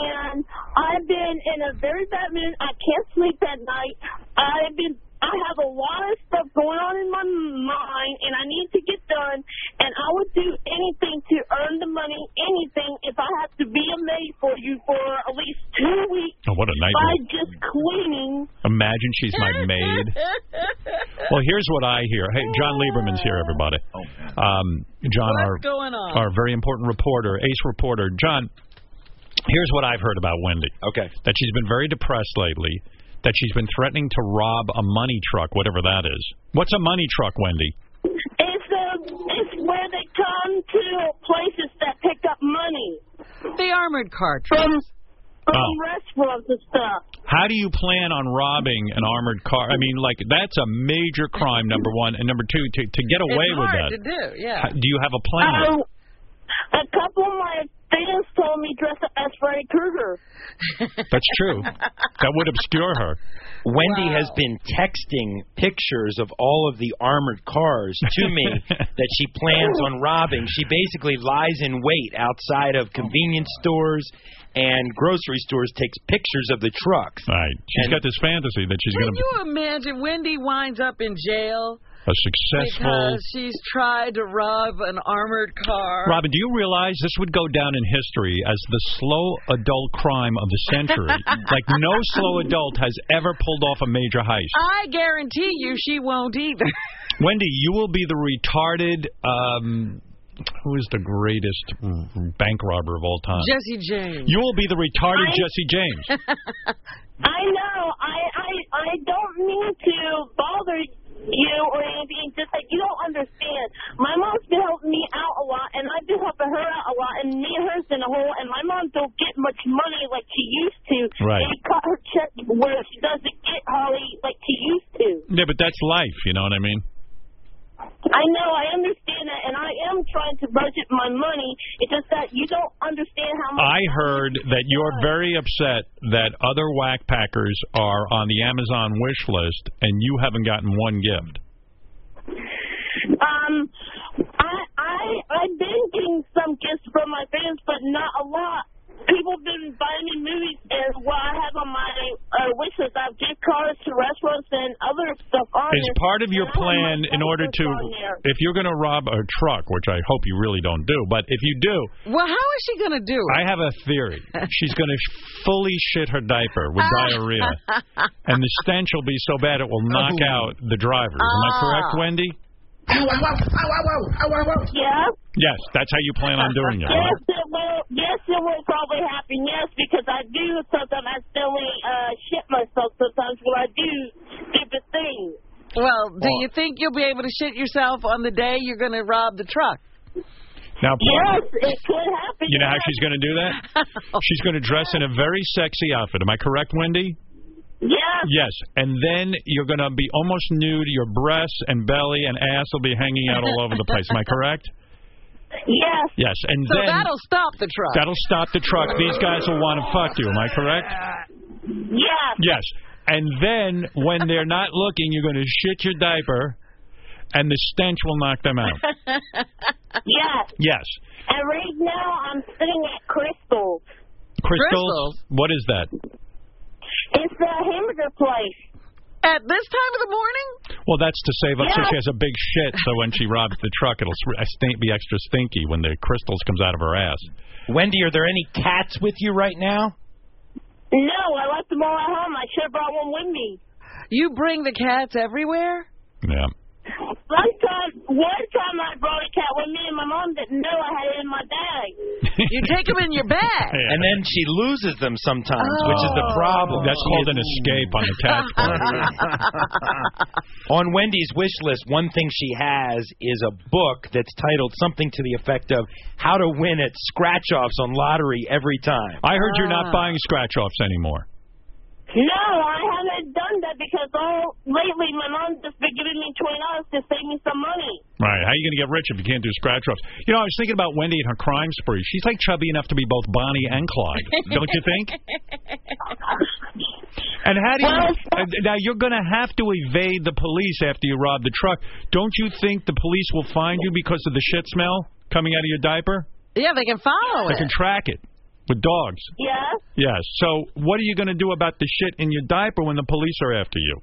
S3: and I've been in a very bad mood. I can't sleep at night. I've been. I have a lot of stuff going on in my mind, and I need to get done. And I would do anything to earn the money, anything, if I have to be a maid for you for at least two weeks
S7: Oh, what a
S3: by
S7: nightmare!
S3: just cleaning.
S7: Imagine she's my maid. Well, here's what I hear. Hey, John Lieberman's here, everybody. Um, John,
S1: What's
S7: our
S1: going on?
S7: our very important reporter, ace reporter, John. Here's what I've heard about Wendy. Okay. That she's been very depressed lately. That she's been threatening to rob a money truck, whatever that is. What's a money truck, Wendy?
S3: It's a, it's where they come to places that pick up money
S8: The armored car truck.
S3: from from
S7: Oh.
S3: restaurants and stuff.
S7: How do you plan on robbing an armored car? I mean, like that's a major crime, number one, and number two, to to get away
S3: it's
S7: with
S3: hard
S7: that.
S3: to do, yeah.
S7: How- Do you have a plan?
S3: Um, a couple of my fans told me dress up as Freddy Krueger.
S7: That's true. That would obscure her.
S31: Wendy has been texting pictures of all of the armored cars to me that she plans on robbing. She basically lies in wait outside of convenience stores and grocery stores, takes pictures of the trucks.
S7: Right. She's got this fantasy that she's
S8: Can
S7: going to
S8: you imagine Wendy winds up in jail
S7: a successful.
S8: because she's tried to rob an armored car?
S7: Robin, do you realize this would go down in history as the slow adult crime of the century? like no slow adult has ever pulled off a major heist.
S8: I guarantee you she won't either.
S7: Wendy, you will be the retarded. Um, who is the greatest bank robber of all time?
S8: Jesse James.
S7: You will be the retarded
S3: I-
S7: Jesse James.
S3: I know. I, I I don't mean to bother you or anything. Just like you don't understand. My mom's been helping me out a lot, and I've been helping her out a lot. And me and her's in a hole. And my mom don't get much money like she used to.
S7: Right.
S3: They cut her check where she doesn't get Holly like she used to.
S7: Yeah, but that's life. You know what I mean?
S3: I know, I understand that, and I am trying to budget my money. It's just that you don't understand how much.
S7: I heard that you're very upset that other whack packers are on the Amazon wish list and you haven't gotten one gift.
S3: Um, I I I've been getting some gifts from my fans, but not a lot. People have been buying me movies, and what I have on my uh, wish list, I have gift cards to restaurants and other stuff on
S7: Is
S3: there.
S7: part of your
S3: And I have
S7: plan
S3: my
S7: in order to,
S3: photos on there.
S7: if you're going to rob a truck, which I hope you really don't do, but if you do,
S8: Well, how is she going to do it?
S7: I have a theory. She's going to fully shit her diaper with
S3: Ah.
S7: diarrhea, and the stench will be so bad it will
S3: Oh.
S7: knock out the driver. Am I correct,
S1: Ah.
S7: Wendy?
S3: Yeah.
S7: Yes, that's how you plan on doing it.
S3: Yes, it will. Yes, it will probably happen. Yes, because I do sometimes accidentally uh, shit myself sometimes when I do stupid things.
S8: Well, do you think you'll be able to shit yourself on the day you're going to rob the truck?
S7: Now,
S3: Yes, it could happen.
S7: you know how she's going to do that? She's going to dress in a very sexy outfit. Am I correct, Wendy?
S3: Yes.
S7: Yes, and then you're going to be almost nude. Your breasts and belly and ass will be hanging out all over the place. Am I correct?
S3: Yes.
S7: Yes, and
S8: so
S7: then
S8: that'll stop the truck.
S7: that'll stop the truck. These guys will want to fuck you. Am I correct?
S3: Yes.
S7: Yes. And then when they're not looking, you're going to shit your diaper, and the stench will knock them out.
S3: yes.
S7: Yes.
S3: And right now I'm sitting at Crystal.
S7: Crystals.
S3: Crystals?
S7: What is that?
S3: It's the hamburger place.
S8: At this time of the morning?
S7: Well, that's to save up. So
S3: Yeah.
S7: she has a big shit, so when she robs the truck, it'll s- stink- be extra stinky when the crystals comes out of her ass.
S31: Wendy, are there any cats with you right now?
S3: No, Oh, I left them all at home. I should have brought one with me.
S8: You bring the cats everywhere?
S7: Yeah.
S3: one time, one time I brought a cat with me, and my mom didn't know I had it in my bag.
S8: You take them in your bag.
S31: And then she loses them sometimes, which is the problem.
S7: That's called an escape on the cat's
S31: On Wendy's wish list, one thing she has is a book that's titled something to the effect of "How to Win at Scratch Offs on Lottery Every Time."
S7: I heard you're not buying scratch offs anymore.
S3: No, I haven't done that because all lately my mom's just been giving me twenty dollars to save me some money.
S7: Right. How are you going to get rich if you can't do scratch offs? You know, I was thinking about Wendy and her crime spree. She's like chubby enough to be both Bonnie and Clyde, don't you think? And how do you and now you're going to have to evade the police after you rob the truck? Don't you think the police will find you because of the shit smell coming out of your diaper?
S8: Yeah, they can follow
S7: They
S8: it.
S7: can track it with dogs.
S3: Yeah.
S7: Yes. So what are you going to do about the shit in your diaper when the police are after you?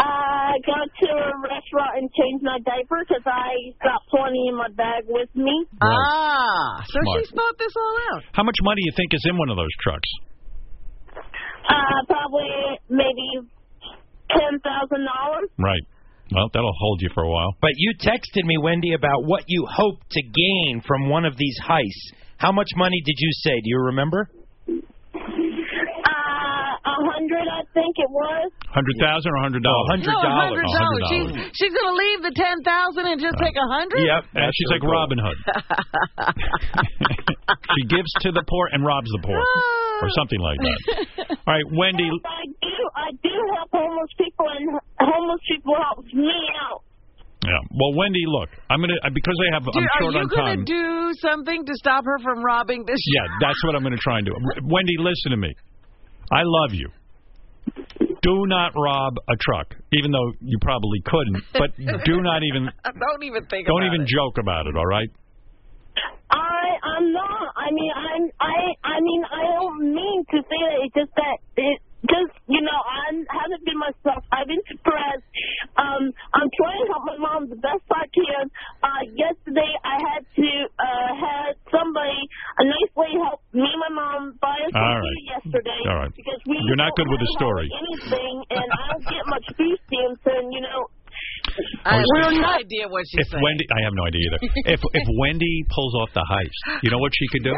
S3: I go to a restaurant and change my diaper because I got plenty in my bag with me.
S8: Ah, so
S7: Smart.
S8: she's thought this all out.
S7: How much money do you think is in one of those trucks?
S3: Uh, probably maybe ten thousand dollars.
S7: Right. Well, that'll hold you for a while.
S31: But you texted me, Wendy, about what you hope to gain from one of these heists. How much money did you say? Do you remember?
S3: Uh, a hundred, I think it was.
S7: Hundred thousand or hundred dollars? Uh,
S8: No, a hundred dollars. She's she's gonna leave the ten thousand and just take a hundred.
S7: And she's like Robin Hood. she gives to the poor and robs the poor,
S8: Ah.
S7: or something like that. All right, Wendy.
S3: I do, I do help homeless people, and homeless people help me out.
S7: Yeah. Well, Wendy, look, I'm gonna I- because I have
S8: Dude,
S7: I'm
S8: are
S7: short
S8: you
S7: on
S8: gonna
S7: time.
S8: do something to stop her from robbing this?
S7: yeah, that's what I'm gonna try and do. Wendy, listen to me. I love you. Do not rob a truck, even though you probably couldn't. But do not even
S8: Don't even think.
S7: don't
S8: about
S7: even
S8: It.
S7: joke about it. All right.
S3: I, I'm not. I mean, I'm. I, I mean, I don't mean to say that. It's just that it. Just you know, I haven't been myself. I've been depressed. Um, I'm trying to help my mom the best I can. Uh, yesterday I had to uh had somebody, a nice lady, help me and my mom buy us some
S7: All
S3: food
S7: right.
S3: yesterday.
S7: All right.
S3: Because we
S7: You're not
S3: don't
S7: good with the
S3: have
S7: story.
S3: Anything, and I don't get much food stamps, and you know,
S7: I have
S3: we're
S7: no
S3: not.
S8: Idea what she's
S7: If
S8: saying.
S7: Wendy, I have no idea either. If if Wendy pulls off the heist, you know what she could do?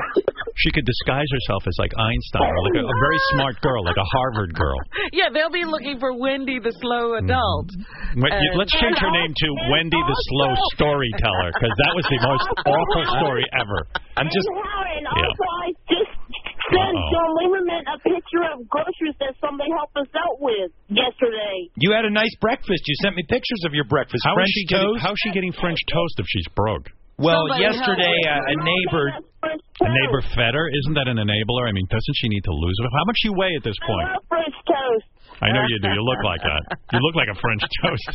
S7: She could disguise herself as like Einstein, or like a, a very smart girl, like a Harvard girl.
S8: Yeah, they'll be looking for Wendy the slow adult.
S7: Wen-
S8: And-
S7: Mm-hmm. Let's change her name to Wendy the Slow Storyteller, because that was the most awful story ever. I'm just
S3: And
S7: Yeah.
S3: also, I just sent
S7: Uh-oh.
S3: John Lieberman a picture of groceries that somebody helped us out with yesterday.
S31: You had a nice breakfast. You sent me pictures of your breakfast.
S7: how is
S31: French
S7: she
S31: toast.
S7: getting, how is she getting French toast if she's broke?
S31: Well,
S3: Somebody
S31: yesterday
S3: help.
S31: uh, a neighbor.
S7: A neighbor fed her. Isn't that an enabler? I mean, doesn't she need to lose it? How much you weigh at this point?
S3: French toast.
S7: I know you do. You look like that. You look like a French toast.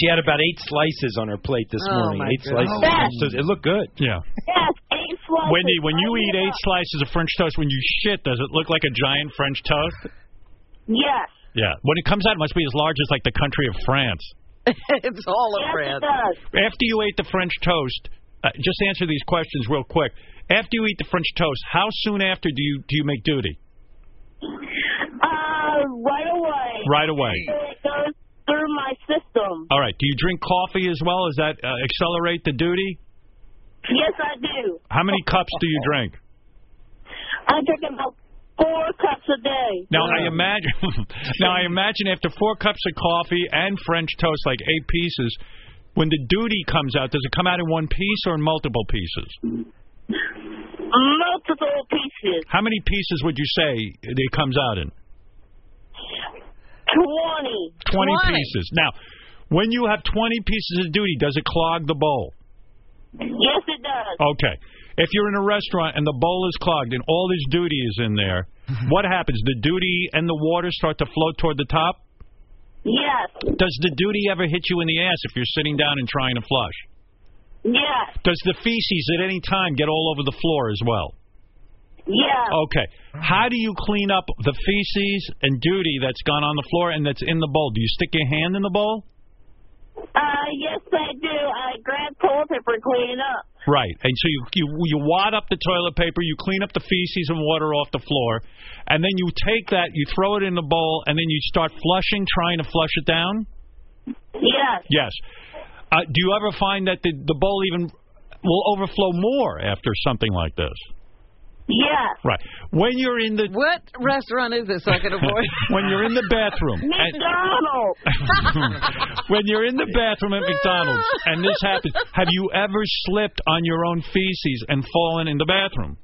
S31: She had about eight slices on her plate this
S7: Oh,
S31: morning.
S7: my
S31: Eight
S7: goodness.
S31: slices.
S7: Oh,
S31: of French toast. It looked good.
S7: Yeah.
S3: Yes, eight slices. Oh,
S7: Wendy, when you eat eight slices of French toast, when you shit, does it look like a giant French toast?
S3: Yes.
S7: Yeah. When it comes out, it must be as large as like the country of France.
S8: it's all of Fred.
S7: After you ate the French toast, uh, just answer these questions real quick. After you eat the French toast, how soon after do you do you make duty?
S3: Uh, right away.
S7: Right away.
S3: It goes through my system.
S7: All right. Do you drink coffee as well? Does that uh, accelerate the duty?
S3: Yes, I do.
S7: How many cups do you drink?
S3: I drink about four cups a day.
S7: Now I imagine. now I imagine after four cups of coffee and French toast, like eight pieces, when the duty comes out, does it come out in one piece or in multiple pieces?
S3: Multiple pieces.
S7: How many pieces would you say it comes out in?
S3: 20.
S7: Twenty pieces. Now, when you have twenty pieces of duty, does it clog the bowl?
S3: Yes, it does.
S7: Okay. If you're in a restaurant and the bowl is clogged and all this duty is in there, what happens? The duty and the water start to float toward the top.
S3: Yes.
S7: Does the duty ever hit you in the ass if you're sitting down and trying to flush?
S3: Yes.
S7: Does the feces at any time get all over the floor as well?
S3: Yeah.
S7: Okay. How do you clean up the feces and duty that's gone on the floor and that's in the bowl? Do you stick your hand in the bowl?
S3: Uh, yes, I do. I grab toilet paper and clean it up.
S7: Right. And so you, you you wad up the toilet paper, you clean up the feces and water off the floor, and then you take that, you throw it in the bowl, and then you start flushing, trying to flush it down.
S3: Yes.
S7: Yes. Uh, do you ever find that the, the bowl even will overflow more after something like this?
S3: Yes.
S7: Right. When you're in the
S8: what restaurant is this so I can avoid?
S7: when you're in the bathroom, and-
S3: McDonald's.
S7: Oh, when you're in the bathroom at McDonald's and this happens, have you ever slipped on your own feces and fallen in the bathroom?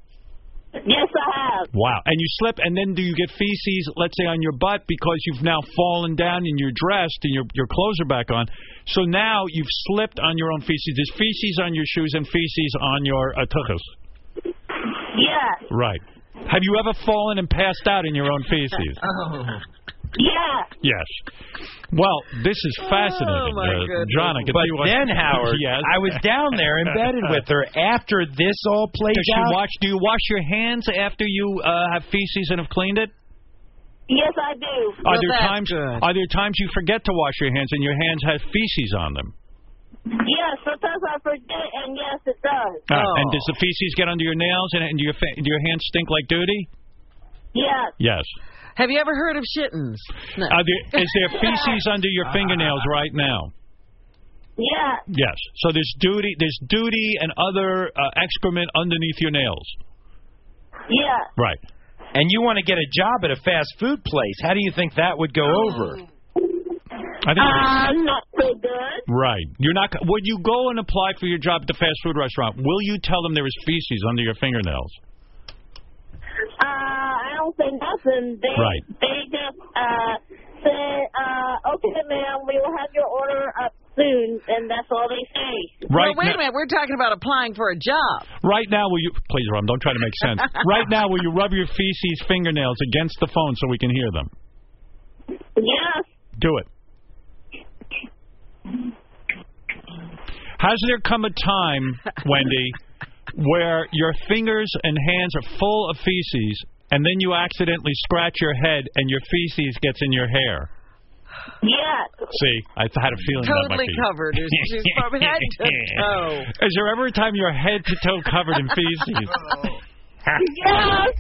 S3: Yes, I have.
S7: Wow. And you slip, and then do you get feces, let's say, on your butt because you've now fallen down and you're dressed and your, your clothes are back on. So now you've slipped on your own feces. There's feces on your shoes and feces on your uh, tuchus.
S3: Yes.
S7: Right. Have you ever fallen and passed out in your own feces?
S8: Oh.
S3: Yes.
S7: Yes. Well, this is fascinating, uh, John. I can
S31: but
S7: see why-
S31: then, Howard,
S7: Yes.
S31: I was down there embedded with her after this all played
S7: Does she
S31: out.
S7: wash? Do you wash your hands after you uh, have feces and have cleaned it?
S3: Yes, I do.
S7: are there times? Are there times you forget to wash your hands and your hands have feces on them?
S3: Yes, sometimes I forget, and yes, it does.
S7: Uh, And does the feces get under your nails and, and do your fa- do your hands stink like duty?
S3: Yes.
S7: Yes.
S8: Have you ever heard of shittens? No.
S7: Are there, is there feces under your fingernails right now?
S3: Yes.
S7: Yes. So there's duty. There's duty and other uh, excrement underneath your nails.
S3: Yeah.
S7: Right.
S31: And you want to get a job at a fast food place. How do you think that would go
S7: Oh.
S31: over?
S7: I think.
S3: Uh, not so good.
S7: Right. You're not. Would you go and apply for your job at the fast food restaurant? Will you tell them there is feces under your fingernails?
S3: Uh, I don't say nothing. They,
S7: Right.
S3: They just uh said, uh, okay, ma'am, we will have your order up soon, and that's all they say.
S7: Right
S8: Well, wait
S7: now-
S8: a minute. We're talking about applying for a job.
S7: Right now, will you please, Ron? Don't try to make sense. right now, will you rub your feces fingernails against the phone so we can hear them?
S3: Yes.
S7: Do it. Has there come a time, Wendy, where your fingers and hands are full of feces, and then you accidentally scratch your head and your feces gets in your hair?
S3: Yes.
S7: See, I had a feeling that might
S8: Totally
S7: be-
S8: covered. She's- she's from head to toe.
S7: Is there ever a time your head to toe covered in feces?
S3: Oh, Yes.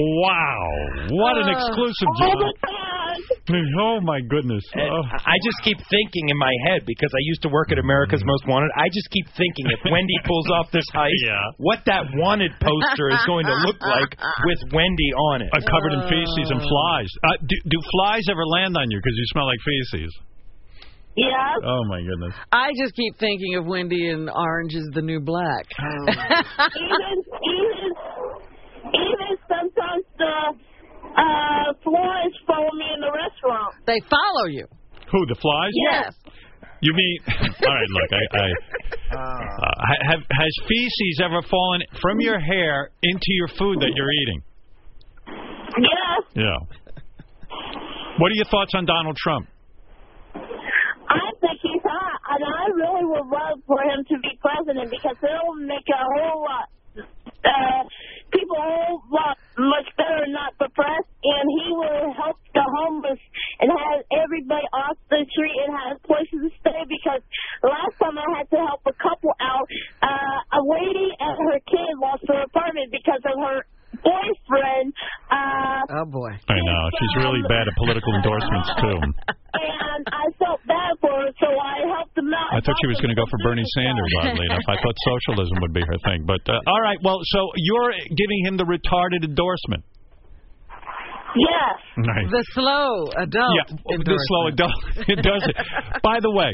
S7: Wow! What an
S31: Uh,
S7: exclusive,
S31: oh
S7: John. Oh my goodness!
S31: And
S7: Oh.
S31: I just keep thinking in my head because I used to work at America's Most
S7: Mm-hmm.
S31: Wanted. I just keep thinking if Wendy pulls off this heist, what that wanted poster is going to look like with Wendy on it.
S7: Uh, covered in feces and flies. Uh, do, do flies ever land on you because you smell like feces?
S3: Yes.
S7: Oh my goodness!
S8: I just keep thinking of Wendy and Orange is the New Black.
S7: Oh,
S3: even even even sometimes the uh floor is foamy in the restaurant.
S8: They follow you.
S7: Who the flies?
S8: Yes.
S7: You mean? All right, look. I, I uh, ha- have, has feces ever fallen from your hair into your food that you're eating?
S3: Yes.
S7: Yeah. What are your thoughts on Donald Trump?
S3: I think he's hot, and I really would love for him to be president because it'll make a whole lot uh, people a whole lot much better, not depressed, and he will help the homeless and have everybody off the street and have places to stay. Because last time I had to help a couple out, uh, a lady and her kid lost her apartment because of her boyfriend. Uh,
S8: Oh boy.
S7: I know she's really bad at political endorsements too.
S3: and I felt bad for her, so I helped him out.
S7: I thought she was going to go for Bernie Sanders, oddly enough. I thought socialism would be her thing. But uh, all right, well, so you're giving him the retarded endorsement.
S3: Yes.
S7: Nice.
S8: The slow adult.
S7: Yeah, the slow it does. It does it. By the way,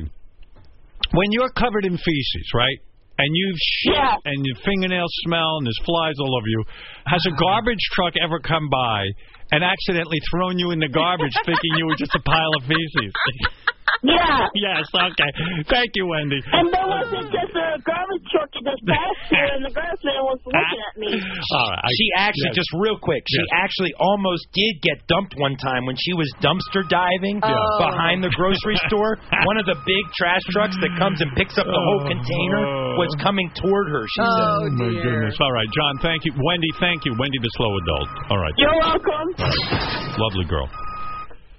S7: when you're covered in feces, right, and you've shit and your fingernails smell and there's flies all over you, has a garbage truck ever come by and accidentally thrown you in the garbage, thinking you were just a pile of feces?
S3: Yeah.
S7: yes. Okay. Thank you, Wendy.
S3: And there wasn't just a garbage truck in the pasture, and the garbage man was looking at me.
S7: All right, Uh, I-
S31: she actually,
S7: yes.
S31: just real quick, she
S7: Yes.
S31: actually almost did get dumped one time when she was dumpster diving
S7: Yeah.
S31: behind the grocery store. One of the big trash trucks that comes and picks up the whole container was coming toward her. She said,
S7: Oh, my goodness. All right, John, thank you. Wendy, thank you. Wendy, the slow adult. All right.
S8: You're welcome.
S7: All right. Lovely girl.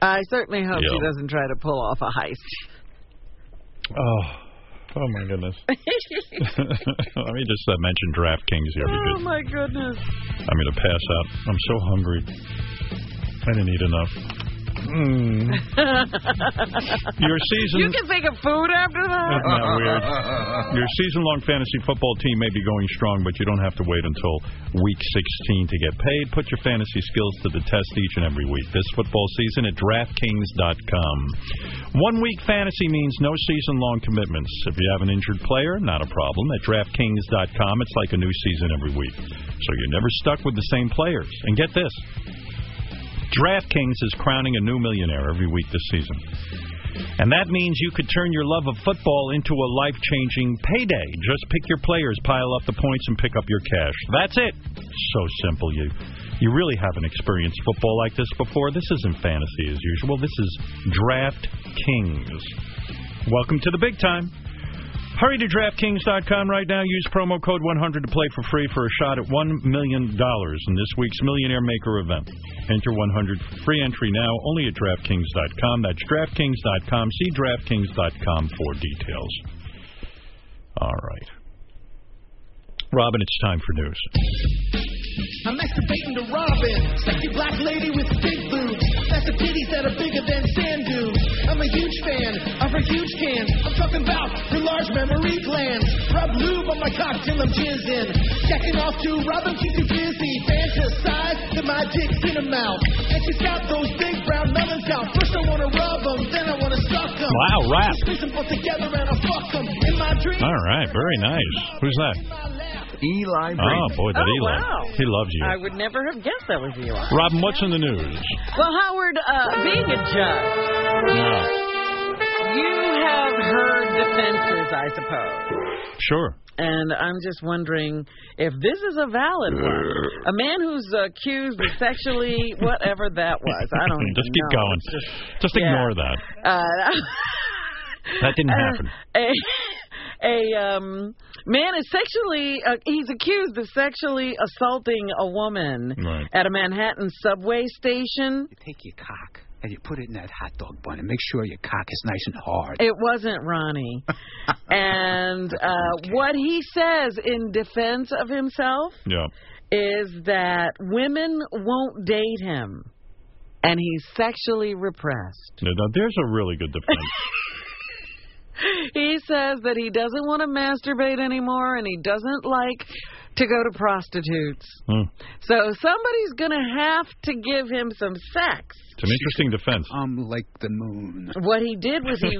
S8: I certainly hope she
S7: Yeah.
S8: doesn't try to pull off a heist.
S7: Oh, oh my goodness. Let me just uh, mention DraftKings here
S8: oh
S7: because
S8: my goodness.
S7: I'm going to pass out. I'm so hungry. I didn't eat enough. Mm. Your season-
S8: You can think of food after that.
S7: Isn't that weird? Your season-long fantasy football team may be going strong, but you don't have to wait until week 16 to get paid. Put your fantasy skills to the test each and every week. This football season at DraftKings.com. One-week fantasy means no season-long commitments. If you have an injured player, not a problem. At DraftKings.com, it's like a new season every week, so you're never stuck with the same players. And get this. DraftKings is crowning a new millionaire every week this season. And that means you could turn your love of football into a life changing payday. Just pick your players, pile up the points, and pick up your cash. That's it. So simple. You you really haven't experienced football like this before. This isn't fantasy as usual. This is DraftKings. Welcome to the big time. Hurry to DraftKings.com right now. Use promo code 100 to play for free for a shot at $1 million in this week's Millionaire Maker event. Enter 100 for free entry now only at DraftKings.com. That's DraftKings.com. See DraftKings.com for details. All right. Robin, it's time for news.
S1: I'm masturbating to Robin, sexy black lady with big boobs. That's the titties that are bigger than sand dunes. I'm a huge fan of her huge cans. I'm talking about her large memory glands. Rub lube on my cock till I'm jizzing. Jacking off to Robin keeps me busy. Fantasize that my dick's in her mouth. And she's got those big brown melons out. First I wanna rub 'em, then I wanna suck 'em.
S7: Wow, rap.
S1: Just squeeze 'em both together and I fuck 'em. In my dreams.
S7: All right. Very nice. Who's that?
S13: Eli
S7: Oh,
S13: Brady.
S7: boy, that
S8: Oh,
S7: Eli.
S8: wow.
S7: He loves you.
S8: I would never have guessed that was you.
S7: Robin, what's in the news?
S8: Well, Howard, uh, being a judge, you have heard defenses, I suppose.
S7: Sure.
S8: And I'm just wondering if this is a valid one. A man who's accused of sexually, whatever that was. I don't even
S7: Just keep
S8: know.
S7: going. Just,
S8: yeah.
S7: ignore that.
S8: Uh,
S7: That didn't
S8: Uh,
S7: happen.
S8: a a um, man is sexually uh, he's accused of sexually assaulting a woman
S1: Right.
S8: at a Manhattan subway station.
S12: Take your cock and you put it in that hot dog bun and make sure your cock is nice and hard.
S8: It wasn't Ronnie. and uh, what he says in defense of himself
S7: Yeah.
S8: is that women won't date him, and he's sexually repressed.
S7: No, no, there's a really good defense.
S8: he says that he doesn't want to masturbate anymore and he doesn't like to go to prostitutes.
S7: Hmm.
S8: So somebody's going to have to give him some sex.
S7: It's an interesting defense.
S12: I'm like the moon.
S8: What he did was he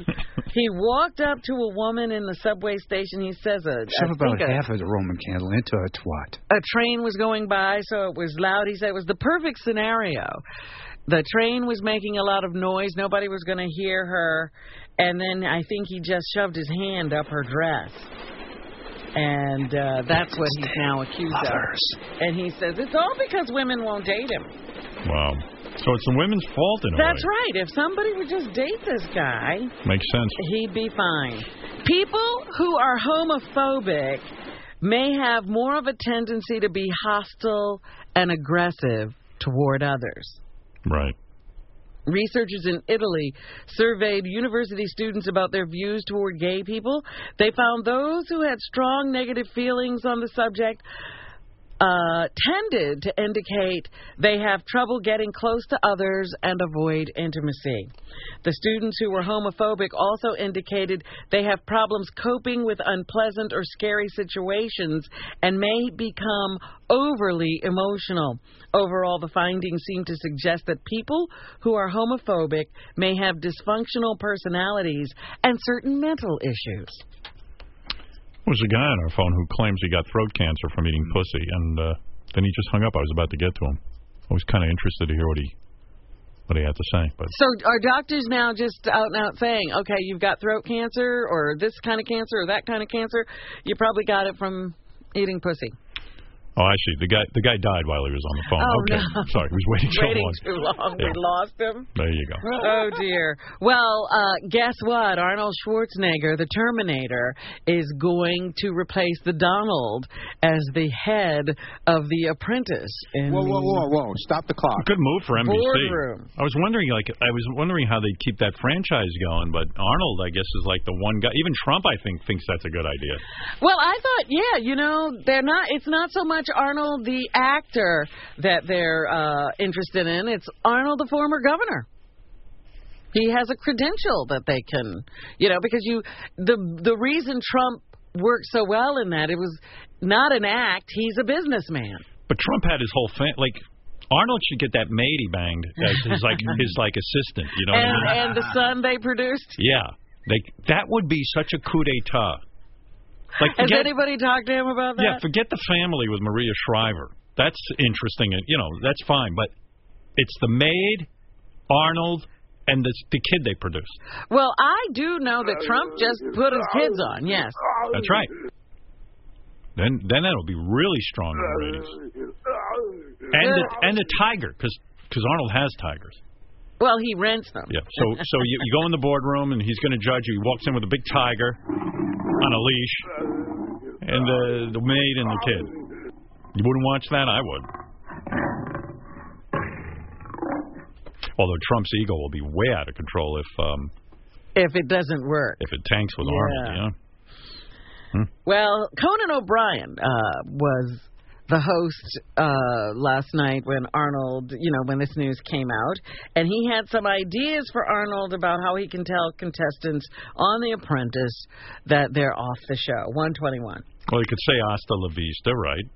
S8: he walked up to a woman in the subway station. He says a, I
S12: Shove about
S8: think a,
S12: half of the Roman candle into a twat.
S8: a train was going by, so it was loud. He said it was the perfect scenario. The train was making a lot of noise. Nobody was going to hear her. And then I think he just shoved his hand up her dress. And uh, that's what he's now accused of. And he says it's all because women won't date him.
S7: Wow. So it's the women's fault in a
S8: That's
S7: way.
S8: right. If somebody would just date this guy,
S7: Makes sense.
S8: he'd be fine. People who are homophobic may have more of a tendency to be hostile and aggressive toward others.
S7: Right.
S8: Researchers in Italy surveyed university students about their views toward gay people. They found those who had strong negative feelings on the subject uh, tended to indicate they have trouble getting close to others and avoid intimacy. The students who were homophobic also indicated they have problems coping with unpleasant or scary situations and may become overly emotional. Overall, the findings seem to suggest that people who are homophobic may have dysfunctional personalities and certain mental issues.
S7: There was a guy on our phone who claims he got throat cancer from eating pussy, and uh, then he just hung up. I was about to get to him. I was kind of interested to hear what he what he had to say, but
S8: So are doctors now just out and out saying, okay, you've got throat cancer or this kind of cancer or that kind of cancer? You probably got it from eating pussy.
S7: oh, I see. The guy the guy died while he was on the phone.
S8: Oh,
S7: okay,
S8: no.
S7: sorry, he was waiting so
S8: Waiting
S7: long.
S8: too long.
S7: Yeah.
S8: We lost him.
S7: There you go.
S8: Oh dear. Well, uh, guess what? Arnold Schwarzenegger, the Terminator, is going to replace the Donald as the head of The Apprentice. In
S20: Whoa, whoa, whoa, whoa! Stop the clock.
S7: Good move for NBC.
S8: Boardroom.
S7: I was wondering, like, I was wondering how they keep that franchise going, but Arnold, I guess, is like the one guy. Even Trump, I think, thinks that's a good idea.
S8: Well, I thought, yeah, you know, they're not. It's not so much Arnold the actor that they're uh, interested in. It's Arnold the former governor. He has a credential that they can, you know, because you the the reason Trump worked so well in that it was not an act. He's a businessman.
S7: But Trump had his whole thing. Like Arnold should get that maid he banged as his like his like assistant. You know.
S8: and,
S7: what I mean?
S8: and the son they produced.
S7: yeah. Like that would be such a coup d'état. Like
S8: Has
S7: forget,
S8: anybody talked to him about that?
S7: yeah, forget the family with Maria Shriver. That's interesting. and You know, that's fine. But it's the maid, Arnold, and the the kid they produced.
S8: Well, I do know that Trump just put his kids on. Yes.
S7: That's right. Then then that'll be really strong in the ratings. And the, and the tiger, because Arnold has tigers.
S8: Well, he rents them.
S7: Yeah. So so you, you go in the boardroom and he's going to judge you. He walks in with a big tiger on a leash, and the the maid and the kid. You wouldn't watch that. I would. Although Trump's ego will be way out of control if um,
S8: If it doesn't work.
S7: if it tanks with
S8: Yeah.
S7: Arnold. You know?
S8: Well, Conan O'Brien uh, was the host uh, last night when Arnold, you know, when this news came out, and he had some ideas for Arnold about how he can tell contestants on The Apprentice that they're off the show. 121.
S7: Well, you could say hasta la vista, right?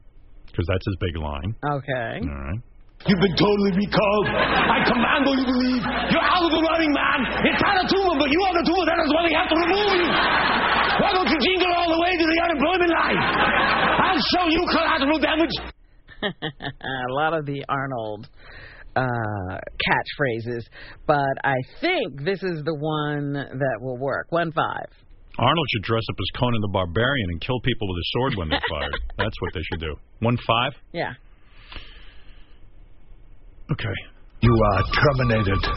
S7: Because that's his big line.
S8: Okay.
S7: All right.
S1: You've been totally recalled. I command you to leave. You're out of the running, man. It's not a tumor, but you are the tumor. That is why they have to remove you. Why don't you jingle all the way to the unemployment line? I'll show you collateral damage.
S8: a lot of the Arnold uh, catchphrases, but I think this is the one that will work. One five.
S7: Arnold should dress up as Conan the Barbarian and kill people with a sword when they're fired. That's what they should do. One five.
S8: Yeah.
S7: Okay.
S2: You are terminated.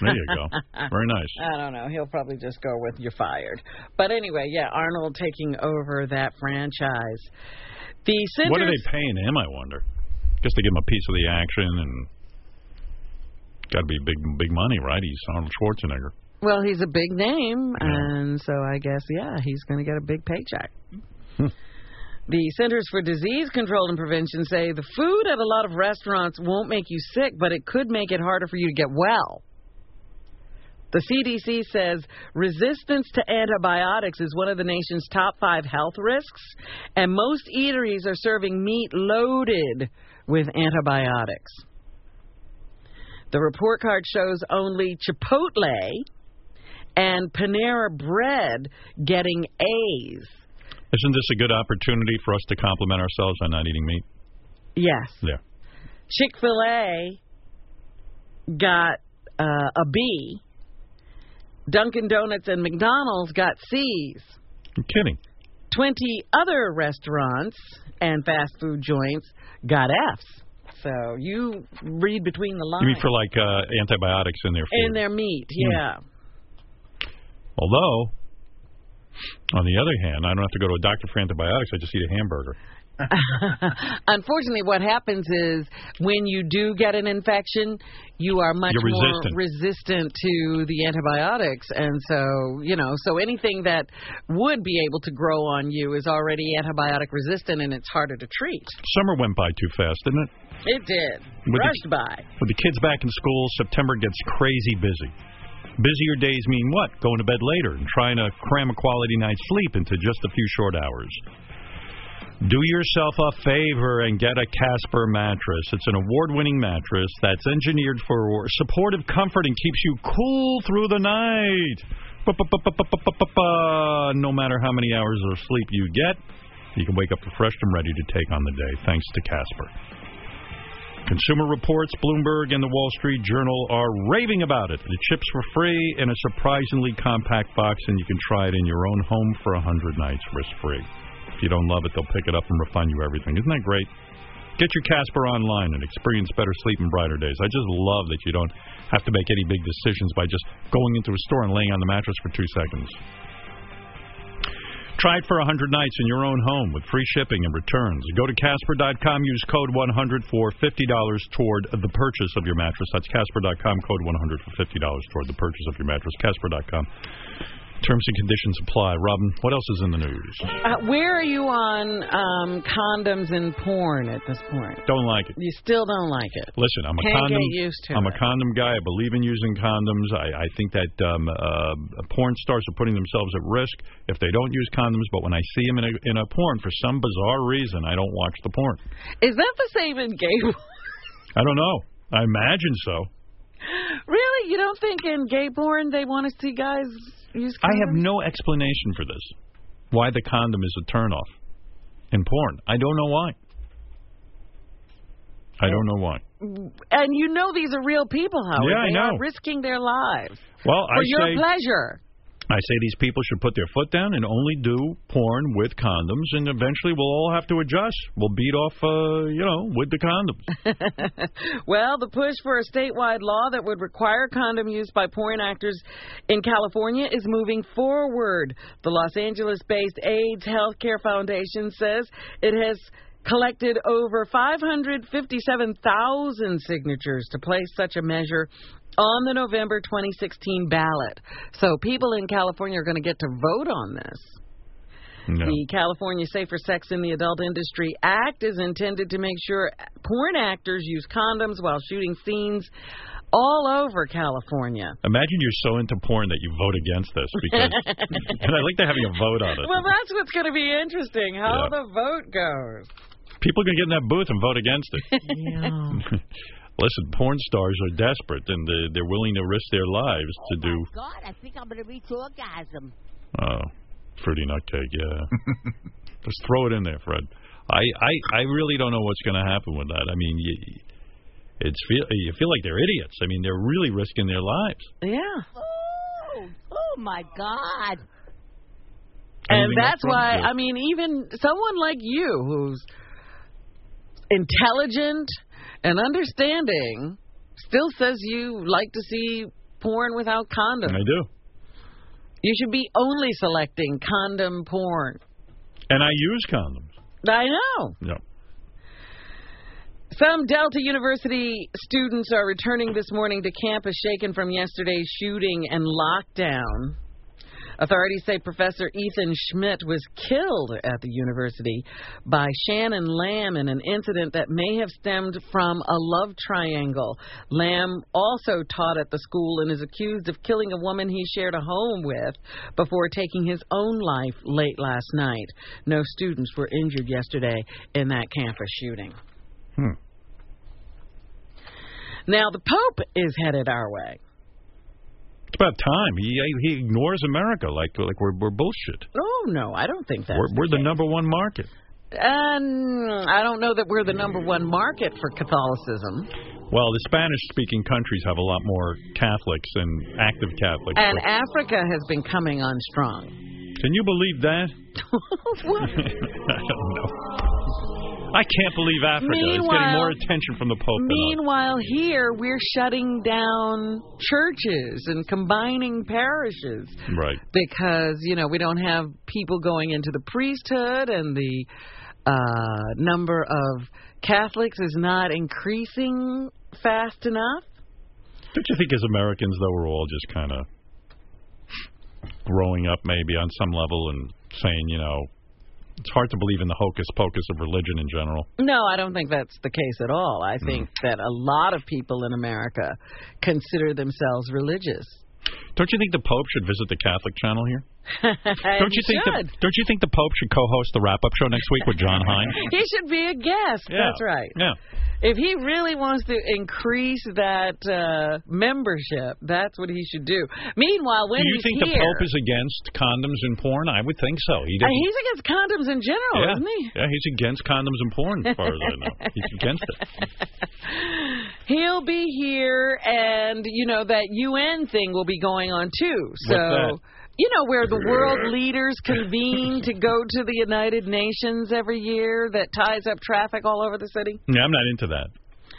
S7: There you go. Very nice.
S8: I don't know. He'll probably just go with you're fired. But anyway, yeah, Arnold taking over that franchise. The Centers,
S7: What are they paying him? I wonder. Just to give him a piece of the action and got to be big, big money, right? He's Arnold Schwarzenegger.
S8: Well, he's a big name, and so I guess yeah, he's going to get a big paycheck. The Centers for Disease Control and Prevention say the food at a lot of restaurants won't make you sick, but it could make it harder for you to get well. The CDC says resistance to antibiotics is one of the nation's top five health risks, and most eateries are serving meat loaded with antibiotics. The report card shows only Chipotle and Panera Bread getting A's.
S7: Isn't this a good opportunity for us to compliment ourselves on not eating meat?
S8: Yes.
S7: There.
S8: Chick fil A got uh, a B. Dunkin' Donuts and McDonald's got C's.
S7: I'm kidding.
S8: 20 other restaurants and fast food joints got F's. So you read between the lines.
S7: You mean for like uh, antibiotics in their food?
S8: in their meat,
S7: Hmm.
S8: yeah.
S7: Although, on the other hand, I don't have to go to a doctor for antibiotics. I just eat a hamburger.
S8: Unfortunately, what happens is when you do get an infection, you are much
S7: You're resistant.
S8: more resistant to the antibiotics, and so you know, so anything that would be able to grow on you is already antibiotic resistant, and it's harder to treat.
S7: Summer went by too fast, didn't it?
S8: It did
S7: Would you-
S8: rushed by.
S7: With the kids back in school, September gets crazy busy. Busier days mean what? Going to bed later and trying to cram a quality night's sleep into just a few short hours. Do yourself a favor and get a Casper mattress. It's an award winning mattress that's engineered for supportive comfort and keeps you cool through the night. Ba-ba-ba-ba-ba-ba-ba. No matter how many hours of sleep you get, you can wake up refreshed and ready to take on the day thanks to Casper. Consumer Reports, Bloomberg, and the Wall Street Journal are raving about it. The chips were free in a surprisingly compact box, and you can try it in your own home for 100 nights risk free. If you don't love it, they'll pick it up and refund you everything. Isn't that great? Get your Casper online and experience better sleep and brighter days. I just love that you don't have to make any big decisions by just going into a store and laying on the mattress for two seconds. Try it for 100 nights in your own home with free shipping and returns. Go to Casper.com, use code 100 for $50 toward the purchase of your mattress. That's Casper.com, code 100 for $50 toward the purchase of your mattress. Casper.com, Terms and conditions apply. Robin, what else is in the news?
S8: Uh, where are you on um, condoms and porn at this point?
S7: Don't like it.
S8: You still don't like it.
S7: Listen, I'm a
S8: Can't
S7: condom.
S8: get used to
S7: I'm
S8: it.
S7: a condom guy. I believe in using condoms. I, I think that um, uh, porn stars are putting themselves at risk if they don't use condoms. But when I see them in a, in a porn, for some bizarre reason, I don't watch the porn.
S8: Is that the same in gay porn?
S7: I don't know. I imagine so.
S8: really? You don't think in gay porn they want to see guys use
S7: I have no explanation for this. Why the condom is a turnoff in porn? I don't know why. I don't know why.
S8: And you know these are real people, Howard.
S7: Yeah, I
S8: they
S7: know.
S8: are risking their lives
S7: Well,
S8: for
S7: I
S8: your
S7: say
S8: pleasure.
S7: I say these people should put their foot down and only do porn with condoms, and eventually we'll all have to adjust. We'll beat off, uh, you know, with the condoms.
S8: Well, the push for a statewide law that would require condom use by porn actors in California is moving forward. The Los Angeles based AIDS Healthcare Foundation says it has collected over 557,000 signatures to place such a measure. On the November 2016 ballot. So people in California are going to get to vote on this. The California Safer Sex in the Adult Industry Act is intended to make sure porn actors use condoms while shooting scenes all over California.
S7: Imagine you're so into porn that you vote against this because, and I like to having a vote on it.
S8: Well, that's what's going to be interesting how
S7: Yeah.
S8: the vote goes.
S7: People can get in that booth and vote against it. Listen, porn stars are desperate and they're, they're willing to risk their lives to do.
S5: God, I think I'm going to reach orgasm.
S7: Oh, fruity nutcake, yeah. Just throw it in there, Fred. I, I, I really don't know what's going to happen with that. I mean, you, it's feel you feel like they're idiots. I mean, they're really risking their lives.
S8: Yeah.
S5: Oh, oh my God.
S8: And
S7: Anything
S8: that's
S7: else wrong
S8: why,
S7: with you?
S8: I mean, even someone like you who's intelligent and understanding still says you like to see porn without condoms.
S7: I do.
S8: You should be only selecting condom porn.
S7: And I use condoms.
S8: I know.
S7: No.
S8: Some Delta University students are returning this morning to campus shaken from yesterday's shooting and lockdown. Authorities say Professor Ethan Schmidt was killed at the university by Shannon Lamb in an incident that may have stemmed from a love triangle. Lamb also taught at the school and is accused of killing a woman he shared a home with before taking his own life late last night. No students were injured yesterday in that campus shooting.
S7: Hmm.
S8: Now, the Pope is headed our way.
S7: It's about time. He he ignores America like like we're we're bullshit.
S8: Oh no, I don't think that's.
S7: We're, we're the number one market.
S8: And I don't know that we're the number one market for Catholicism.
S7: Well, the Spanish-speaking countries have a lot more Catholics and active Catholics.
S8: And Africa has been coming on strong.
S7: Can you believe that?
S8: What?
S7: I don't know. I can't believe Africa is getting
S8: Meanwhile-
S7: more attention from the Pope than us.
S8: Meanwhile, here we're shutting down churches and combining parishes
S7: Right.
S8: because, you know, we don't have people going into the priesthood and the uh, number of Catholics is not increasing fast enough.
S7: Don't you think as Americans, though, we're all just kind of growing up maybe on some level and saying, you know, it's hard to believe in the hocus pocus of religion in general.
S8: No, I don't think that's the case at all. I think that a lot of people in America consider themselves religious.
S7: Don't you think the Pope should visit the Catholic channel here? Don't you think
S8: should.
S7: The, don't you think the Pope should co-host the wrap-up show next week with John Hine?
S8: he should be a guest.
S7: Yeah.
S8: That's right.
S7: Yeah.
S8: If he really wants to increase that uh, membership, that's what he should do. Meanwhile, when
S7: Do you
S8: he's
S7: think
S8: here,
S7: the Pope is against condoms and porn? I would think so. He
S8: Uh,
S7: doesn't.
S8: he's against condoms in general,
S7: yeah.
S8: Oh, isn't he?
S7: Yeah, he's against condoms and porn, as far as I know. He's against it.
S8: He'll be here, and you know that UN thing will be going on too. So.
S1: that?
S8: You know where the world leaders convene to go to the United Nations every year that ties up traffic all over the city?
S7: Yeah, I'm not into that.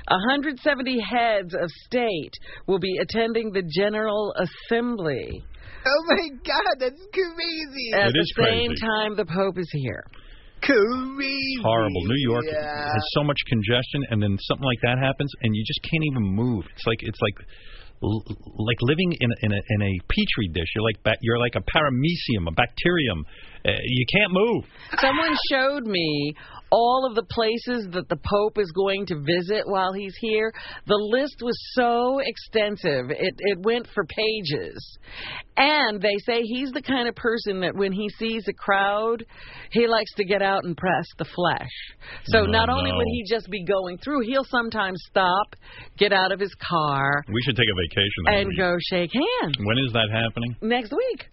S8: 170 heads of state will be attending the General Assembly.
S1: Oh my God, that's crazy.
S8: At the same time, the Pope is here.
S1: Crazy.
S7: horrible. New York
S1: Yeah.
S7: has so much congestion, and then something like that happens, and you just can't even move. It's like it's like l- like living in a, in a in a petri dish. You're like ba- you're like a paramecium, a bacterium. Uh, you can't move.
S8: Someone showed me all of the places that the Pope is going to visit while he's here. The list was so extensive, it, it went for pages. And they say he's the kind of person that when he sees a crowd, he likes to get out and press the flesh. So
S7: Oh,
S8: not only
S7: no.
S8: would he just be going through, he'll sometimes stop, get out of his car,
S7: We should take a vacation. that
S8: and
S7: week.
S8: go shake hands.
S7: When is that happening?
S8: Next week.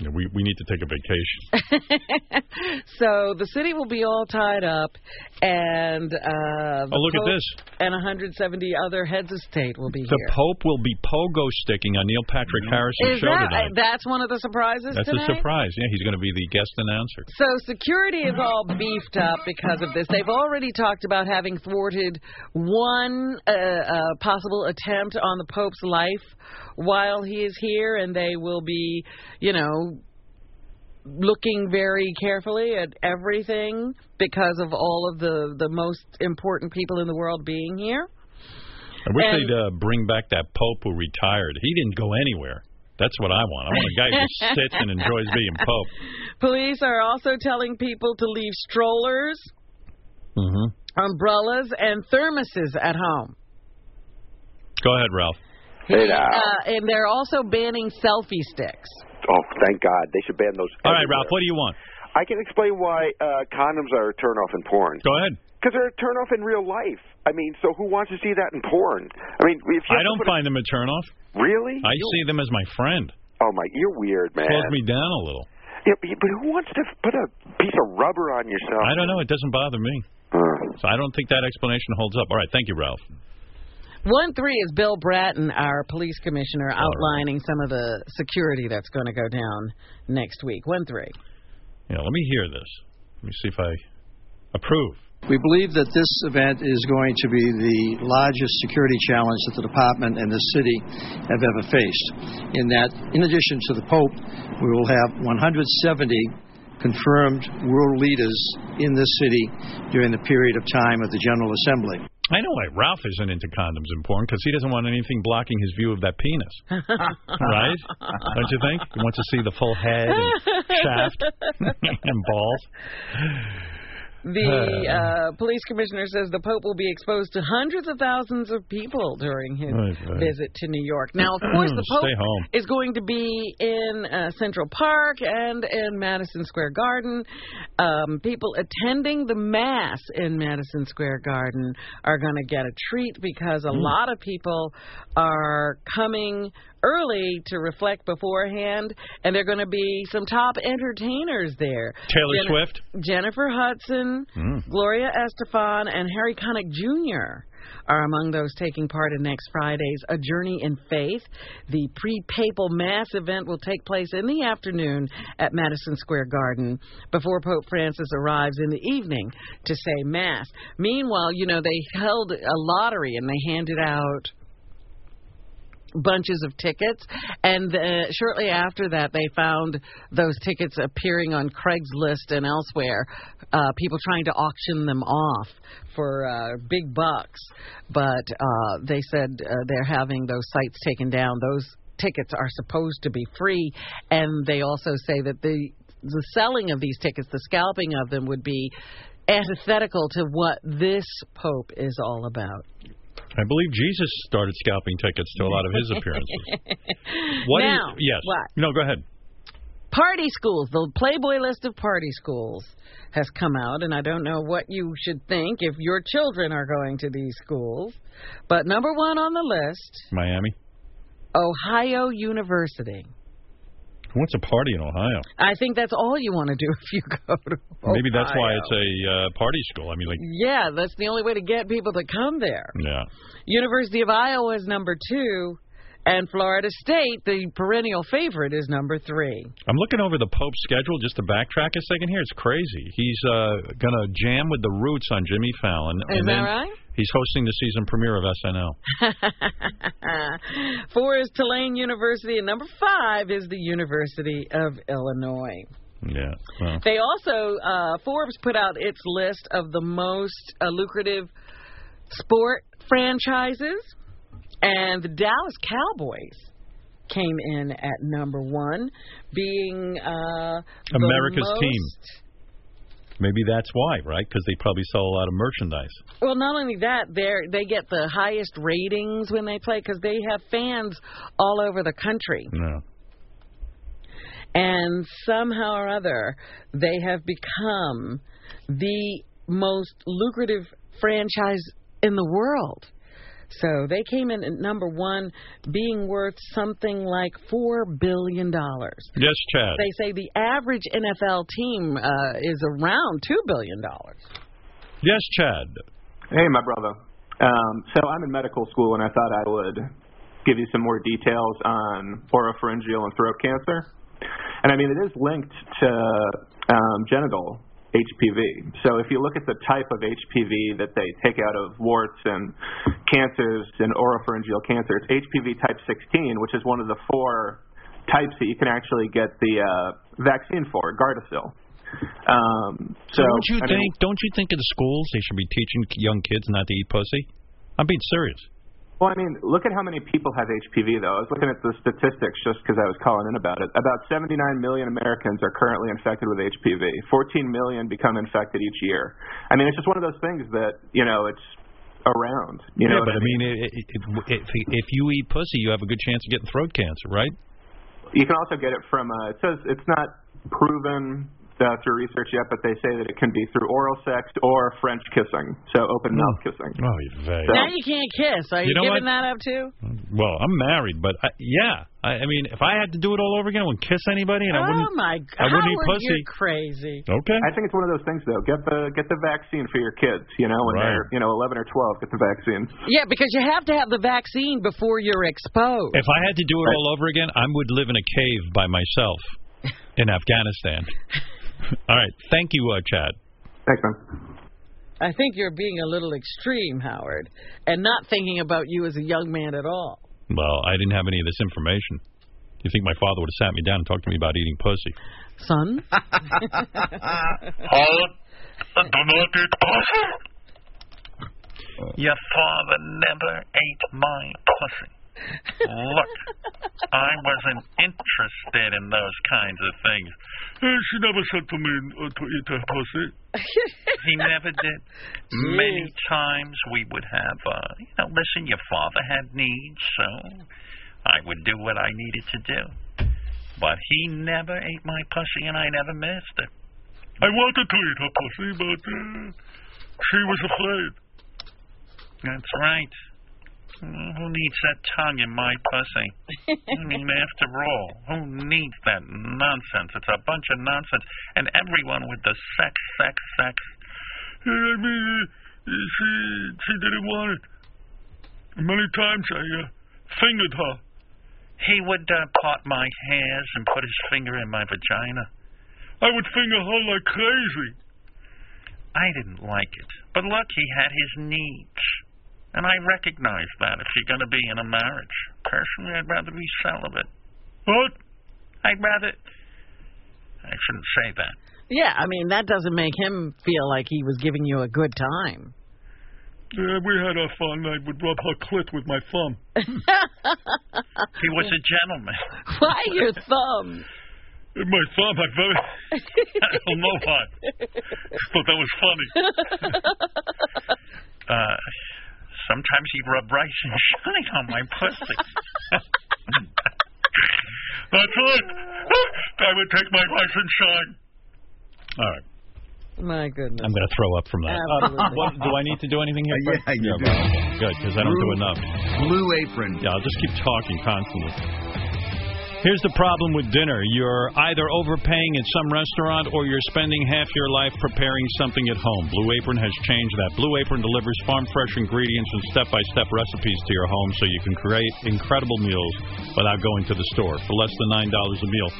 S7: Yeah, We we need to take a vacation.
S8: So the city will be all tied up, and uh, the
S7: Oh, look at
S8: Pope
S7: this.
S8: And 170 other heads of state will be
S7: The
S8: here.
S7: Pope will be pogo sticking on Neil Patrick Harrison's
S8: Mm-hmm. Is
S7: show
S8: that
S7: tonight.
S8: that's one of the surprises
S7: That's
S8: tonight?
S7: a surprise. Yeah, he's going to be the guest announcer.
S8: So security is all beefed up because of this. They've already talked about having thwarted one uh, uh, possible attempt on the Pope's life while he is here, and they will be, you know, looking very carefully at everything because of all of the the most important people in the world being here.
S7: I wish
S8: And-
S7: they'd uh, bring back that Pope who retired. He didn't go anywhere. That's what I want. I want a guy who just sits and enjoys being Pope.
S8: Police are also telling people to leave strollers,
S7: Mm-hmm.
S8: umbrellas, and thermoses at home.
S7: Go ahead, Ralph.
S15: Hey now.
S8: Uh, and they're also banning selfie sticks.
S15: Oh, thank God. They should ban those.
S7: All right, Ralph, what do you want?
S15: I can explain why uh, condoms are a turnoff in porn.
S7: Go ahead.
S15: Because they're a turnoff in real life. I mean, so who wants to see that in porn? I mean, if you
S7: I don't find them a turnoff.
S15: Really?
S7: I see them as my friend.
S15: Oh my, you're weird, man.
S7: Slows me down a little.
S15: Yeah, but, but who wants to put a piece of rubber on yourself? Uh.
S7: I don't know. It doesn't bother me. So I don't think that explanation holds up. All right, thank you, Ralph.
S8: One three is Bill Bratton, our police commissioner, outlining some of the security that's going to go down next week. One three.
S7: Yeah, let me hear this. Let me see if I approve.
S24: We believe that this event is going to be the largest security challenge that the department and the city have ever faced. In that, in addition to the Pope, we will have 170 confirmed world leaders in this city during the period of time of the General Assembly.
S7: I know why Ralph isn't into condoms and porn because he doesn't want anything blocking his view of that penis, right? Don't you think? He wants to see the full head, and shaft, and balls.
S8: The uh, police commissioner says the Pope will be exposed to hundreds of thousands of people during his
S7: Right, right.
S8: visit to New York. Now, of course, the Pope
S7: Stay home.
S8: is going to be in uh, Central Park and in Madison Square Garden. Um, people attending the Mass in Madison Square Garden are going to get a treat because a
S7: Hmm.
S8: lot of people are coming early to reflect beforehand, and there are going to be some top entertainers there.
S7: Taylor
S8: Jen-
S7: Swift?
S8: Jennifer Hudson,
S7: Mm.
S8: Gloria Estefan, and Harry Connick Jr. are among those taking part in next Friday's A Journey in Faith. The pre papal mass event will take place in the afternoon at Madison Square Garden before Pope Francis arrives in the evening to say Mass. Meanwhile, you know, they held a lottery and they handed out bunches of tickets and uh, shortly after that they found those tickets appearing on craigslist and elsewhere uh, people trying to auction them off for uh, big bucks but uh, they said uh, they're having those sites taken down those tickets are supposed to be free and they also say that the the selling of these tickets the scalping of them would be antithetical to what this pope is all about
S7: I believe Jesus started scalping tickets to a lot of his appearances. What do you-
S8: Now,
S7: yes.
S8: what?
S7: No, go ahead.
S8: Party schools. The Playboy list of party schools has come out, and I don't know what you should think if your children are going to these schools. But number one on the list,
S7: Miami.
S8: Ohio University.
S7: Who wants a party in Ohio?
S8: I think that's all you want to do if you go to.
S7: Maybe that's why
S8: Oh, Ohio.
S7: it's a uh, party school. I mean, like,
S8: Yeah, that's the only way to get people to come there.
S7: yeah.
S8: University of Iowa is number two, and Florida State, the perennial favorite, is number three.
S7: I'm looking over the Pope's schedule just to backtrack a second here. It's crazy. He's uh, going to jam with the Roots on Jimmy Fallon.
S8: Is
S7: and
S8: that
S7: then
S8: right?
S7: He's hosting the season premiere of SNL.
S8: Four Uh, is Tulane University, and number five is the University of Illinois.
S7: Yeah. Well.
S8: They also, uh, Forbes put out its list of the most uh, lucrative sport franchises. And the Dallas Cowboys came in at number one, being uh, the
S7: America's
S8: most-
S7: team. Maybe that's why, right? Because they probably sell a lot of merchandise.
S8: Well, not only that, they are they get the highest ratings when they play because they have fans all over the country.
S7: Yeah.
S8: And somehow or other, they have become the most lucrative franchise in the world. So they came in at number one, being worth something like four billion dollars.
S7: Yes, Chad.
S8: They say the average NFL team uh, is around two billion dollars.
S7: Yes, Chad.
S23: Hey, my brother. Um, so I'm in medical school, and I thought I would give you some more details on oropharyngeal and throat cancer. And I mean, it is linked to um, genital HPV. So if you look at the type of HPV that they take out of warts and cancers and oropharyngeal cancer, it's HPV type 16, which is one of the four types that you can actually get the uh, vaccine for, Gardasil. Um, so
S7: don't you
S23: I mean-
S7: think? don't you think in schools they should be teaching k- young kids not to eat pussy? I'm being serious.
S23: Well, I mean, look at how many people have HPV, though. I was looking at the statistics just because I was calling in about it. About 79 million Americans are currently infected with HPV. 14 million become infected each year. I mean, it's just one of those things that, you know, it's around. You
S7: yeah,
S23: know
S7: but
S23: what
S7: I mean, i- i- if, if if you eat pussy, you have a good chance of getting throat cancer, right?
S23: You can also get it from. Uh, it says it's not proven uh, through research yet, but they say that it can be through oral sex or French kissing, so open mouth kissing.
S7: Oh, you vague.
S8: Now you can't kiss. Are
S7: You
S8: you,
S7: know
S8: giving
S7: what?
S8: that up too?
S7: Well, I'm married, but I, yeah, I, I mean, if I had to do it all over again, I wouldn't kiss anybody, and I
S8: oh
S7: wouldn't.
S8: my god!
S7: I wouldn't eat
S8: Howard,
S7: pussy.
S8: You're crazy.
S7: Okay.
S23: I think it's one of those things, though. Get the get the vaccine for your kids. You know, when
S7: Right.
S23: they're you know 11 or 12, get the vaccine.
S8: Yeah, because you have to have the vaccine before you're exposed.
S7: If I had to do it all over again, I would live in a cave by myself in Afghanistan. all right, thank you, uh, Chad.
S23: Thanks, man.
S8: I think you're being a little extreme, Howard, and not thinking about you as a young man at all.
S7: Well, I didn't have any of this information. You think my father would have sat me down and talked to me about eating pussy?
S8: Son?
S1: Howard, do not eat pussy. Your father never ate my pussy. Look, I wasn't interested in those kinds of things. Eh, She never said to me uh, to eat her pussy. he never did. Many times we would have, uh, you know, listen, your father had needs, so I would do what I needed to do. But he never ate my pussy, and I never missed it. I wanted to eat her pussy, but uh, she was afraid. That's right. Mm, Who needs that tongue in my pussy? I mean, after all, who needs that nonsense? It's a bunch of nonsense. And everyone with the sex, sex, sex. "Eh, I mean, eh, she, she didn't want it. Many times I uh, fingered her. He would uh, part my hairs and put his finger in my vagina. I would finger her like crazy. I didn't like it. But look, he had his needs. And I recognize that if you're going to be in a marriage. Personally, I'd rather be celibate. What? I'd rather. I shouldn't say that.
S8: yeah, I mean that doesn't make him feel like he was giving you a good time.
S17: Yeah, we had our fun. I would rub her clit with my thumb.
S1: He was a gentleman.
S8: Why your thumb?
S17: My thumb, I very. I don't know why. Just thought that was funny.
S1: Uh, sometimes he'd rub rice and shine on my pussy.
S17: That's it. I would take my rice and shine.
S7: All right.
S8: My goodness.
S7: I'm going to throw up from that.
S8: Absolutely.
S7: what, do I need to do anything here?
S13: Uh, yeah,
S7: Frank?
S13: you do.
S7: well, okay, Good, because I don't do
S13: Blue-
S7: enough. Blue apron. Yeah, I'll just keep talking constantly. Here's the problem with dinner. You're either overpaying at some restaurant or you're spending half your life preparing something at home. Blue Apron has changed that. Blue Apron delivers farm fresh ingredients and step by step recipes to your home so you can create incredible meals without going to the store for less than $9 a meal.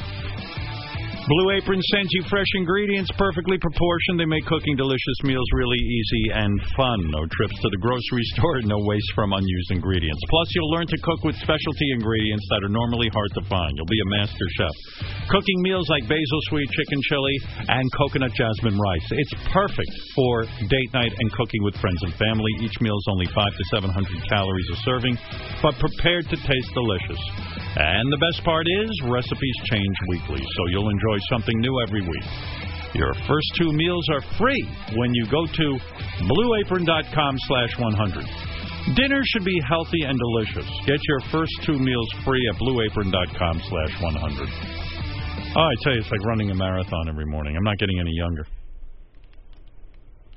S7: Blue Apron sends you fresh ingredients, perfectly proportioned. They make cooking delicious meals really easy and fun. No trips to the grocery store, no waste from unused ingredients. Plus, you'll learn to cook with specialty ingredients that are normally hard to find. You'll be a master chef. Cooking meals like basil sweet chicken chili and coconut jasmine rice. It's perfect for date night and cooking with friends and family. Each meal is only 5 to 700 calories a serving, but prepared to taste delicious. And the best part is, recipes change weekly, so you'll enjoy something new every week. Your first two meals are free when you go to blueapron.com slash 100. Dinner should be healthy and delicious. Get your first two meals free at blueapron.com slash 100. Oh, I tell you, it's like running a marathon every morning. I'm not getting any younger.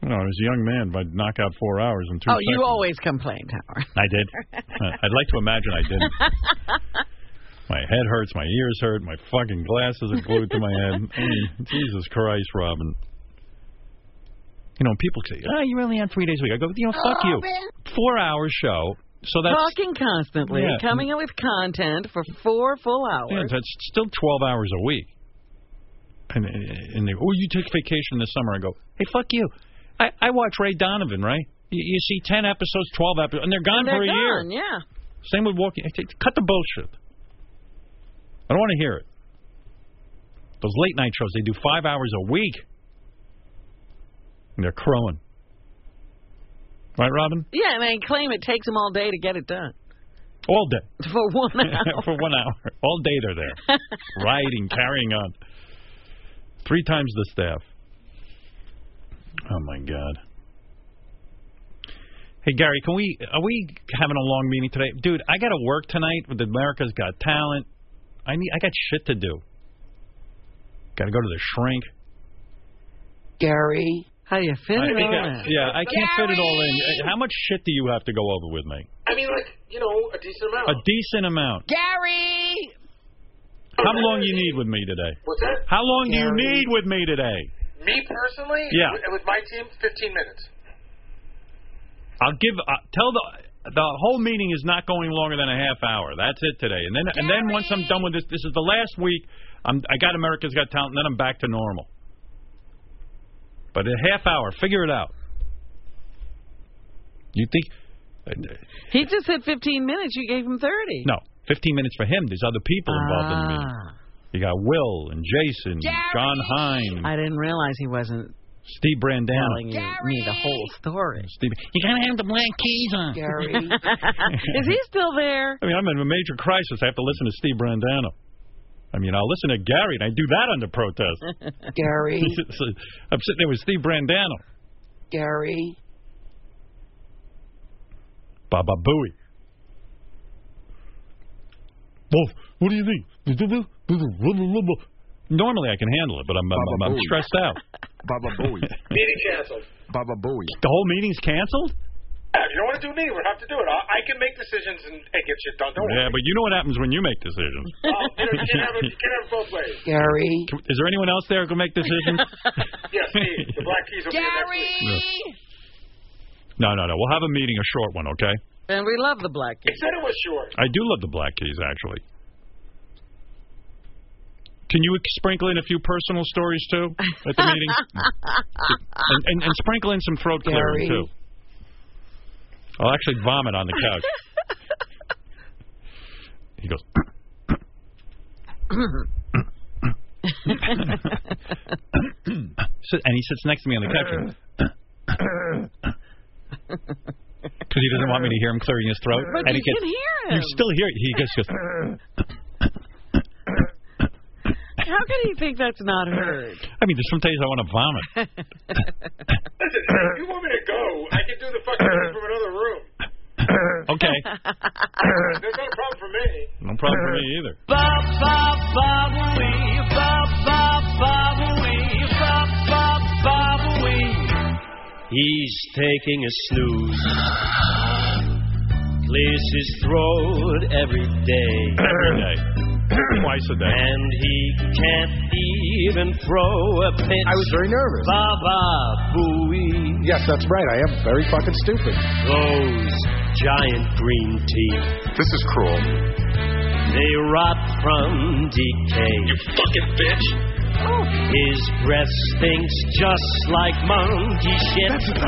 S7: You know, I was a young man, but I'd knock out four hours in two
S8: oh,
S7: seconds.
S8: you always complained, Howard.
S7: I did. I'd like to imagine I didn't. My head hurts. My ears hurt. My fucking glasses are glued to my head. I mean, Jesus Christ, Robin. You know, people say, "Ah, you're only on three days a week." I go, "You know, fuck
S8: Oh,
S7: you." Four-hour show. So that's
S8: Talking constantly,
S7: Yeah.
S8: coming up with content for four full
S7: yeah,
S8: hours.
S7: that's still twelve hours a week. And and they, oh, you take vacation this summer. I go, hey, fuck you. I I watch Ray Donovan, right? You, you see ten episodes, twelve episodes, and they're gone
S8: And they're
S7: for a year.
S8: gone, yeah.
S7: Same with walking. I think- Cut the bullshit. I don't want to hear it. Those late night shows, they do five hours a week. And they're crowing. Right, Robin?
S8: Yeah, and they claim it takes them all day to get it done.
S7: All day.
S8: For one hour.
S7: For one hour. All day they're there. Riding, carrying on. Three times the staff. Oh, my God. Hey Gary, can we are we having a long meeting today, dude? I got to work tonight with America's Got Talent. I need I got shit to do. Got to go to the shrink.
S8: Gary. How do you fit
S7: I-
S8: it all
S7: yeah,
S8: in?
S7: yeah, I can't fit it all in. Uh, How much shit do you have to go over with me?
S18: I mean, like, you know, a decent amount.
S7: A decent amount.
S18: Gary!
S7: How long you need with me today?
S18: What's that?
S7: How long do
S18: Gary.
S7: you need with me today?
S18: Me personally?
S7: Yeah.
S18: With, with my team, 15 minutes.
S7: I'll give. Uh, tell the the whole meeting is not going longer than a half hour. That's it today. And then and then once I'm done with this, this is the last week. I'm I got America's Got Talent, and then I'm back to normal. But a half hour, figure it out. You think? uh,
S8: He just said 15 minutes. You gave him 30.
S7: No, 15 minutes for him. There's other people involved in the meeting. You got Will and Jason, John Hine.
S8: I didn't realize he wasn't
S7: Steve Brandano.
S8: telling you, me the whole story.
S7: Steve, you gotta have the blank keys on.
S8: Gary, is he still there?
S7: I mean, I'm in a major crisis. I have to listen to Steve Brandano. I mean, I'll listen to Gary, and I do that under protest.
S1: Gary.
S7: I'm sitting there with Steve Brandano.
S1: Gary.
S7: Baba Booey. Well, what do you think? Normally I can handle it, but I'm, I'm, I'm
S1: Baba Booey.
S7: stressed out.
S20: Baba Booey.
S18: Meeting canceled.
S20: Baba Booey.
S7: The whole meeting's canceled?
S18: Uh, if you don't want to do me, we'll have to do it. I, I can make decisions and, and get shit done. Don't
S7: Yeah,
S18: worry.
S7: but you know what happens when you make decisions.
S18: Oh, you know, you can have it, you can have it both ways.
S7: Can- Is there anyone else there who can make decisions?
S18: yes, Steve. The Black Keys will be here next week.
S7: no, no, no. We'll have a meeting, a short one, okay?
S8: And we love the black
S18: He said it was short.
S7: I do love the Black Keys, actually. Can you sprinkle in a few personal stories, too, at the meeting? and, and, and sprinkle in some throat clearing,
S1: Gary.
S7: too. I'll actually vomit on the couch. he goes, sit- and he sits next to me on the couch because he doesn't want me to hear him clearing his throat.
S1: But
S7: and
S1: you
S7: he gets,
S1: can hear
S7: You
S1: him.
S7: still hear it. He just goes,
S8: How can he think that's not heard?
S7: I mean, there's some days I want to vomit.
S18: Listen, if you want me to go, I can do the fucking thing from another room.
S7: okay.
S18: There's no problem for me.
S7: No problem for me either.
S16: He's taking a snooze. Clears his throat every day.
S7: Every day. Twice a day.
S16: And he can't even throw a pitch.
S20: I was very nervous.
S16: Baba Booey.
S20: Yes, that's right. I am very fucking stupid.
S16: Those giant green teeth. This is cruel. They rot from decay. You fucking bitch.
S14: Oh.
S16: His breath stinks just like monkey shit.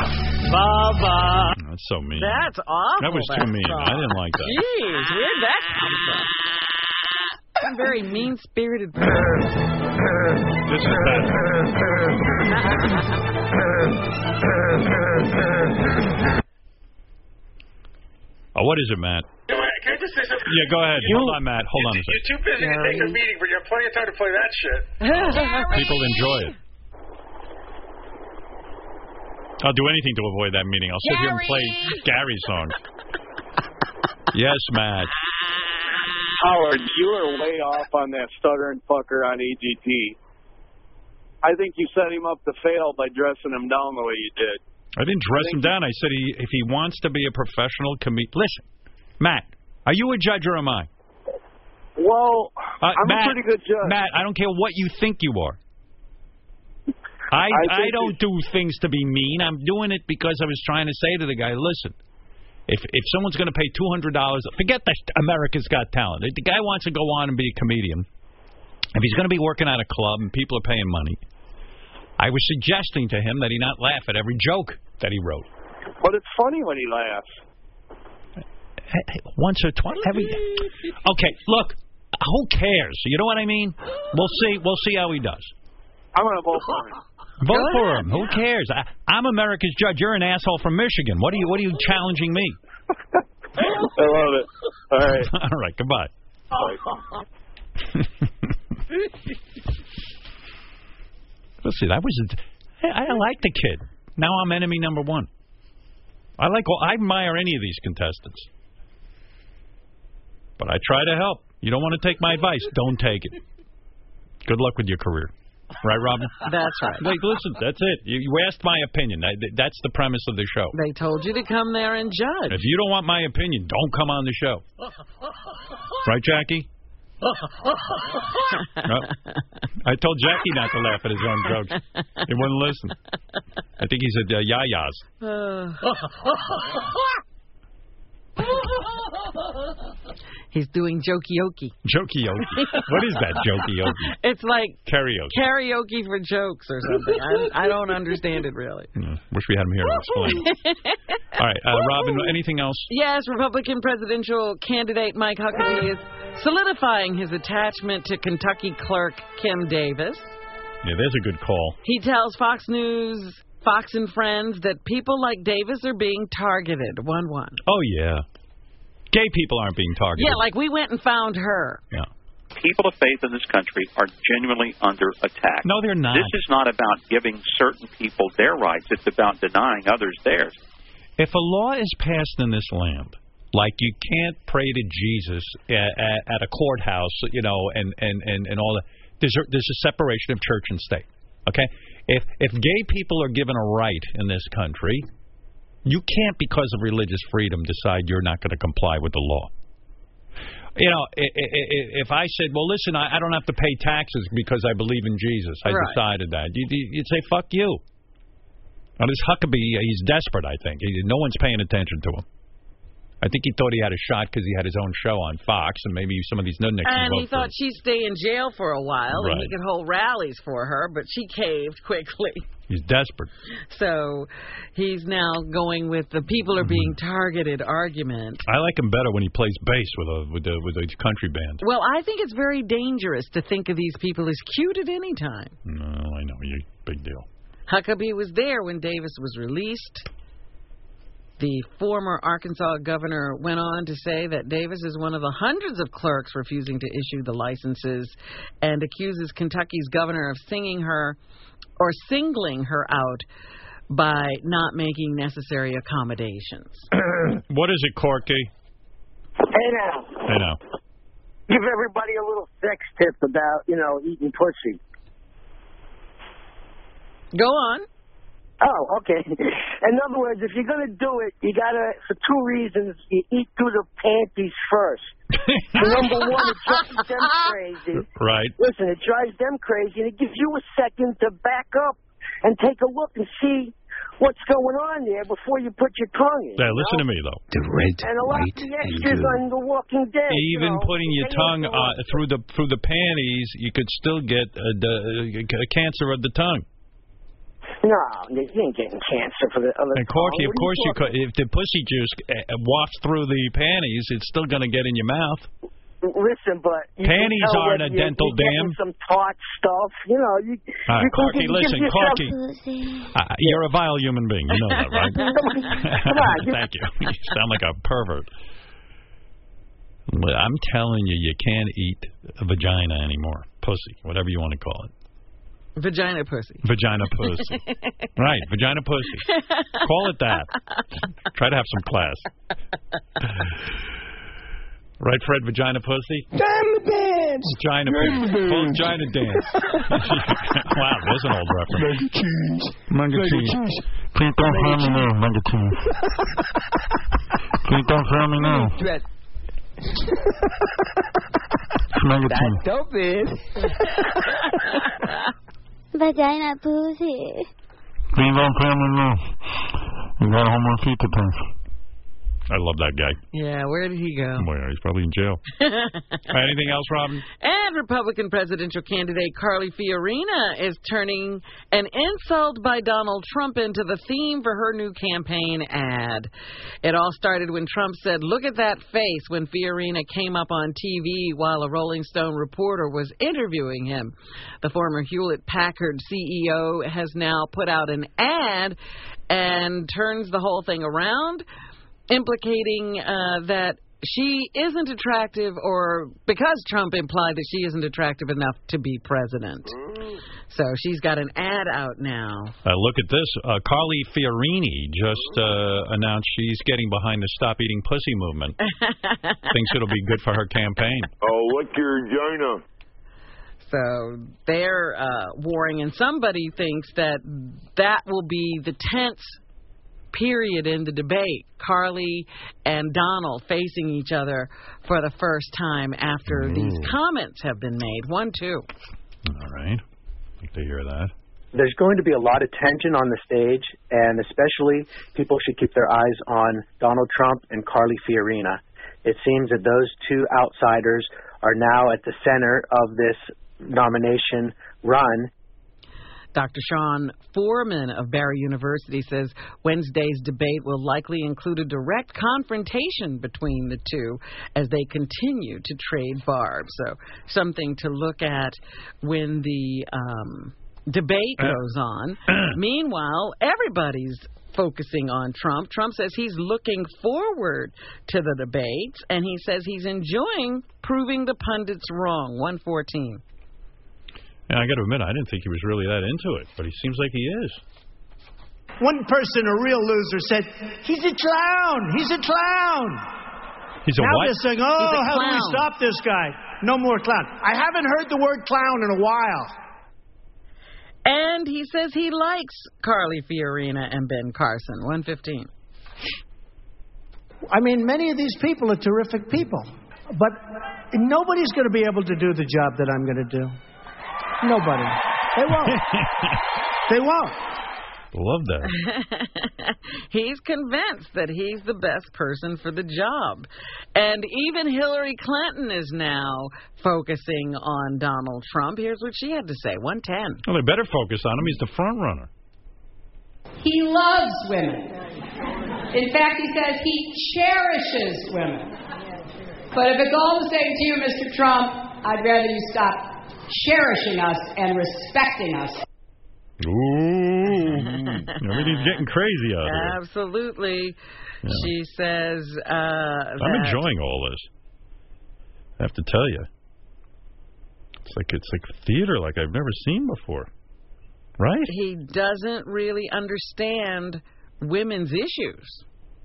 S16: Baba.
S7: That's so mean.
S8: That's awful.
S7: That was too mean. I didn't like that.
S8: Jeez, where'd that come from? I'm very mean spirited.
S7: This is bad. Oh, what is it, Matt?
S18: You know what? Can I just say something?
S7: Yeah, go ahead. Hold on, Matt. Hold on a
S18: You're too busy to take a meeting, but you have plenty of time to play that shit.
S7: second. People enjoy it. I'll do anything to avoid that meeting. I'll sit here and play Gary songs. yes, Matt.
S14: Howard, you are way off on that stuttering fucker on EGT. I think you set him up to fail by dressing him down the way you did.
S7: I didn't dress him down. I said he, if he wants to be a professional comedian. Listen, Matt, are you a judge or am I?
S14: Well,
S7: Uh,
S14: I'm
S7: Matt,
S14: a pretty good judge.
S7: Matt, I don't care what you think you are.
S14: I
S7: I I,
S14: think
S7: don't do things to be mean. I'm doing it because I was trying to say to the guy, listen, if if someone's going to pay two hundred dollars, forget that America's Got Talent. If the guy wants to go on and be a comedian, if he's going to be working at a club and people are paying money, I was suggesting to him that he not laugh at every joke that he wrote.
S14: But it's funny when he laughs.
S7: once or twice every okay look who cares you know what i mean we'll see we'll see how he does
S14: I'm gonna vote for him.
S7: vote for him who cares I, i'm america's judge you're an asshole from michigan what are you what are you challenging me
S14: I love it. All right.
S7: all right goodbye let's see that was a, I, I like the kid now i'm enemy number one i like well i admire any of these contestants but i try to help you don't want to take my advice don't take it good luck with your career right robin
S8: That's right.
S7: Wait, listen, that's it. You, you asked my opinion. I, th- that's the premise of the show.
S8: They told you to come there and judge.
S7: If you don't want my opinion, don't come on the show. Right, Jackie? No. I told Jackie not to laugh at his own jokes. He wouldn't listen. I think he said uh, yayas.
S8: He's doing jokey-okey.
S7: Jokey-okey. What is that, jokey-okey?
S8: It's like
S7: Karaoke.
S8: karaoke for jokes or something. I, I don't understand it really.
S7: Yeah, Hmm, Wish we had him here to explain. All right, uh, Robin, anything else?
S8: yes, Republican presidential candidate Mike Huckabee is solidifying his attachment to Kentucky clerk Kim Davis.
S7: Yeah, there's a good call.
S8: He tells Fox News, Fox and Friends that people like Davis are being targeted. One one.
S7: Oh, yeah. Gay people aren't being targeted.
S8: Yeah, like we went and found her.
S9: People of faith in this country are genuinely under attack.
S7: No, they're not.
S9: This is not about giving certain people their rights. It's about denying others theirs.
S7: If a law is passed in this land, like you can't pray to Jesus at, at a courthouse, you know, and and and and all that, there's a, there's a separation of church and state. Okay, if if gay people are given a right in this country, you can't because of religious freedom decide you're not going to comply with the law. You know, i- i- i- if I said, "Well, listen, I I don't have to pay taxes because I believe in Jesus," I
S9: Right.
S7: decided that you'd, you'd say, "Fuck you." Now this Huckabee, uh, he's desperate. I think he, no one's paying attention to him. I think he thought he had a shot because he had his own show on Fox, and maybe some of these nudniks. would
S8: And
S7: vote
S8: he
S7: for him.
S8: thought she'd stay in jail for a while and he
S7: Right.
S8: could hold rallies for her, but she caved quickly.
S7: he's desperate.
S8: So he's now going with the people are being targeted argument.
S7: I like him better when he plays bass with a with a with a country band.
S8: Well, I think it's very dangerous to think of these people as cute at any time.
S7: No, I know you big deal.
S8: Huckabee was there when Davis was released. The former Arkansas governor went on to say that Davis is one of the hundreds of clerks refusing to issue the licenses and accuses Kentucky's governor of singing her or singling her out by not making necessary accommodations.
S7: what is it, Corky?
S32: Hey now,
S7: I know.
S32: give everybody a little sex tip about you know eating pussy.
S8: Go on.
S32: Oh, okay. In other words, if you're gonna do it, you gotta for two reasons. You eat through the panties first. Number one, it drives them crazy.
S7: Right.
S32: Listen, it drives them crazy, and it gives you a second to back up and take a look and see
S3: what's going on there before you put your tongue in.
S7: Yeah, listen to me though. The red,
S3: And a lot of the extras on The Walking Dead. you
S7: Even
S3: know,
S7: putting your
S3: they
S7: tongue
S3: don't
S7: uh, through the through the panties, you could still get a, d- a cancer of the tongue.
S3: No, you ain't getting cancer for the other.
S7: And Corky,
S32: Oh,
S3: tongue.
S7: of course you could. If the pussy juice uh, wafts through the panties, it's still going to get in your mouth.
S3: Listen, but you can
S7: Panties
S3: tell
S7: aren't
S3: whether
S7: a
S3: you're-
S7: dental
S3: you're getting
S7: dam.
S3: Some taut stuff, you know. You,
S7: All right,
S3: you can
S7: Corky,
S3: give- give
S7: listen,
S3: yourself-
S7: Corky. Uh, you're a vile human being. You know that, right? Thank you. You sound like a pervert. But I'm telling you, you can't eat a vagina anymore. Pussy, whatever you want to call it.
S8: Vagina pussy.
S7: Vagina pussy. right, vagina pussy. Call it that. Try to have some class. Right, Fred? Vagina pussy?
S22: Damn the band.
S7: Vagina pussy. Call it vagina dance. wow, there's an old reference.
S22: Manga cheese. Please don't harm me now, manga cheese. Please don't harm me now. Manga cheese.
S1: Vagina pussy.
S36: Please don't harm me now. You got a homo feet to pass.
S7: I love that guy.
S8: Yeah, where did he go?
S7: Boy, he's probably in jail. Anything else, Robin?
S8: And Republican presidential candidate Carly Fiorina is turning an insult by Donald Trump into the theme for her new campaign ad. It all started when Trump said, Look at that face, when Fiorina came up on TV while a Rolling Stone reporter was interviewing him. The former Hewlett Packard CEO has now put out an ad and turns the whole thing around implicating uh, that she isn't attractive, or because Trump implied that she isn't attractive enough to be president. So she's got an ad out now.
S7: Uh, look at this. Uh, Carly Fiorini just uh, announced she's getting behind the Stop Eating Pussy movement. Thinks it'll be good for her campaign.
S20: Oh, look your vagina.
S8: So they're uh, warring, and somebody thinks that that will be the tense period in the debate. Carly and Donald facing each other for the first time after these comments have been made. One, two.
S7: All right. like to hear that.
S18: There's going to be a lot of tension on the stage, and especially people should keep their eyes on Donald Trump and Carly Fiorina. It seems that those two outsiders are now at the center of this nomination run.
S8: Dr. Sean Foreman of Barry University says Wednesday's debate will likely include a direct confrontation between the two as they continue to trade barbs. So, something to look at when the um, debate goes on. Meanwhile, everybody's focusing on Trump. Trump says he's looking forward to the debates, and he says he's enjoying proving the pundits wrong. 114.
S7: And I got to admit, I didn't think he was really that into it, but he seems like he is.
S4: One person, a real loser, said, He's a clown! He's a clown!
S7: He's a
S4: now
S7: what?
S4: they're saying,
S7: He's a
S4: Oh, how do we
S7: clown."
S4: stop this guy? No more clown. I haven't heard the word clown in a while.
S8: And he says he likes Carly Fiorina and Ben Carson. 115.
S4: I mean, many of these people are terrific people, but nobody's going to be able to do the job that I'm going to do. Nobody. They won't. they won't.
S7: Love that.
S8: he's convinced that he's the best person for the job. And even Hillary Clinton is now focusing on Donald Trump. Here's what she had to say 110.
S7: Well, they better focus on him. He's the front runner.
S9: He loves women. In fact, he says he cherishes women. But if it's all the same to you, Mr. Trump, I'd rather you stop cherishing us and respecting us.
S7: Ooh, everything's getting crazy out here.
S8: Absolutely. She says uh, that
S7: I'm enjoying all this. I have to tell you, it's like it's like theater like I've never seen before. Right?
S8: he doesn't really understand women's issues.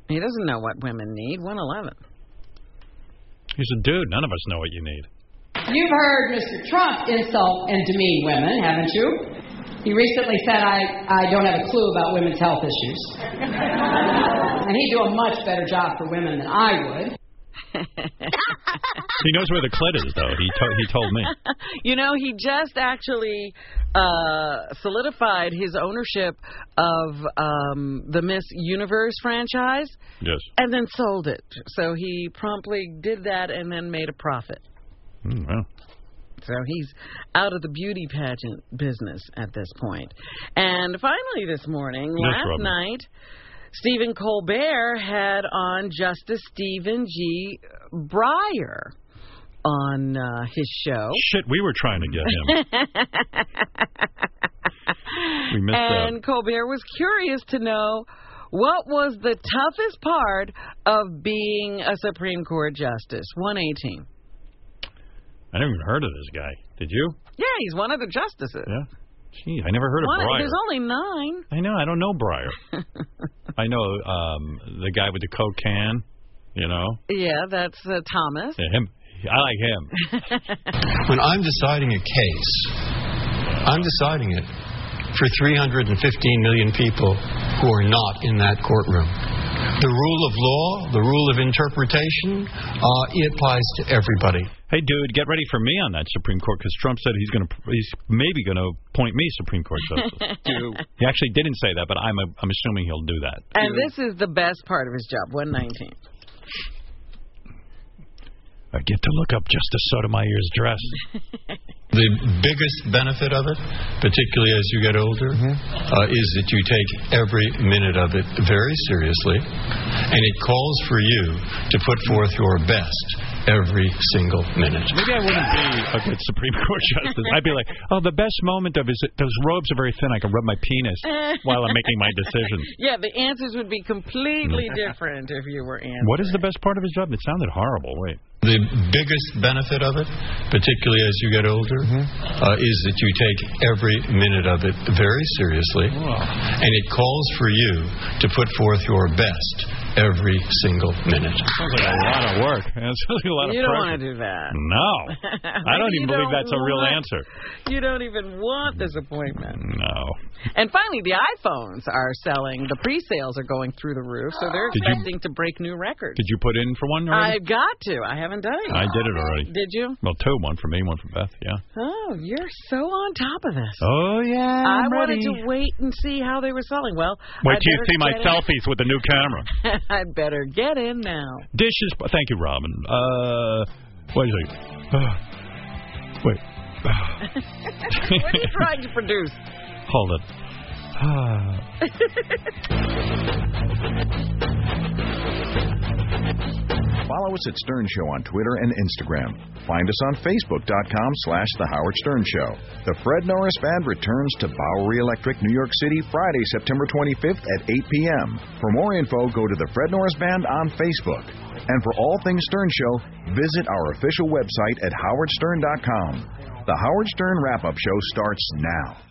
S8: He doesn't know what women need. 111.
S7: He's a dude. None of us know what you need.
S9: You've heard Mr. Trump insult and demean women, haven't you? He recently said, I, I don't have a clue about women's health issues. And he'd do a much better job for women than I would.
S7: He knows where the clit is, though. He to- he told me.
S8: You know, he just actually uh, solidified his ownership of um, the Miss Universe franchise
S7: Yes.
S8: and then sold it. So he promptly did that and then made a profit.
S7: Mm, wow.
S8: So he's out of the beauty pageant business at this point. And finally, this morning,
S1: Yes,
S8: last
S1: Robin.
S8: night, Stephen Colbert had on Justice Stephen G. Breyer on uh, his show.
S7: Shit, we were trying to get him. We missed
S8: and Colbert was curious to know what was the toughest part of being a Supreme Court justice. 118.
S7: that. I never even heard of this guy. Did you?
S8: Yeah, he's one of the justices.
S7: Yeah. Gee, I never heard of
S8: One-
S7: Breyer.
S8: There's only nine.
S7: I know. I don't know Breyer. I know um, the guy with the Coke can. You know,
S8: Yeah, that's uh, Thomas.
S7: yeah, him. I like him.
S2: When I'm deciding a case, I'm deciding it for 315 million people who are not in that courtroom. The rule of law, the rule of interpretation, uh, it applies to everybody.
S7: Hey, dude, get ready for me on that Supreme Court because Trump said he's going to, he's maybe going to appoint me Supreme Court justice. he actually didn't say that, but I'm, a, I'm assuming he'll do that.
S8: And this is the best part of his job, 119.
S7: I get to look up Justice Sotomayor's dress.
S2: The biggest benefit of it, particularly as you get older,
S7: Mm-hmm.
S2: uh, is that you take every minute of it very seriously, and it calls for you to put forth your best every single minute.
S7: Maybe I wouldn't be a good Supreme Court justice. I'd be like, oh, the best moment of is those robes are very thin. I can rub my penis while I'm making my decisions.
S8: Yeah, the answers would be completely
S7: Mm.
S8: different if you were answering.
S7: What is the best part of his job? It sounded horrible. Wait.
S2: The biggest benefit of it, particularly as you get older,
S7: Mm-hmm.
S2: uh, is that you take every minute of it very seriously,
S7: Oh,
S2: and it calls for you to put forth your best every single minute.
S7: Sounds like a lot of work. It sounds like a lot
S8: You
S7: of
S8: don't
S7: pressure.
S8: want to do that.
S7: No. I don't even
S8: Maybe you
S7: believe
S8: don't
S7: that's a real
S8: want-
S7: answer.
S8: You don't even want this appointment.
S7: No.
S8: And finally, the iPhones are selling. The pre-sales are going through the roof, so they're
S7: Did you-
S8: expecting to break new records.
S7: Did you put in for one already?
S8: I've got to. I haven't done it.
S7: I
S8: yet.
S7: did it already.
S8: Did you?
S7: Well, two. One for me, one for Beth. Yeah.
S8: Oh, you're so on top of this.
S7: Oh yeah.
S8: I
S7: I'm
S8: wanted
S7: ready.
S8: to wait and see how they were selling. Well,
S7: Wait
S8: I
S7: till you
S8: better
S7: see my
S8: get in-
S7: selfies with the new camera.
S8: I'd better get in now.
S7: Dishes. Thank you, Robin. Uh, wait a second. Uh, wait.
S8: what are you trying to produce?
S7: Hold it. Ah.
S11: Follow us at Stern Show on Twitter and Instagram. Find us on Facebook.com slash The Howard Stern Show. The Fred Norris Band returns to Bowery Electric, New York City, Friday, September 25th at 8 p.m. For more info, go to The Fred Norris Band on Facebook. And for all things Stern Show, visit our official website at howardstern.com. The Howard Stern Wrap-Up Show starts now.